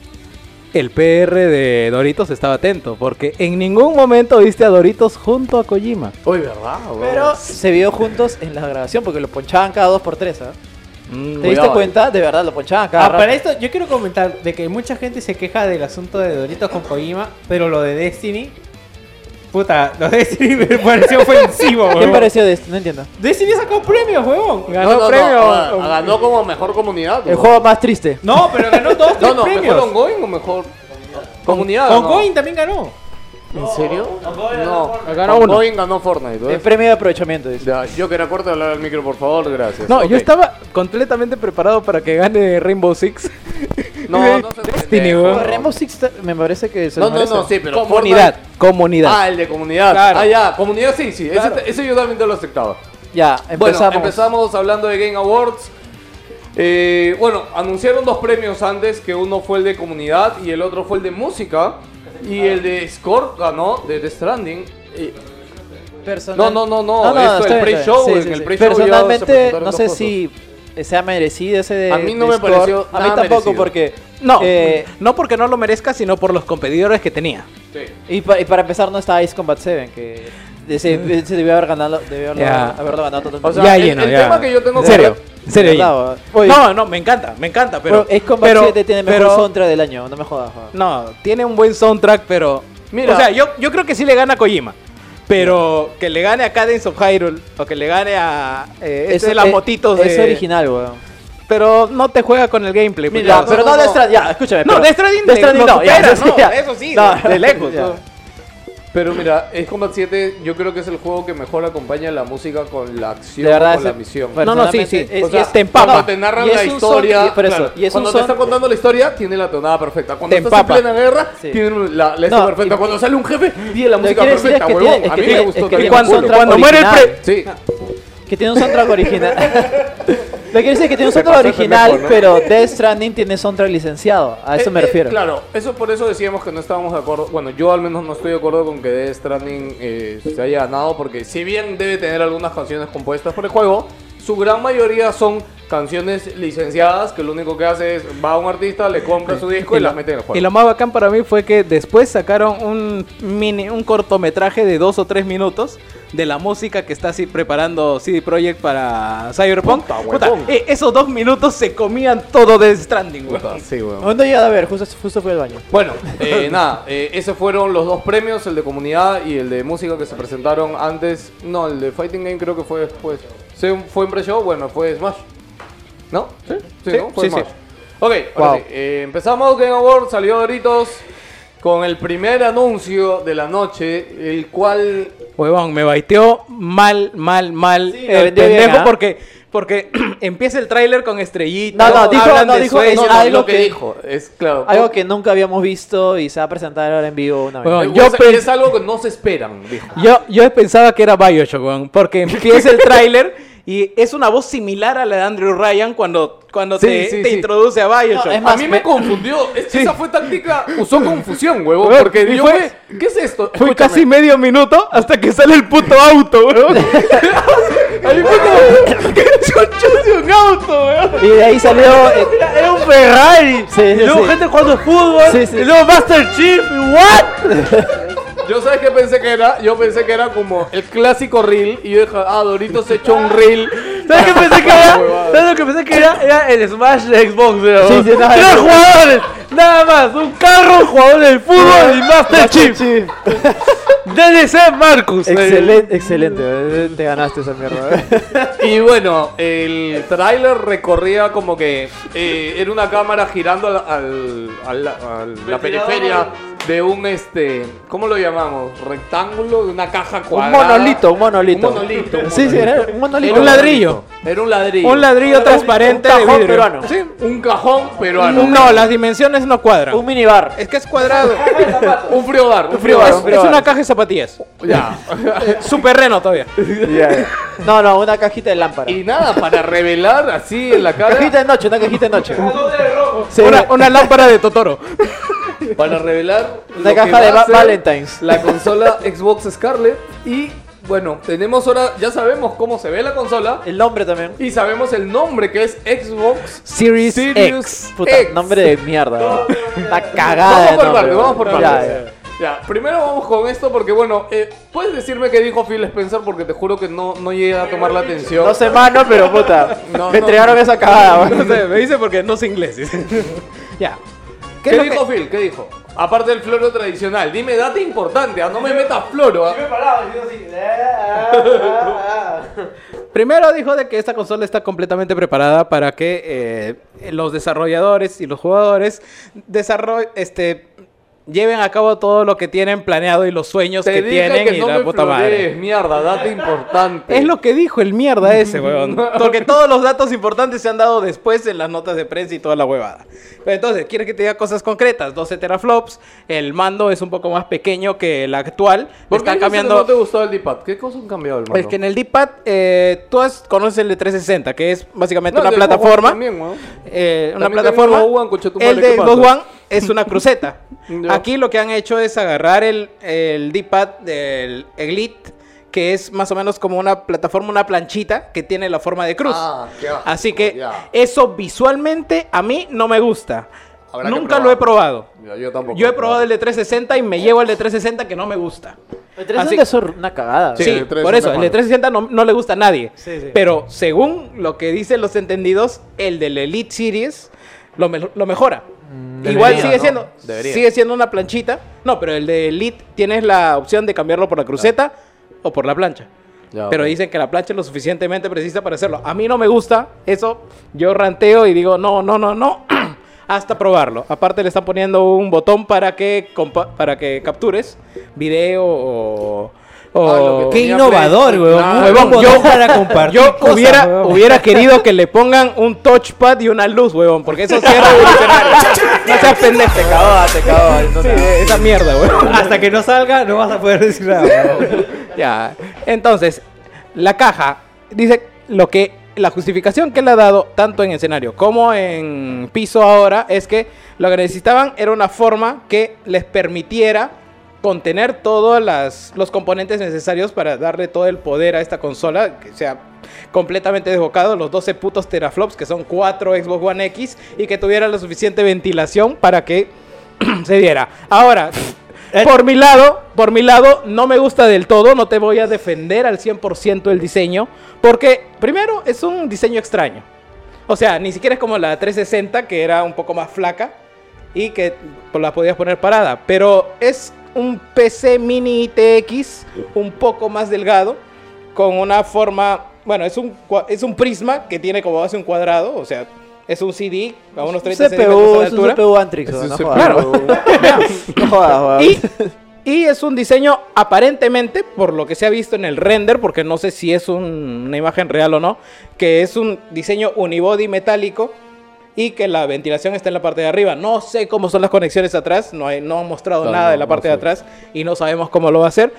Speaker 7: el PR de Doritos estaba atento, porque en ningún momento viste a Doritos junto a Kojima.
Speaker 15: Uy, ¿verdad? weón?
Speaker 4: Pero se vio juntos en la grabación porque lo ponchaban cada dos por tres, ¿ah?
Speaker 2: Mm,
Speaker 4: ¿Te diste
Speaker 15: cuidado.
Speaker 4: cuenta? De verdad, lo ponchaban cada
Speaker 16: Ah,
Speaker 4: rato.
Speaker 16: para esto yo quiero comentar de que mucha gente se queja del asunto de Doritos con Kojima, pero lo de Destiny... Puta, lo de Destiny me pareció ofensivo, huevón.
Speaker 4: ¿Quién pareció de esto? No entiendo.
Speaker 16: Destiny sacó premios, huevón.
Speaker 2: No, no, no, ah, ganó como mejor comunidad.
Speaker 4: El
Speaker 2: weón.
Speaker 4: juego más triste.
Speaker 16: No, pero ganó dos
Speaker 2: No,
Speaker 16: tres
Speaker 2: no, mejor
Speaker 16: premios.
Speaker 2: ongoing o mejor comunidad. ¿no?
Speaker 16: Ongoing también ganó.
Speaker 2: ¿En serio? No,
Speaker 7: Ganó uno.
Speaker 2: ongoing ganó Fortnite.
Speaker 4: El
Speaker 2: ¿ves?
Speaker 4: premio de aprovechamiento, dice.
Speaker 2: Ya, yo que era corto de hablar al micro, por favor, gracias.
Speaker 7: No,
Speaker 2: Ok.
Speaker 7: yo estaba completamente preparado para que gane Rainbow Six.
Speaker 2: No, no se
Speaker 7: Destiny,
Speaker 2: pendejo.
Speaker 7: weón.
Speaker 4: Remo Six ta- me parece que se
Speaker 2: No,
Speaker 4: lo
Speaker 2: no,
Speaker 4: merece.
Speaker 2: no, sí, pero
Speaker 7: Comunidad,
Speaker 2: Fortnite-
Speaker 7: comunidad.
Speaker 2: Ah, el de comunidad.
Speaker 7: Claro.
Speaker 2: Ah, ya, comunidad sí, sí. Ese, ese yo también te lo aceptaba.
Speaker 4: Ya, empezamos.
Speaker 2: Bueno, empezamos hablando de Game Awards. Eh, bueno, anunciaron dos premios antes, que uno fue el de comunidad y el otro fue el de música. Y el de Score ganó de The Stranding. Y-
Speaker 4: Personal- Ah,
Speaker 2: No, no, no, no, esto,
Speaker 4: está
Speaker 2: el
Speaker 4: bien,
Speaker 2: pre-show,
Speaker 4: está bien.
Speaker 2: en el pre-show ya se
Speaker 4: Personalmente,
Speaker 2: presentaron
Speaker 4: no
Speaker 2: las
Speaker 4: sé
Speaker 2: cosas.
Speaker 4: si eh, sea merecido ese de
Speaker 2: A mí no
Speaker 4: de
Speaker 2: me
Speaker 4: score.
Speaker 2: pareció
Speaker 4: A mí
Speaker 2: nada
Speaker 4: tampoco,
Speaker 2: merecido.
Speaker 4: porque...
Speaker 7: No,
Speaker 4: eh,
Speaker 7: no porque no lo merezca, sino por los competidores que tenía.
Speaker 4: y, pa- y para empezar, no está Ice Combat 7, que de- se, se debió haber ganado, debió haberlo,
Speaker 7: Ya.
Speaker 4: haberlo ganado totalmente.
Speaker 2: O sea, eh,
Speaker 7: Ya,
Speaker 2: el,
Speaker 7: lleno,
Speaker 2: el
Speaker 7: ya.
Speaker 2: tema que yo tengo
Speaker 7: En serio, en serio.
Speaker 4: Verdad,
Speaker 7: Ian.
Speaker 4: weón. Oye.
Speaker 7: no, no, me encanta, me encanta, pero.
Speaker 4: Bro, Ace Combat
Speaker 7: pero-
Speaker 4: 7 tiene mejor
Speaker 7: pero-
Speaker 4: soundtrack del año, no me jodas. weón.
Speaker 7: No, tiene un buen soundtrack, pero.
Speaker 2: Mira.
Speaker 7: O sea, yo, yo creo que sí le gana a Kojima. Pero que le gane a Cadence of Hyrule o que le gane a. Eh, este de las
Speaker 4: eh,
Speaker 7: motitos
Speaker 4: Es
Speaker 7: de-
Speaker 4: original, weón.
Speaker 7: Pero no te juega con el gameplay. pues,
Speaker 4: Ya,
Speaker 7: ya.
Speaker 4: pero
Speaker 2: no,
Speaker 4: no,
Speaker 2: no.
Speaker 4: de Stranding, ya, escúchame.
Speaker 7: No,
Speaker 4: pero-
Speaker 7: Death Stranding
Speaker 4: Death
Speaker 7: le- no
Speaker 4: ya,
Speaker 7: supera,
Speaker 4: eso sí,
Speaker 7: no,
Speaker 4: ya.
Speaker 7: eso sí,
Speaker 4: No,
Speaker 7: de- de lejos,
Speaker 4: ya.
Speaker 7: ¿no?
Speaker 2: Pero mira, Ace Combat 7 yo creo que es el juego que mejor acompaña la música con la acción,
Speaker 4: De verdad,
Speaker 2: con la
Speaker 4: ese-
Speaker 2: misión.
Speaker 4: bueno,
Speaker 7: No, no, sí, sí.
Speaker 4: personalmente, es-
Speaker 7: O sea,
Speaker 4: es-
Speaker 7: te empapa.
Speaker 2: Cuando te narran
Speaker 4: y es
Speaker 2: la
Speaker 4: un
Speaker 2: historia,
Speaker 4: sound- y- por eso,
Speaker 2: claro,
Speaker 4: y es un
Speaker 2: cuando te
Speaker 4: sound-
Speaker 2: están contando la historia, tiene la tonada perfecta. Cuando
Speaker 7: Te
Speaker 2: estás
Speaker 7: empapa.
Speaker 2: en plena guerra,
Speaker 4: Sí.
Speaker 2: tiene la, la escena
Speaker 4: No,
Speaker 2: perfecta.
Speaker 4: y-
Speaker 2: Cuando sale un jefe, tiene la
Speaker 4: Lo que
Speaker 2: música
Speaker 4: quiero decir
Speaker 2: perfecta,
Speaker 4: es que
Speaker 2: huevón.
Speaker 4: tiene- es
Speaker 2: A
Speaker 4: que
Speaker 2: mí me
Speaker 4: tiene-
Speaker 2: gustó
Speaker 4: es que
Speaker 2: también.
Speaker 4: tiene
Speaker 7: Y cuando,
Speaker 4: soundtrack
Speaker 7: cuando muere el pre.
Speaker 4: original.
Speaker 2: Sí,
Speaker 4: Que tiene un soundtrack original. Lo que quiero decir es que tiene un soundtrack
Speaker 2: pasó el
Speaker 4: original,
Speaker 2: pendejo, ¿no?
Speaker 4: pero Death Stranding tiene soundtrack licenciado. A eso
Speaker 2: Eh,
Speaker 4: me
Speaker 2: eh,
Speaker 4: refiero.
Speaker 2: claro, eso por eso decíamos que no estábamos de acuerdo. Bueno, yo al menos no estoy de acuerdo con que Death Stranding eh, se haya ganado, porque si bien debe tener algunas canciones compuestas por el juego, su gran mayoría son canciones licenciadas que lo único que hace es va a un artista, le compra su disco y, las mete en el juego.
Speaker 7: Y lo más bacán para mí fue que después sacaron un mini, un cortometraje de dos o tres minutos de la música que está así preparando CD Projekt para Cyberpunk.
Speaker 2: Puta,
Speaker 7: Puta,
Speaker 2: huevón.
Speaker 7: eh, esos dos minutos se comían todo de Stranding, weón.
Speaker 2: Puta, sí, weón.
Speaker 4: ¿Dónde he llegado a ver? Justo, justo fui al baño.
Speaker 2: Bueno, eh, nada, eh, esos fueron los dos premios, el de comunidad y el de música que se presentaron antes. No, el de Fighting Game creo que fue después. Sí, ¿Fue en pre-show? Bueno, fue Smash. ¿No? Sí, sí,
Speaker 7: Sí,
Speaker 2: ¿no? Fue
Speaker 7: sí,
Speaker 2: Smash.
Speaker 7: sí.
Speaker 2: Ok, ahora
Speaker 4: Wow.
Speaker 2: sí, eh, empezamos Game Award, salió Doritos con el primer anuncio de la noche, el cual...
Speaker 7: Huevón, me baiteó mal, mal, mal
Speaker 4: Sí, lo
Speaker 7: el
Speaker 4: vendió bien,
Speaker 7: pendejo
Speaker 4: ¿ah?
Speaker 7: porque, porque empieza el tráiler con estrellitas.
Speaker 4: No, no, dijo-
Speaker 7: hablan
Speaker 4: no,
Speaker 7: de
Speaker 4: Ah, dijo-
Speaker 7: sueños.
Speaker 4: no,
Speaker 2: lo
Speaker 4: algo que-
Speaker 2: dijo, es claro.
Speaker 4: Algo que nunca habíamos visto y se va a presentar ahora en vivo una vez.
Speaker 7: Bueno,
Speaker 2: Eh,
Speaker 7: yo
Speaker 2: o sea,
Speaker 7: pens-
Speaker 2: es algo que no se esperan, dijo.
Speaker 7: Yo, yo pensaba que era Bioshock, weón, porque empieza el tráiler y es una voz similar a la de Andrew Ryan cuando, cuando
Speaker 2: Sí,
Speaker 7: te,
Speaker 2: sí,
Speaker 7: te
Speaker 2: sí.
Speaker 7: introduce a Bioshock.
Speaker 4: No, es
Speaker 2: A
Speaker 4: más,
Speaker 2: mí me
Speaker 4: me-
Speaker 2: confundió. Es que Esa fue táctica. Usó confusión, huevón.
Speaker 7: Huevón,
Speaker 2: Porque
Speaker 7: y
Speaker 2: yo
Speaker 7: fue-
Speaker 2: me- ¿Qué es esto?
Speaker 7: Fue
Speaker 2: Escúchame.
Speaker 7: casi medio minuto hasta que sale el puto auto, weón. Ahí fue como, ¿qué chucho de un auto, weón?
Speaker 4: Y de ahí salió. eh,
Speaker 7: Era un Ferrari.
Speaker 4: Sí, sí,
Speaker 7: y luego
Speaker 4: sí.
Speaker 7: gente jugando fútbol.
Speaker 4: Sí, sí.
Speaker 7: Y luego Master Chief. y ¿What?
Speaker 2: Yo sabes qué pensé que era. Yo pensé que era como el clásico reel. Y yo dije, ah, Doritos echó un reel.
Speaker 7: ¿Sabes qué pensé que era?
Speaker 2: Huevada.
Speaker 7: ¿Sabes lo que pensé que era? Era el Smash de Xbox, weón.
Speaker 4: Sí, sí, nada.
Speaker 7: Tres jugadores. Nada más. Un carro, jugadores de fútbol y Master Chief. DLC Marcus. weón.
Speaker 4: Excelente, excelente. eh, Te ganaste esa mierda. eh.
Speaker 2: Y bueno, el tráiler recorría como que eh, era una cámara girando al, al- al- a la periferia de un este, ¿cómo lo llamamos? Rectángulo de una caja
Speaker 4: Un
Speaker 2: cuadrada.
Speaker 4: monolito, un monolito.
Speaker 2: Un monolito, un
Speaker 4: Sí, sí,
Speaker 2: monolito.
Speaker 4: era un monolito.
Speaker 2: Era
Speaker 7: Un ladrillo.
Speaker 2: Era un ladrillo.
Speaker 7: Un ladrillo transparente
Speaker 4: un
Speaker 7: de
Speaker 4: cajón
Speaker 7: vidrio.
Speaker 4: peruano.
Speaker 7: Sí.
Speaker 2: Un cajón peruano.
Speaker 7: No, las dimensiones no cuadran.
Speaker 4: Un minibar.
Speaker 7: Es que es cuadrado.
Speaker 2: Un friobar, un
Speaker 7: es,
Speaker 2: friobar.
Speaker 7: es una caja de zapatillas.
Speaker 2: Ya.
Speaker 7: Super reno todavía.
Speaker 4: No, no, una cajita de lámpara.
Speaker 2: Y nada, para revelar así en la
Speaker 4: Cajita
Speaker 2: cara,
Speaker 4: de noche, una cajita de noche. Sí,
Speaker 7: Una, una lámpara de Totoro.
Speaker 2: para revelar
Speaker 4: Una
Speaker 2: lo que
Speaker 4: caja
Speaker 2: va
Speaker 4: de
Speaker 2: a
Speaker 4: Va-
Speaker 2: ser
Speaker 4: Valentines.
Speaker 2: La consola Xbox Scarlet y Bueno, tenemos ahora, ya sabemos cómo se ve la consola
Speaker 3: El nombre también.
Speaker 2: y sabemos el nombre que es Xbox
Speaker 3: Series,
Speaker 2: Series
Speaker 3: X. Puta,
Speaker 2: X.
Speaker 3: nombre de mierda. Está cagada.
Speaker 2: Vamos
Speaker 3: de
Speaker 2: por
Speaker 3: nombre,
Speaker 2: parte, vamos por
Speaker 3: Ya,
Speaker 2: parte.
Speaker 3: ya.
Speaker 2: Ya, primero vamos con esto porque, bueno, eh, ¿puedes decirme qué dijo Phil Spencer? Porque te juro que no, no llegué a tomar la atención.
Speaker 3: No sé mano, pero puta.
Speaker 2: No,
Speaker 3: me
Speaker 2: no.
Speaker 3: entregaron esa cagada.
Speaker 7: No
Speaker 3: man.
Speaker 7: sé, me dice porque no sé inglés. dice.
Speaker 3: Ya.
Speaker 2: ¿Qué,
Speaker 3: ¿Qué es lo
Speaker 2: dijo Phil? ¿Qué dijo? Aparte del floro tradicional. Dime, date importante, ah, no me metas floro. ah.
Speaker 7: Primero dijo de que esta consola está completamente preparada para que eh, los desarrolladores y los jugadores desarroll, este, lleven a cabo todo lo que tienen planeado y los sueños
Speaker 2: Te
Speaker 7: que
Speaker 2: dije
Speaker 7: tienen
Speaker 2: que
Speaker 7: y
Speaker 2: no
Speaker 7: la
Speaker 2: me
Speaker 7: puta madre.
Speaker 2: florees, mierda, date importante.
Speaker 7: Es lo que dijo el mierda ese, weón. Porque todos los datos importantes se han dado después en las notas de prensa y toda la huevada. Pero entonces, ¿quieres que te diga cosas concretas? 12 teraflops, el mando es un poco más pequeño que el actual.
Speaker 2: ¿Por qué
Speaker 7: Están
Speaker 2: dices que
Speaker 7: cambiando...
Speaker 2: no te gustó el D-pad? ¿Qué cosas han cambiado, hermano?
Speaker 7: Es que en el D-pad, eh, tú has- conoces el de 360, que es básicamente
Speaker 2: No,
Speaker 7: una
Speaker 2: el de Xbox One
Speaker 7: plataforma.
Speaker 2: también, weón.
Speaker 7: eh, una
Speaker 2: También
Speaker 7: plataforma.
Speaker 2: tengo One, coche tu
Speaker 7: el
Speaker 2: madre, ¿qué
Speaker 7: de Xbox
Speaker 2: pasa?
Speaker 7: One es una cruceta.
Speaker 2: Ya.
Speaker 7: Aquí lo que han hecho es agarrar el, el D-pad del Elite, que es más o menos como una plataforma, una planchita que tiene la forma de cruz.
Speaker 2: Ah, qué asco,
Speaker 7: Así que
Speaker 2: ya.
Speaker 7: eso visualmente a mí no me gusta.
Speaker 2: Habrá que
Speaker 7: Nunca lo he probado.
Speaker 2: Mira, yo tampoco.
Speaker 7: Yo he probado el de 360 y me llevo el de 360 que no me gusta. Así-
Speaker 3: Interesante eso, una cagada.
Speaker 7: Sí,
Speaker 2: Sí, el 360
Speaker 7: por eso, el E de
Speaker 2: malo.
Speaker 7: 360 no, no le gusta a nadie.
Speaker 3: Sí, sí.
Speaker 7: Pero según lo que dicen los entendidos, el del Elite Series lo, me- lo mejora. Igual
Speaker 3: debería,
Speaker 7: sigue
Speaker 3: ¿no?
Speaker 7: siendo
Speaker 3: Debería.
Speaker 7: sigue siendo una planchita. No, pero el de Elite tienes la opción de cambiarlo por la cruceta o por la plancha.
Speaker 3: Ya,
Speaker 7: pero
Speaker 3: ok.
Speaker 7: dicen que la plancha es lo suficientemente precisa para hacerlo. A mí no me gusta eso. Yo ranteo y digo, no, no, no, no. Hasta probarlo. Aparte le están poniendo un botón para que compa- para que captures video o, o-
Speaker 2: Ah, lo que
Speaker 4: Qué
Speaker 2: Tenía
Speaker 4: innovador,
Speaker 2: Play.
Speaker 4: weón.
Speaker 7: Ah,
Speaker 4: Un
Speaker 7: huevón,
Speaker 4: botón
Speaker 7: yo-
Speaker 4: para compartir
Speaker 7: yo
Speaker 4: cosas,
Speaker 7: hubiera,
Speaker 4: huevón.
Speaker 7: hubiera querido que le pongan un touchpad y una luz, huevón, porque eso sí es revolucionario. No seas pendejo,
Speaker 3: Te cagó, te cagó. no
Speaker 7: sí,
Speaker 3: nada.
Speaker 7: Eh, esa mierda, huevón.
Speaker 4: Hasta que no salga, no vas a poder decir nada. huevón.
Speaker 7: Ya. Entonces, la caja dice lo que la justificación que le ha dado tanto en escenario como en piso ahora es que lo que necesitaban era una forma que les permitiera contener todos las- los componentes necesarios para darle todo el poder a esta consola, que sea completamente desbocado, los 12 putos teraflops que son 4 Xbox One X y que tuviera la suficiente ventilación para que se diera. Ahora,
Speaker 3: Eh.
Speaker 7: por mi lado, por mi lado, no me gusta del todo, no te voy a defender al 100% el diseño, porque primero es un diseño extraño. O sea, ni siquiera es como la 360, que era un poco más flaca y que pues, la podías poner parada, pero es un PC mini ITX un poco más delgado, con una forma, bueno, es un, cua- es un prisma que tiene como base un cuadrado, o sea, es un CD a unos 30
Speaker 3: CPU,
Speaker 7: centímetros
Speaker 3: es
Speaker 7: de
Speaker 3: un
Speaker 7: altura.
Speaker 3: CPU Antrix. No jodas.
Speaker 7: Claro.
Speaker 3: No jodas, weón.
Speaker 7: Y, y es un diseño aparentemente, por lo que se ha visto en el render, porque no sé si es un- una imagen real o no, que es un diseño unibody metálico y que la ventilación está en la parte de arriba. No sé cómo son las conexiones atrás, no, hay- no han mostrado nada de la parte de atrás y no sabemos cómo lo va a hacer.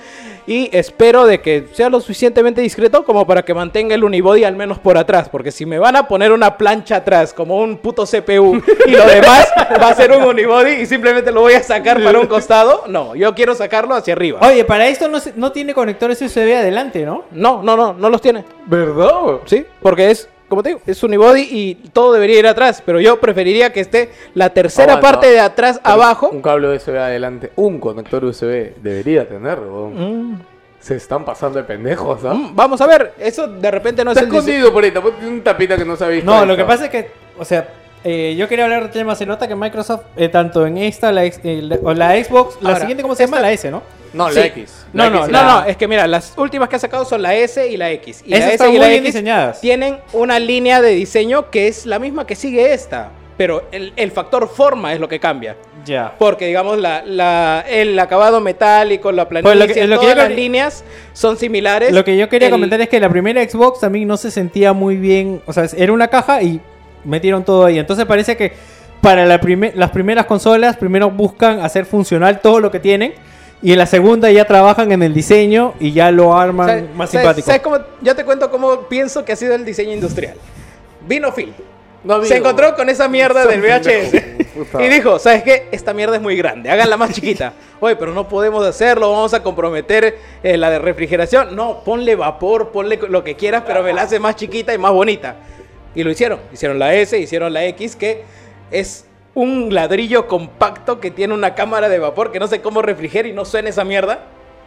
Speaker 7: Y espero de que sea lo suficientemente discreto como para que mantenga el unibody al menos por atrás, porque si me van a poner una plancha atrás como un puto CPU y lo demás va a ser un unibody y simplemente lo voy a sacar para un costado, no, yo quiero sacarlo hacia arriba.
Speaker 4: Oye, para esto no, se- no tiene conectores USB adelante, ¿no?
Speaker 7: No, no, no, no los tiene. ¿Verdad? Sí, porque es, como te digo, es unibody y todo debería ir atrás, pero yo preferiría que esté la
Speaker 4: Ah,
Speaker 7: tercera
Speaker 2: Aguanta.
Speaker 7: parte de atrás abajo.
Speaker 2: Un cable USB adelante, un conector USB debería tener, weón.
Speaker 4: Mm.
Speaker 2: Se están pasando de pendejos, ¿ah?
Speaker 7: Mm, Vamos a ver, eso de repente no es
Speaker 2: Está
Speaker 7: el dise-
Speaker 2: escondido por ahí, tampoco tiene un tapita que no se ha visto.
Speaker 4: No,
Speaker 2: Ahí
Speaker 4: lo que
Speaker 2: está.
Speaker 4: pasa es que, o sea, eh, yo quería hablar del tema. Se nota que Microsoft, eh, tanto en esta, la, ex- eh, la- o la Xbox, la
Speaker 7: Ahora,
Speaker 4: siguiente, ¿cómo se llama? La S, ¿no?
Speaker 2: No,
Speaker 7: Sí.
Speaker 2: la X.
Speaker 7: No,
Speaker 2: La
Speaker 7: no,
Speaker 2: X y
Speaker 7: no,
Speaker 2: la-
Speaker 7: no, es que mira, las últimas que ha sacado son la S y la X. Y
Speaker 4: Esas
Speaker 7: la S
Speaker 4: están
Speaker 7: y
Speaker 4: muy
Speaker 7: la
Speaker 4: bien
Speaker 7: X
Speaker 4: diseñadas.
Speaker 7: tienen una línea de diseño que es la misma que sigue esta, pero el, el factor forma es lo que cambia.
Speaker 4: Ya.
Speaker 7: Porque, digamos, la, la- el acabado metálico, la planicie,
Speaker 4: Pues lo que- lo que
Speaker 7: todas
Speaker 4: yo
Speaker 7: las
Speaker 4: quería-
Speaker 7: líneas son similares.
Speaker 4: Lo que yo quería
Speaker 7: El-
Speaker 4: comentar es que la primera Xbox también no se sentía muy bien. O sea, era una caja y metieron todo ahí. Entonces parece que para la prime- las primeras consolas primero buscan hacer funcional todo lo que tienen. Y en la segunda ya trabajan en el diseño y ya lo arman
Speaker 7: ¿Sabes-
Speaker 4: más
Speaker 7: sabes-
Speaker 4: simpático.
Speaker 7: ¿sabes cómo? Yo te cuento cómo pienso que ha sido el diseño industrial. Vino Phil,
Speaker 2: No ha habido.
Speaker 7: Se encontró con esa mierda del VHS.
Speaker 4: puta.
Speaker 7: Y dijo, ¿sabes qué? Esta mierda es muy grande, háganla más chiquita. Oye, pero no podemos hacerlo, vamos a comprometer eh, la de refrigeración. No, ponle vapor, ponle lo que quieras, pero me la hace más chiquita y más bonita. Y lo hicieron. Hicieron la S, hicieron la X, que es un ladrillo compacto que tiene una cámara de vapor que no sé cómo refrigera y no suena esa mierda.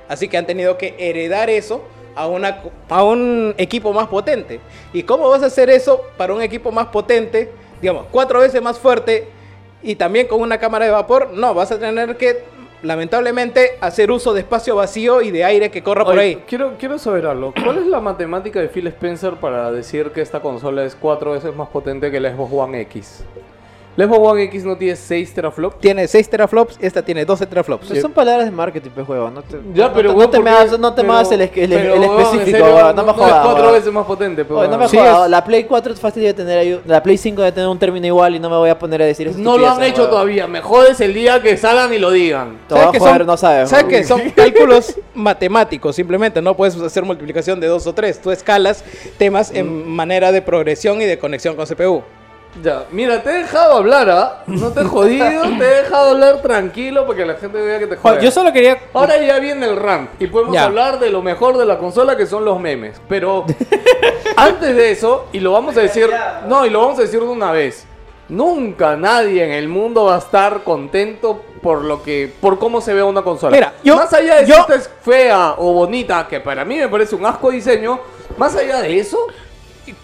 Speaker 7: Así que han tenido que heredar eso a, una, co- a un equipo más potente. ¿Y cómo vas a hacer eso para un equipo más potente? Digamos, cuatro veces más fuerte y también con una cámara de vapor. No, vas a tener que, lamentablemente, hacer uso de espacio vacío y de aire que corra por
Speaker 2: Oye,
Speaker 7: ahí.
Speaker 2: Quiero, quiero saber algo. ¿Cuál es la matemática de Phil Spencer para decir que esta consola es cuatro veces más potente que la Xbox One X? ¿La Xbox One X no tiene 6 teraflops?
Speaker 7: Tiene 6 teraflops, esta tiene 12 teraflops.
Speaker 4: Pues son palabras de marketing, pues, huevón. No te,
Speaker 2: Ya,
Speaker 4: no,
Speaker 2: pero
Speaker 4: no,
Speaker 2: weón,
Speaker 4: te
Speaker 2: ¿por
Speaker 4: me
Speaker 2: qué?
Speaker 4: hagas, no te me
Speaker 2: Pero-
Speaker 4: hagas el, es- el- el-
Speaker 2: pero,
Speaker 4: el
Speaker 2: weón, en
Speaker 4: específico,
Speaker 2: serio,
Speaker 4: huevón, no, me
Speaker 2: Es
Speaker 4: jodas.
Speaker 2: cuatro
Speaker 4: huevón.
Speaker 2: veces más potente, pero
Speaker 4: Oye, no me
Speaker 2: weón.
Speaker 7: Sí,
Speaker 4: jodas,
Speaker 7: es-
Speaker 4: la Play 4 es fácil de tener ahí, la Play 5 de tener un término igual y no me voy a poner a decir eso.
Speaker 2: No lo han hecho todavía. Me jodes el día que salgan y lo digan.
Speaker 4: Te voy a
Speaker 7: que
Speaker 4: joder,
Speaker 7: son-
Speaker 4: no sabes.
Speaker 7: ¿Sabes
Speaker 4: huevón.
Speaker 7: qué? Son cálculos matemáticos, simplemente. No puedes hacer multiplicación de dos o tres. Tú escalas temas
Speaker 4: Mm.
Speaker 7: en manera de progresión y de conexión con CPU.
Speaker 2: Ya, mira, te he dejado hablar, ¿ah? No te he jodido, te he dejado hablar tranquilo para que la gente vea que te
Speaker 3: Juan,
Speaker 2: jodas.
Speaker 3: yo solo quería.
Speaker 2: Ahora ya viene el rant y podemos
Speaker 7: Pues- Ya.
Speaker 2: hablar de lo mejor de la consola que son los memes. Pero antes de eso, y lo vamos a decir, no, y lo vamos a decir de una vez. Nunca nadie en el mundo va a estar contento por lo que, por cómo se ve una consola.
Speaker 7: Mira, yo-
Speaker 2: más allá de si
Speaker 7: yo-
Speaker 2: esta es fea o bonita, que para mí me parece un asco de diseño, más allá de eso,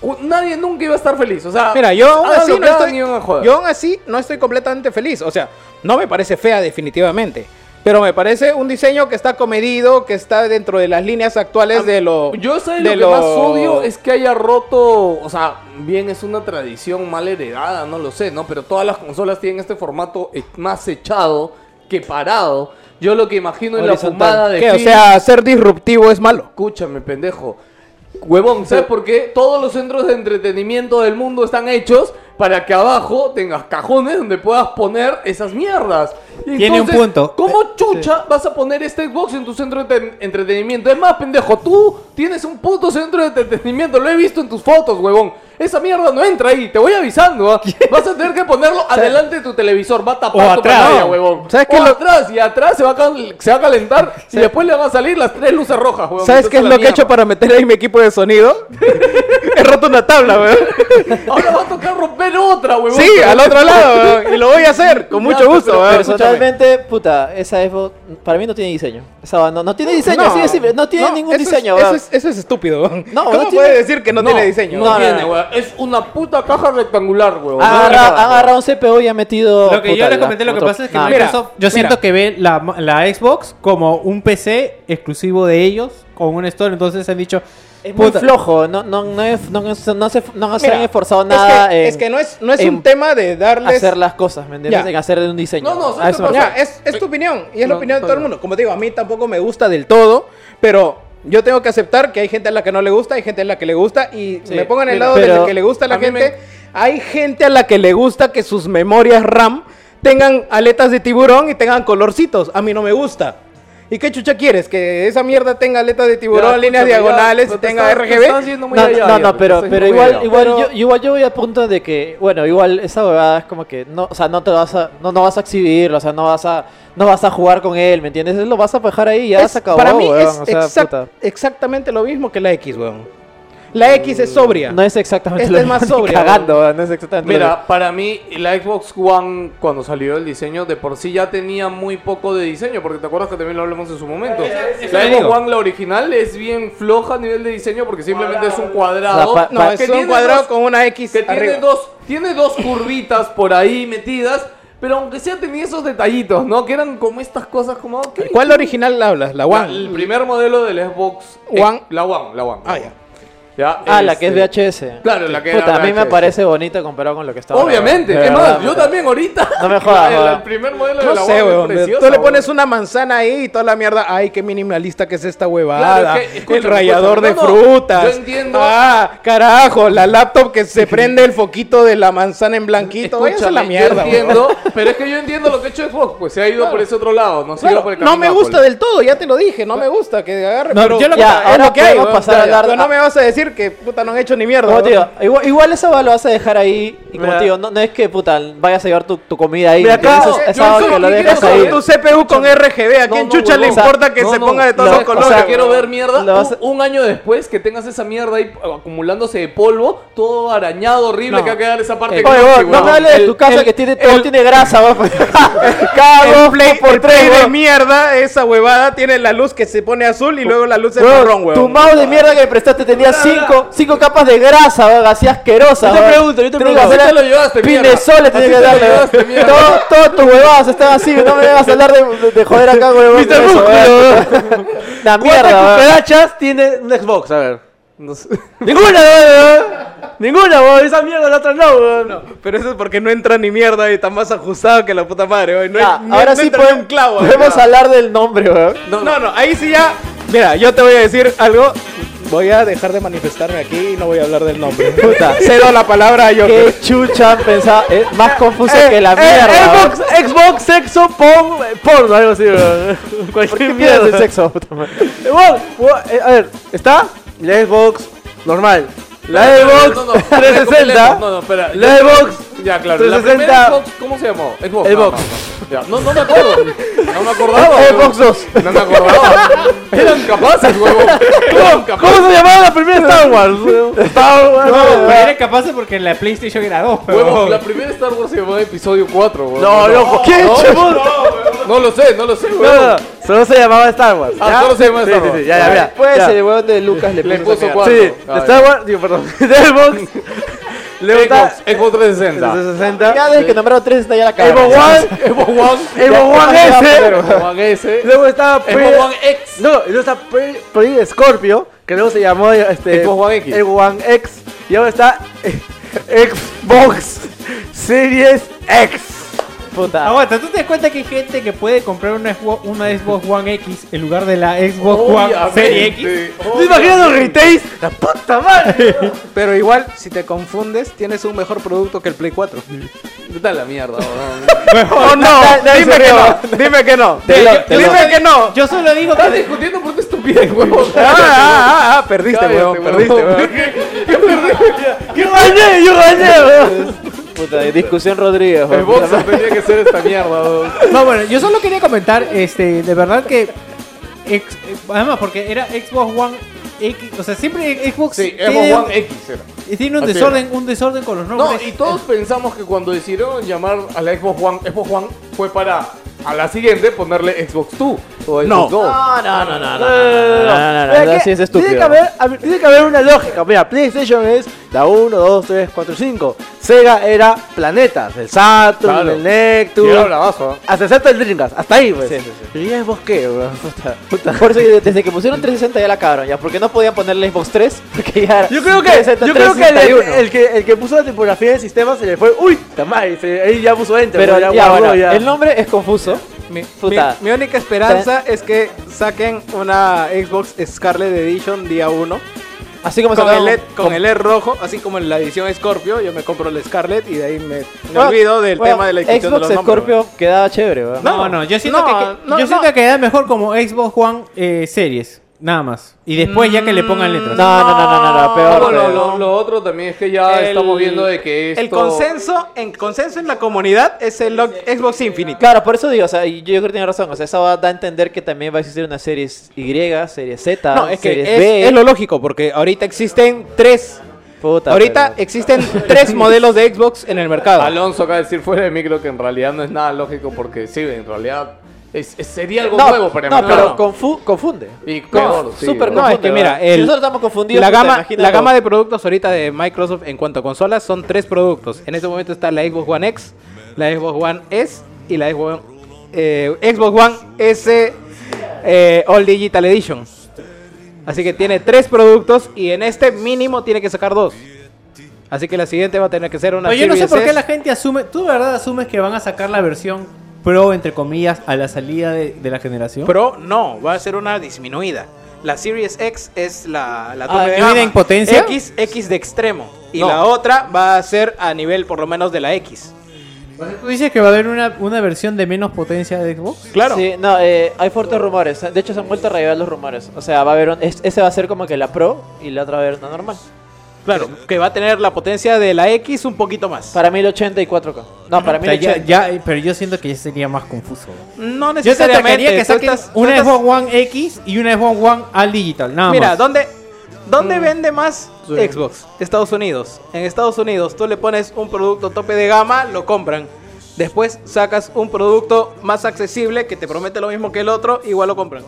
Speaker 2: cu- nadie nunca iba a estar feliz. O sea,
Speaker 7: Mira, yo aún
Speaker 2: hagan
Speaker 7: así
Speaker 2: lo
Speaker 7: no
Speaker 2: que hagan,
Speaker 7: estoy,
Speaker 2: ni van a joder.
Speaker 7: yo aún así no estoy completamente feliz. O sea, no me parece fea definitivamente. Pero me parece un diseño que está comedido, que está dentro de las líneas actuales de lo...
Speaker 2: Yo sé lo
Speaker 7: de
Speaker 2: que más odio es que haya roto, o sea, bien es una tradición mal heredada, no lo sé, ¿no? Pero todas las consolas tienen este formato eh, más echado que parado. Yo lo que imagino es la
Speaker 4: Horizontal.
Speaker 2: fumada de
Speaker 7: que, o
Speaker 2: Phil-
Speaker 7: sea, ser disruptivo es malo.
Speaker 2: escúchame, pendejo. Huevón, ¿sabes por qué? Todos los centros de entretenimiento del mundo están hechos para que abajo tengas cajones donde puedas poner esas mierdas. Y
Speaker 3: Tiene un punto.
Speaker 7: Eh,
Speaker 2: ¿Cómo chucha vas a poner este Xbox en tu centro de te- entretenimiento? Es más, pendejo, tú tienes un puto centro de entretenimiento. Lo he visto en tus fotos, huevón. Esa mierda no entra ahí, te voy avisando. ¿ah? Vas a tener que ponerlo adelante de tu televisor. Va a tapar
Speaker 7: O
Speaker 2: tu
Speaker 7: atrás.
Speaker 2: pantalla, huevón.
Speaker 7: ¿Sabes
Speaker 2: O
Speaker 7: qué lo-
Speaker 2: atrás y atrás se va a, cal- se va a calentar y después le van a salir las tres luces rojas, huevón.
Speaker 7: ¿Sabes qué es lo que he hecho para meter ahí mi equipo de sonido? he roto una tabla, weón.
Speaker 2: Ahora va a tocar romper otra, huevón.
Speaker 7: Sí, al otro lado, weón. Y lo voy a hacer, con mucho gusto, weón.
Speaker 4: Personalmente, puta, esa Xbox para mí no tiene diseño. Esa banda no tiene diseño, así de simple, no tiene
Speaker 7: no,
Speaker 4: ningún
Speaker 7: eso es-
Speaker 4: diseño,
Speaker 7: eso,
Speaker 4: weón.
Speaker 7: es, eso es estúpido, weón.
Speaker 4: No,
Speaker 7: ¿Cómo
Speaker 4: no tiene-
Speaker 7: puedes decir que no, Ah, tiene diseño?
Speaker 2: No,
Speaker 4: No, no,
Speaker 2: tiene,
Speaker 4: no.
Speaker 2: huevón. Es una puta caja rectangular, huevón.
Speaker 3: Pues
Speaker 4: Han agarrado, han agarrado un CPU y han metido.
Speaker 3: Lo que
Speaker 4: puta,
Speaker 3: yo les
Speaker 4: la-
Speaker 3: comenté, lo que
Speaker 4: otro-
Speaker 3: pasa es que
Speaker 4: Nah,
Speaker 7: mira,
Speaker 3: Microsoft, yo
Speaker 7: mira.
Speaker 3: siento que ve la, la Xbox como un PC exclusivo de ellos, con un store, entonces han dicho.
Speaker 4: es muy
Speaker 3: puta,
Speaker 4: flojo, no, no, no, es- no, es- no se, no se
Speaker 7: Mira,
Speaker 4: han esforzado
Speaker 7: es
Speaker 4: nada
Speaker 7: que-
Speaker 4: en
Speaker 7: Es que, no es, no es un
Speaker 4: en
Speaker 7: tema de darles...
Speaker 4: hacer las cosas, ¿me entiendes?
Speaker 7: Ya.
Speaker 4: En hacer un diseño.
Speaker 2: No, no, ¿sabes
Speaker 4: A eso
Speaker 2: qué
Speaker 4: me
Speaker 7: Ya,
Speaker 2: pasa?
Speaker 7: es, es tu opinión y es la opinión de todo el mundo. Como te digo, a mí tampoco me gusta del todo, pero yo tengo que aceptar que hay gente a la que no le gusta, hay gente a la que le gusta y me pongo en el lado de la
Speaker 4: pero
Speaker 7: que le gusta a la
Speaker 2: a mí
Speaker 7: gente. Hay gente a la que le gusta que sus memorias RAM tengan aletas de tiburón y tengan colorcitos. A mí no me gusta. ¿Y qué chucha quieres? ¿Que esa mierda tenga aletas de tiburón,
Speaker 2: Ya,
Speaker 7: líneas
Speaker 2: escúchame, ya,
Speaker 7: diagonales
Speaker 2: pero
Speaker 7: y
Speaker 2: te
Speaker 7: tenga
Speaker 2: estás- te estás
Speaker 7: RGB?
Speaker 2: yendo muy
Speaker 4: No,
Speaker 2: allá,
Speaker 4: no,
Speaker 2: ya,
Speaker 4: no,
Speaker 2: te
Speaker 4: pero,
Speaker 2: estás
Speaker 4: pero
Speaker 2: yendo muy
Speaker 4: igual,
Speaker 2: allá.
Speaker 4: igual, yo, igual yo voy a punto de que, bueno, igual esa huevada es como que, no, o sea, no te vas a, no, no vas a exhibirlo, o sea, no vas a, no vas a jugar con él, ¿me entiendes? Lo vas a dejar ahí y ya
Speaker 7: Es-
Speaker 4: se acabó,
Speaker 7: para mí
Speaker 4: huevón,
Speaker 7: es
Speaker 4: o sea,
Speaker 7: exact-
Speaker 4: puta.
Speaker 7: exactamente lo mismo que la X, weón. La X es sobria.
Speaker 4: No es exactamente
Speaker 7: Este
Speaker 4: lo
Speaker 7: es
Speaker 4: mismo,
Speaker 7: más
Speaker 4: ni
Speaker 7: sobrio,
Speaker 4: cagando, huevón, no es exactamente lo mismo.
Speaker 2: Mira, para mí la Xbox One cuando salió el diseño de por sí ya tenía muy poco de diseño, porque te acuerdas que también lo hablamos en su momento. La
Speaker 7: te
Speaker 2: Xbox
Speaker 7: digo.
Speaker 2: One la original es bien floja a nivel de diseño porque simplemente es un cuadrado.
Speaker 4: O sea, pa-
Speaker 7: No,
Speaker 4: pa-
Speaker 7: es
Speaker 2: que
Speaker 7: un
Speaker 2: tiene
Speaker 7: cuadrado
Speaker 2: dos-
Speaker 7: con una X
Speaker 2: que tiene
Speaker 7: arriba.
Speaker 2: dos, tiene dos curvitas por ahí metidas, pero aunque sea tenía esos detallitos, ¿no? Que eran como estas cosas como... ok,
Speaker 7: ¿Cuál original hablas?
Speaker 2: la-
Speaker 7: La One.
Speaker 2: el primer modelo del Xbox
Speaker 7: One.
Speaker 2: La One, la One.
Speaker 7: Ah, ya.
Speaker 2: Ya,
Speaker 4: Ah, la que es
Speaker 2: este,
Speaker 4: VHS.
Speaker 2: Claro, la que
Speaker 4: Puta,
Speaker 2: era
Speaker 4: a mí me
Speaker 2: VHS.
Speaker 4: parece bonita comparado con lo que está ahora,
Speaker 2: Obviamente,
Speaker 4: huevón.
Speaker 2: es
Speaker 4: De
Speaker 2: más,
Speaker 4: verdad,
Speaker 2: yo
Speaker 4: puta.
Speaker 2: también ahorita.
Speaker 4: No me jodas,
Speaker 2: El- El
Speaker 4: jodas.
Speaker 2: primer modelo de
Speaker 7: No
Speaker 2: la
Speaker 7: sé,
Speaker 2: One es
Speaker 7: weón.
Speaker 2: preciosa,
Speaker 7: Tú le
Speaker 2: weón.
Speaker 7: pones una manzana ahí y toda la mierda. Ay, qué minimalista que es esta huevada.
Speaker 2: Claro, es que- escúchame,
Speaker 7: el rallador de
Speaker 2: escúchame, no, no,
Speaker 7: frutas.
Speaker 2: yo entiendo.
Speaker 7: Ah, carajo, la laptop que se prende el foquito de la manzana en blanquito. Váyanse a
Speaker 2: Escúchame,
Speaker 7: la
Speaker 2: yo
Speaker 7: mierda, weón.
Speaker 2: entiendo, pero es que yo entiendo lo que ha hecho Xbox, pues se ha ido por ese otro lado, no se ha ido
Speaker 7: Claro,
Speaker 2: por el
Speaker 7: no
Speaker 2: camino
Speaker 7: me
Speaker 2: Apple.
Speaker 7: gusta del todo, ya te lo dije, no me gusta que agarre.
Speaker 3: No,
Speaker 7: pero
Speaker 3: yo lo que-
Speaker 7: ya,
Speaker 4: Ya,
Speaker 7: es
Speaker 4: ahora
Speaker 7: lo que hay.
Speaker 4: podemos
Speaker 7: weón.
Speaker 4: pasar a
Speaker 7: Ya,
Speaker 4: hablar-
Speaker 7: pero no me vas a decir decir que puta no han hecho ni mierda.
Speaker 3: Como te digo,
Speaker 7: weón.
Speaker 3: igual, igual esa va lo vas a dejar ahí. Y como
Speaker 6: Mira.
Speaker 3: te digo, no, no es que puta, vayas a llevar tu, tu comida ahí.
Speaker 6: Mira,
Speaker 3: ¿entiendes?
Speaker 6: acá-
Speaker 3: Es- es
Speaker 7: Yo
Speaker 3: algo
Speaker 7: solo
Speaker 3: que lo
Speaker 7: quiero
Speaker 3: dejas
Speaker 7: saber
Speaker 3: ahí.
Speaker 7: tu CPU con RGB. ¿A
Speaker 2: No,
Speaker 7: quién
Speaker 2: no,
Speaker 7: chucha le
Speaker 2: huevón.
Speaker 7: importa que
Speaker 2: No,
Speaker 7: se
Speaker 2: no,
Speaker 7: ponga de todos
Speaker 2: lo-
Speaker 7: los colores?
Speaker 2: O sea,
Speaker 3: huevón.
Speaker 7: weón?
Speaker 2: quiero ver mierda.
Speaker 3: Lo vas a-
Speaker 2: Un, un año después que tengas esa mierda ahí acumulándose de polvo, todo arañado, horrible,
Speaker 3: No.
Speaker 2: que va a quedar esa parte.
Speaker 3: Oye,
Speaker 2: gris,
Speaker 3: vos, no
Speaker 2: weón.
Speaker 3: me hables de
Speaker 7: el-
Speaker 3: tu casa
Speaker 7: el-
Speaker 3: que tiene, todo
Speaker 7: el-
Speaker 3: tiene grasa, vos.
Speaker 7: El
Speaker 3: Cada
Speaker 7: play,
Speaker 3: por
Speaker 7: el play
Speaker 3: tres,
Speaker 7: de
Speaker 3: weón.
Speaker 7: mierda, esa huevada tiene la luz que se pone azul y luego la luz es
Speaker 3: Weón,
Speaker 7: marrón, weón. Ah.
Speaker 3: Tu mouse de mierda que me prestaste tenía cinco, cinco capas de grasa, weón, así asquerosa.
Speaker 6: Yo te
Speaker 3: weón.
Speaker 6: pregunto, yo
Speaker 3: Tenía que
Speaker 6: te pregunto.
Speaker 3: hacer
Speaker 2: Así te lo llevaste, mierda.
Speaker 3: Pinesoles tenía
Speaker 2: Así
Speaker 3: que
Speaker 2: te lo
Speaker 3: darle, weón.
Speaker 2: llevaste, mierda.
Speaker 3: Todo- Todos tus huevadas estaban así, no me vengas a hablar de, de- de joder acá, weón. con eso, weón. La mierda,
Speaker 6: ¿Cuántas
Speaker 3: weón.
Speaker 6: cucarachas tiene un Xbox? A ver. No sé.
Speaker 3: Ninguna, weón.
Speaker 6: Ninguna, weón. Esa mierda, la otra no, weón.
Speaker 7: Pero eso es porque no entra ni mierda y está más ajustado que la puta madre, weón. No, hay-
Speaker 3: Ya,
Speaker 7: no-
Speaker 3: Ah, ahora
Speaker 7: no
Speaker 3: sí
Speaker 7: entra ni
Speaker 3: podemos,
Speaker 7: un clavo. weón.
Speaker 3: podemos hablar del nombre, weón.
Speaker 7: No, no, no, ahí sí ya. Mira, yo te voy a decir algo. Voy a dejar de manifestarme aquí y no voy a hablar del nombre.
Speaker 3: Puta.
Speaker 7: Cedo la palabra a yo.
Speaker 3: Qué chucha han pensado. Es más confuso que la mierda. weón.
Speaker 6: Eh, Xbox, Xbox, sexo, pon, porno, algo así, weón. Cualquier
Speaker 3: Mierda
Speaker 6: mierda.
Speaker 3: de sexo, puta madre.
Speaker 6: Eh, weón, weón, eh, a ver, ¿está? La Xbox normal. La Xbox
Speaker 2: No, no, no,
Speaker 6: 360.
Speaker 2: No, no, espera.
Speaker 6: La Xbox
Speaker 2: Ya, claro. La
Speaker 6: 360.
Speaker 2: primera Xbox, ¿Cómo se llamó? Xbox.
Speaker 6: Xbox.
Speaker 2: No, no, no. Ya, no, no me acuerdo. No me acordaba.
Speaker 6: Xbox 2.
Speaker 2: No me acordaba. Eran capaces, huevón. Eran
Speaker 6: ¿Cómo
Speaker 2: capaces.
Speaker 6: se llamaba la primera Star Wars? weón? Star Wars.
Speaker 4: No, era capaz porque la PlayStation era dos,
Speaker 2: Huevón, la primera Star Wars se llamaba Episodio 4, huevón.
Speaker 6: No, loco. ¿Qué
Speaker 2: no,
Speaker 6: chupo?
Speaker 2: No lo sé, no lo sé,
Speaker 6: No, no,
Speaker 2: huevón.
Speaker 6: no, solo se llamaba Star Wars.
Speaker 2: Ah,
Speaker 6: ¿ya?
Speaker 2: solo se llamaba
Speaker 6: Sí,
Speaker 2: Star
Speaker 6: sí,
Speaker 2: Wars.
Speaker 6: Sí, ya, ya, mira.
Speaker 3: Pues
Speaker 6: ya.
Speaker 3: el weón de Lucas le
Speaker 2: Le
Speaker 3: puso.
Speaker 2: puso
Speaker 6: Sí,
Speaker 2: 4.
Speaker 6: de Star Wars, digo, perdón, de Xbox. Le gusta
Speaker 2: Xbox, Xbox 360.
Speaker 6: 360.
Speaker 3: Ya desde que nombraron 360 ya la
Speaker 6: Xbox
Speaker 3: cagaron.
Speaker 6: One,
Speaker 2: Xbox One.
Speaker 6: Xbox One S.
Speaker 2: Xbox One S.
Speaker 6: Luego está
Speaker 2: Xbox One X.
Speaker 6: No, y luego está Pre, Pre Scorpio, que luego se llamó este,
Speaker 2: Xbox One X.
Speaker 6: Xbox One X. Y ahora está eh, Xbox Series X.
Speaker 3: Puta.
Speaker 4: Aguanta, ¿tú te das cuenta que hay gente que puede comprar una Xbox, una Xbox One X en lugar de la Xbox One
Speaker 2: Obviamente.
Speaker 4: Serie X?
Speaker 2: oh,
Speaker 6: ¿Te imaginas los retails? ¡La puta madre!
Speaker 7: Pero igual, si te confundes, tienes un mejor producto que el Play 4.
Speaker 2: Vete a la mierda, huevón.
Speaker 7: ¡Oh, no! Dime que no. Dime que no.
Speaker 3: Telón, telón.
Speaker 7: Dime que no.
Speaker 4: Yo solo digo
Speaker 2: Estás
Speaker 4: que...
Speaker 2: discutiendo por una estupidez, huevón.
Speaker 7: Ah, ah, ah, ah, perdiste,
Speaker 2: Cállate,
Speaker 7: weón.
Speaker 2: huevón.
Speaker 7: Perdiste, weón.
Speaker 6: ¡Yo gané! ¡Yo gané! weón.
Speaker 3: Puta, discusión Rodríguez.
Speaker 2: El boxer tenía que ser esta mierda, huevón.
Speaker 4: No, bueno, yo solo quería comentar, este, de verdad que... ex- eh, además, porque era Xbox One X, o sea, siempre Xbox
Speaker 2: Sí,
Speaker 4: tiene,
Speaker 2: Xbox One X era.
Speaker 4: tiene un
Speaker 2: Así
Speaker 4: desorden, un desorden con los
Speaker 2: No,
Speaker 4: nombres.
Speaker 2: y todos pensamos que cuando decidieron llamar a la Xbox One, Xbox One fue para a la siguiente ponerle Xbox 2 o Xbox
Speaker 7: No.
Speaker 2: 2.
Speaker 3: No, no, no, no, no, no,
Speaker 6: no, no, no,
Speaker 3: así es estúpido.
Speaker 6: Tiene que, haber, a ver, tiene que haber una lógica. Mira, PlayStation es la 1, 2, 3, 4, 5. Sega era planetas. El Saturn,
Speaker 2: Claro.
Speaker 6: el Nectus.
Speaker 2: Y era bravazo, ¿eh?
Speaker 6: Hasta excepto el Dreamcast. Hasta ahí, pues.
Speaker 3: Sí, sí, sí.
Speaker 6: ¿Y ya es vos qué, weón? Puta.
Speaker 3: Por eso que desde que pusieron 360 ya la cagaron, ya. Porque no podían ponerle Xbox 3, porque ya era
Speaker 6: Yo creo que,
Speaker 3: 360,
Speaker 6: yo creo que el,
Speaker 3: 361.
Speaker 6: el que el que puso la tipografía del sistema se le fue. ¡Uy! Tamay, se, ahí ya puso enter.
Speaker 3: Pero
Speaker 6: weón,
Speaker 3: ya,
Speaker 6: guardó,
Speaker 3: bueno,
Speaker 6: ya.
Speaker 3: el nombre es confuso.
Speaker 7: Mi,
Speaker 3: Puta.
Speaker 7: mi- mi única esperanza es que saquen una Xbox Scarlet Edition día 1
Speaker 3: Así como
Speaker 7: con,
Speaker 3: sacaron-
Speaker 7: el LED, con
Speaker 3: con-
Speaker 7: el LED rojo, así como en la edición Scorpio. Yo me compro la Scarlet y de ahí me, me
Speaker 3: Bueno,
Speaker 7: olvido del
Speaker 3: Ah, bueno,
Speaker 7: tema de la edición
Speaker 3: Xbox
Speaker 7: de los nombres,
Speaker 3: Scorpio quedaba chévere, weón.
Speaker 4: No, no, yo siento
Speaker 7: no,
Speaker 4: que, que-
Speaker 7: no,
Speaker 4: yo siento
Speaker 7: no.
Speaker 4: que queda mejor como Xbox One eh, Series, nada más. Y después ya que le pongan letras.
Speaker 3: No, no, no, no, no, no, peor.
Speaker 2: No, lo,
Speaker 3: peor.
Speaker 2: lo- lo otro también es que ya
Speaker 7: El-
Speaker 2: estamos viendo de que esto...
Speaker 7: El consenso, en consenso en la comunidad es el lo- Xbox Infinite.
Speaker 3: Claro, por eso digo, o sea, y yo creo que tiene razón. O sea, esa va a dar a entender que también va a existir una serie Y, serie Z,
Speaker 7: No, es que
Speaker 3: series
Speaker 7: es,
Speaker 3: B.
Speaker 7: es lo lógico, porque ahorita existen tres.
Speaker 3: Puta,
Speaker 7: ahorita
Speaker 3: pero-
Speaker 7: existen tres modelos de Xbox en el mercado.
Speaker 2: Alonso acaba de decir fuera de micro que en realidad no es nada lógico porque sí, en realidad es- es- sería algo
Speaker 3: no,
Speaker 2: nuevo para
Speaker 3: no,
Speaker 2: Emmanuel.
Speaker 3: pero confu- confunde.
Speaker 2: Y peor, sí,
Speaker 3: súper
Speaker 2: ¿verdad?
Speaker 7: No, es que mira, el-
Speaker 3: Si nosotros estamos confundidos.
Speaker 7: La
Speaker 3: puta,
Speaker 7: gama,
Speaker 3: imagínate
Speaker 7: la gama
Speaker 3: vos.
Speaker 7: de productos ahorita de Microsoft en cuanto a consolas son tres productos. En este momento está la Xbox One X, la Xbox One S y la Xbox, eh, Xbox One S eh, All Digital Edition. Así que tiene tres productos y en este mínimo tiene que sacar dos. Así que la siguiente va a tener que ser una
Speaker 4: Oye, yo no sé
Speaker 7: Series
Speaker 4: por qué
Speaker 7: S.
Speaker 4: la gente asume, tú de verdad asumes que van a sacar la versión pro, entre comillas, a la salida de, de la generación.
Speaker 7: Pro no, va a ser una disminuida. La Series X es la,
Speaker 3: Ah,
Speaker 7: la tope de
Speaker 4: ¿medida
Speaker 7: gama.
Speaker 4: en potencia?
Speaker 7: X, X de extremo. Y
Speaker 4: No.
Speaker 7: la otra va a ser a nivel por lo menos de la X. ¿Tú dices que va a haber una, una versión de menos potencia de Xbox?
Speaker 4: Claro.
Speaker 3: Sí, no, eh, hay fuertes rumores. De hecho, se han vuelto a revelar los rumores. O sea, va a haber un- es- ese va a ser como que la Pro y la otra va a haber una normal.
Speaker 4: Claro, que va a tener la potencia de la X un poquito más.
Speaker 3: Para 1080 y 4K. No, para
Speaker 7: O sea, ya,
Speaker 3: 1080.
Speaker 7: ya- pero yo siento que ya sería más confuso.
Speaker 4: No
Speaker 7: Yo te atacaría
Speaker 4: necesariamente.
Speaker 7: que
Speaker 4: tú
Speaker 7: saquen
Speaker 4: estás- tú
Speaker 7: una
Speaker 4: estás-
Speaker 7: Xbox One X y una Xbox One al digital. Nada
Speaker 4: Mira,
Speaker 7: más.
Speaker 4: ¿dónde,
Speaker 2: Mm.
Speaker 4: dónde vende más Xbox? Estados Unidos. En Estados Unidos tú le pones un producto tope de gama, lo compran. Después sacas un producto más accesible que te promete lo mismo que el otro, igual lo compran.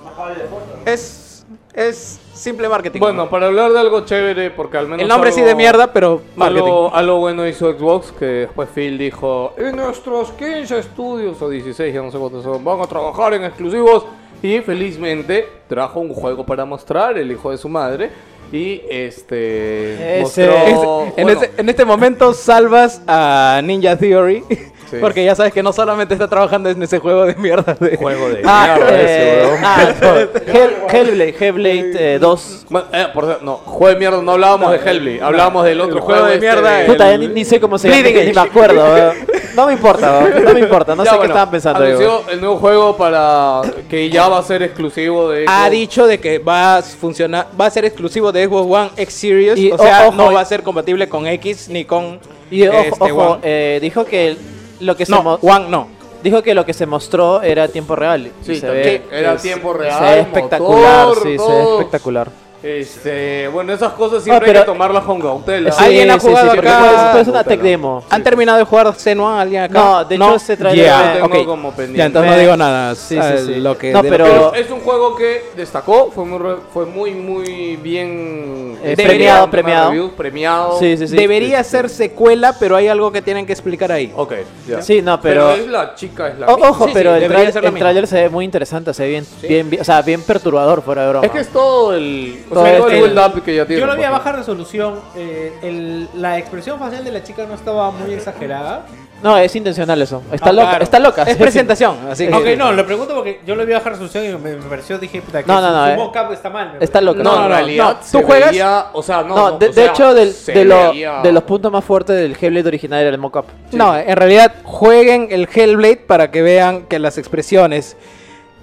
Speaker 4: Es, es simple marketing.
Speaker 2: Bueno, para hablar de algo chévere, porque al menos.
Speaker 4: el nombre sí
Speaker 2: algo-
Speaker 4: de mierda, pero marketing.
Speaker 2: Algo, algo bueno hizo Xbox, que después Phil dijo, en nuestros 15 estudios, o 16, ya no sé cuántos son, van a trabajar en exclusivos. Y felizmente trajo un juego para mostrar, el hijo de su madre. Y este...
Speaker 3: Ese-
Speaker 2: mostró-
Speaker 4: en,
Speaker 2: bueno,
Speaker 4: este, en este momento salvas a Ninja Theory. Porque ya sabes que no solamente está trabajando en ese juego de mierda. de-
Speaker 2: juego de...
Speaker 3: Ah,
Speaker 2: mierda ese,
Speaker 3: eh,
Speaker 2: weón.
Speaker 3: ah,
Speaker 4: este,
Speaker 3: Hell- Hellblade, Hellblade eh, 2.
Speaker 2: Bueno, eh, por cierto, no, juego de mierda, no hablábamos de Hellblade, hablábamos del otro juego,
Speaker 4: juego de
Speaker 2: este
Speaker 4: mierda, el-
Speaker 3: Puta, ya ni, ni sé cómo se llama,
Speaker 4: Bleeding
Speaker 3: ni me acuerdo. weón. No me importa, weón, no me importa, no
Speaker 2: Ya,
Speaker 3: sé
Speaker 2: bueno,
Speaker 3: qué estaban pensando. ahí, weón.
Speaker 2: Anunció el nuevo juego para que ya va a ser exclusivo de
Speaker 3: Ah,
Speaker 4: ha
Speaker 2: Xbox.
Speaker 4: dicho de que va a funcionar, va a ser exclusivo de Xbox One X Series,
Speaker 3: Y,
Speaker 4: o sea,
Speaker 3: o- ojo,
Speaker 4: no
Speaker 3: y-
Speaker 4: va a ser compatible con X ni con
Speaker 3: Y ojo,
Speaker 4: este,
Speaker 3: ojo,
Speaker 4: One.
Speaker 3: eh, dijo que lo que se
Speaker 4: no,
Speaker 3: mo-
Speaker 4: One no.
Speaker 3: dijo que lo que se mostró era tiempo real. y
Speaker 2: Sí,
Speaker 3: se
Speaker 2: también. Era
Speaker 3: es-
Speaker 2: tiempo
Speaker 3: se
Speaker 2: real,
Speaker 3: ve espectacular,
Speaker 2: motor,
Speaker 3: sí, se ve
Speaker 2: todo.
Speaker 3: espectacular.
Speaker 2: Este, bueno, esas cosas siempre
Speaker 3: Ah, pero-
Speaker 2: hay que tomarlas con cautela.
Speaker 3: Sí,
Speaker 4: ¿Alguien ha
Speaker 3: sí, sí,
Speaker 4: jugado
Speaker 3: porque
Speaker 4: acá?
Speaker 7: pues,
Speaker 3: esto es- esto es una tech demo.
Speaker 4: ¿Han terminado de jugar Senua alguien acá?
Speaker 3: No, de hecho, se trae-
Speaker 4: Ya,
Speaker 2: Yo lo tengo
Speaker 4: ok.
Speaker 2: como pendiente.
Speaker 4: Ya, entonces no digo nada.
Speaker 3: sí,
Speaker 4: ah,
Speaker 3: sí.
Speaker 4: Lo que
Speaker 3: No,
Speaker 4: de lo
Speaker 3: pero-
Speaker 4: que-
Speaker 2: Pero es un juego que destacó, fue muy, re- fue muy, muy bien
Speaker 3: Eh,
Speaker 2: debería
Speaker 3: premiado,
Speaker 2: tomar
Speaker 3: premiado.
Speaker 2: reviews, premiado.
Speaker 3: Sí, sí, sí.
Speaker 4: debería ser secuela, pero hay algo que tienen que explicar ahí.
Speaker 2: Ok, ya.
Speaker 3: Sí, no,
Speaker 2: pero,
Speaker 3: pero
Speaker 2: es la chica, es la
Speaker 3: O- ojo,
Speaker 4: Sí, sí,
Speaker 3: pero el,
Speaker 4: debería
Speaker 3: trai-
Speaker 4: ser la
Speaker 3: el
Speaker 4: misma.
Speaker 3: tráiler se ve muy interesante, se ve bien, bien, bien- o sea, bien perturbador fuera de broma.
Speaker 2: Es que es todo el, o
Speaker 3: Todo
Speaker 2: sea, todo
Speaker 3: este-
Speaker 2: el build up que ya tiene.
Speaker 7: Yo lo vi a
Speaker 2: pues,
Speaker 7: baja resolución. eh, el- la expresión facial de la chica no estaba muy exagerada.
Speaker 3: No, es intencional eso. Está
Speaker 7: Ah,
Speaker 3: loca,
Speaker 7: claro.
Speaker 3: está loca.
Speaker 4: Es presentación, así que
Speaker 7: Ok, no, lo pregunto porque yo lo vi a baja resolución y me, me pareció, dije, puta, que
Speaker 3: No, no,
Speaker 7: su-
Speaker 3: no,
Speaker 7: su
Speaker 3: eh.
Speaker 7: mockup está mal. me
Speaker 3: Está
Speaker 7: parece.
Speaker 3: loca.
Speaker 2: No,
Speaker 4: no,
Speaker 2: en
Speaker 4: no,
Speaker 2: realidad
Speaker 4: no,
Speaker 2: se
Speaker 4: tú juegas-
Speaker 2: veía- o sea, no,
Speaker 3: No,
Speaker 2: no,
Speaker 3: de,
Speaker 2: o
Speaker 3: de
Speaker 2: sea,
Speaker 3: hecho, del-
Speaker 2: se
Speaker 3: de, lo-
Speaker 2: veía-
Speaker 3: de los puntos más fuertes del Hellblade original era el mock-up.
Speaker 4: No, en realidad jueguen el Hellblade para que vean que las expresiones,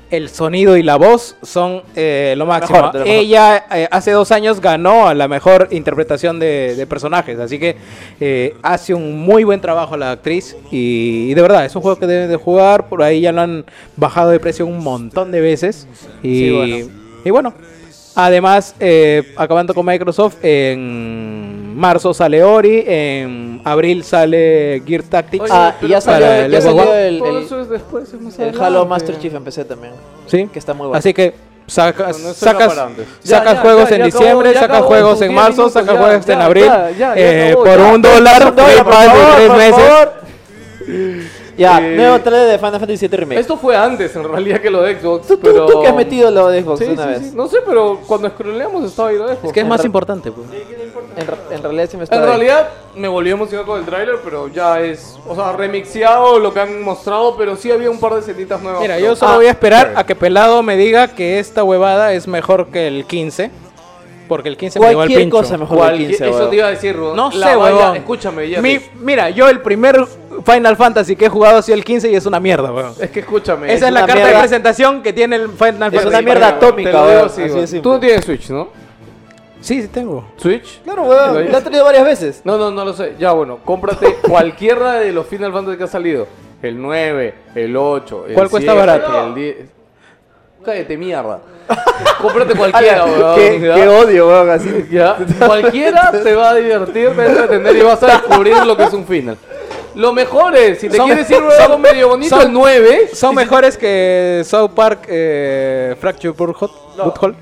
Speaker 4: el sonido y la voz son eh, lo máximo.
Speaker 3: Mejor, de lo mejor.
Speaker 4: Ella eh, hace dos años ganó a la mejor interpretación de, de personajes, así que eh, hace un muy buen trabajo la actriz y, y de verdad es un juego que deben de jugar. Por ahí ya lo han bajado de precio un montón de veces y,
Speaker 3: bueno.
Speaker 4: y bueno. Además, eh, acabando con Microsoft, en marzo sale Ori, en abril sale Gear Tactics.
Speaker 2: Oye,
Speaker 3: Ah, y
Speaker 2: pero-
Speaker 3: ya salió,
Speaker 4: Para
Speaker 3: ya
Speaker 4: el Xbox
Speaker 3: salió
Speaker 4: One.
Speaker 3: el,
Speaker 2: todo
Speaker 3: el-
Speaker 2: eso es después, es más
Speaker 3: el Halo
Speaker 2: adelante.
Speaker 3: Master Chief en PC también.
Speaker 4: ¿sí.
Speaker 3: Que está muy bueno.
Speaker 4: Así que saca-
Speaker 2: Bueno, eso era
Speaker 4: sacas,
Speaker 2: para antes.
Speaker 4: sacas
Speaker 3: Ya, ya,
Speaker 4: juegos
Speaker 3: ya,
Speaker 4: en
Speaker 3: ya acabó,
Speaker 4: diciembre,
Speaker 3: ya
Speaker 4: sacas
Speaker 3: acabó,
Speaker 4: juegos
Speaker 3: tus
Speaker 4: en
Speaker 3: 10
Speaker 4: marzo,
Speaker 3: minutos,
Speaker 4: sacas
Speaker 3: ya,
Speaker 4: juegos
Speaker 3: ya,
Speaker 4: en abril.
Speaker 3: ya, ya, ya
Speaker 4: eh,
Speaker 3: acabó,
Speaker 4: por
Speaker 3: ya.
Speaker 4: un dólar,
Speaker 3: Por
Speaker 4: por más de
Speaker 3: favor,
Speaker 4: tres
Speaker 3: por
Speaker 4: meses.
Speaker 3: favor. Ya,
Speaker 2: Eh,
Speaker 3: nuevo trailer de Final Fantasy VII Remake.
Speaker 2: Esto fue antes en realidad que lo de Xbox,
Speaker 3: ¿Tú, tú-
Speaker 2: pero...
Speaker 3: tú que has metido lo de Xbox
Speaker 2: Sí,
Speaker 3: una
Speaker 2: sí,
Speaker 3: vez.
Speaker 2: sí. No sé, pero cuando scrolleamos estaba ahí lo de Xbox.
Speaker 4: Es que es más
Speaker 3: Entra-
Speaker 4: importante. pues.
Speaker 3: En, re- en realidad sí me está.
Speaker 2: En realidad me volví emocionado con el tráiler, pero ya es, o sea, remixeado lo que han mostrado, pero sí había un par de escenitas nuevas.
Speaker 4: Mira,
Speaker 2: pero-
Speaker 4: yo solo
Speaker 2: Ah,
Speaker 4: voy a esperar a que Pelado me diga que esta huevada es mejor que el 15. Porque el 15 me llegó al
Speaker 3: Cualquier
Speaker 4: pincho.
Speaker 3: cosa mejor que
Speaker 2: cualquier-
Speaker 3: 15,
Speaker 2: eso
Speaker 3: weón.
Speaker 2: te iba a decir, Rod.
Speaker 4: No
Speaker 2: La
Speaker 4: sé,
Speaker 2: valla-
Speaker 4: huevón.
Speaker 2: Escúchame, ya.
Speaker 4: Mi-
Speaker 2: te-
Speaker 4: mira, yo el primer Final Fantasy que he jugado ha sido el 15 y es una mierda, weón.
Speaker 2: Es que escúchame.
Speaker 4: Esa es
Speaker 3: una
Speaker 4: la carta de
Speaker 3: mierda.
Speaker 4: presentación que tiene el Final Fantasy.
Speaker 3: Es una mierda atómica,
Speaker 2: Te lo digo
Speaker 3: weón,
Speaker 2: así,
Speaker 3: así de
Speaker 2: weón.
Speaker 3: simple.
Speaker 2: Tú no tienes Switch, ¿no?
Speaker 4: Sí, sí tengo.
Speaker 2: ¿Switch?
Speaker 3: Claro, weón. La he traído varias veces.
Speaker 2: No, no, no lo sé. Ya, bueno, cómprate cualquiera de los Final Fantasy que ha salido. El 9, el 8, el
Speaker 4: ¿Cuál cuesta
Speaker 2: 7,
Speaker 4: barato?
Speaker 2: El 10. Cállate, mierda. cómprate cualquiera, weón.
Speaker 3: Qué,
Speaker 2: ya.
Speaker 3: qué odio, weón. Así.
Speaker 2: Ya, Cualquiera te va a divertir, te va a entretener y vas a descubrir lo que es un final. Lo mejor es, si te
Speaker 4: Son-
Speaker 2: quieres ir a algo
Speaker 4: son-
Speaker 2: medio bonito,
Speaker 4: son-
Speaker 2: el 9.
Speaker 4: Son mejores que South Park eh, Fracture Butthole. Butthole.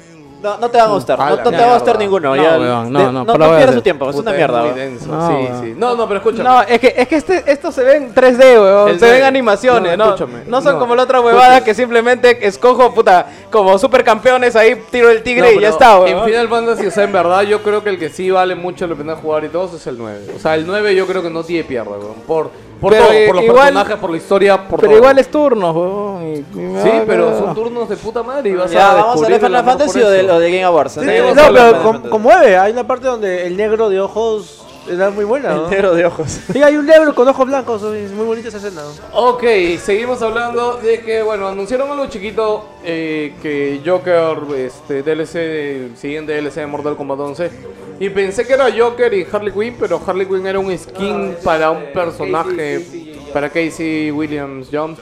Speaker 3: No, no te va a gustar. No,
Speaker 2: A la
Speaker 3: no te va
Speaker 2: mierda.
Speaker 3: a gustar ninguno.
Speaker 4: No,
Speaker 3: ya.
Speaker 4: weón, no,
Speaker 3: De-
Speaker 4: no,
Speaker 3: no,
Speaker 4: pero
Speaker 3: no
Speaker 4: lo voy a
Speaker 3: pierdas
Speaker 4: hacer.
Speaker 3: tu tiempo. Es una
Speaker 2: Puta,
Speaker 3: mierda,
Speaker 2: muy
Speaker 3: weón.
Speaker 2: denso,
Speaker 4: No,
Speaker 2: sí,
Speaker 4: weón.
Speaker 2: sí. No, no, pero escúchame.
Speaker 4: No, es que, es que este, estos se ven 3D, weón.
Speaker 2: El
Speaker 4: se ven
Speaker 2: de-
Speaker 4: animaciones,
Speaker 2: no,
Speaker 4: ¿no? No,
Speaker 2: escúchame,
Speaker 4: son
Speaker 2: no.
Speaker 4: como la otra huevada que simplemente escojo, puta, como supercampeones ahí, tiro el
Speaker 2: No,
Speaker 4: tigre y
Speaker 2: pero
Speaker 4: ya está,
Speaker 2: En
Speaker 4: weón.
Speaker 2: Final Fantasy, o sea, en verdad, yo creo que el que sí vale mucho la pena jugar y todos es el 9. O sea, el 9 yo creo que no tiene pierda, weón. Por, por
Speaker 4: Pero,
Speaker 2: todo,
Speaker 4: eh,
Speaker 2: por los
Speaker 4: igual-
Speaker 2: personajes, por la historia, por
Speaker 4: Pero
Speaker 2: todo.
Speaker 4: igual es turnos, weón. y- y-
Speaker 2: Sí,
Speaker 4: ah,
Speaker 2: pero
Speaker 4: ah.
Speaker 2: son turnos de puta madre y vas
Speaker 3: Ya,
Speaker 2: a
Speaker 3: vamos a
Speaker 2: descubrir
Speaker 3: ver
Speaker 2: el
Speaker 3: Final
Speaker 2: amor por
Speaker 3: Fantasy o de,
Speaker 2: eso.
Speaker 3: o de Game Awards.
Speaker 17: Sí,
Speaker 3: Antes de
Speaker 17: no,
Speaker 3: hablar de
Speaker 17: pero
Speaker 3: Final
Speaker 17: con-
Speaker 3: Fantasy.
Speaker 17: conmueve. Hay una parte donde el negro de ojos
Speaker 3: Era muy buena, ¿no?
Speaker 7: Negro de ojos.
Speaker 3: Sí, hay un negro con ojos blancos, es muy bonita esa escena.
Speaker 2: Ok, seguimos hablando de que, bueno, anunciaron algo chiquito eh, que Joker, este, DLC, de- siguiente DLC de Mortal Kombat 11. Y pensé que era Joker y Harley Quinn, pero Harley Quinn era un skin para un personaje, para Casey Williams Jones.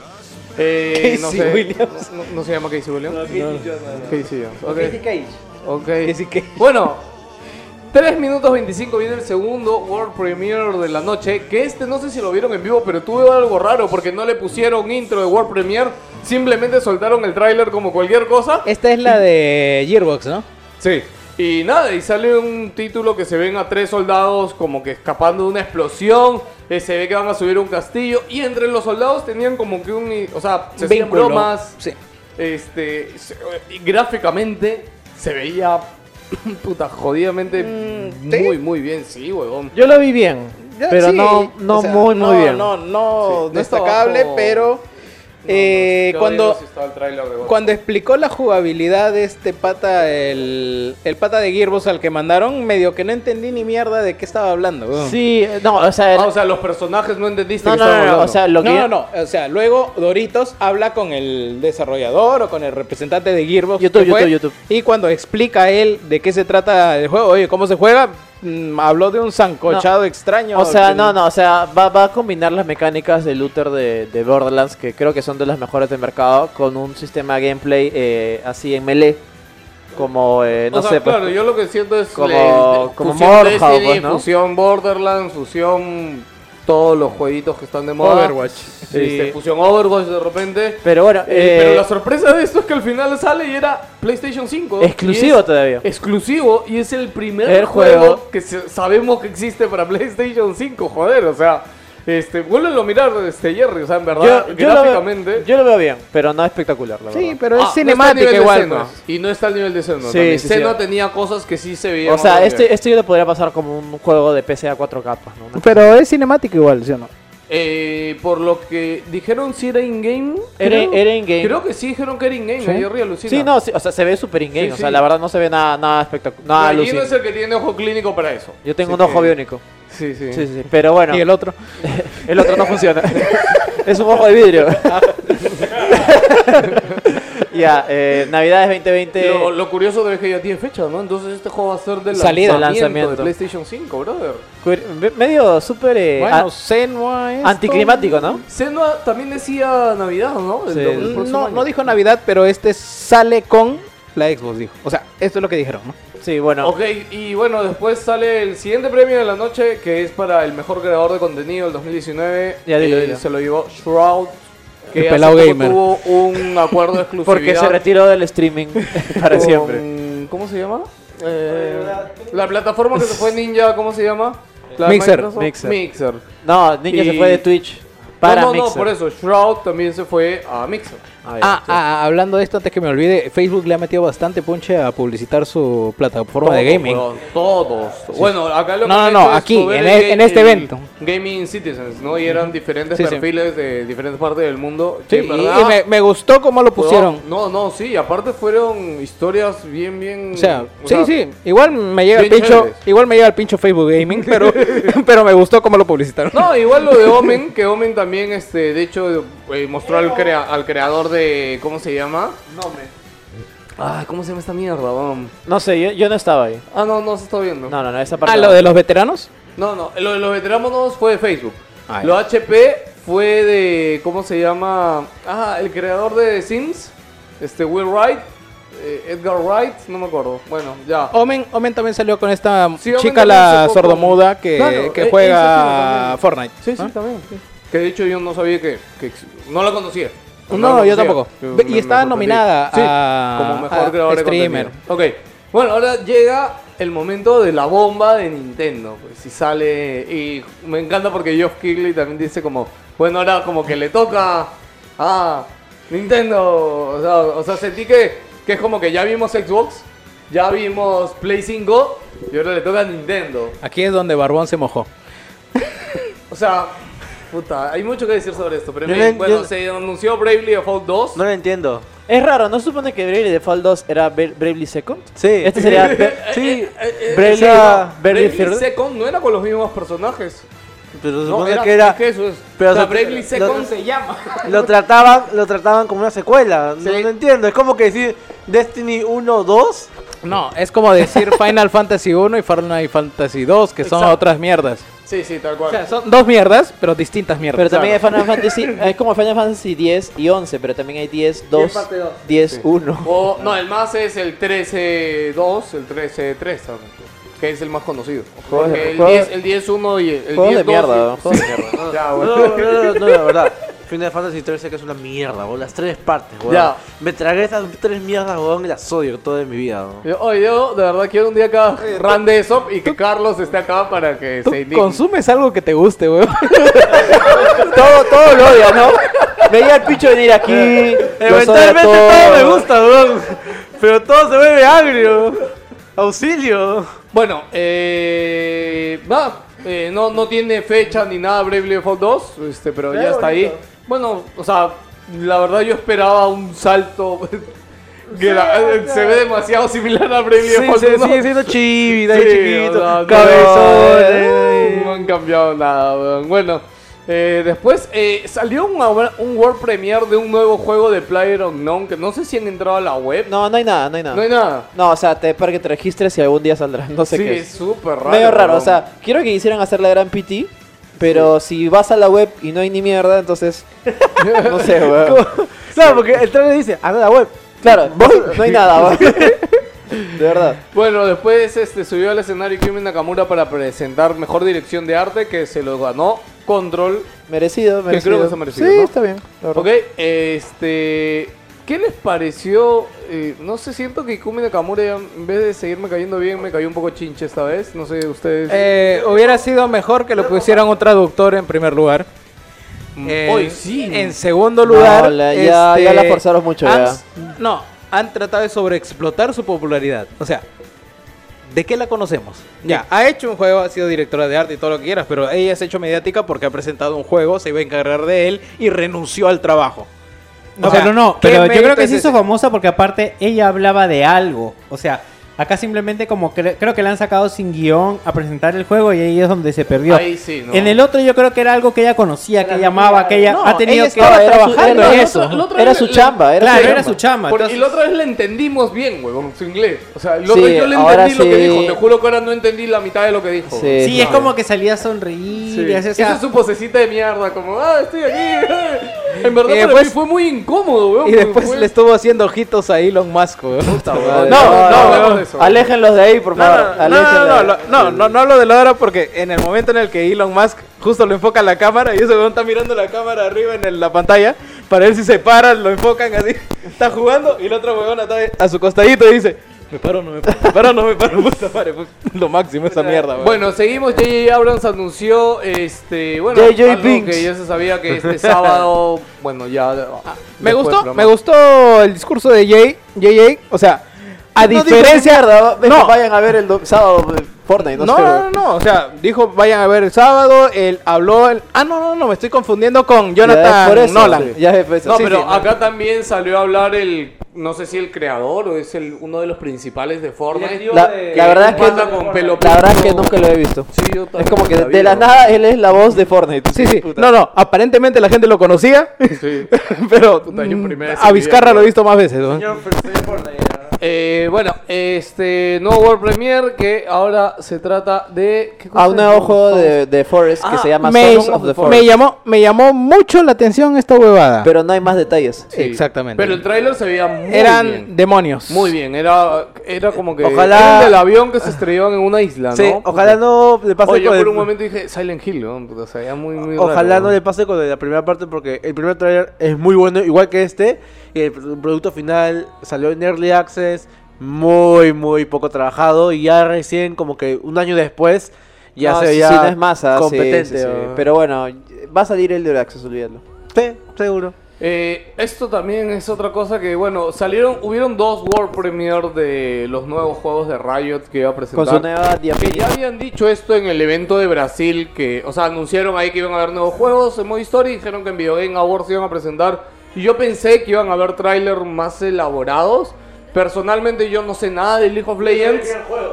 Speaker 2: Eh, no
Speaker 6: Casey
Speaker 2: sé,
Speaker 6: Williams.
Speaker 2: No, no se llama Casey Williams. Casey Jones. ok.
Speaker 7: Cage.
Speaker 2: Ok. Bueno, 3 minutos 25 viene el segundo World Premiere de la noche. Que este no sé si lo vieron en vivo, pero tuve algo raro porque no le pusieron intro de World Premiere. Simplemente soltaron el tráiler como cualquier cosa.
Speaker 8: Esta es la de Gearbox, ¿no?
Speaker 2: Sí. Y nada, y sale un título que se ven a tres soldados como que escapando de una explosión. eh, se ve que van a subir a un castillo. Y entre los soldados tenían como que un. O sea, se hacían
Speaker 8: Vínculo.
Speaker 2: bromas.
Speaker 8: Sí.
Speaker 2: Este. se- y gráficamente se veía. Puta, jodidamente.
Speaker 18: Mm,
Speaker 2: Muy, muy bien, sí, huevón.
Speaker 7: Yo lo vi bien, pero no, no
Speaker 18: o sea,
Speaker 7: muy, muy
Speaker 18: no,
Speaker 7: bien.
Speaker 18: No, no
Speaker 2: Sí, no está
Speaker 18: destacable,
Speaker 2: bajo-
Speaker 18: pero eh, cuando, cuando explicó la jugabilidad de este pata, el, el pata de Gearbox al que mandaron, medio que no entendí ni mierda de qué estaba hablando. weón.
Speaker 7: Sí, eh, no, o sea,
Speaker 2: Ah, o sea, los personajes no entendiste
Speaker 7: no,
Speaker 2: que
Speaker 7: no,
Speaker 2: estaban
Speaker 7: no, no, o
Speaker 2: hablando.
Speaker 7: sea, lo que
Speaker 18: no,
Speaker 7: yo-
Speaker 18: no, no. O sea, luego Doritos habla con el desarrollador o con el representante de Gearbox.
Speaker 7: YouTube,
Speaker 18: que fue,
Speaker 7: YouTube, YouTube.
Speaker 18: Y cuando explica a él de qué se trata el juego, oye, cómo se juega, mm, habló de un zancochado extraño.
Speaker 7: O sea,
Speaker 18: que-
Speaker 7: no, no, o sea, va, va a combinar las mecánicas de Luther de, de Borderlands, que creo que son de las mejores del mercado, con un sistema gameplay eh, así en melee. Como, eh, no
Speaker 2: O sea,
Speaker 7: sé, pues,
Speaker 2: claro, yo lo que siento es
Speaker 7: como-
Speaker 2: le-
Speaker 7: como
Speaker 2: fusión
Speaker 7: Morja,
Speaker 2: Destiny,
Speaker 7: pues, ¿no?
Speaker 2: fusión Borderlands, fusión todos los jueguitos que están de moda.
Speaker 18: Overwatch.
Speaker 2: Este, fusión Overwatch de repente. Eh,
Speaker 7: Pero bueno, eh,
Speaker 2: pero la sorpresa de esto es que al final sale y era PlayStation 5.
Speaker 7: exclusivo
Speaker 2: y es
Speaker 7: todavía.
Speaker 2: Exclusivo y es el primer
Speaker 7: El
Speaker 2: juego,
Speaker 7: juego.
Speaker 2: que se- sabemos que existe para PlayStation 5, joder, o sea, este, vuélvelo a mirar este Jerry, o sea, en verdad,
Speaker 7: Yo, yo lo
Speaker 2: gráficamente
Speaker 7: veo, yo lo veo bien, pero no espectacular, la
Speaker 18: Sí,
Speaker 7: verdad.
Speaker 18: pero es
Speaker 2: Ah, no está al
Speaker 18: cinemática
Speaker 2: nivel de
Speaker 18: igual.
Speaker 2: Senua.
Speaker 18: pues.
Speaker 2: Y no está al nivel de Senua.
Speaker 7: Sí,
Speaker 2: también.
Speaker 7: sí,
Speaker 2: Senua
Speaker 7: sí.
Speaker 2: tenía cosas que sí se veían.
Speaker 7: O sea,
Speaker 2: bastante
Speaker 7: este,
Speaker 2: bien.
Speaker 7: este yo lo podría pasar como un juego de PC a 4K, pues, ¿no?
Speaker 8: Pero es cinemática igual, ¿sí o no?
Speaker 2: Eh, por lo que dijeron si era in-game.
Speaker 7: Era-
Speaker 2: creo.
Speaker 7: era in-game.
Speaker 2: Creo que sí dijeron que era in-game. ¿eh? Jerry alucina.
Speaker 7: Sí, no, sí, o sea, se ve súper in-game,
Speaker 2: Sí,
Speaker 7: o sea,
Speaker 2: sí.
Speaker 7: la verdad no se ve nada, nada espectacular, nada
Speaker 2: Gallino
Speaker 7: alucinante.
Speaker 2: es el que tiene ojo clínico para eso.
Speaker 7: Yo tengo un ojo biónico.
Speaker 2: Sí, sí.
Speaker 7: Sí, sí, sí, pero bueno.
Speaker 18: Y el otro.
Speaker 7: El otro no funciona. es un ojo de vidrio. ya, eh, Navidades 2020.
Speaker 2: Lo, lo curioso de que ya tiene fecha, ¿no? Entonces este juego va a ser de lanzamiento,
Speaker 7: Salida.
Speaker 2: de
Speaker 7: Lanzamiento.
Speaker 2: PlayStation 5, brother.
Speaker 7: cur- me- Medio súper eh,
Speaker 18: Bueno,
Speaker 7: a-
Speaker 18: Senua es.
Speaker 7: anticlimático, ¿no?
Speaker 2: Senua Pues también decía Navidad, ¿no? El-
Speaker 7: Sí.
Speaker 2: el próximo
Speaker 18: No,
Speaker 2: año.
Speaker 18: no dijo Navidad, pero este sale con la Xbox, dijo. O sea, esto es lo que dijeron, ¿no?
Speaker 7: Sí, bueno.
Speaker 2: Ok, y bueno, después sale el siguiente premio de la noche, que es para el mejor creador de contenido del 2019.
Speaker 7: Ya, dilo,
Speaker 2: Eh,
Speaker 7: dilo.
Speaker 2: Se lo llevó Shroud, que
Speaker 18: El
Speaker 2: hace
Speaker 18: pelao
Speaker 2: poco
Speaker 18: gamer.
Speaker 2: tuvo un acuerdo de exclusividad.
Speaker 7: Porque se retiró del streaming para
Speaker 2: con-
Speaker 7: siempre.
Speaker 2: ¿Cómo se llama? Eh, la plataforma que se fue Ninja, ¿cómo se llama? La de
Speaker 18: Mixer.
Speaker 2: Microsoft.
Speaker 7: Mixer.
Speaker 2: Mixer.
Speaker 7: No, Ninja se
Speaker 2: Y-
Speaker 7: fue de Twitch
Speaker 2: Para
Speaker 7: para
Speaker 2: no, no, no,
Speaker 7: Mixer.
Speaker 2: por eso, Shroud también se fue a Mixer.
Speaker 7: Ah, ya,
Speaker 18: Ah, ah, hablando de esto, antes que me olvide, Facebook le ha metido bastante punche a publicitar su plataforma de
Speaker 2: Todos,
Speaker 18: gaming.
Speaker 2: weón, todos. Bueno, acá lo
Speaker 18: No,
Speaker 2: que
Speaker 18: no,
Speaker 2: han
Speaker 18: no,
Speaker 2: hecho es
Speaker 18: aquí,
Speaker 2: mover
Speaker 18: en
Speaker 2: el
Speaker 18: e-
Speaker 2: ga-
Speaker 18: en este
Speaker 2: el
Speaker 18: evento.
Speaker 2: Gaming Citizens, ¿no? Y eran diferentes
Speaker 18: Sí, sí.
Speaker 2: perfiles de diferentes partes del mundo.
Speaker 18: Sí,
Speaker 2: Que,
Speaker 18: y,
Speaker 2: en verdad,
Speaker 18: y me, me gustó cómo lo
Speaker 2: weón,
Speaker 18: pusieron.
Speaker 2: No, no, sí, aparte fueron historias bien, bien.
Speaker 18: O sea,
Speaker 2: Mm, o
Speaker 18: sí,
Speaker 2: sea,
Speaker 18: sí, igual me llega el
Speaker 2: bien
Speaker 18: pincho,
Speaker 2: chéveres.
Speaker 18: igual me llega el pincho Facebook Gaming, pero, pero me gustó cómo lo publicitaron.
Speaker 2: No, igual lo de Omen, que Omen también, este, de hecho, eh, mostró al, crea- al creador de. ¿Cómo se llama? Nome. Ay, ¿cómo se llama esta mierda, weón?
Speaker 7: No sé, yo, yo no estaba ahí.
Speaker 2: Ah, no, no se está viendo.
Speaker 7: No, no, no, esa parte.
Speaker 18: Ah,
Speaker 7: no.
Speaker 18: lo de los veteranos.
Speaker 2: No, no, lo de los veteranos fue de Facebook.
Speaker 18: Ah, ya.
Speaker 2: lo HP fue de. ¿Cómo se llama? Ah, el creador de Sims. Este, Will Wright. eh, Edgar Wright, no me acuerdo. Bueno, ya.
Speaker 18: Omen, Omen también salió con esta
Speaker 2: Sí, Omen
Speaker 18: chica,
Speaker 2: también hace
Speaker 18: la
Speaker 2: poco.
Speaker 18: sordomuda, que,
Speaker 2: Claro,
Speaker 18: que
Speaker 2: eh,
Speaker 18: juega
Speaker 2: esa tiene también.
Speaker 18: Fortnite.
Speaker 2: Sí, sí,
Speaker 18: ¿Ah?
Speaker 2: también. sí. Que de hecho yo no sabía que. que ex- no la conocía.
Speaker 18: No,
Speaker 2: la
Speaker 18: yo
Speaker 2: conocía.
Speaker 18: tampoco.
Speaker 2: Yo
Speaker 18: Ve-
Speaker 2: me-
Speaker 18: y
Speaker 2: me
Speaker 18: estaba
Speaker 2: sorprendí.
Speaker 18: nominada
Speaker 2: Sí,
Speaker 18: a-
Speaker 2: como
Speaker 18: a
Speaker 2: mejor creador de
Speaker 18: streamer.
Speaker 2: contenido. Ok. Bueno, ahora llega el momento de la bomba de Nintendo. Pues, si sale. Y me encanta porque Geoff Keighley también dice como. Bueno, ahora como que le toca a Nintendo. O sea, o sea, sentí que, que es como que ya vimos Xbox, ya vimos Play 5 y ahora le toca a Nintendo.
Speaker 18: Aquí es donde Barbón se mojó.
Speaker 2: O sea, puta, hay mucho que decir sobre esto. Pero
Speaker 3: Yo
Speaker 2: en fin,
Speaker 3: no-
Speaker 2: bueno,
Speaker 3: yo-
Speaker 2: se anunció Bravely Default 2.
Speaker 3: No lo entiendo.
Speaker 7: Es raro, ¿no se supone que Bravely Default 2 era Bra- Bravely Second?
Speaker 3: Sí.
Speaker 7: Este sería Bra-
Speaker 3: Sí,
Speaker 7: Bravely,
Speaker 3: sí, no.
Speaker 7: Bravely
Speaker 2: Bravely
Speaker 7: Third.
Speaker 2: Second no era con los mismos personajes.
Speaker 3: pero se
Speaker 2: No,
Speaker 3: supone
Speaker 2: era,
Speaker 3: que era.
Speaker 2: es que eso es.
Speaker 3: pero
Speaker 2: o sea,
Speaker 3: se-
Speaker 2: Bravely
Speaker 3: lo-
Speaker 2: Second se llama.
Speaker 3: Lo trataban, lo trataban como una secuela. No, no entiendo. Es como que decir Destiny 1, 2.
Speaker 8: No,
Speaker 2: eh,
Speaker 8: es como decir Final Fantasy 1 y Final Fantasy 2, que son
Speaker 2: Exacto.
Speaker 8: otras mierdas.
Speaker 2: Sí, sí, tal cual.
Speaker 8: O sea, son dos mierdas, pero distintas mierdas.
Speaker 7: Pero también hay Final Fantasy, es como Final Fantasy 10 y 11, pero también hay 10, 2,
Speaker 2: parte dos.
Speaker 7: 10, 1.
Speaker 2: O, no, el más es el 13-2, el 13-3, también, que es el más conocido.
Speaker 7: Juegos de-
Speaker 2: Porque el
Speaker 7: juegos-
Speaker 2: 10 el 10-1 y el
Speaker 7: Juegos de
Speaker 2: 10-2
Speaker 7: mierda,
Speaker 2: y-
Speaker 7: ¿no? juegos de mierda.
Speaker 2: Ya,
Speaker 3: No,
Speaker 2: Ah, bueno.
Speaker 3: no, no, no, la verdad. Final Fantasy 13 que es una mierda, weón. Las tres partes, weón.
Speaker 2: Ya.
Speaker 3: Me tragué esas tres mierdas, weón, y las odio toda mi vida, weón.
Speaker 2: Yo, oye, yo de verdad quiero un día acá Ran de Sop y que Carlos esté acá para que se indique.
Speaker 8: Consumes algo que te guste, weón.
Speaker 7: Todo, todo lo odia, ¿no? Veía al picho venir aquí. los odia
Speaker 3: Eventualmente todo.
Speaker 7: todos.
Speaker 3: me gusta, weón. Pero todo se vuelve agrio. Auxilio.
Speaker 2: Bueno, eh, va, eh, no, no tiene fecha ni nada Bravely Default 2, este, pero ya está ahí. Bueno, o sea, la verdad yo esperaba un salto. gra- eh, se ve demasiado similar a Bravely
Speaker 3: Sí,
Speaker 2: Default
Speaker 3: se
Speaker 2: 1.
Speaker 3: sigue siendo chibi, de ahí
Speaker 2: Sí,
Speaker 3: chiquito.
Speaker 2: o sea, no, eh,
Speaker 3: cabezón.
Speaker 2: No han cambiado nada, weón. Bueno, eh, después eh, salió un, abra- un World Premiere de un nuevo juego de PlayerUnknown que no sé si han entrado a la web.
Speaker 7: No, no hay nada, no hay nada.
Speaker 2: No hay nada.
Speaker 7: No, o sea, te, para que te registres y algún día saldrá. No sé
Speaker 2: sí,
Speaker 7: qué
Speaker 2: es
Speaker 7: es.
Speaker 2: súper raro.
Speaker 7: Medio raro, o
Speaker 2: weón.
Speaker 7: sea, quiero que quisieran hacer la gran PT, pero si vas a la web y no hay ni mierda, entonces. No sé, weón.
Speaker 3: ¿Sabes? Porque el trailer dice, anda la web.
Speaker 7: Claro, no hay nada, weón. De verdad.
Speaker 2: Bueno, después este, subió al escenario Kimi Nakamura para presentar mejor dirección de arte que se lo ganó Control.
Speaker 7: Merecido, merecido.
Speaker 2: creo que se ha merecido,
Speaker 7: Sí,
Speaker 2: ¿no?
Speaker 7: está bien. la verdad.
Speaker 2: Ok, este. ¿Qué les pareció? Eh, no sé, siento que Ikumi Nakamura, ya, en vez de seguirme cayendo bien, me cayó un poco chinche esta vez. No sé, ustedes.
Speaker 8: Eh, hubiera sido mejor que lo pusieran un traductor en primer lugar. Eh,
Speaker 2: Mm. hoy sí.
Speaker 8: En segundo
Speaker 7: No,
Speaker 8: lugar, este,
Speaker 7: la- ya- ya la forzaron mucho,
Speaker 8: han-
Speaker 7: ya.
Speaker 8: No, han tratado de sobreexplotar su popularidad. O sea, ¿de qué la conocemos? Ya, ha hecho un juego, ha sido directora de arte y todo lo que quieras, pero ella se ha hecho mediática porque ha presentado un juego, se iba a encargar de él y renunció al trabajo.
Speaker 4: No,
Speaker 8: O sea,
Speaker 4: pero no,
Speaker 8: ¿qué
Speaker 4: pero yo creo
Speaker 8: mérito
Speaker 4: que
Speaker 8: es
Speaker 4: se hizo
Speaker 8: ese?
Speaker 4: famosa porque aparte ella hablaba de algo. O sea, acá simplemente como cre- creo que la han sacado sin guión a presentar el juego y ahí es donde se perdió.
Speaker 2: Ahí sí, ¿no?
Speaker 4: En el otro yo creo que era algo que ella conocía, que llamaba, que ella
Speaker 8: No,
Speaker 4: ha tenido
Speaker 8: ella
Speaker 4: que...
Speaker 8: estaba
Speaker 7: No, era su-
Speaker 4: Ah,
Speaker 8: trabajando
Speaker 7: era-
Speaker 8: en
Speaker 7: la
Speaker 8: eso.
Speaker 2: otra- la otra
Speaker 7: Era
Speaker 2: vez
Speaker 7: su
Speaker 2: le-
Speaker 7: chamba, era
Speaker 4: Claro,
Speaker 7: su
Speaker 4: era su
Speaker 7: chamba.
Speaker 4: chama.
Speaker 2: Por- y
Speaker 4: entonces-
Speaker 2: la otra vez la entendimos bien, güey, con su inglés. O sea, la
Speaker 7: Sí,
Speaker 2: otra vez yo le
Speaker 7: ahora
Speaker 2: entendí lo que
Speaker 7: sí.
Speaker 2: dijo. Te juro que ahora no entendí la mitad de lo que dijo.
Speaker 7: Sí.
Speaker 4: Sí, es
Speaker 7: no.
Speaker 4: como que salía a sonreír.
Speaker 2: Sí.
Speaker 4: y así, o sea,
Speaker 2: Esa es su posecita de mierda, como, ah, estoy aquí. en verdad,
Speaker 7: Eh,
Speaker 8: Y
Speaker 2: para
Speaker 7: pues,
Speaker 8: después-
Speaker 2: mí fue muy incómodo, weón.
Speaker 8: Y después
Speaker 2: fue-
Speaker 8: le estuvo haciendo ojitos a Elon Musk. weón.
Speaker 7: No,
Speaker 2: no,
Speaker 7: no,
Speaker 2: no
Speaker 7: no,
Speaker 2: hablemos de eso.
Speaker 7: Aléjenlos de ahí, por
Speaker 8: No,
Speaker 7: favor.
Speaker 8: no, no, no,
Speaker 7: aléjenlos.
Speaker 8: no, no, no, no hablo de la hora porque en el momento en el que Elon Musk justo lo enfoca a la cámara y ese weón está mirando la cámara arriba en el- la pantalla para ver si se para, lo enfocan así, está jugando y el otro weón está a su costadito y dice, me paro, no me paro, me paro, no me paro, puta madre, fue lo máximo esa mierda, weón.
Speaker 2: Bueno, seguimos. J.J. Abrams anunció, este, bueno,
Speaker 7: J.J.
Speaker 2: algo
Speaker 7: Binks.
Speaker 2: que ya se sabía que este sábado, bueno, ya. ah,
Speaker 8: me
Speaker 2: después del
Speaker 8: gustó,
Speaker 2: programa.
Speaker 8: me gustó el discurso de Jay, JJ, o sea, a
Speaker 7: No dijo
Speaker 8: diferencia...
Speaker 7: ni mierda, ve-
Speaker 8: no.
Speaker 7: vayan a ver el do- sábado eh, Fortnite, no,
Speaker 8: No,
Speaker 7: sé.
Speaker 8: no, no,
Speaker 7: weón.
Speaker 8: no, o sea, dijo vayan a ver el sábado, él habló, el... ah, no, no, no, me estoy confundiendo con
Speaker 7: Ya es por
Speaker 8: Jonathan
Speaker 7: eso,
Speaker 8: Nolan.
Speaker 7: sí, Ya pues, es por eso.
Speaker 2: No,
Speaker 7: Sí,
Speaker 2: ah, pero
Speaker 7: sí,
Speaker 2: acá también salió a hablar el, no sé si el creador o es el uno de los principales de Fortnite.
Speaker 7: La, la verdad es que
Speaker 2: Manda con pelo
Speaker 7: la verdad es que
Speaker 2: pinto.
Speaker 7: nunca lo he visto.
Speaker 2: Sí, yo
Speaker 7: Es
Speaker 2: también
Speaker 7: como que de,
Speaker 2: vi,
Speaker 7: de la
Speaker 2: ¿no?
Speaker 7: nada él es la voz de Fortnite.
Speaker 8: Sí, sí. No, no. Aparentemente la gente lo conocía,
Speaker 2: Sí.
Speaker 8: pero
Speaker 2: Puta, yo
Speaker 8: mm,
Speaker 2: primera vez
Speaker 8: a
Speaker 2: en mi
Speaker 8: Vizcarra
Speaker 2: vida.
Speaker 8: lo he visto más veces. ¿no?
Speaker 2: Eh, bueno, este nuevo World Premiere que ahora se trata de ¿qué cosa
Speaker 7: A un nuevo
Speaker 2: es?
Speaker 7: juego de, de Forest
Speaker 4: Ah,
Speaker 7: que se llama
Speaker 8: me,
Speaker 7: Songs of the
Speaker 8: me
Speaker 7: Forest.
Speaker 8: llamó, me llamó mucho la atención esta huevada.
Speaker 7: Pero no hay más detalles.
Speaker 2: Sí.
Speaker 8: Exactamente.
Speaker 2: Pero el tráiler se veía muy
Speaker 8: Eran
Speaker 2: bien.
Speaker 8: demonios.
Speaker 2: Muy bien, era, era como que
Speaker 3: Ojalá-
Speaker 2: era el del avión que se estrelló en una isla, ¿no?
Speaker 3: Sí, ojalá no le pase
Speaker 2: Oye, yo
Speaker 3: con
Speaker 2: por
Speaker 3: el-
Speaker 2: un momento dije Silent Hill, ¿no? Puta, se veía muy, muy
Speaker 3: Ojalá
Speaker 2: raro,
Speaker 3: no le pase con la primera parte porque el primer trailer es muy bueno, igual que este. Y el pr- producto final salió en Early Access, muy, muy poco trabajado. Y ya recién, como que un año después, ya
Speaker 7: No,
Speaker 3: se
Speaker 7: sí,
Speaker 3: veía
Speaker 7: sí, no es masa, sí,
Speaker 3: competente.
Speaker 7: sí, sí.
Speaker 3: ¿no?
Speaker 7: Pero bueno, va a salir el de Access, olvídalo.
Speaker 3: Sí, seguro.
Speaker 2: Eh, esto también es otra cosa que, bueno, salieron, hubieron dos World Premiere de los nuevos juegos de Riot que iba a presentar.
Speaker 7: Con su nueva
Speaker 2: Que
Speaker 7: diapositiva.
Speaker 2: ya habían dicho esto en el evento de Brasil, que, o sea, anunciaron ahí que iban a haber nuevos juegos en modo historia y dijeron que en Video Game Awards iban a presentar Y yo pensé que iban a haber trailers más elaborados. Personalmente yo no sé nada de League of Legends.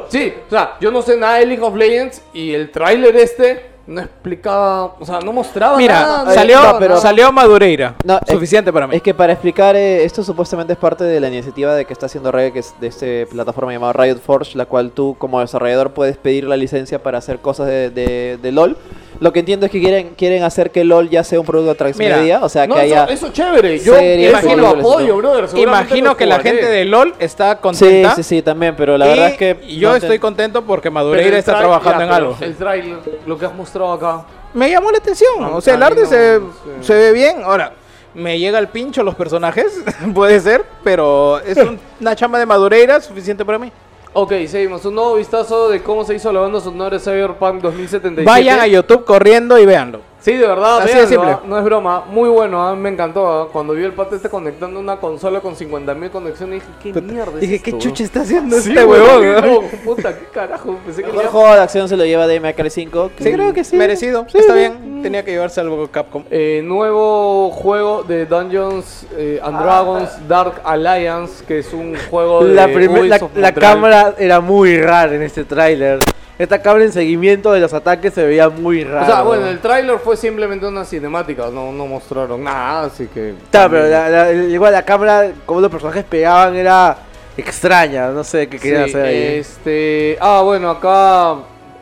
Speaker 2: Sí, o sea, yo no sé nada de League of Legends y el tráiler este no explicaba, o sea, no mostraba nada.
Speaker 18: Mira,
Speaker 2: no
Speaker 18: salió,
Speaker 2: mostraba nada.
Speaker 18: salió Madureira.
Speaker 7: No, eh, es-
Speaker 18: Suficiente para mí.
Speaker 7: Es que para explicar, eh, esto supuestamente es parte de la iniciativa de que está haciendo Riot, que es de esta plataforma llamada Riot Forge, la cual tú como desarrollador puedes pedir la licencia para hacer cosas de, de- de LOL. Lo que entiendo es que quieren, quieren hacer que LOL ya sea un producto transmedia, o sea,
Speaker 2: No,
Speaker 7: que
Speaker 2: eso,
Speaker 7: haya...
Speaker 2: eso es chévere. Yo
Speaker 7: series,
Speaker 2: imagino
Speaker 7: películas y
Speaker 2: apoyo,
Speaker 7: todo.
Speaker 2: brother. seguramente
Speaker 18: Imagino
Speaker 2: lo
Speaker 18: que la
Speaker 2: jugaré.
Speaker 18: gente de LOL está
Speaker 7: Sí,
Speaker 18: contenta.
Speaker 7: sí, sí, también, pero la verdad es que...
Speaker 18: Y yo
Speaker 7: no te-
Speaker 18: estoy contento porque
Speaker 2: Pero
Speaker 18: Madureira
Speaker 2: el
Speaker 18: está
Speaker 2: trai-
Speaker 18: trabajando
Speaker 2: ya,
Speaker 18: en
Speaker 2: pero
Speaker 18: algo.
Speaker 2: El trailer, lo que has mostrado acá.
Speaker 18: Me llamó la atención. O sea, el
Speaker 2: a mí
Speaker 18: arte
Speaker 2: no,
Speaker 18: se,
Speaker 2: no sé.
Speaker 18: se ve bien. Ahora, me llega el pincho los personajes, puede ser, pero es un- una chamba de Madureira suficiente para mí.
Speaker 2: Ok, seguimos. Un nuevo vistazo de cómo se hizo la banda sonora de Cyberpunk 2077.
Speaker 18: Vayan a YouTube corriendo y véanlo.
Speaker 2: Sí, de verdad,
Speaker 18: Así de
Speaker 2: véanlo,
Speaker 18: simple.
Speaker 2: ah, no es broma. Muy bueno, ah, me encantó. ah. Cuando vi el pate este conectando una consola con 50.000 conexiones, dije, ¿qué mierda es
Speaker 18: Dije, ¿qué
Speaker 2: esto,
Speaker 18: chucha está haciendo
Speaker 2: weón?" Sí,
Speaker 18: este
Speaker 2: weón,
Speaker 18: huevón?
Speaker 2: qué
Speaker 18: weón?
Speaker 2: huevón, Puta, qué carajo. Pensé que
Speaker 7: El
Speaker 2: ya-
Speaker 7: juego de acción se lo lleva DMA 5.
Speaker 18: Sí, creo que sí. Merecido. Está bien. Tenía que llevarse algo Capcom.
Speaker 2: Eh, nuevo juego de Dungeons eh, and
Speaker 3: Ah,
Speaker 2: Dragons Dark Alliance, que es un juego de
Speaker 3: La, primer- la-
Speaker 2: Ubisoft
Speaker 3: la
Speaker 2: Montreal.
Speaker 3: cámara era muy rara en este tráiler. Esta cámara en seguimiento de los ataques se veía muy rara.
Speaker 2: O sea, bueno,
Speaker 3: weón.
Speaker 2: el tráiler fue simplemente una cinemática, no, no mostraron nada, así que...
Speaker 3: Está, pero la- la- el- igual la cámara, como los personajes pegaban, era extraña. No sé qué querían
Speaker 2: Sí,
Speaker 3: hacer ahí.
Speaker 7: eh,
Speaker 3: ¿eh?
Speaker 2: Este, ah, bueno, acá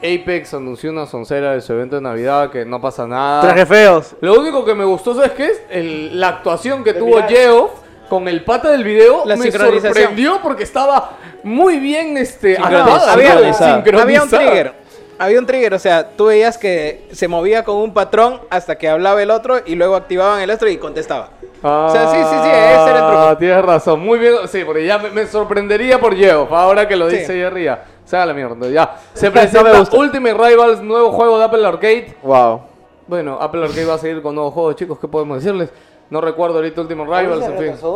Speaker 2: Apex anunció una soncera de su evento de Navidad que no pasa nada.
Speaker 3: Traje feos.
Speaker 2: Lo único que me gustó, ¿sabes qué es? El- la actuación que tuvo Geoff con el pata del video
Speaker 18: La
Speaker 2: me
Speaker 18: sincronización.
Speaker 2: sorprendió porque estaba muy bien este
Speaker 18: Ah,
Speaker 2: actuada,
Speaker 18: había,
Speaker 2: ¿no?
Speaker 18: había- había un
Speaker 2: Sincronizada.
Speaker 18: trigger. Había un trigger, o sea, tú veías que se movía con un patrón hasta que hablaba el otro y luego activaban el otro y contestaba. O sea, sí, sí, sí, ese era el truco.
Speaker 2: Ah, Tienes razón, muy bien. Sí, porque ya me, me sorprendería por Geoff, ahora que lo
Speaker 18: Sí.
Speaker 2: dice Jerry. ya. Se haga la mierda, ya. Se presenta Ultimate Rivals, nuevo juego de Apple Arcade.
Speaker 7: Wow.
Speaker 2: Bueno, Apple Arcade va a seguir con nuevos juegos, chicos, ¿qué podemos decirles? No recuerdo ahorita Ultimate Rivals, en fin.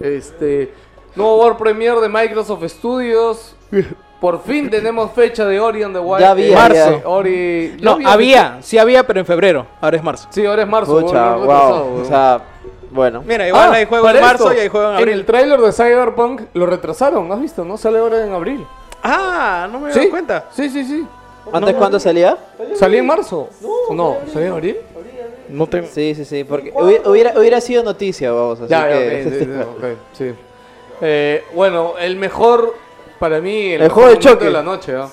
Speaker 2: Este, nuevo World Premiere de Microsoft Studios. Por fin tenemos fecha de Ori and the Wild. Eh,
Speaker 7: Ya había,
Speaker 2: Marzo.
Speaker 7: ya.
Speaker 2: Ori...
Speaker 18: No,
Speaker 2: ya
Speaker 18: había, sí había, pero en febrero. Ahora es marzo.
Speaker 2: Sí, ahora es marzo.
Speaker 7: Pucha,
Speaker 2: weón, lo han retrasado,
Speaker 7: wow. O
Speaker 2: weón.
Speaker 7: sea, bueno.
Speaker 18: Mira, igual
Speaker 2: Ah,
Speaker 18: hay juego en
Speaker 2: para
Speaker 18: marzo
Speaker 2: esto,
Speaker 18: y hay juego en
Speaker 2: el
Speaker 18: abril.
Speaker 2: tráiler de Cyberpunk lo retrasaron, ¿has visto? No sale ahora en abril.
Speaker 18: Ah, no me
Speaker 2: ¿Sí?
Speaker 18: doy cuenta.
Speaker 2: Sí, sí, sí.
Speaker 7: ¿Antes cuándo salía?
Speaker 2: ¿Salía en marzo? No, ¿salía en abril?
Speaker 18: No te...
Speaker 7: Sí, sí, sí, porque hubi- hubiera, hubiera sido noticia, vamos, así
Speaker 2: Ya, ya,
Speaker 7: que...
Speaker 2: ok, sí, sí, ok, sí. Eh, bueno, el mejor para mí, el,
Speaker 7: El
Speaker 2: mejor
Speaker 7: juego de
Speaker 2: momento
Speaker 7: choque.
Speaker 2: de la noche. ¿no?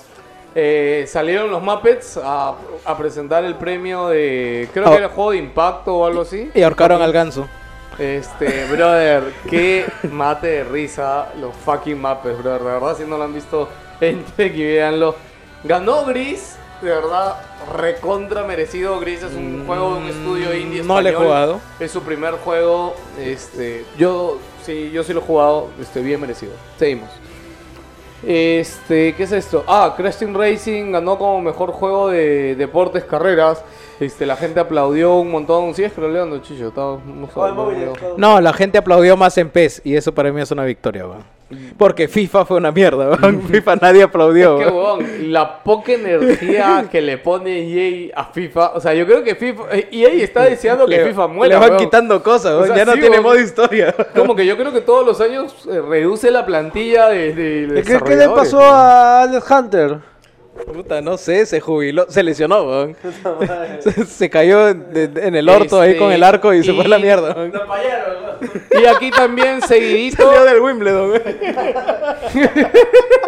Speaker 2: Eh, salieron los Muppets a, a presentar el premio de. Creo que
Speaker 18: Ah.
Speaker 2: era juego de impacto o algo así.
Speaker 18: Y ahorcaron al ganso.
Speaker 2: Este, brother, qué mate de risa los fucking Muppets, brother. De verdad, si no lo han visto, entre que veanlo. Ganó Gris, de verdad, recontra merecido. Gris es un juego de un estudio indie
Speaker 18: Mm, no le he
Speaker 2: español.
Speaker 18: jugado.
Speaker 2: Es su primer juego. Este, yo sí, yo sí lo he jugado, este, bien merecido. Seguimos. Este, ¿qué es esto? Ah, Crash Team Racing ganó como mejor juego de deportes carreras. Este, la gente aplaudió un montón. ¿Sigues scrolleando, chicho? Estaba- no sé, no veo.
Speaker 18: No, la gente aplaudió más en PES y eso para mí es una victoria, weón. Porque FIFA fue una mierda, weón. FIFA nadie aplaudió,
Speaker 2: Qué
Speaker 18: weón.
Speaker 2: huevón, la poca energía que le pone EA a FIFA. O sea, yo creo que FIFA, eh, EA está deseando que
Speaker 18: Le-
Speaker 2: FIFA muera.
Speaker 18: Le van
Speaker 2: huevón.
Speaker 18: quitando cosas, weón.
Speaker 2: O sea,
Speaker 18: ya no
Speaker 2: sí,
Speaker 18: tiene
Speaker 2: weón.
Speaker 18: modo historia.
Speaker 2: Como que yo creo que todos los años eh, reduce la plantilla de, de
Speaker 3: ¿Qué- ¿Qué, le
Speaker 2: desarrolladores,
Speaker 3: pasó
Speaker 2: huevón.
Speaker 3: a Alex Hunter?
Speaker 18: Puta, no sé, se jubiló, se lesionó, weón. se, se cayó en, de- en el orto ahí
Speaker 2: Este,
Speaker 18: con el arco y se
Speaker 2: y-
Speaker 18: fue a la mierda, weón.
Speaker 2: Y aquí también seguidito.
Speaker 18: Salió del Wimbledon, ¿eh? weón.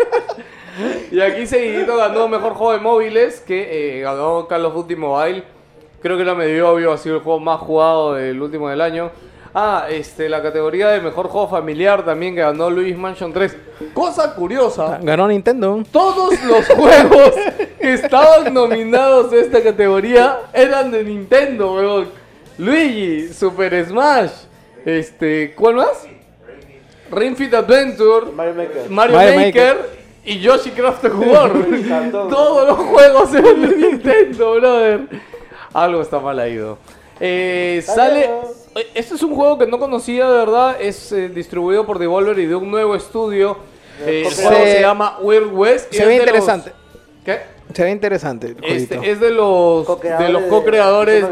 Speaker 2: Y aquí seguidito ganó mejor juego de móviles que eh, ganó Call of Duty Mobile. Creo que era medio obvio, ha sido el juego más jugado del último del año. Ah, este, la categoría de mejor juego familiar también que ganó Luis Mansion 3. Cosa curiosa,
Speaker 18: Ganó Nintendo. weón.
Speaker 2: todos los juegos que estaban nominados a esta categoría eran de Nintendo, weón. Luigi, Super Smash, este, ¿cuál más? Ring Fit Adventure, Mario Maker,
Speaker 18: Mario Maker.
Speaker 2: y Yoshi Crafted War. todos los juegos eran de Nintendo, brother. Algo está mal ahí, ¿no? Eh, sale. Oye, Este es un juego que no conocía, de verdad. Es eh, distribuido por Devolver y de un nuevo estudio. Eh, el
Speaker 18: Se-
Speaker 2: juego se llama Weird West. y
Speaker 18: se
Speaker 2: es
Speaker 18: ve
Speaker 2: de los-
Speaker 18: interesante.
Speaker 2: ¿Qué?
Speaker 18: Se ve interesante el
Speaker 2: Este,
Speaker 18: jueguito.
Speaker 2: es de los de los co-creadores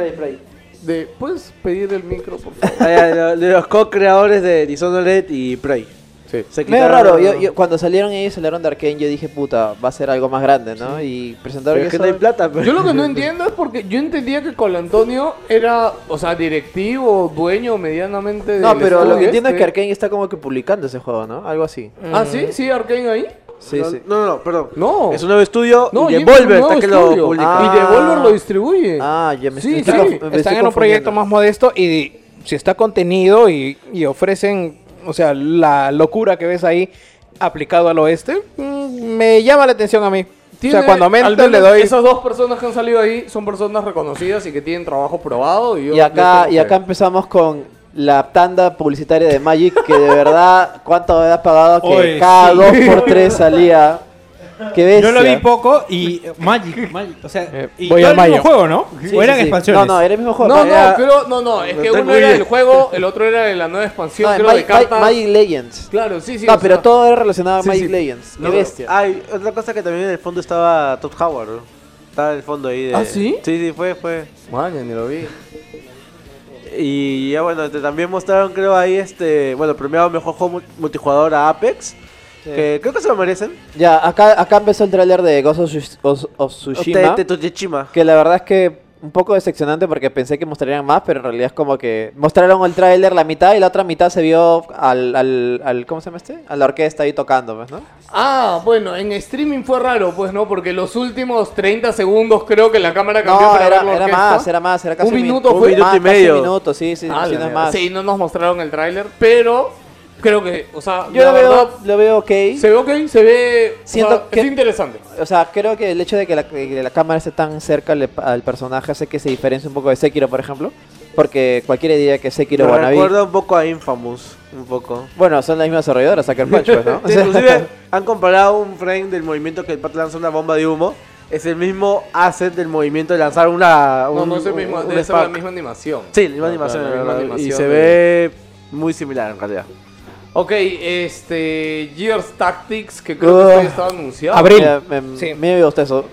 Speaker 2: de... ¿Puedes pedir el micro, por favor?
Speaker 6: Ah, ya, lo- de los co-creadores de Dishonored y Prey.
Speaker 2: Sí.
Speaker 6: Se
Speaker 7: Medio
Speaker 6: quitaron-
Speaker 7: raro, yo, yo- cuando salieron ellos, salieron de Arkane, yo dije, puta, va a ser algo más grande, ¿no? Y
Speaker 6: Pero
Speaker 7: presentaron
Speaker 6: es que no
Speaker 7: eso-
Speaker 6: hay plata. pero-
Speaker 2: Yo lo que no entiendo es porque yo entendía que Col Antonio era, o sea, directivo, dueño medianamente de.
Speaker 7: No, pero lo que entiendo es que Arkane está como que publicando ese juego, ¿no? Algo así.
Speaker 2: Ah, sí, sí, Arkane ahí.
Speaker 7: Sí,
Speaker 6: no,
Speaker 7: sí.
Speaker 6: no, no, no, perdón.
Speaker 2: No.
Speaker 6: Es un nuevo estudio
Speaker 2: No,
Speaker 6: y
Speaker 2: y es
Speaker 6: Devolver
Speaker 2: un nuevo
Speaker 6: está que lo
Speaker 2: estudio.
Speaker 6: publica.
Speaker 7: Ah.
Speaker 2: Y Devolver lo distribuye.
Speaker 7: Ah, ya me
Speaker 2: Sí,
Speaker 7: estoy-
Speaker 2: sí,
Speaker 7: me estoy
Speaker 4: Están en un proyecto
Speaker 7: confundiendo.
Speaker 4: más modesto y si está contenido y, y ofrecen, o sea, la locura que ves ahí aplicado al oeste, mm, me llama la atención a mí. O
Speaker 2: Tiene-
Speaker 4: sea, cuando
Speaker 2: al
Speaker 4: menos
Speaker 2: menos
Speaker 4: le doy...
Speaker 2: Esas dos personas que han salido ahí son personas reconocidas y que tienen trabajo probado. Y, yo-
Speaker 7: Y acá,
Speaker 2: yo
Speaker 7: y
Speaker 2: creo
Speaker 7: acá
Speaker 2: que-
Speaker 7: empezamos con la tanda publicitaria de Magic, que de verdad, ¿cuánto me has pagado? Que
Speaker 19: Oye,
Speaker 7: cada
Speaker 19: sí.
Speaker 7: dos por tres salía. Qué bestia.
Speaker 19: Yo lo vi poco y eh, Magic, Magic, o
Speaker 2: Eh,
Speaker 19: sea, y
Speaker 4: voy
Speaker 19: todo
Speaker 4: al
Speaker 19: el mismo
Speaker 4: mayo.
Speaker 19: juego, ¿no?
Speaker 7: Sí,
Speaker 19: o eran
Speaker 7: sí, sí.
Speaker 19: expansiones.
Speaker 7: No, eh, no, era el mismo juego.
Speaker 2: No,
Speaker 7: pero era-
Speaker 2: no, creo, no, no, es
Speaker 6: No
Speaker 2: que
Speaker 6: está
Speaker 2: uno
Speaker 6: muy
Speaker 2: era
Speaker 6: bien.
Speaker 2: del juego, el otro era de la nueva
Speaker 7: no,
Speaker 2: expansión,
Speaker 7: en
Speaker 2: creo, de
Speaker 7: Ah, Magic, Magic-
Speaker 2: cartas.
Speaker 7: Magic Legends.
Speaker 2: Claro, sí, sí.
Speaker 7: no,
Speaker 2: o
Speaker 7: pero
Speaker 2: sea,
Speaker 7: todo era relacionado a
Speaker 2: Sí,
Speaker 7: Magic
Speaker 2: sí.
Speaker 7: Legem. Qué
Speaker 6: No,
Speaker 7: bestia.
Speaker 6: Hay otra cosa que también en el fondo estaba Todd Howard. ¿no? Estaba en el fondo ahí de.
Speaker 2: ¿Ah, sí?
Speaker 6: Sí, sí, fue, fue.
Speaker 7: Man, ni lo vi.
Speaker 6: Y ya bueno, te- también mostraron, creo, ahí este. Bueno, premiado mejor juego mul- multijugador a Apex. Que creo que se lo merecen.
Speaker 7: Ya, acá, acá empezó el tráiler de Ghost of, Tsush- of- of Tsushima.
Speaker 6: Te- te- Toyoshima.
Speaker 7: Que la verdad es que un poco decepcionante porque pensé que mostrarían más, pero en realidad es como que mostraron el tráiler la mitad y la otra mitad se vio al, al, al- ¿cómo se llama este? A la orquesta ahí tocando, pues, ¿no?
Speaker 2: Ah, bueno, en streaming fue raro, pues, ¿no? Porque los últimos 30 segundos creo que la cámara cambió
Speaker 7: No,
Speaker 2: para
Speaker 7: era,
Speaker 2: ver la
Speaker 7: era
Speaker 2: orquesta.
Speaker 7: más, era más, era casi
Speaker 2: Un
Speaker 7: min-
Speaker 2: minuto fue.
Speaker 7: más,
Speaker 6: Un minuto
Speaker 7: casi
Speaker 6: y medio.
Speaker 7: Un minuto, sí, sí,
Speaker 2: Ah,
Speaker 7: sí,
Speaker 2: la
Speaker 7: no es
Speaker 2: mierda.
Speaker 7: más.
Speaker 2: Sí, no nos mostraron el tráiler, pero creo que, o sea,
Speaker 7: Yo
Speaker 2: la
Speaker 7: lo veo,
Speaker 2: verdad,
Speaker 7: lo veo ok.
Speaker 2: se ve ok, se ve, o
Speaker 7: Siento
Speaker 2: sea,
Speaker 7: que-
Speaker 2: es interesante.
Speaker 7: O sea, creo que el hecho de que la, que la cámara esté tan cerca le- al personaje hace que se diferencie un poco de Sekiro, por ejemplo. Porque cualquiera diría que Sekiro
Speaker 6: Me
Speaker 7: Wannabe...
Speaker 6: recuerda un poco a Infamous. Un poco.
Speaker 7: Bueno, son las mismas desarrolladoras, Sucker Punch, pues, ¿no? O sea,
Speaker 6: Inclusive han comparado un frame del movimiento que el pato lanza una bomba de humo. Es el mismo asset del movimiento de lanzar una.
Speaker 2: No,
Speaker 6: un-
Speaker 2: no es el mismo,
Speaker 6: un-
Speaker 2: debe
Speaker 6: un
Speaker 2: ser la
Speaker 6: spark.
Speaker 2: misma animación.
Speaker 6: Sí, la
Speaker 2: No,
Speaker 6: misma
Speaker 2: claro,
Speaker 6: animación.
Speaker 2: la
Speaker 6: la
Speaker 2: misma
Speaker 6: verdad, Y
Speaker 2: animación
Speaker 6: se
Speaker 2: de-
Speaker 6: ve muy similar en realidad.
Speaker 2: Ok, este, Gears Tactics, que creo
Speaker 7: Uh,
Speaker 2: que esto ya estaba anunciado.
Speaker 4: Abril.
Speaker 7: ya, me, me,
Speaker 4: Sí.
Speaker 7: me gusta eso.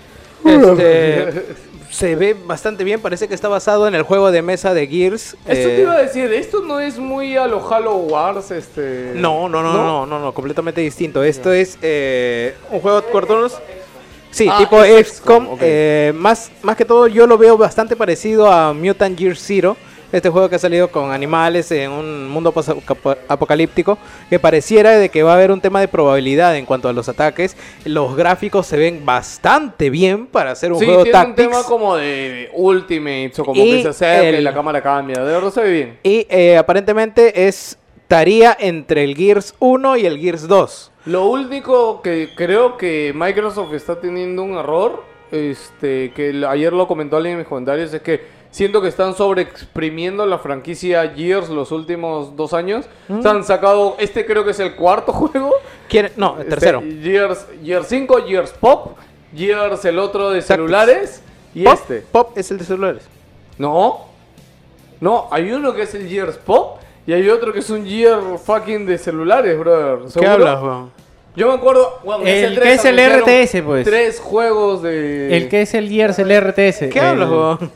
Speaker 4: Este, se ve bastante bien, parece que está basado en el juego de mesa de Gears.
Speaker 2: Esto
Speaker 4: eh,
Speaker 2: te iba a decir, esto no es muy a lo Halo Wars, este...
Speaker 4: no, no, no, no, no, no, completamente distinto. Esto es eh, un juego de cortonos. Sí,
Speaker 2: Ah,
Speaker 4: tipo
Speaker 2: es
Speaker 4: XCOM.
Speaker 2: XCOM, ok.
Speaker 4: eh, más, más que todo, yo lo veo bastante parecido a Mutant Year Zero. Este juego que ha salido con animales en un mundo posa- capo- apocalíptico, que pareciera de que va a haber un tema de probabilidad en cuanto a los ataques. Los gráficos se ven bastante bien para hacer un
Speaker 2: sí,
Speaker 4: juego
Speaker 2: tiene un
Speaker 4: táctico.
Speaker 2: tema como de Ultimates o como
Speaker 4: Y
Speaker 2: que se acerca y
Speaker 4: el-
Speaker 2: la cámara cambia. De verdad se ve bien.
Speaker 4: Y eh, aparentemente estaría entre el Gears 1 y el Gears 2.
Speaker 2: Lo único que creo que Microsoft está teniendo un error, este, que el- ayer lo comentó alguien en mis comentarios, es que siento que están sobreexprimiendo la franquicia Gears los últimos dos años.
Speaker 4: Mm.
Speaker 2: Se han sacado, este creo que es el cuarto juego.
Speaker 4: ¿Quién- No, el tercero.
Speaker 2: Este, Gears, Gears 5, Gears Pop, Gears el otro de celulares y
Speaker 4: Pop,
Speaker 2: este.
Speaker 4: Pop es el de celulares.
Speaker 2: No. No, hay uno que es el Gears Pop y hay otro que es un Gears fucking de celulares, brother.
Speaker 4: ¿Qué
Speaker 2: ¿Seguro?
Speaker 4: hablas, weón?
Speaker 2: Yo me acuerdo, bueno, en ese
Speaker 19: El
Speaker 2: 3
Speaker 19: que es el
Speaker 2: anunciaron
Speaker 19: RTS, pues.
Speaker 2: Tres juegos de
Speaker 19: El que es el Gears, el RTS.
Speaker 4: ¿Qué
Speaker 19: el-
Speaker 4: hablas, weón?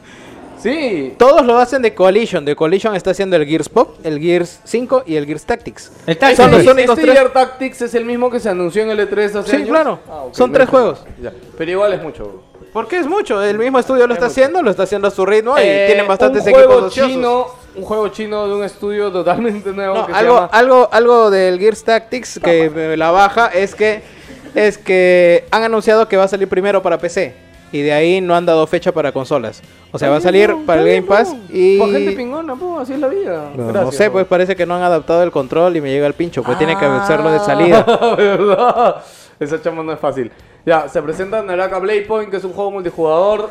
Speaker 2: Sí.
Speaker 4: Eh, Todos lo hacen de Coalition. De Coalition está haciendo el Gears Pop, el Gears 5 y el Gears Tactics.
Speaker 19: El Tactics.
Speaker 4: Son los
Speaker 2: este
Speaker 4: únicos
Speaker 2: este
Speaker 4: tres.
Speaker 2: Gear Tactics es el mismo que se anunció en el E3 hace
Speaker 4: Sí,
Speaker 2: años.
Speaker 4: claro.
Speaker 2: Ah, ok,
Speaker 4: Son tres
Speaker 2: perfecto.
Speaker 4: juegos.
Speaker 2: Ya. Pero igual es mucho. bro.
Speaker 4: Porque es mucho. El mismo estudio lo está haciendo, lo está haciendo a su ritmo
Speaker 2: Eh,
Speaker 4: y tienen bastantes
Speaker 2: un juego
Speaker 4: equipos ociosos.
Speaker 2: chino, un juego chino de un estudio totalmente nuevo
Speaker 4: No,
Speaker 2: que
Speaker 4: algo,
Speaker 2: se llama
Speaker 4: algo, algo del Gears Tactics que me la baja es que es que han anunciado que va a salir primero para PC y de ahí no han dado fecha para consolas. O sea, va a salir para el Game Pass y
Speaker 2: Por pues. gente pingona, po, así es la vida.
Speaker 4: no,
Speaker 2: Gracias,
Speaker 4: no sé,
Speaker 2: bro.
Speaker 4: pues parece que no han adaptado el control y me llega el pincho, pues tiene que hacerlo de salida.
Speaker 2: Ah, ¿verdad? Esa chamba no es fácil. Ya, se presenta Naraka Blade Point, que es un juego multijugador.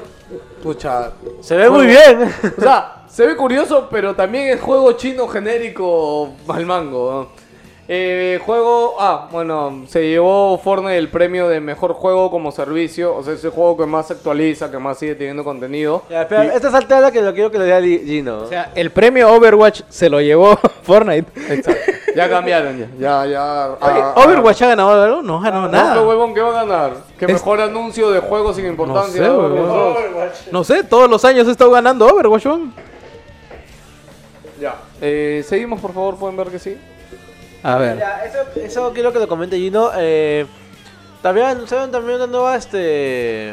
Speaker 2: Pucha.
Speaker 6: Se ve muy
Speaker 2: juego-
Speaker 6: bien.
Speaker 2: O sea, se ve curioso, pero también es juego chino genérico al mango. ¿no? Eh, juego. Ah, bueno, se llevó Fortnite el premio de mejor juego como servicio. O sea, es el juego que más se actualiza, que más sigue teniendo contenido.
Speaker 6: Ya, espera, Esta salteada que lo quiero que lo vea Li- Gino.
Speaker 4: O sea, el premio Overwatch se lo llevó Fortnite.
Speaker 2: Exacto. Ya cambiaron, ya. Ya, ya.
Speaker 4: Oye,
Speaker 2: ah, ah.
Speaker 4: ¿Overwatch ha ganado algo? No ha ganado
Speaker 2: No, qué
Speaker 4: nada.
Speaker 2: huevón, ¿qué va a ganar? Que mejor anuncio de juego sin importancia.
Speaker 4: sé,
Speaker 2: Overwatch
Speaker 4: huevón.
Speaker 2: dos.
Speaker 4: No sé, todos los años he estado ganando Overwatch. weón.
Speaker 2: Ya. Eh, seguimos, por favor, pueden ver que sí.
Speaker 4: A ver.
Speaker 3: Ya, eso, eso quiero que lo comente Gino. Eh, también anunciaron también una nueva, este,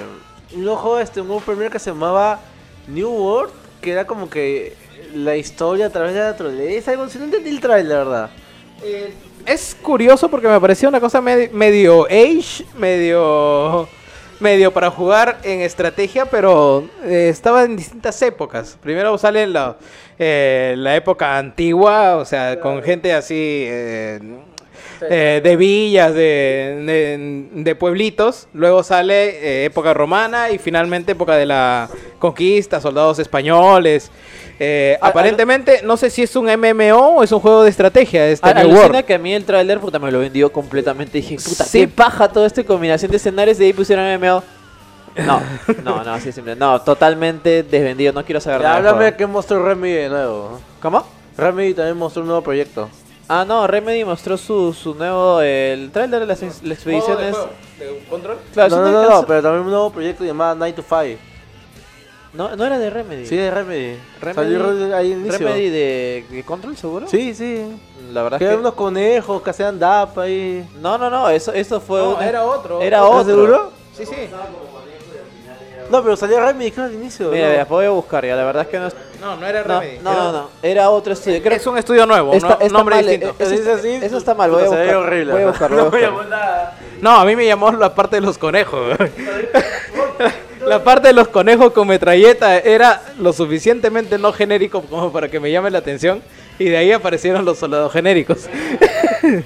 Speaker 3: un ojo, este, un nuevo premier que se llamaba New World, que era como que la historia a través de la naturaleza, algo así. No entendí el trailer, la verdad.
Speaker 4: Es curioso porque me pareció una cosa medi- medio age, medio medio para jugar en estrategia, pero eh, estaba en distintas épocas. Primero sale la, eh, la época antigua, o sea, con gente así eh, eh, de villas, de, de- de pueblitos. Luego sale eh, época romana y finalmente época de la conquista, soldados españoles. Eh, aparentemente, no sé si es un MMO o es un juego de estrategia. Este
Speaker 6: A-
Speaker 4: New
Speaker 6: alucina
Speaker 4: World.
Speaker 6: que a mí el tráiler puta me lo vendió completamente. Dije, puta,
Speaker 4: Sí.
Speaker 6: qué paja toda esta combinación de escenarios y ahí pusieron MMO. No, no, no, así simple. No, totalmente desvendido, no quiero saber
Speaker 3: Ya,
Speaker 6: nada. del
Speaker 3: háblame
Speaker 6: juego.
Speaker 3: que mostró Remy de nuevo.
Speaker 6: ¿Cómo?
Speaker 3: Remy también mostró un nuevo proyecto.
Speaker 6: Ah, no, Remedy mostró su, su nuevo eh, el tráiler de las, ex- las expediciones. Claro, es
Speaker 3: No, no, no,
Speaker 6: una
Speaker 3: no,
Speaker 6: canción-
Speaker 3: pero también un nuevo proyecto llamado 9 to 5.
Speaker 6: no, no era de Remedy.
Speaker 3: Sí, de Remedy.
Speaker 6: Remedy-
Speaker 3: Salió ahí al inicio.
Speaker 6: Remedy de, de Control, seguro.
Speaker 3: Sí, sí.
Speaker 6: La verdad
Speaker 3: Que
Speaker 6: es
Speaker 3: eran
Speaker 6: que...
Speaker 3: unos conejos que hacían DAP ahí.
Speaker 6: No, no, no, eso, eso fue
Speaker 4: No,
Speaker 6: un-
Speaker 4: era otro.
Speaker 6: Era
Speaker 3: ¿Estás
Speaker 6: otro.
Speaker 3: seguro?
Speaker 4: Sí, sí.
Speaker 3: No, pero salió Remy dijeron al inicio.
Speaker 6: Mira,
Speaker 3: ¿no?
Speaker 6: mira, voy a buscar ya, la verdad es que no es...
Speaker 4: No, no era
Speaker 6: No,
Speaker 4: Remedy.
Speaker 6: no, no, no, era otro estudio. Creo
Speaker 4: Es un estudio nuevo,
Speaker 6: Está-
Speaker 4: no-
Speaker 6: está
Speaker 4: nombre
Speaker 6: mal,
Speaker 4: distinto.
Speaker 6: eh,
Speaker 3: Si
Speaker 6: eso,
Speaker 3: dices así,
Speaker 6: eso está mal, voy a
Speaker 3: puta, se ve
Speaker 6: buscar.
Speaker 3: horrible,
Speaker 6: voy a
Speaker 3: ¿no?
Speaker 6: buscarlo.
Speaker 3: No
Speaker 6: voy a
Speaker 3: voy a
Speaker 6: buscarlo.
Speaker 4: No, a mí me llamó la parte de los conejos. la parte de los conejos con metralleta era lo suficientemente no genérico como para que me llame la atención. Y de ahí aparecieron los soldados genéricos.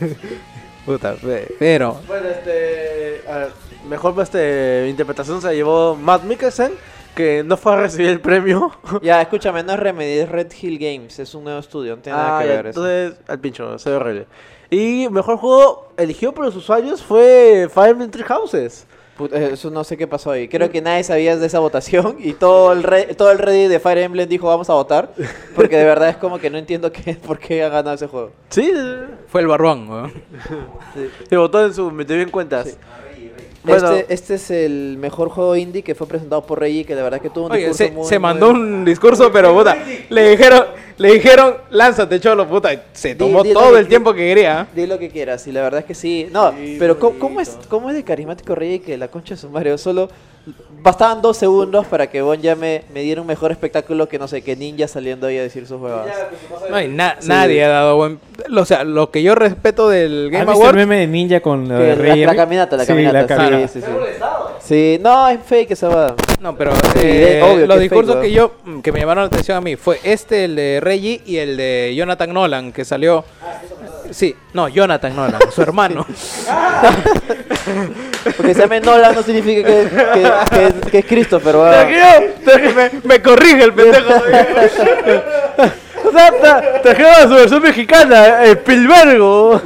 Speaker 4: Puta, pe- pero.
Speaker 3: Bueno, este. a ver, mejor este, interpretación se la llevó Matt Mikkelsen, que no fue a recibir el premio.
Speaker 6: Ya, escúchame, no es Remedy, es Red Hill Games, es un nuevo estudio, no tiene nada
Speaker 3: Ah,
Speaker 6: que
Speaker 3: ya,
Speaker 6: ver eso.
Speaker 3: entonces, al pincho, se ve horrible. Y mejor juego elegido por los usuarios fue Fire Emblem Three Houses.
Speaker 6: Puta, eh, eso no sé qué pasó ahí.
Speaker 4: Mm.
Speaker 6: Creo que nadie sabía de esa votación y todo el re- todo el Reddit de Fire Emblem dijo vamos a votar, porque de verdad es como que no entiendo qué, por qué ha ganado ese juego.
Speaker 3: Sí,
Speaker 4: Fue el barruán, weón.
Speaker 3: se votó en su. Me te vi en cuentas. Bueno,
Speaker 6: Este, este es el mejor juego indie que fue presentado por Reggie, que de verdad que tuvo un
Speaker 4: Oye,
Speaker 6: discurso
Speaker 4: se,
Speaker 6: muy-
Speaker 4: se
Speaker 6: muy-
Speaker 4: mandó un discurso, pero puta. Le dijeron, le dijeron, lánzate, cholo, puta. Se tomó
Speaker 6: di lo
Speaker 4: todo
Speaker 6: que
Speaker 4: el
Speaker 6: qui-
Speaker 4: tiempo que quería.
Speaker 6: Di lo que quieras, y la verdad es que sí. No, pero ¿cómo, cómo es, ¿cómo es de carismático Rey que la concha de su madre? Solo bastaban dos segundos para que Bon ya me, me diera un mejor espectáculo que no sé, que Ninja saliendo ahí a decir sus huevadas.
Speaker 4: No, hay na- Nadie ha dado buen. O sea, lo que yo respeto del
Speaker 7: ¿Has
Speaker 4: Game
Speaker 7: visto el
Speaker 4: Awards.
Speaker 7: meme de Ninja con lo
Speaker 6: Que
Speaker 7: de
Speaker 6: la-
Speaker 7: Rey
Speaker 3: ¿eh?
Speaker 6: la,
Speaker 7: Eric?
Speaker 6: caminata, la
Speaker 7: Sí,
Speaker 6: caminata. Sí,
Speaker 7: caminata.
Speaker 6: sí, sí. Sí, no, es fake esa va.
Speaker 4: No, pero
Speaker 6: de-
Speaker 4: eh, los
Speaker 6: obvio que es fake,
Speaker 4: discursos
Speaker 6: weón.
Speaker 4: que yo mm, que me llamaron la atención a mí fue este el de Reggie y el de Jonathan Nolan que salió Ah, Sí, no, Jonathan Nolan, su hermano.
Speaker 6: Porque se llame Nolan no significa que, que, que- que es Christopher, va.
Speaker 4: me, me corrige el pendejo.
Speaker 3: Trata- Trajeron a su versión mexicana,
Speaker 4: eh,
Speaker 3: el Pilbergo.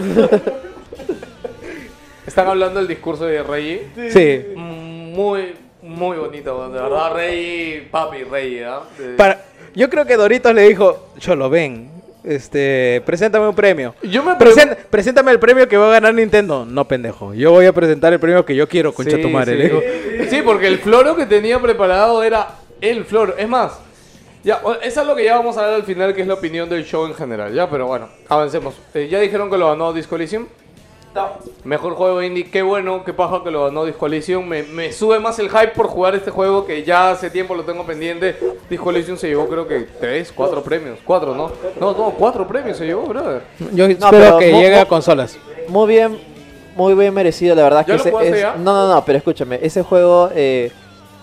Speaker 2: Están hablando del discurso de Reggie. Mm,
Speaker 4: Sí.
Speaker 2: Muy, muy bonito, weón, de verdad. Reggie, papi, Reggie, ¿ah? De-
Speaker 4: Para, yo creo que Doritos le dijo, "Cholo, ven, este, preséntame un premio."
Speaker 2: Yo me
Speaker 4: Presenta- preséntame el premio que va a ganar Nintendo. No, pendejo. Yo voy a presentar el premio que yo quiero, concha
Speaker 2: Sí,
Speaker 4: tu madre.
Speaker 2: sí.
Speaker 4: le digo.
Speaker 2: Sí, porque el floro que tenía preparado era el floro. Es más, ya, o- es algo que ya vamos a ver al final, que es la opinión del show en general, ya, pero bueno, avancemos. Eh, ya dijeron que lo ganó Disco Elysium. Mejor juego indie, qué bueno, qué paja que lo ganó Disco Elysium. Me, me sube más el hype por jugar este juego que ya hace tiempo lo tengo pendiente. Disco Elysium se llevó creo que tres, cuatro premios. Cuatro, ¿no? No, no, cuatro premios se llevó, brother.
Speaker 4: Yo
Speaker 6: pero
Speaker 4: espero que
Speaker 6: mo-
Speaker 4: llegue
Speaker 6: mo-
Speaker 4: a consolas.
Speaker 6: Muy bien, muy bien merecido, la verdad.
Speaker 2: ¿Ya
Speaker 6: que
Speaker 2: lo
Speaker 6: ese
Speaker 2: jugaste
Speaker 6: es-
Speaker 2: ya?
Speaker 6: No, no, no, pero escúchame, ese juego eh,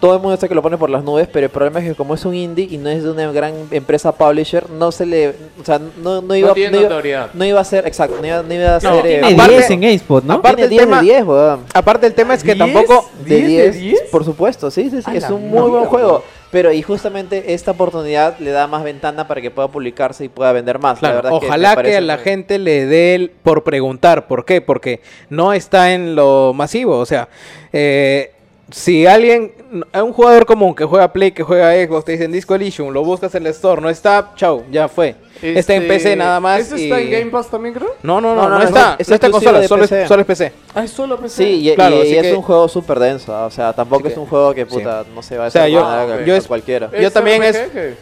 Speaker 6: todo el mundo sabe que lo pone por las nubes, pero el problema es que como es un indie y no es de una gran empresa publisher, no se le, o sea, no, no iba,
Speaker 2: tiene
Speaker 6: no iba-
Speaker 2: notoriedad.
Speaker 6: no iba a ser, exacto, no iba, no iba a ser, eh,
Speaker 7: Tiene
Speaker 4: Aparte-
Speaker 7: 10 en GameSpot, ¿no?
Speaker 4: aparte
Speaker 6: tiene
Speaker 4: el
Speaker 6: 10
Speaker 4: tema-
Speaker 6: de 10, weón.
Speaker 4: Aparte el tema es que tampoco
Speaker 6: De 10, por supuesto, sí, sí, sí, es un muy buen juego. Pero y justamente esta oportunidad le da más ventana para que pueda publicarse y pueda vender más.
Speaker 4: Claro,
Speaker 6: la verdad que
Speaker 4: ojalá
Speaker 6: me
Speaker 4: que,
Speaker 6: parece
Speaker 4: a la
Speaker 6: muy-
Speaker 4: gente le dé el- por preguntar. ¿Por qué? Porque no está en lo masivo. O sea, eh, si alguien, a un jugador común que juega Play, que juega Xbox, te dicen Disco Elysium, lo buscas en el store, no está, chau, ya fue. está
Speaker 2: Este,
Speaker 4: en PC nada más.
Speaker 2: ¿Ese está
Speaker 4: y-
Speaker 2: en Game Pass también, creo?
Speaker 4: No, no, no, no,
Speaker 6: No, no, no,
Speaker 4: está.
Speaker 6: es
Speaker 4: no está en
Speaker 6: exclusivo
Speaker 4: consola,
Speaker 6: de
Speaker 4: solo, es-
Speaker 6: PC.
Speaker 4: solo es PC.
Speaker 2: Ah, es solo PC.
Speaker 6: Sí, y,
Speaker 4: Claro,
Speaker 6: y-
Speaker 4: así
Speaker 6: y es
Speaker 4: que-
Speaker 6: un juego súper denso, o sea, tampoco
Speaker 4: Así
Speaker 6: es
Speaker 4: que-
Speaker 6: un juego que puta, no se va a
Speaker 4: O sea,
Speaker 6: hacer
Speaker 4: yo-
Speaker 6: nada
Speaker 4: yo
Speaker 6: con
Speaker 4: es-
Speaker 6: cualquiera.
Speaker 4: yo también es-
Speaker 2: RPG,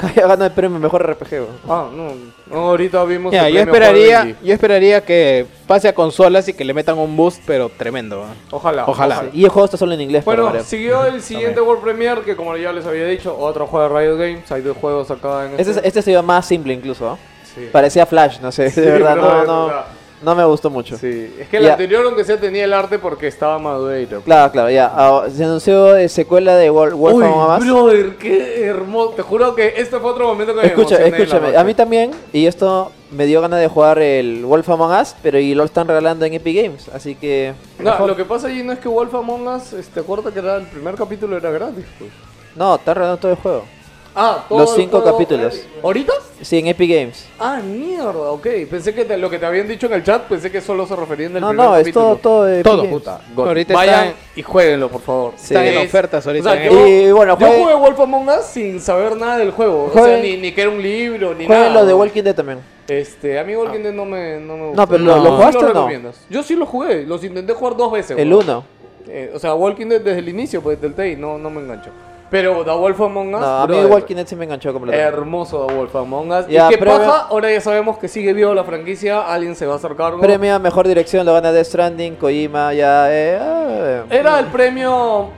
Speaker 7: Kaya gana el premio mejor RPG, weón.
Speaker 2: Ah, no. no, ahorita vimos.
Speaker 18: Ya,
Speaker 2: el
Speaker 18: yo
Speaker 2: premio Juego
Speaker 18: esperaría,
Speaker 2: Indie.
Speaker 18: yo esperaría que pase a consolas y que le metan un boost, pero tremendo. ¿ah?
Speaker 2: Ojalá.
Speaker 18: Ojalá.
Speaker 7: Y el juego está solo en inglés, para
Speaker 2: Bueno,
Speaker 7: variar.
Speaker 2: siguió el siguiente World Premiere, que como ya les había dicho, otro juego de Riot Games. Hay dos juegos acá en
Speaker 7: Este, este se iba más simple incluso, ¿ah?
Speaker 2: Sí.
Speaker 7: Parecía Flash, no sé,
Speaker 2: Sí,
Speaker 7: de verdad,
Speaker 2: brother,
Speaker 7: no,
Speaker 2: o
Speaker 7: no,
Speaker 2: sea,
Speaker 7: no me gustó mucho.
Speaker 2: Sí, es que el
Speaker 7: Ya.
Speaker 2: anterior, aunque sea, tenía el arte porque estaba Madureiro.
Speaker 7: Claro, claro, ya. Ah, se anunció eh, secuela de World, World
Speaker 2: Uy,
Speaker 7: Fama más.
Speaker 2: brother, qué hermoso. Te juro que este fue otro momento que
Speaker 7: Escucha,
Speaker 2: me emocioné en la
Speaker 7: escúchame,
Speaker 2: noche.
Speaker 7: a mí también, y esto me dio ganas de jugar el Wolf Among Us, pero y lo están regalando en Epic Games, así que...
Speaker 2: No, lo que pasa allí no es que Wolf Among Us, este, acuérdate que era el primer capítulo era gratis, pues.
Speaker 7: No, están regalando todo el juego.
Speaker 2: Ah, todo
Speaker 7: Los
Speaker 2: el
Speaker 7: cinco
Speaker 2: juego-
Speaker 7: capítulos.
Speaker 2: ¿Ahorita?
Speaker 7: Sí, en Epic Games.
Speaker 2: Ah, mierda, ok. Pensé que te- lo que te habían dicho en el chat, pensé que solo se referían al
Speaker 7: No,
Speaker 2: primer
Speaker 7: no, es
Speaker 2: capítulo.
Speaker 7: todo, todo de Epic
Speaker 18: Todo,
Speaker 7: Games.
Speaker 18: puta.
Speaker 2: God.
Speaker 18: Ahorita
Speaker 2: Vayan
Speaker 18: está
Speaker 2: y jueguenlo, por favor.
Speaker 18: Están en
Speaker 2: Es-
Speaker 18: ofertas ahorita
Speaker 2: o sea,
Speaker 18: en-
Speaker 2: yo,
Speaker 7: Y, bueno,
Speaker 2: yo
Speaker 7: jueguen-
Speaker 2: jugué Wolf Among Us sin saber nada del juego. O sea,
Speaker 7: Jueguen-
Speaker 2: ni, ni que era un libro, ni
Speaker 7: Jueguen
Speaker 2: nada.
Speaker 7: los de Walking Dead también.
Speaker 2: Este, a mí Walking Dead no me, no me gustó.
Speaker 7: pero ¿lo- lo
Speaker 2: ¿Tú
Speaker 7: jugaste o no?
Speaker 2: recomiendas? Yo sí lo jugué, los intenté jugar dos veces.
Speaker 7: El
Speaker 2: weón.
Speaker 7: 1.
Speaker 2: Eh, o sea, Walking Dead desde el inicio, pues del Tay, no, no me engancho. Pero The Wolf Among Us.
Speaker 7: No, a mí
Speaker 2: brother, Eh,
Speaker 7: Walking Dead sí me enganchó completamente.
Speaker 2: Hermoso The Wolf Among Us.
Speaker 7: Ya,
Speaker 2: y qué
Speaker 7: previa-
Speaker 2: paja, ahora ya sabemos que sigue vivo la franquicia, alguien se va a hacer cargo.
Speaker 7: Premio a Mejor Dirección lo gana Death Stranding, Kojima, ya... Eh, ah, eh.
Speaker 2: Era el premio.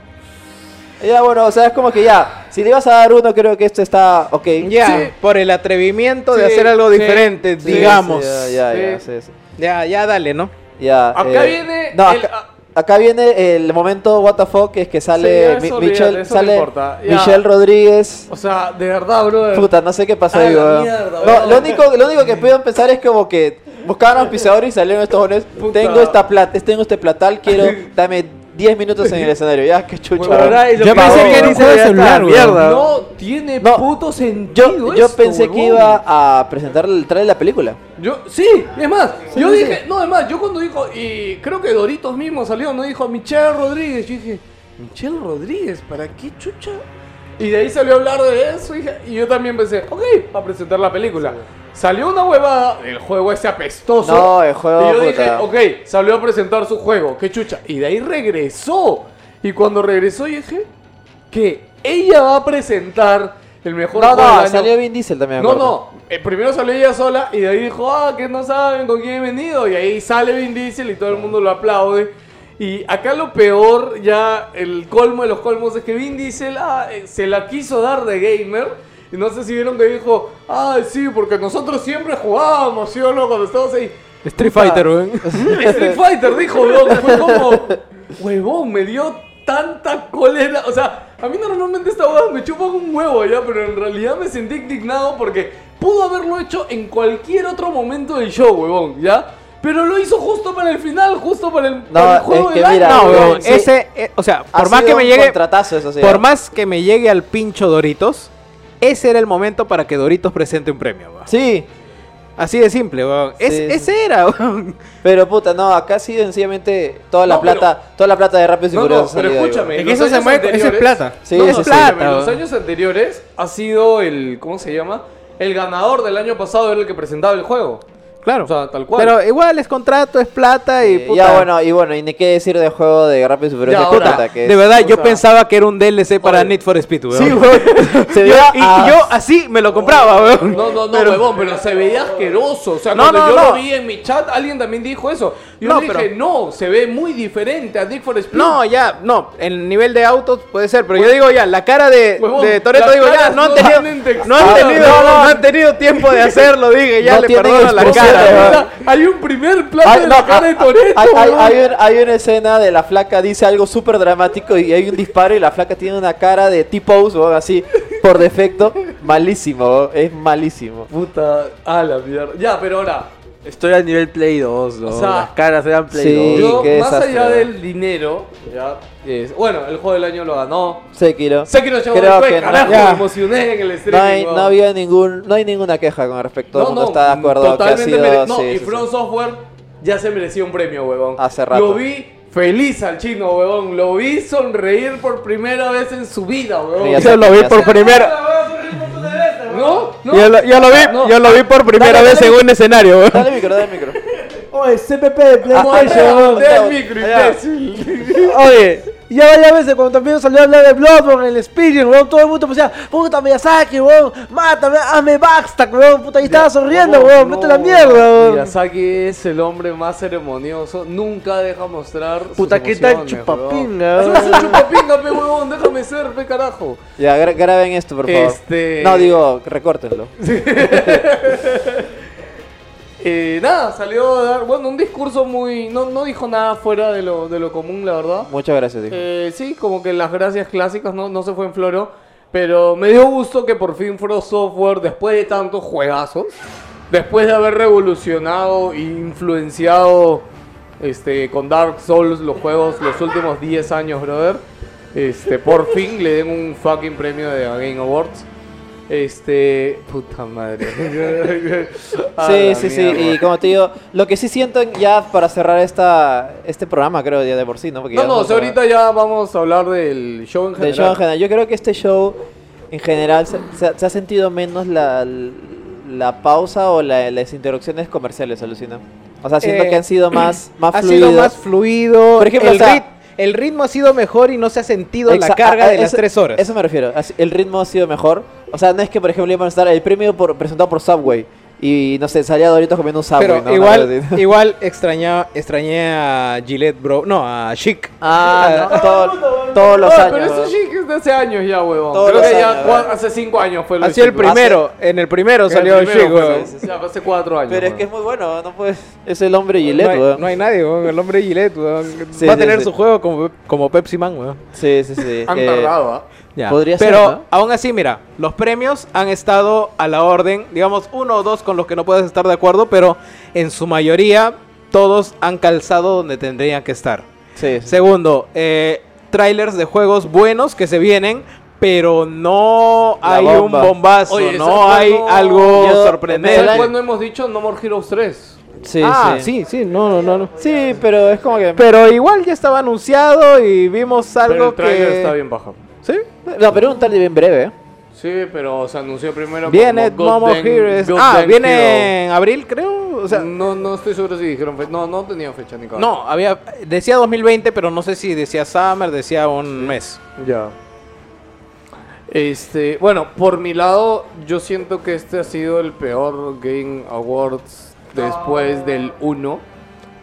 Speaker 7: Ya, bueno, o sea, es como que ya, si le ibas a dar uno, creo que esto está ok.
Speaker 18: ya
Speaker 2: Sí.
Speaker 18: por el atrevimiento de
Speaker 2: Sí,
Speaker 18: hacer algo
Speaker 2: sí,
Speaker 18: diferente,
Speaker 7: Sí,
Speaker 18: digamos.
Speaker 7: sí,
Speaker 18: ya,
Speaker 7: ya, ya,
Speaker 2: Sí.
Speaker 7: ya, sí, sí.
Speaker 18: ya, dale, ¿no?
Speaker 7: Ya, eh,
Speaker 2: Acá viene
Speaker 7: no,
Speaker 2: el-
Speaker 7: acá, acá viene el momento what the fuck, que es que
Speaker 2: Sí,
Speaker 7: sale
Speaker 2: ya, eso
Speaker 7: Mi-
Speaker 2: olvídate,
Speaker 7: Michelle,
Speaker 2: eso no
Speaker 7: sale
Speaker 2: importa, ya.
Speaker 7: Michelle Rodríguez.
Speaker 2: O sea, de verdad, bro.
Speaker 7: Puta, no sé qué pasó
Speaker 2: A
Speaker 7: ahí,
Speaker 2: Ah, la
Speaker 7: weón.
Speaker 2: mierda,
Speaker 7: No,
Speaker 2: weón.
Speaker 7: lo, único, lo único que puedo pensar es como que buscaron auspiciadores y salieron estos jóvenes.
Speaker 2: Puta.
Speaker 7: Tengo esta plata, tengo este platal, quiero, dame 10 minutos en el escenario. Ya, qué chucha.
Speaker 2: Bueno,
Speaker 7: weón.
Speaker 2: ahora es lo
Speaker 4: Yo
Speaker 2: que
Speaker 4: pensé
Speaker 2: ahora
Speaker 4: que era un
Speaker 2: dice,
Speaker 4: juego de
Speaker 2: ya está,
Speaker 4: celular, weón.
Speaker 2: mierda. No tiene
Speaker 7: No,
Speaker 2: puto sentido.
Speaker 7: Yo, yo
Speaker 2: esto,
Speaker 7: pensé que
Speaker 2: huevón.
Speaker 7: iba a presentar el trailer de la película.
Speaker 2: Yo, sí, es más, yo dije, no, es más, yo cuando dijo, y creo que Doritos mismo salió, no dijo Michelle Rodríguez, yo dije, Michelle Rodríguez, ¿para qué chucha? Y de ahí salió a hablar de eso, hija, y yo también pensé, ok, va a presentar la película. Salió una huevada, el juego ese apestoso.
Speaker 7: No, el juego,
Speaker 2: Y yo
Speaker 7: puta.
Speaker 2: dije, ok, salió a presentar su juego, qué chucha. Y de ahí regresó. Y cuando regresó, yo dije, que ella va a presentar el mejor
Speaker 7: No,
Speaker 2: juego del
Speaker 7: no,
Speaker 2: año.
Speaker 7: salió Vin Diesel también. me
Speaker 2: No,
Speaker 7: acuerdo.
Speaker 2: no. Eh, primero salió ella sola y de ahí dijo, ah, que no saben con quién he venido. Y ahí sale Vin Diesel y todo el mundo lo aplaude. Y acá lo peor, ya el colmo de los colmos es que Vin Diesel ah, eh, se la quiso dar de gamer. Y no sé si vieron que dijo, ah, sí, porque nosotros siempre jugábamos, ¿sí o no? Cuando estábamos ahí.
Speaker 18: Street Fighter, weón.
Speaker 2: Street Fighter dijo, loco, fue como, huevón, me dio tanta cólera. O sea, a mí normalmente esta hueá me chupan un huevo ya, pero en realidad me sentí indignado porque pudo haberlo hecho en cualquier otro momento del show, huevón, ya. Pero lo hizo justo para el final, justo para el, para el juego
Speaker 7: es que
Speaker 2: del año.
Speaker 7: mira,
Speaker 18: No, weón,
Speaker 7: sí.
Speaker 18: ese, eh, o sea,
Speaker 7: Ha
Speaker 18: por más que
Speaker 7: sido
Speaker 18: me
Speaker 7: un
Speaker 18: llegue,
Speaker 7: Contratazo, eso sí,
Speaker 18: por
Speaker 7: ¿eh?
Speaker 18: más que me llegue al pincho Doritos, ese era el momento para que Doritos presente un premio, weón.
Speaker 7: Sí,
Speaker 18: Así de simple, weón. Es-
Speaker 7: Sí, sí.
Speaker 18: Ese era, weón.
Speaker 7: pero puta, no, acá sí sencillamente toda la
Speaker 2: No, pero-
Speaker 7: plata, toda la plata de Rápidos y
Speaker 2: No, no,
Speaker 7: Furiosos. ha
Speaker 2: pero
Speaker 7: salido ahí,
Speaker 2: escúchame.
Speaker 4: Es
Speaker 2: en
Speaker 4: que
Speaker 2: los
Speaker 4: eso se
Speaker 2: años
Speaker 4: mueve, con- eso es
Speaker 2: anteriores-
Speaker 4: plata.
Speaker 7: Sí,
Speaker 2: no,
Speaker 7: eso
Speaker 2: no,
Speaker 7: sí.
Speaker 2: espérame,
Speaker 18: Plata,
Speaker 2: En los
Speaker 18: weón.
Speaker 2: años anteriores ha sido el, ¿cómo se llama? El ganador del año pasado era el que presentaba el juego.
Speaker 18: Claro.
Speaker 2: O sea, tal cual.
Speaker 18: Pero igual es contrato, es plata y
Speaker 7: güey.
Speaker 18: puta.
Speaker 7: Ya bueno, y bueno, y ni qué decir del juego de Rápidos y Furiosos.
Speaker 2: Ya,
Speaker 7: puta,
Speaker 2: ahora,
Speaker 7: que
Speaker 18: De
Speaker 7: es-
Speaker 18: verdad, yo
Speaker 2: sea,
Speaker 18: pensaba que era un DLC para
Speaker 2: oye.
Speaker 18: Need for Speed, weón.
Speaker 7: Sí, güey. Se
Speaker 18: Yo-
Speaker 7: veía
Speaker 18: y, y
Speaker 7: a-
Speaker 18: yo así me lo compraba, weón.
Speaker 2: No, no, no, huevón, pero se veía asqueroso. O sea,
Speaker 18: No,
Speaker 2: cuando
Speaker 18: no,
Speaker 2: yo
Speaker 18: no.
Speaker 2: lo vi en mi chat, alguien también dijo eso. Yo
Speaker 18: No,
Speaker 2: le dije,
Speaker 18: pero-
Speaker 2: no, se ve muy diferente a Nick for Speed.
Speaker 18: No, ya, no, el nivel de autos puede ser, pero yo digo ya, la cara de,
Speaker 2: Huevón,
Speaker 18: de Toretto,
Speaker 2: las
Speaker 18: digo ya,
Speaker 2: caras
Speaker 18: no han
Speaker 2: no
Speaker 18: tenido,
Speaker 2: tienen textura,
Speaker 18: no han tenido,
Speaker 2: no,
Speaker 18: no han tenido tiempo de hacerlo, dije, ya
Speaker 7: No
Speaker 18: le
Speaker 7: tienen
Speaker 18: perdono la
Speaker 2: O sea,
Speaker 7: expresión,
Speaker 18: cara.
Speaker 7: weón.
Speaker 2: la- hay un primer plano
Speaker 7: Ay,
Speaker 2: de
Speaker 7: no, ah,
Speaker 2: la cara
Speaker 18: ah,
Speaker 2: de Toreto.
Speaker 7: hay, hay- hay un- hay una escena de la flaca dice algo súper dramático y hay un disparo y la flaca tiene una cara de T-pose o así por defecto. Malísimo, weón, es malísimo.
Speaker 2: Puta, a la mierda. Ya, pero ahora,
Speaker 3: Estoy al nivel Play 2, ¿no?
Speaker 2: O sea,
Speaker 3: Las caras eran Play
Speaker 7: sí.
Speaker 3: 2.
Speaker 2: yo,
Speaker 7: qué
Speaker 2: más
Speaker 7: desastre,
Speaker 2: allá
Speaker 7: weón.
Speaker 2: del dinero, ya, es- bueno, el juego del año lo ganó.
Speaker 7: Sekiro.
Speaker 2: Sé que lo llevó
Speaker 7: Creo
Speaker 2: después,
Speaker 7: que no.
Speaker 2: carajo,
Speaker 7: Ya.
Speaker 2: me emocioné en el
Speaker 7: No,
Speaker 2: streaming.
Speaker 7: hay,
Speaker 2: weón.
Speaker 7: no había ningún, no hay ninguna queja con respecto. Todo el mundo está de acuerdo que ha
Speaker 2: totalmente
Speaker 7: sido.
Speaker 2: mere- No,
Speaker 7: sí, sí,
Speaker 2: y
Speaker 7: sí.
Speaker 2: From Software ya se merecía un premio, huevón.
Speaker 7: Hace rato.
Speaker 2: Lo vi feliz al chino, huevón. Lo vi sonreír por primera vez en su vida, huevón.
Speaker 7: Ya
Speaker 18: Yo
Speaker 7: sé,
Speaker 18: lo vi
Speaker 7: ya
Speaker 18: por
Speaker 7: sé.
Speaker 18: primera,
Speaker 2: ¿No? ¿No?
Speaker 18: yo lo, yo lo vi,
Speaker 2: No.
Speaker 18: yo lo vi por primera
Speaker 7: Dale,
Speaker 18: vez
Speaker 7: dale.
Speaker 18: en un escenario, weón.
Speaker 7: Dale micro, Ah, dale micro.
Speaker 20: Oye, CPP de PlayStation.
Speaker 2: Del micro,
Speaker 3: Allá.
Speaker 2: imbécil.
Speaker 20: Oye, ya varias veces cuando también salió a hablar de Bloodborne, el Experience, weón, todo el mundo
Speaker 6: pues
Speaker 20: decía, puta Miyazaki, weón, mátame, hazme backstack, weón, puta, y estaba sonriendo, weón, mete la mierda, weón.
Speaker 2: Miyazaki es el hombre más ceremonioso. Nunca deja mostrar. sus
Speaker 3: Puta, ¿qué tal
Speaker 2: emociones, huevón.
Speaker 3: chupapinga?
Speaker 2: Es un chupapinga, pe huevón. Déjame ser, pe carajo.
Speaker 7: Ya, gra- graben esto, por favor.
Speaker 2: Este-
Speaker 7: No, digo, recórtenlo.
Speaker 2: Eh, nada, salió a dar. Bueno, un discurso muy. No, no dijo nada fuera de lo, de lo común, la verdad.
Speaker 7: Muchas gracias, dijo.
Speaker 2: Eh, sí, como que las gracias clásicas no, no se fue en floro. Pero me dio gusto que por fin Frost Software, después de tantos juegazos, después de haber revolucionado e influenciado este, con Dark Souls los juegos los últimos 10 años, brother, este, por fin le den un fucking premio de la Game Awards. Este. Puta madre. A
Speaker 7: Sí,
Speaker 2: la
Speaker 7: sí, sí,
Speaker 2: mierda.
Speaker 7: y como te digo, lo que sí siento ya para cerrar esta, este programa, creo, ya de por sí, ¿no? Porque
Speaker 2: No,
Speaker 7: ya
Speaker 2: no,
Speaker 7: vamos a-
Speaker 2: ahorita ya vamos a hablar del show en
Speaker 7: del
Speaker 2: general.
Speaker 7: show en general. Yo creo que este show en general se, se ha- se ha sentido menos la, la pausa o la- las interrupciones comerciales, alucina. O sea, siento
Speaker 18: Eh,
Speaker 7: que han sido más, más
Speaker 18: ha
Speaker 7: fluidos.
Speaker 18: sido más fluido.
Speaker 7: Por ejemplo,
Speaker 18: el,
Speaker 7: o sea-
Speaker 18: rit- el ritmo ha sido mejor y no se ha sentido la
Speaker 7: Exa-
Speaker 18: carga
Speaker 7: a- a-
Speaker 18: de las
Speaker 7: eso-
Speaker 18: tres horas.
Speaker 7: Eso me refiero. Así- El ritmo ha sido mejor. O sea, no es que, por ejemplo, iban a estar el premio por, presentado por Subway y, no sé, salía Doritos comiendo un Subway.
Speaker 18: Pero
Speaker 7: ¿no? Una cosa
Speaker 18: igual,
Speaker 7: así.
Speaker 18: igual extraña, extrañé a Gillette Bro. No, a Chic.
Speaker 7: Ah, no, todo- todos los
Speaker 2: Ah,
Speaker 7: años.
Speaker 2: Pero eso
Speaker 7: weón.
Speaker 2: sí que es de hace años ya, huevón.
Speaker 7: Todos
Speaker 2: Creo
Speaker 7: los
Speaker 2: que ya
Speaker 7: años,
Speaker 2: cua-
Speaker 7: ¿verdad?
Speaker 2: hace 5 años fue lo
Speaker 18: Así el
Speaker 2: último.
Speaker 18: primero. En el primero
Speaker 2: Hace-
Speaker 18: salió
Speaker 2: el primero
Speaker 18: Chic,
Speaker 2: fue,
Speaker 18: weón.
Speaker 2: sí, sí, ya, hace 4 años.
Speaker 7: Pero es que es
Speaker 2: huevón.
Speaker 7: muy bueno, no puedes. Es el hombre Gillette,
Speaker 18: no, hay,
Speaker 7: weón.
Speaker 18: no hay nadie, weón. El hombre Gillette, weón.
Speaker 7: Sí,
Speaker 18: Va a
Speaker 7: sí,
Speaker 18: tener
Speaker 7: sí.
Speaker 18: su juego como, como Pepsi Man, weón.
Speaker 7: Sí, sí, sí.
Speaker 2: Han
Speaker 7: Eh,
Speaker 2: tardado, ¿ah?
Speaker 18: Ya.
Speaker 7: Podría ser,
Speaker 18: Pero
Speaker 7: ¿no?
Speaker 18: aún así, mira, los premios han estado a la orden, digamos uno o dos con los que no puedes estar de acuerdo, pero en su mayoría todos han calzado donde tendrían que estar.
Speaker 7: sí, sí.
Speaker 18: Segundo, eh, trailers de juegos buenos que se vienen, pero no
Speaker 7: La
Speaker 18: hay
Speaker 7: bomba.
Speaker 18: un bombazo,
Speaker 2: Oye, ese
Speaker 18: no hay
Speaker 2: juego-
Speaker 18: algo
Speaker 7: Yo-
Speaker 18: sorprendente.
Speaker 7: Solari-
Speaker 2: Después no hemos dicho No More Heroes 3.
Speaker 7: Sí,
Speaker 18: ah, sí,
Speaker 7: sí.
Speaker 18: sí, no, no, no, no.
Speaker 7: Sí, pero es como que.
Speaker 18: Pero igual ya estaba anunciado y vimos
Speaker 2: Pero
Speaker 18: algo
Speaker 2: el trailer
Speaker 18: que...
Speaker 2: está bien bajo.
Speaker 18: Sí.
Speaker 7: No, pero era un tarde bien breve. ¿eh?
Speaker 2: Sí, pero se anunció primero
Speaker 18: Viene
Speaker 2: como
Speaker 18: Momo
Speaker 2: Goddamn-
Speaker 18: Heroes. Ah,
Speaker 2: Goddamn Hero.
Speaker 18: viene en abril, creo. O sea, no,
Speaker 2: no, no estoy seguro si dijeron fecha. No, no tenía fecha ni cosa.
Speaker 18: había. Decía 2020, pero no sé si decía Summer, decía un mes.
Speaker 2: Ya. Este, bueno, por mi lado, yo siento que este ha sido el peor Game Awards después del 1.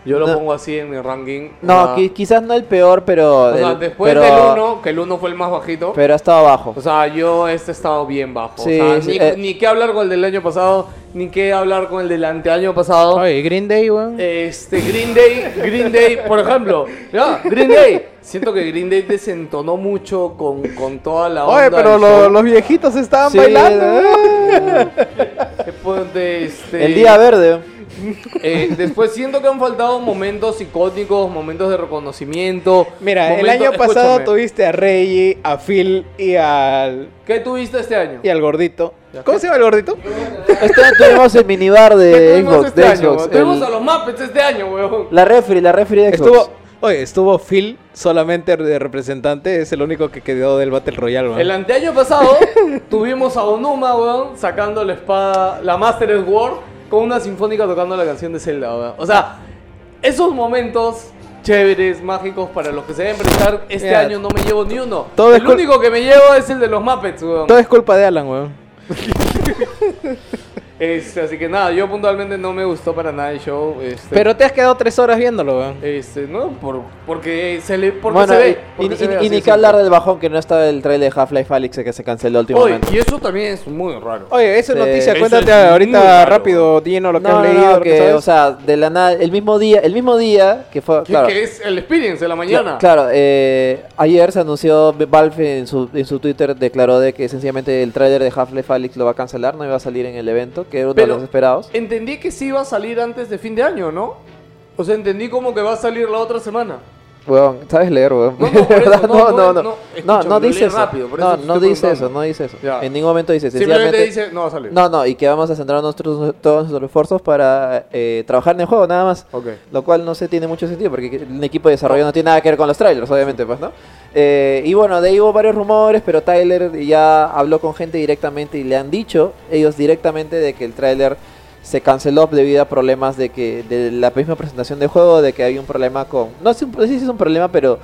Speaker 2: Yo lo
Speaker 7: No.
Speaker 2: pongo así en mi ranking.
Speaker 7: No,
Speaker 2: o sea,
Speaker 7: qui- quizás no el peor, pero.
Speaker 2: o sea,
Speaker 7: del-
Speaker 2: después
Speaker 7: pero,
Speaker 2: del 1, que el 1 fue el más bajito.
Speaker 7: Pero ha estado abajo.
Speaker 2: o sea, yo este he estado bien bajo.
Speaker 7: Sí,
Speaker 2: o sea,
Speaker 7: sí,
Speaker 2: ni,
Speaker 7: eh.
Speaker 2: ni qué hablar con el del año pasado, ni qué hablar con el del anteaño pasado.
Speaker 18: Oye, Green Day, weón.
Speaker 2: Este, Green Day, Green Day, por ejemplo. Ya, Green Day. Siento que Green Day desentonó mucho con, con toda la onda.
Speaker 18: Oye, pero
Speaker 2: del
Speaker 18: lo-
Speaker 2: show.
Speaker 18: los viejitos estaban
Speaker 7: Sí,
Speaker 18: bailando.
Speaker 2: Que pon- de, este,
Speaker 7: ¿eh? el día verde.
Speaker 2: eh, después siento que han faltado momentos icónicos, momentos de reconocimiento.
Speaker 18: Mira, el
Speaker 2: momento-
Speaker 18: año pasado
Speaker 2: escúchame,
Speaker 18: tuviste a Reggie, a Phil y al.
Speaker 2: ¿Qué tuviste este año?
Speaker 18: y al gordito. ¿Cómo se llama el gordito?
Speaker 7: Este año tuvimos el minibar
Speaker 2: ¿Qué
Speaker 7: de
Speaker 2: tuvimos
Speaker 7: Xbox.
Speaker 2: este
Speaker 7: de
Speaker 2: año?
Speaker 7: Xbox,
Speaker 2: weón? Tuvimos
Speaker 7: el-
Speaker 2: a los Muppets este año, weón.
Speaker 7: La refri, la refri de Xbox.
Speaker 18: Estuvo. Oye, estuvo Phil solamente de representante, es el único que quedó del Battle Royale, weón.
Speaker 2: El anteaño pasado tuvimos a Onuma, weón, sacando la espada, la Master Sword, con una sinfónica tocando la canción de Zelda, weón. O sea, esos momentos chéveres, mágicos, para los que se deben prestar, este
Speaker 18: Mira,
Speaker 2: año no me llevo ni uno.
Speaker 18: todo es
Speaker 2: el
Speaker 18: cul-
Speaker 2: único que me llevo es el de los Muppets, weón.
Speaker 18: Todo es culpa de Alan, weón.
Speaker 2: Este, así que nada, yo puntualmente no me gustó para nada el show. Este,
Speaker 18: Pero te has quedado tres horas viéndolo, weón.
Speaker 2: Este, no, por, porque se le... Porque
Speaker 7: bueno,
Speaker 2: se
Speaker 7: y-
Speaker 2: ve. porque
Speaker 7: y,
Speaker 2: se
Speaker 7: y-
Speaker 2: ve
Speaker 7: y
Speaker 2: así,
Speaker 7: ni
Speaker 2: sí.
Speaker 7: que hablar del bajón que no estaba el trailer de Half-Life Alyx que se canceló
Speaker 2: Oye,
Speaker 7: últimamente.
Speaker 2: y eso también es muy raro.
Speaker 18: Oye, esa
Speaker 7: Sí.
Speaker 18: noticia,
Speaker 7: Eso
Speaker 18: cuéntate
Speaker 2: es muy
Speaker 18: ahorita
Speaker 2: raro.
Speaker 18: rápido, Dino, lo que
Speaker 7: no,
Speaker 18: has
Speaker 7: no,
Speaker 18: leído.
Speaker 7: no,
Speaker 18: lo que
Speaker 7: que,
Speaker 18: sabes.
Speaker 7: o sea, de la nada, el mismo día, el mismo día que fue,
Speaker 2: Que-
Speaker 7: claro,
Speaker 2: Que es el experience de la
Speaker 7: Cla-
Speaker 2: mañana.
Speaker 7: Claro, eh, ayer se anunció Valve en su, en su Twitter declaró de que sencillamente el tráiler de Half-Life Alyx lo va a cancelar, no iba a salir en el evento, que era uno
Speaker 2: Pero- eh,
Speaker 7: de los esperados.
Speaker 2: Entendí que sí iba a salir antes de fin de año, ¿no? O sea, entendí como que va a salir la otra semana.
Speaker 7: Weón, sabes leer, weón.
Speaker 2: No, no, por
Speaker 7: ¿Verdad?
Speaker 2: eso, no,
Speaker 7: no,
Speaker 2: no,
Speaker 7: no,
Speaker 2: no.
Speaker 7: no,
Speaker 2: Escúchame,
Speaker 7: no
Speaker 2: lo leí
Speaker 7: dice eso.
Speaker 2: rápido, por eso
Speaker 7: no,
Speaker 2: te
Speaker 7: no
Speaker 2: estoy
Speaker 7: dice
Speaker 2: preguntando.
Speaker 7: eso, no dice eso.
Speaker 2: Ya.
Speaker 7: En ningún momento dice,
Speaker 2: Simplemente
Speaker 7: sencillamente-
Speaker 2: dice, no va a salir.
Speaker 7: No, no, y que vamos a centrar nuestros, todos nuestros esfuerzos para eh, trabajar en el juego, nada más.
Speaker 2: Ok.
Speaker 7: Lo cual no se tiene mucho sentido, porque un equipo de desarrollo no tiene nada que ver con los trailers, obviamente, pues, ¿no? Eh, y bueno, de ahí hubo varios rumores, pero Tyler ya habló con gente directamente y le han dicho ellos directamente de que el trailer se canceló debido a problemas de que de la misma presentación del juego, de que había un problema con... No sé si es un problema, pero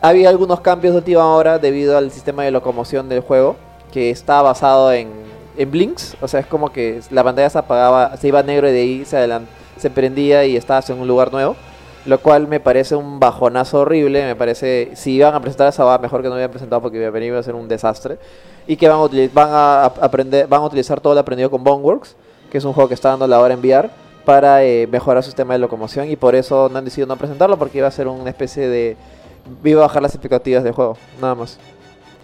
Speaker 7: había algunos cambios de última hora debido al sistema de locomoción del juego, que está basado en, en blinks, o sea, es como que la pantalla se apagaba, se iba a negro y de ahí se, adelan- se prendía y estabas en un lugar nuevo. Lo cual me parece un bajonazo horrible. Me parece. Si iban a presentar esa va mejor que no hubieran presentado porque iba a venir- iba a ser un desastre. Y que van a, utili- van a ap- aprender, van a utilizar todo lo aprendido con Boneworks, que es un juego que está dando la hora en VR, para eh, mejorar su sistema de locomoción. Y por eso no han decidido no presentarlo, porque iba a ser una especie de. Iba a bajar las expectativas del juego, nada más.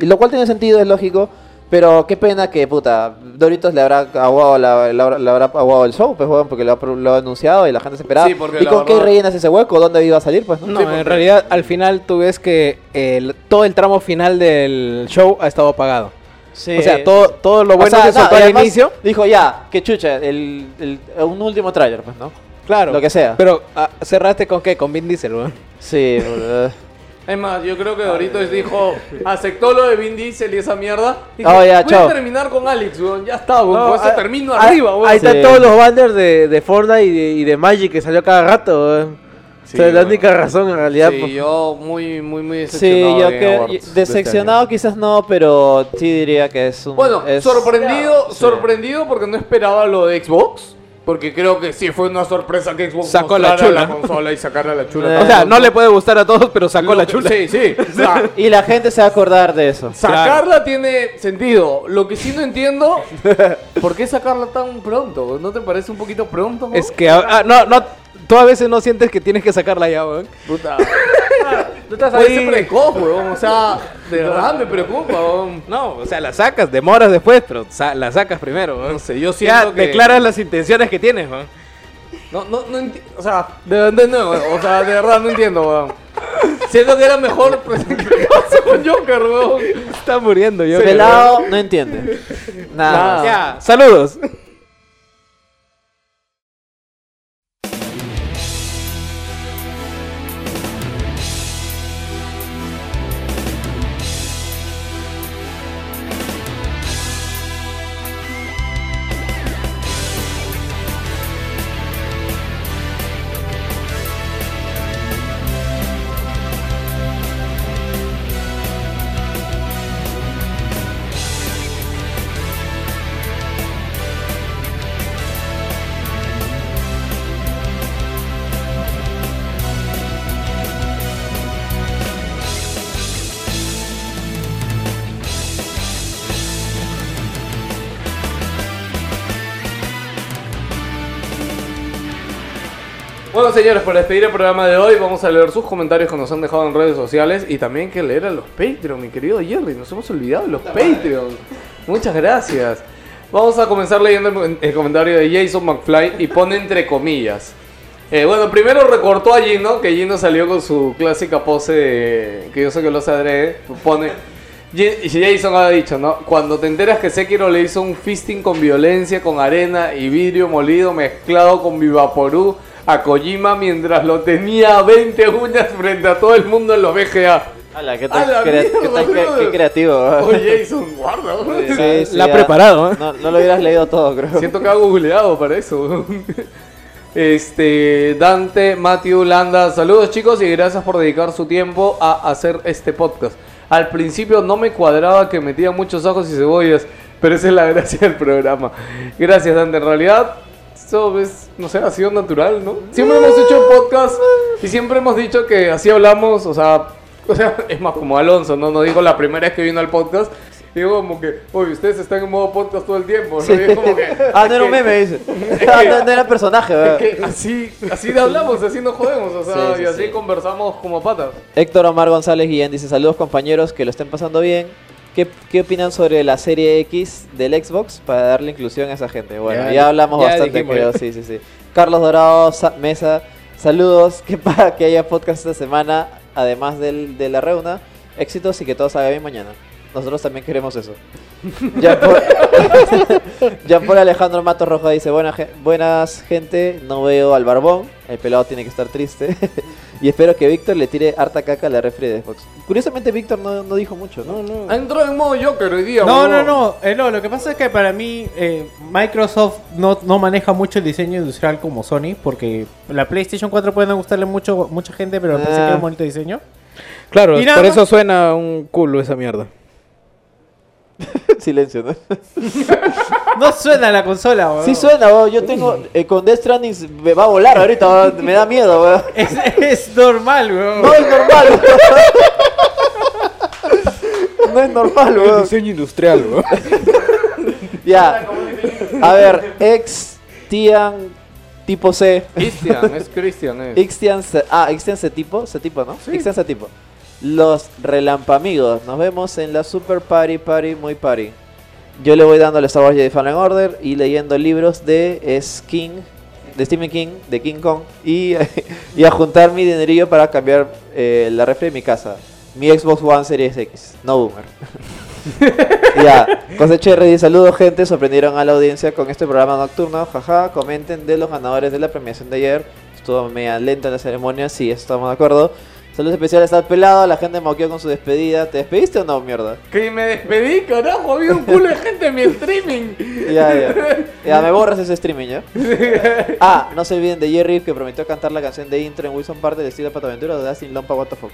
Speaker 7: Y lo cual tiene sentido, es lógico. Pero qué pena que, puta, Doritos le habrá aguado, la, le habrá- le habrá aguado el show, pues, weón, porque lo ha, pro- lo ha anunciado y la gente se esperaba.
Speaker 3: Sí, porque
Speaker 7: ¿Y
Speaker 3: la
Speaker 7: con qué
Speaker 3: verdad-
Speaker 7: rellenas ese hueco? ¿Dónde iba a salir? Pues no.
Speaker 8: No, en realidad al final tú ves que el- todo el tramo final del show ha estado apagado.
Speaker 7: Sí.
Speaker 8: O sea, todo, todo lo
Speaker 7: O
Speaker 8: bueno
Speaker 7: sea,
Speaker 8: que
Speaker 7: no,
Speaker 8: soltó
Speaker 7: y
Speaker 8: al
Speaker 7: además
Speaker 8: inicio,
Speaker 7: Dijo ya, que chucha, el, el- un último trailer, pues, ¿no?
Speaker 8: claro.
Speaker 7: Lo que sea.
Speaker 8: Pero ah, cerraste con qué? Con Vin Diesel, weón.
Speaker 7: Sí, boludo.
Speaker 2: Es más, yo creo que Doritos dijo, aceptó lo de Vin Diesel y esa mierda. Dijo,
Speaker 7: Oh, ya,
Speaker 2: voy
Speaker 7: chao".
Speaker 2: a terminar con Alex, weón. Ya está, weón.
Speaker 3: No,
Speaker 2: por eso
Speaker 3: ah,
Speaker 2: termino
Speaker 3: ah,
Speaker 2: arriba, weón.
Speaker 3: Ahí están
Speaker 7: Sí.
Speaker 3: todos los banners de, de Fortnite y de, y de Magic que salió cada rato. weón.
Speaker 1: Sí,
Speaker 3: o sea, es la
Speaker 1: weón.
Speaker 3: única razón en realidad.
Speaker 1: Sí,
Speaker 3: por-
Speaker 1: yo muy, muy, muy
Speaker 7: Sí,
Speaker 1: decepcionado.
Speaker 7: yo
Speaker 1: de
Speaker 7: que
Speaker 1: Awards de este
Speaker 7: decepcionado
Speaker 1: año.
Speaker 7: quizás no, pero sí diría que es un...
Speaker 2: Bueno,
Speaker 7: es-
Speaker 2: sorprendido, sorprendido porque no esperaba lo de Xbox. Porque creo que sí fue una sorpresa que Xbox
Speaker 8: Sacó la
Speaker 2: mostrara
Speaker 8: chula.
Speaker 2: consola y sacara la chula.
Speaker 7: Eh.
Speaker 8: O sea, no le puede gustar a todos, pero sacó
Speaker 2: Lo
Speaker 8: la
Speaker 2: que-
Speaker 8: chula.
Speaker 2: Sí, sí. O sea,
Speaker 7: Y la gente se va a acordar de eso.
Speaker 2: Sacarla tiene sentido. Lo que sí no entiendo, ¿por qué sacarla tan pronto? ¿No te parece un poquito pronto?
Speaker 8: Es que, ah, ah, no, no, tú a veces no sientes que tienes que sacarla ya, weón.
Speaker 2: Puta. No te parece precoz, weón. O sea, de verdad me preocupa, weón.
Speaker 8: No, o sea, la sacas, demoras después, pero sa- la sacas primero, weón.
Speaker 2: No sé, yo
Speaker 8: Ya
Speaker 2: siento que...
Speaker 8: declaras las intenciones que tienes, weón.
Speaker 2: No, no, no enti- O sea, de, de nuevo, o sea, de verdad no entiendo, weón. Siento que era mejor pues, que pasó con Joker, weón.
Speaker 8: Está muriendo yo. creo.
Speaker 7: Pelado no entiende. Nada. más.
Speaker 8: Ya, saludos.
Speaker 2: Bueno, señores, para despedir el programa de hoy, vamos a leer sus comentarios que nos han dejado en redes sociales y también hay que leer a los Patreon, mi querido Jerry. Nos hemos olvidado de los Patreon. Muchas gracias. Vamos a comenzar leyendo el, el comentario de Jason McFly y pone entre comillas. Eh, bueno, primero recortó a Gino, que Gino salió con su clásica pose de- que yo sé que lo sabré. Pone. Ye- Jason ha dicho, ¿no? Cuando te enteras que Sekiro le hizo un fisting con violencia, con arena y vidrio molido mezclado con Vivaporú a Kojima mientras lo tenía a 20 uñas frente a todo el mundo en los BGA.
Speaker 7: Ala, qué,
Speaker 2: A
Speaker 7: tan
Speaker 2: la
Speaker 7: crea-
Speaker 2: mierda,
Speaker 7: qué tan cre-
Speaker 2: brother.
Speaker 7: qué creativo.
Speaker 2: Oh, Jason, guarda.
Speaker 7: Sí, sí,
Speaker 8: la ha
Speaker 7: ya.
Speaker 8: preparado, ¿eh?
Speaker 7: No, no lo hubieras leído todo, creo.
Speaker 2: Siento que ha googleado para eso. Este, Dante, Matthew, Landa, saludos chicos y gracias por dedicar su tiempo a hacer este podcast. Al principio no me cuadraba que metía muchos ajos y cebollas, pero esa es la gracia del programa. Gracias Dante, en realidad esto es, no sé, ha sido natural, ¿no? Siempre hemos hecho podcast y siempre hemos dicho que así hablamos, o sea, o sea, es más como Alonso, ¿no? Nos dijo la primera vez que vino al podcast, digo como que, oye, ustedes están en modo podcast todo el tiempo, ¿no? Y es como que,
Speaker 7: Ah, no era un
Speaker 2: que-
Speaker 7: meme, dice. Ah, no, no era personaje, weón.
Speaker 2: que así, así de hablamos, así nos jodemos, o sea,
Speaker 7: Sí, sí,
Speaker 2: y así
Speaker 7: sí.
Speaker 2: conversamos como patas.
Speaker 7: Héctor Omar González Guillén dice saludos compañeros, que lo estén pasando bien. ¿Qué, qué opinan sobre la serie X del Xbox para darle inclusión a esa gente? Bueno,
Speaker 8: Ya,
Speaker 7: ya, hablamos
Speaker 8: ya
Speaker 7: bastante,
Speaker 8: dijimos,
Speaker 7: creo,
Speaker 8: ya.
Speaker 7: sí, sí, sí. Carlos Dorado Sa- Mesa, saludos, que para que haya podcast esta semana, además del, de la reuna. Éxitos y que todo salga bien mañana. Nosotros también queremos eso. Ya por, Ya por Alejandro Matos Roja dice, "Buena ge- buenas gente, no veo al barbón, el pelado tiene que estar triste. y espero que Víctor le tire harta caca a la refri de Xbox. Curiosamente Víctor no, no dijo mucho, ¿no?
Speaker 2: Ha entrado en modo Joker hoy día,
Speaker 4: No, no,
Speaker 2: huevón.
Speaker 4: no, eh, no, Lo que pasa es que para mí eh, Microsoft no, no maneja mucho el diseño industrial como Sony, porque la PlayStation 4 puede no gustarle mucho mucha gente, pero me parece que
Speaker 7: Ah.
Speaker 4: era un bonito diseño.
Speaker 8: Claro,
Speaker 4: Y nada
Speaker 8: por
Speaker 4: más.
Speaker 8: eso suena un culo esa mierda.
Speaker 7: Silencio, ¿no?
Speaker 4: No suena la consola, weón.
Speaker 7: Sí suena, weón, yo tengo... eh, con Death Stranding s- me va a volar ahorita, weón, me da miedo, weón.
Speaker 4: Es, es normal, weón.
Speaker 7: No es normal, weón. No es normal,
Speaker 8: El
Speaker 7: weón.
Speaker 8: diseño industrial, weón.
Speaker 7: Ya. A ver, ex Tian tipo C.
Speaker 2: Christian, es Christian, es.
Speaker 7: Ixtian se- ah, Ixtian se tipo, se tipo, ¿no? Ixtian se tipo. Los relampamigos, nos vemos en la Super Party Party Muy Party. Yo le voy dando el Star Wars Jedi Fallen Order y leyendo libros de es King, de Stephen King, de King Kong y, y a juntar mi dinerillo para cambiar eh, la refri de mi casa. Mi Xbox One Series X, no boomer. Ya, José Cherry dice saludos gente, sorprendieron a la audiencia con este programa nocturno, jaja, comenten de los ganadores de la premiación de ayer, estuvo media lenta la ceremonia, sí, estamos de acuerdo. Saludos especiales al pelado, la gente moqueó con su despedida, ¿te despediste o no, mierda?
Speaker 2: Que me despedí, carajo, había un culo de gente en mi streaming.
Speaker 7: Ya, ya, ya, me borras ese streaming, ¿ya? Ah, no se olviden de Jerry que prometió cantar la canción de intro en Wilson Park del estilo de Pataventura de Dustin Lompa, what the fuck.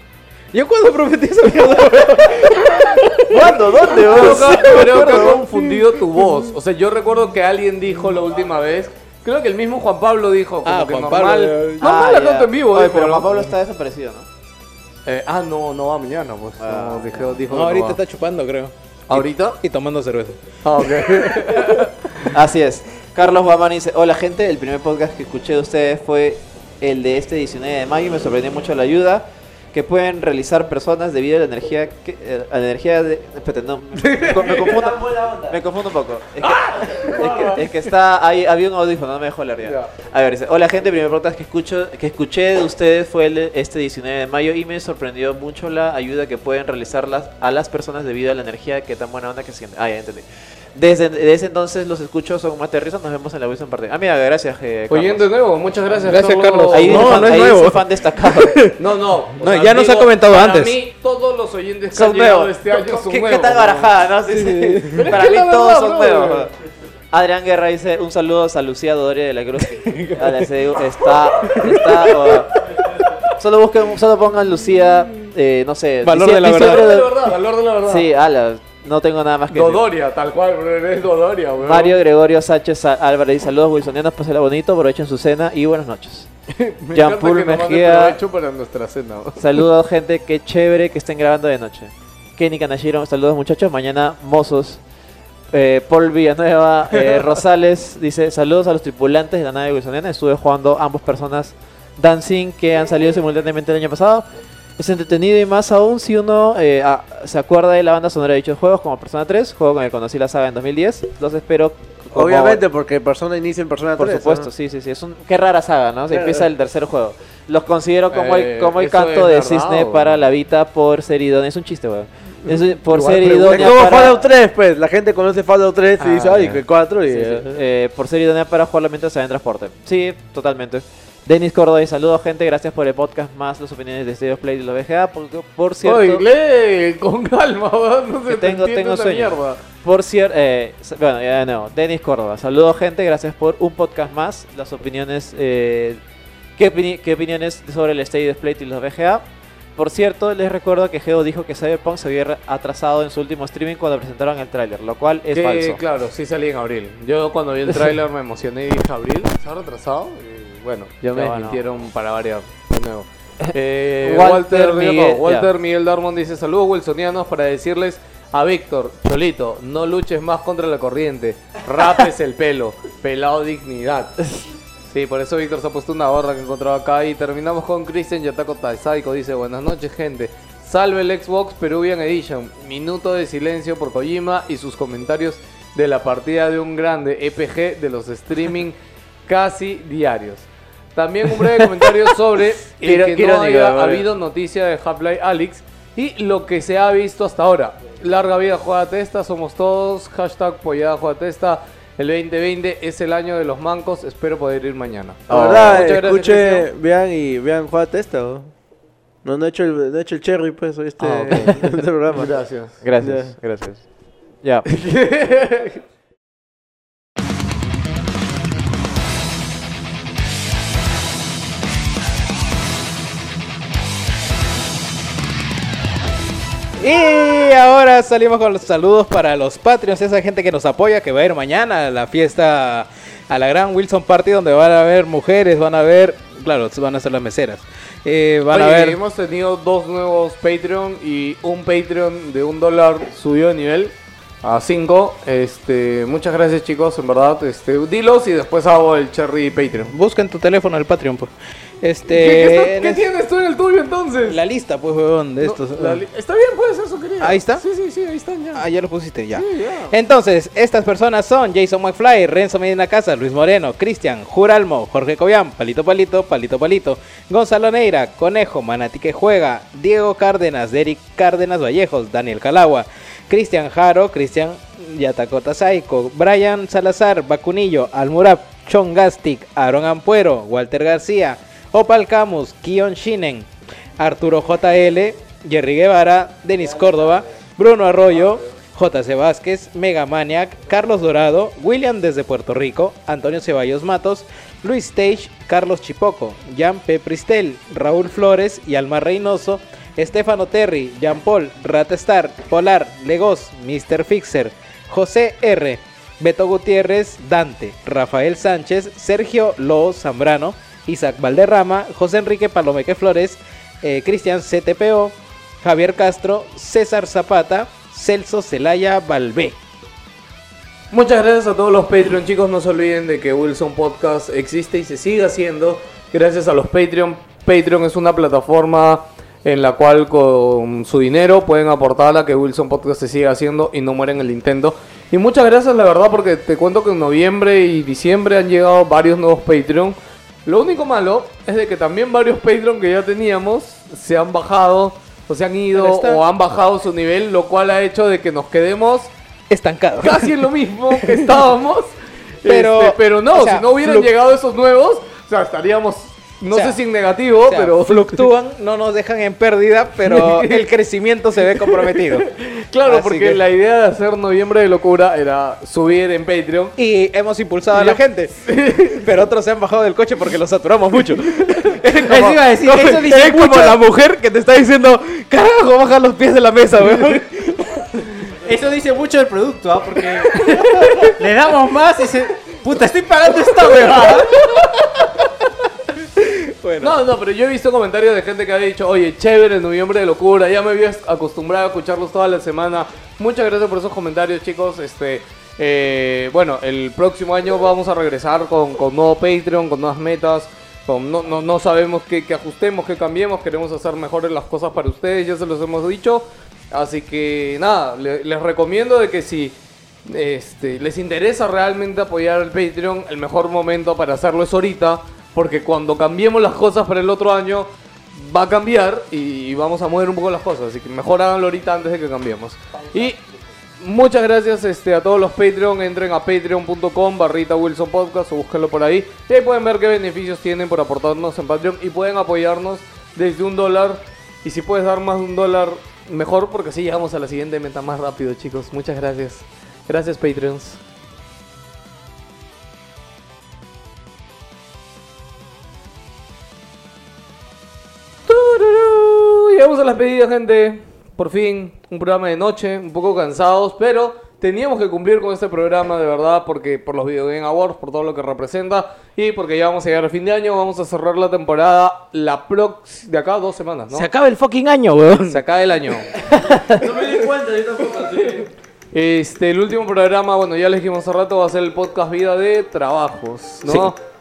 Speaker 8: Yo cuando prometí esa mierda, weón.
Speaker 7: ¿Cuándo? ¿Dónde?
Speaker 2: Creo
Speaker 7: vos?
Speaker 2: que, creo que ha confundido tu voz. O sea, yo recuerdo que alguien dijo la última vez. Creo que el mismo Juan Pablo dijo. Como
Speaker 8: Ah,
Speaker 2: que
Speaker 8: Juan
Speaker 2: normal.
Speaker 8: Pablo, eh.
Speaker 2: No, no
Speaker 7: Ah,
Speaker 2: la
Speaker 7: ya.
Speaker 2: canto en vivo.
Speaker 7: Oye,
Speaker 2: dijo,
Speaker 7: pero
Speaker 2: ¿no?
Speaker 7: Juan Pablo está desaparecido, ¿no?
Speaker 2: Eh, ah, no, no va mañana, pues.
Speaker 7: Ah,
Speaker 2: no, dijo, dijo que
Speaker 8: No,
Speaker 2: no
Speaker 8: ahorita
Speaker 2: va.
Speaker 8: está chupando, creo.
Speaker 2: ¿Ahorita?
Speaker 8: Y tomando cerveza.
Speaker 2: Ah, ok.
Speaker 7: Así es. Carlos Guamán dice, hola gente, el primer podcast que escuché de ustedes fue el de este 19 de mayo y me sorprendió mucho la ayuda que pueden realizar personas debido a la energía que, eh, a la energía de... espérate, no, me, co- me confundo, me confundo un poco. Es que, es que- es que está ahí, había un audífono, no me dejó la realidad. A ver, dice, hola gente, el primer podcast que, escucho, que escuché de ustedes fue el de este 19 de mayo y me sorprendió mucho la ayuda que pueden realizar las, a las personas debido a la energía que tan buena onda que sienten. Ah, ya entendí. Desde, desde entonces los escucho, son más aterrizos, nos vemos en la Wilson Party. Ah, mira, gracias, eh, Carlos.
Speaker 2: Oyendo de nuevo, muchas gracias.
Speaker 8: Gracias, Carlos.
Speaker 7: Ahí
Speaker 8: No,
Speaker 7: dice fan,
Speaker 8: no es
Speaker 7: ahí
Speaker 8: nuevo.
Speaker 7: dice fan destacado.
Speaker 2: No, no. o
Speaker 8: No, ya nos ha comentado
Speaker 2: para
Speaker 8: antes.
Speaker 2: mí, todos los oyentes que han
Speaker 7: son
Speaker 2: llegado
Speaker 7: nuevos.
Speaker 2: este año son
Speaker 7: ¿Qué,
Speaker 2: nuevos.
Speaker 7: qué tal
Speaker 2: weón.
Speaker 7: barajada, no? Sí, sí.
Speaker 2: Pero es
Speaker 7: Para
Speaker 2: que
Speaker 7: mí
Speaker 2: la verdad,
Speaker 7: todos son
Speaker 2: bro,
Speaker 7: nuevos.
Speaker 2: weón.
Speaker 7: Adrián Guerra dice, un saludo a Lucía Doria de la Cruz. A la CDU. está, está, weón. Solo busquen, solo pongan Lucía, eh, no sé.
Speaker 8: Valor de la
Speaker 7: diciembre
Speaker 2: Valor de
Speaker 7: de-
Speaker 2: la verdad, valor de la verdad.
Speaker 7: Sí, ala, no tengo nada más que decir.
Speaker 2: Dodoria, tal cual, bro. Eres Dodoria, weón.
Speaker 7: Mario Gregorio Sánchez Á- Álvarez, dice, saludos wilsonianos, pasela bonito, aprovechen su cena y buenas noches.
Speaker 2: Me
Speaker 7: Jean
Speaker 2: encanta que
Speaker 7: Paul
Speaker 2: nos manden
Speaker 7: Mejía.
Speaker 2: provecho para nuestra cena. weón.
Speaker 7: Saludos gente, qué chévere que estén grabando de noche. Kenny Kanashiro, saludos muchachos, mañana mozos. Eh, Paul Villanueva, eh, Rosales dice saludos a los tripulantes de la nave wilsoniana. Estuve jugando ambos personas Dancing que han salido simultáneamente el año pasado. Es entretenido y más aún si uno eh, ah, se acuerda de la banda sonora de dichos juegos como Persona 3, juego con el que conocí la saga en 2010. Los espero. como-
Speaker 3: Obviamente, porque persona inicia en persona
Speaker 7: por
Speaker 3: 3,
Speaker 7: supuesto,
Speaker 3: ¿no?
Speaker 7: sí, sí, sí. Es un, qué rara saga, ¿no? Se empieza el tercer juego. Los considero como,
Speaker 2: Eh,
Speaker 7: el, como el
Speaker 2: eso
Speaker 7: canto de
Speaker 2: es verdad,
Speaker 7: cisne
Speaker 2: weón.
Speaker 7: para la vida por ser idónea. Es un chiste, weón. Es un- por
Speaker 2: Igual
Speaker 7: ser
Speaker 2: pregunta.
Speaker 7: idónea
Speaker 3: Es como
Speaker 7: para...
Speaker 3: Fallout 3, pues. La gente conoce Fallout 3 y
Speaker 7: Ah,
Speaker 3: dice, ay,
Speaker 7: ya.
Speaker 3: que 4 y...
Speaker 7: Sí, sí.
Speaker 3: eh,
Speaker 7: Eh, por ser idónea para jugarlo mientras se va en transporte. Sí, totalmente. Denis Cordoy, saludos gente, gracias por el podcast más las opiniones de Studios Play y los BGA. Por, por cierto,
Speaker 2: Oye, lee con calma, weón, no se te
Speaker 7: tengo-
Speaker 2: entiende
Speaker 7: tengo
Speaker 2: esa
Speaker 7: sueño.
Speaker 2: mierda.
Speaker 7: Por cierto, bueno, ya de nuevo, Denis Córdoba. Saludos, gente, gracias por un podcast más. Las opiniones, eh, ¿qué, opini- qué opiniones sobre el State of Play y los BGA? Por cierto, les recuerdo que Geo dijo que Cyberpunk se había atrasado en su último streaming cuando presentaron el tráiler, lo cual es
Speaker 2: Que,
Speaker 7: falso.
Speaker 2: Claro, sí salí en abril. Yo cuando vi el tráiler me emocioné y dije, ¿abril? ¿Se ha retrasado? Y bueno, ya me
Speaker 7: bueno.
Speaker 2: desmintieron para variar de nuevo. Eh,
Speaker 7: Walter
Speaker 2: Walter, Miguel,
Speaker 7: Miguel,
Speaker 2: Walter
Speaker 7: ya.
Speaker 2: Miguel Darmon dice, saludos wilsonianos para decirles a Víctor, Cholito, no luches más contra la corriente, rapes el pelo, pelado dignidad. Sí, por eso Víctor se ha puesto una gorra que encontraba acá y terminamos con Christian Yatako Taisaiko. Dice, buenas noches gente. Salve el Xbox Peruvian Edition. Minuto de silencio por Kojima y sus comentarios de la partida de un grande EPG de los streaming casi diarios. También un breve comentario sobre el
Speaker 7: Qué
Speaker 2: que no
Speaker 7: irónico,
Speaker 2: haya
Speaker 7: Mario.
Speaker 2: habido noticia de Half-Life Alyx Y lo que se ha visto hasta ahora. Larga vida Juega Testa, somos todos. Hashtag Pollada Juega Testa. El 2020 es el año de los mancos. Espero poder ir mañana.
Speaker 21: La verdad,
Speaker 2: Muchas gracias,
Speaker 21: escuche,
Speaker 2: Cristian.
Speaker 21: vean y vean, juega testa. ¿no? No, no he hecho el, no he hecho el cherry, pues, hoy este,
Speaker 2: Ah,
Speaker 21: este programa.
Speaker 22: Gracias.
Speaker 23: Gracias, gracias. Ya.
Speaker 4: Y ahora salimos con los saludos para los Patreons, esa gente que nos apoya, que va a ir mañana a la fiesta, a la gran Wilson Party, donde van a haber mujeres, van a haber, claro, van a ser las meseras. Eh, van
Speaker 2: Oye,
Speaker 4: a ver...
Speaker 2: hemos tenido dos nuevos Patreon y un Patreon de un dólar subió de nivel a cinco. Este, muchas gracias chicos, en verdad. Este, dilos y después hago el cherry Patreon.
Speaker 4: Busca en tu teléfono el Patreon, pues. Este...
Speaker 2: ¿Qué, qué está- qué
Speaker 4: eres-
Speaker 2: tienes tú en el tuyo entonces?
Speaker 4: La lista, pues, huevón, de
Speaker 2: No,
Speaker 4: estos.
Speaker 2: la li- está bien, puede ser su querida.
Speaker 4: Ahí está.
Speaker 2: Sí, sí, sí, ahí están ya.
Speaker 4: Ah, ya lo pusiste, ya.
Speaker 2: ya.
Speaker 4: Entonces, estas personas son Jason McFly, Renzo Medina Casa, Luis Moreno, Cristian, Juralmo, Jorge Cobian, Palito Palito, Palito Palito, Gonzalo Neira, Conejo, Manati que juega, Diego Cárdenas, Derek Cárdenas Vallejos, Daniel Calagua, Cristian Jaro, Cristian Yatacota Saico, Brian Salazar, Bacunillo, Almurap, Chongastic, Aaron Ampuero, Walter García, Opal Camus, Kion Shinen, Arturo JL, Jerry Guevara, Denis Córdoba, Bruno Arroyo, JC Vázquez, Megamaniac, Carlos Dorado, William desde Puerto Rico, Antonio Ceballos Matos, Luis Stage, Carlos Chipoco, Jan P. Pristel, Raúl Flores y Alma Reynoso, Estefano Terry, Jean Paul, Ratestar, Polar, Legos, Mr. Fixer, José R., Beto Gutiérrez, Dante, Rafael Sánchez, Sergio Loos Zambrano, Isaac Valderrama, José Enrique Palomeque Flores, eh, Cristian CTPO, Javier Castro, César Zapata, Celso Celaya Valvé.
Speaker 2: Muchas gracias a todos los Patreon, chicos. No se olviden de que Wilson Podcast existe y se sigue haciendo gracias a los Patreon. Patreon es una plataforma en la cual con su dinero pueden aportar a que Wilson Podcast se siga haciendo y no muera en el intento. Y muchas gracias, la verdad, porque te cuento que en noviembre y diciembre han llegado varios nuevos Patreon. Lo único malo es de que también varios Patreon que ya teníamos se han bajado o se han ido
Speaker 4: Ahí está.
Speaker 2: o han bajado su nivel, lo cual ha hecho de que nos quedemos
Speaker 4: Estancado.
Speaker 2: casi en lo mismo que estábamos.
Speaker 4: Pero-
Speaker 2: pero, pero no,
Speaker 4: Este, o sea,
Speaker 2: si no hubieran
Speaker 4: fluc-
Speaker 2: llegado esos nuevos, o sea, estaríamos, no
Speaker 4: O sea,
Speaker 2: sé si en negativo,
Speaker 4: O sea,
Speaker 2: pero
Speaker 4: fluctúan, no nos dejan en pérdida, pero el crecimiento se ve comprometido.
Speaker 2: Claro,
Speaker 4: Así
Speaker 2: porque
Speaker 4: que-
Speaker 2: la idea de hacer noviembre de locura era subir en Patreon.
Speaker 4: Y hemos impulsado a la gente. Pero otros se han bajado del coche porque los saturamos mucho. Es como,
Speaker 24: Eso iba a decir,
Speaker 4: como-
Speaker 24: eso dice
Speaker 4: es como
Speaker 24: mucho.
Speaker 4: la mujer que te está diciendo, carajo, baja los pies de la mesa, weón.
Speaker 24: Eso dice mucho del producto, ¿ah? Porque le damos más y se... Puta, estoy pagando esta huevada.
Speaker 2: No, no, pero yo he visto comentarios de gente que ha dicho, oye, chévere, noviembre de locura, ya me había acostumbrado a escucharlos toda la semana. Muchas gracias por esos comentarios, chicos. Este, eh, bueno, el próximo año vamos a regresar con, con nuevo Patreon, con nuevas metas. Con, no, no, no sabemos qué qué ajustemos, qué cambiemos, queremos hacer mejores las cosas para ustedes, ya se los hemos dicho. Así que nada, le- les recomiendo de que si este, les interesa realmente apoyar el Patreon, el mejor momento para hacerlo es ahorita, porque cuando cambiemos las cosas para el otro año va a cambiar y vamos a mover un poco las cosas, así que mejor háganlo ahorita antes de que cambiemos. Y muchas gracias este, a todos los Patreon, entren a patreon.com barrita Wilson Podcast o búsquenlo por ahí y ahí pueden ver qué beneficios tienen por aportarnos en Patreon y pueden apoyarnos desde un dólar y si puedes dar más de un dólar, mejor, porque así llegamos a la siguiente meta más rápido, chicos. Muchas gracias. Gracias, Patreons. Tururú. Llegamos a las pedidas, gente. Por fin, un programa de noche, un poco cansados, pero teníamos que cumplir con este programa, de verdad, porque por los Video Game Awards, por todo lo que representa, y porque ya vamos a llegar al fin de año, vamos a cerrar la temporada la prox de acá a dos semanas, ¿no?
Speaker 4: Se acaba el fucking año, weón.
Speaker 2: Se acaba el año.
Speaker 21: No me di cuenta, yo tampoco.
Speaker 2: Este, el último programa, bueno, ya les dijimos hace rato, va a ser el podcast Vida de Trabajos, ¿no?
Speaker 4: Sí.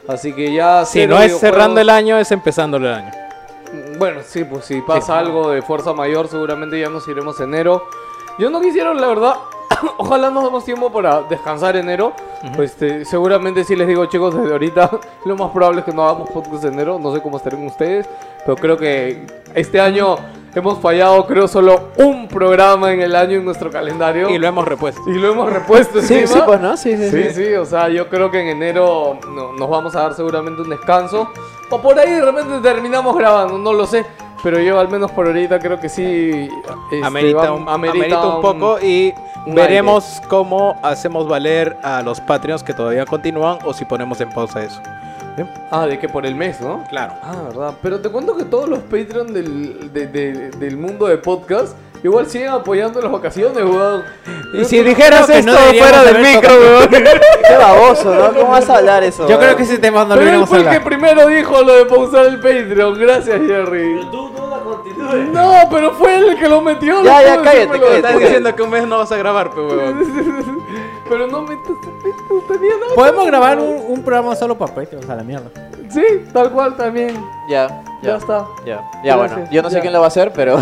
Speaker 2: Así que ya...
Speaker 4: Si no es cerrando el año, es empezando el año.
Speaker 2: año. Bueno, sí, pues si pasa algo de fuerza mayor, seguramente ya nos iremos enero. Yo no quisiera, la verdad, ojalá nos demos tiempo para descansar enero. este, seguramente sí les digo, chicos, desde ahorita, lo más probable es que no hagamos podcast en enero. No sé cómo estarán ustedes, pero creo que este año... Hemos fallado, creo, solo un programa en el año en nuestro calendario.
Speaker 18: Y lo hemos repuesto.
Speaker 2: Y lo hemos repuesto
Speaker 7: Sí,
Speaker 2: encima.
Speaker 7: sí, pues, ¿no? Sí, sí, sí.
Speaker 2: Sí, sí, o sea, yo creo que en enero no- nos vamos a dar seguramente un descanso. O por ahí de repente terminamos grabando, no lo sé. Pero yo al menos por ahorita creo que sí. este,
Speaker 18: amerita,
Speaker 2: va-
Speaker 18: un, amerita un poco y
Speaker 2: un
Speaker 18: veremos cómo hacemos valer a los Patreons que todavía continúan o si ponemos en pausa eso.
Speaker 2: Ah, de que por el mes, ¿no?
Speaker 18: Claro.
Speaker 2: Ah, verdad. Pero te cuento que todos los Patreon del, de- de- del mundo de podcast igual siguen apoyando las vacaciones, weón.
Speaker 18: Y si dijeras
Speaker 4: que
Speaker 18: esto
Speaker 4: no deberíamos
Speaker 18: fuera del
Speaker 4: haber
Speaker 18: micro, weón.
Speaker 7: Qué baboso, ¿no? ¿Cómo vas a hablar eso?
Speaker 4: Yo creo
Speaker 7: weón?
Speaker 4: que ese tema no lo
Speaker 2: Pero él
Speaker 4: hubiéramos
Speaker 2: fue el que
Speaker 4: hablado.
Speaker 2: primero dijo lo de pausar el Patreon. Gracias, Jerry. No, pero fue él el que lo metió.
Speaker 7: Ya,
Speaker 2: no
Speaker 7: ya,
Speaker 2: puedo
Speaker 7: cállate,
Speaker 2: decírmelo
Speaker 7: cállate.
Speaker 18: Estás
Speaker 2: después.
Speaker 18: diciendo que un mes no vas a grabar, pe, weón.
Speaker 2: Pero no me no tenía nada.
Speaker 4: Podemos grabar un, un programa solo para Patreons a la mierda.
Speaker 2: Sí, tal cual también.
Speaker 7: Ya,
Speaker 2: Ya,
Speaker 7: ya.
Speaker 2: está.
Speaker 7: Ya, ya bueno.
Speaker 2: Gracias,
Speaker 7: Yo no sé
Speaker 2: ya.
Speaker 7: quién lo va a hacer, pero.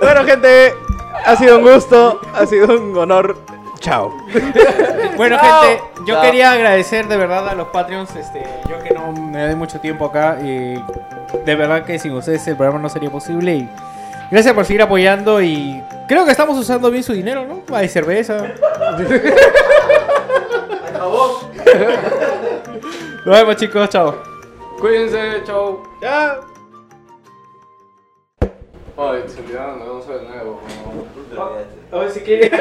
Speaker 18: Bueno, gente, ha sido un gusto, ha sido un honor. Chao.
Speaker 4: Bueno, gente, yo
Speaker 7: Chao.
Speaker 4: quería agradecer de verdad a los Patreons. Este, yo que no me doy mucho tiempo acá. eh, de verdad que sin ustedes el programa no sería posible. Y gracias por seguir apoyando. Y creo que estamos usando bien su dinero, ¿no? Hay cerveza. Nos vemos, chicos. Chao.
Speaker 2: Cuídense, chau.
Speaker 18: Chao.
Speaker 2: Ay, se olvidaron, nos vemos de nuevo.
Speaker 4: si quieres.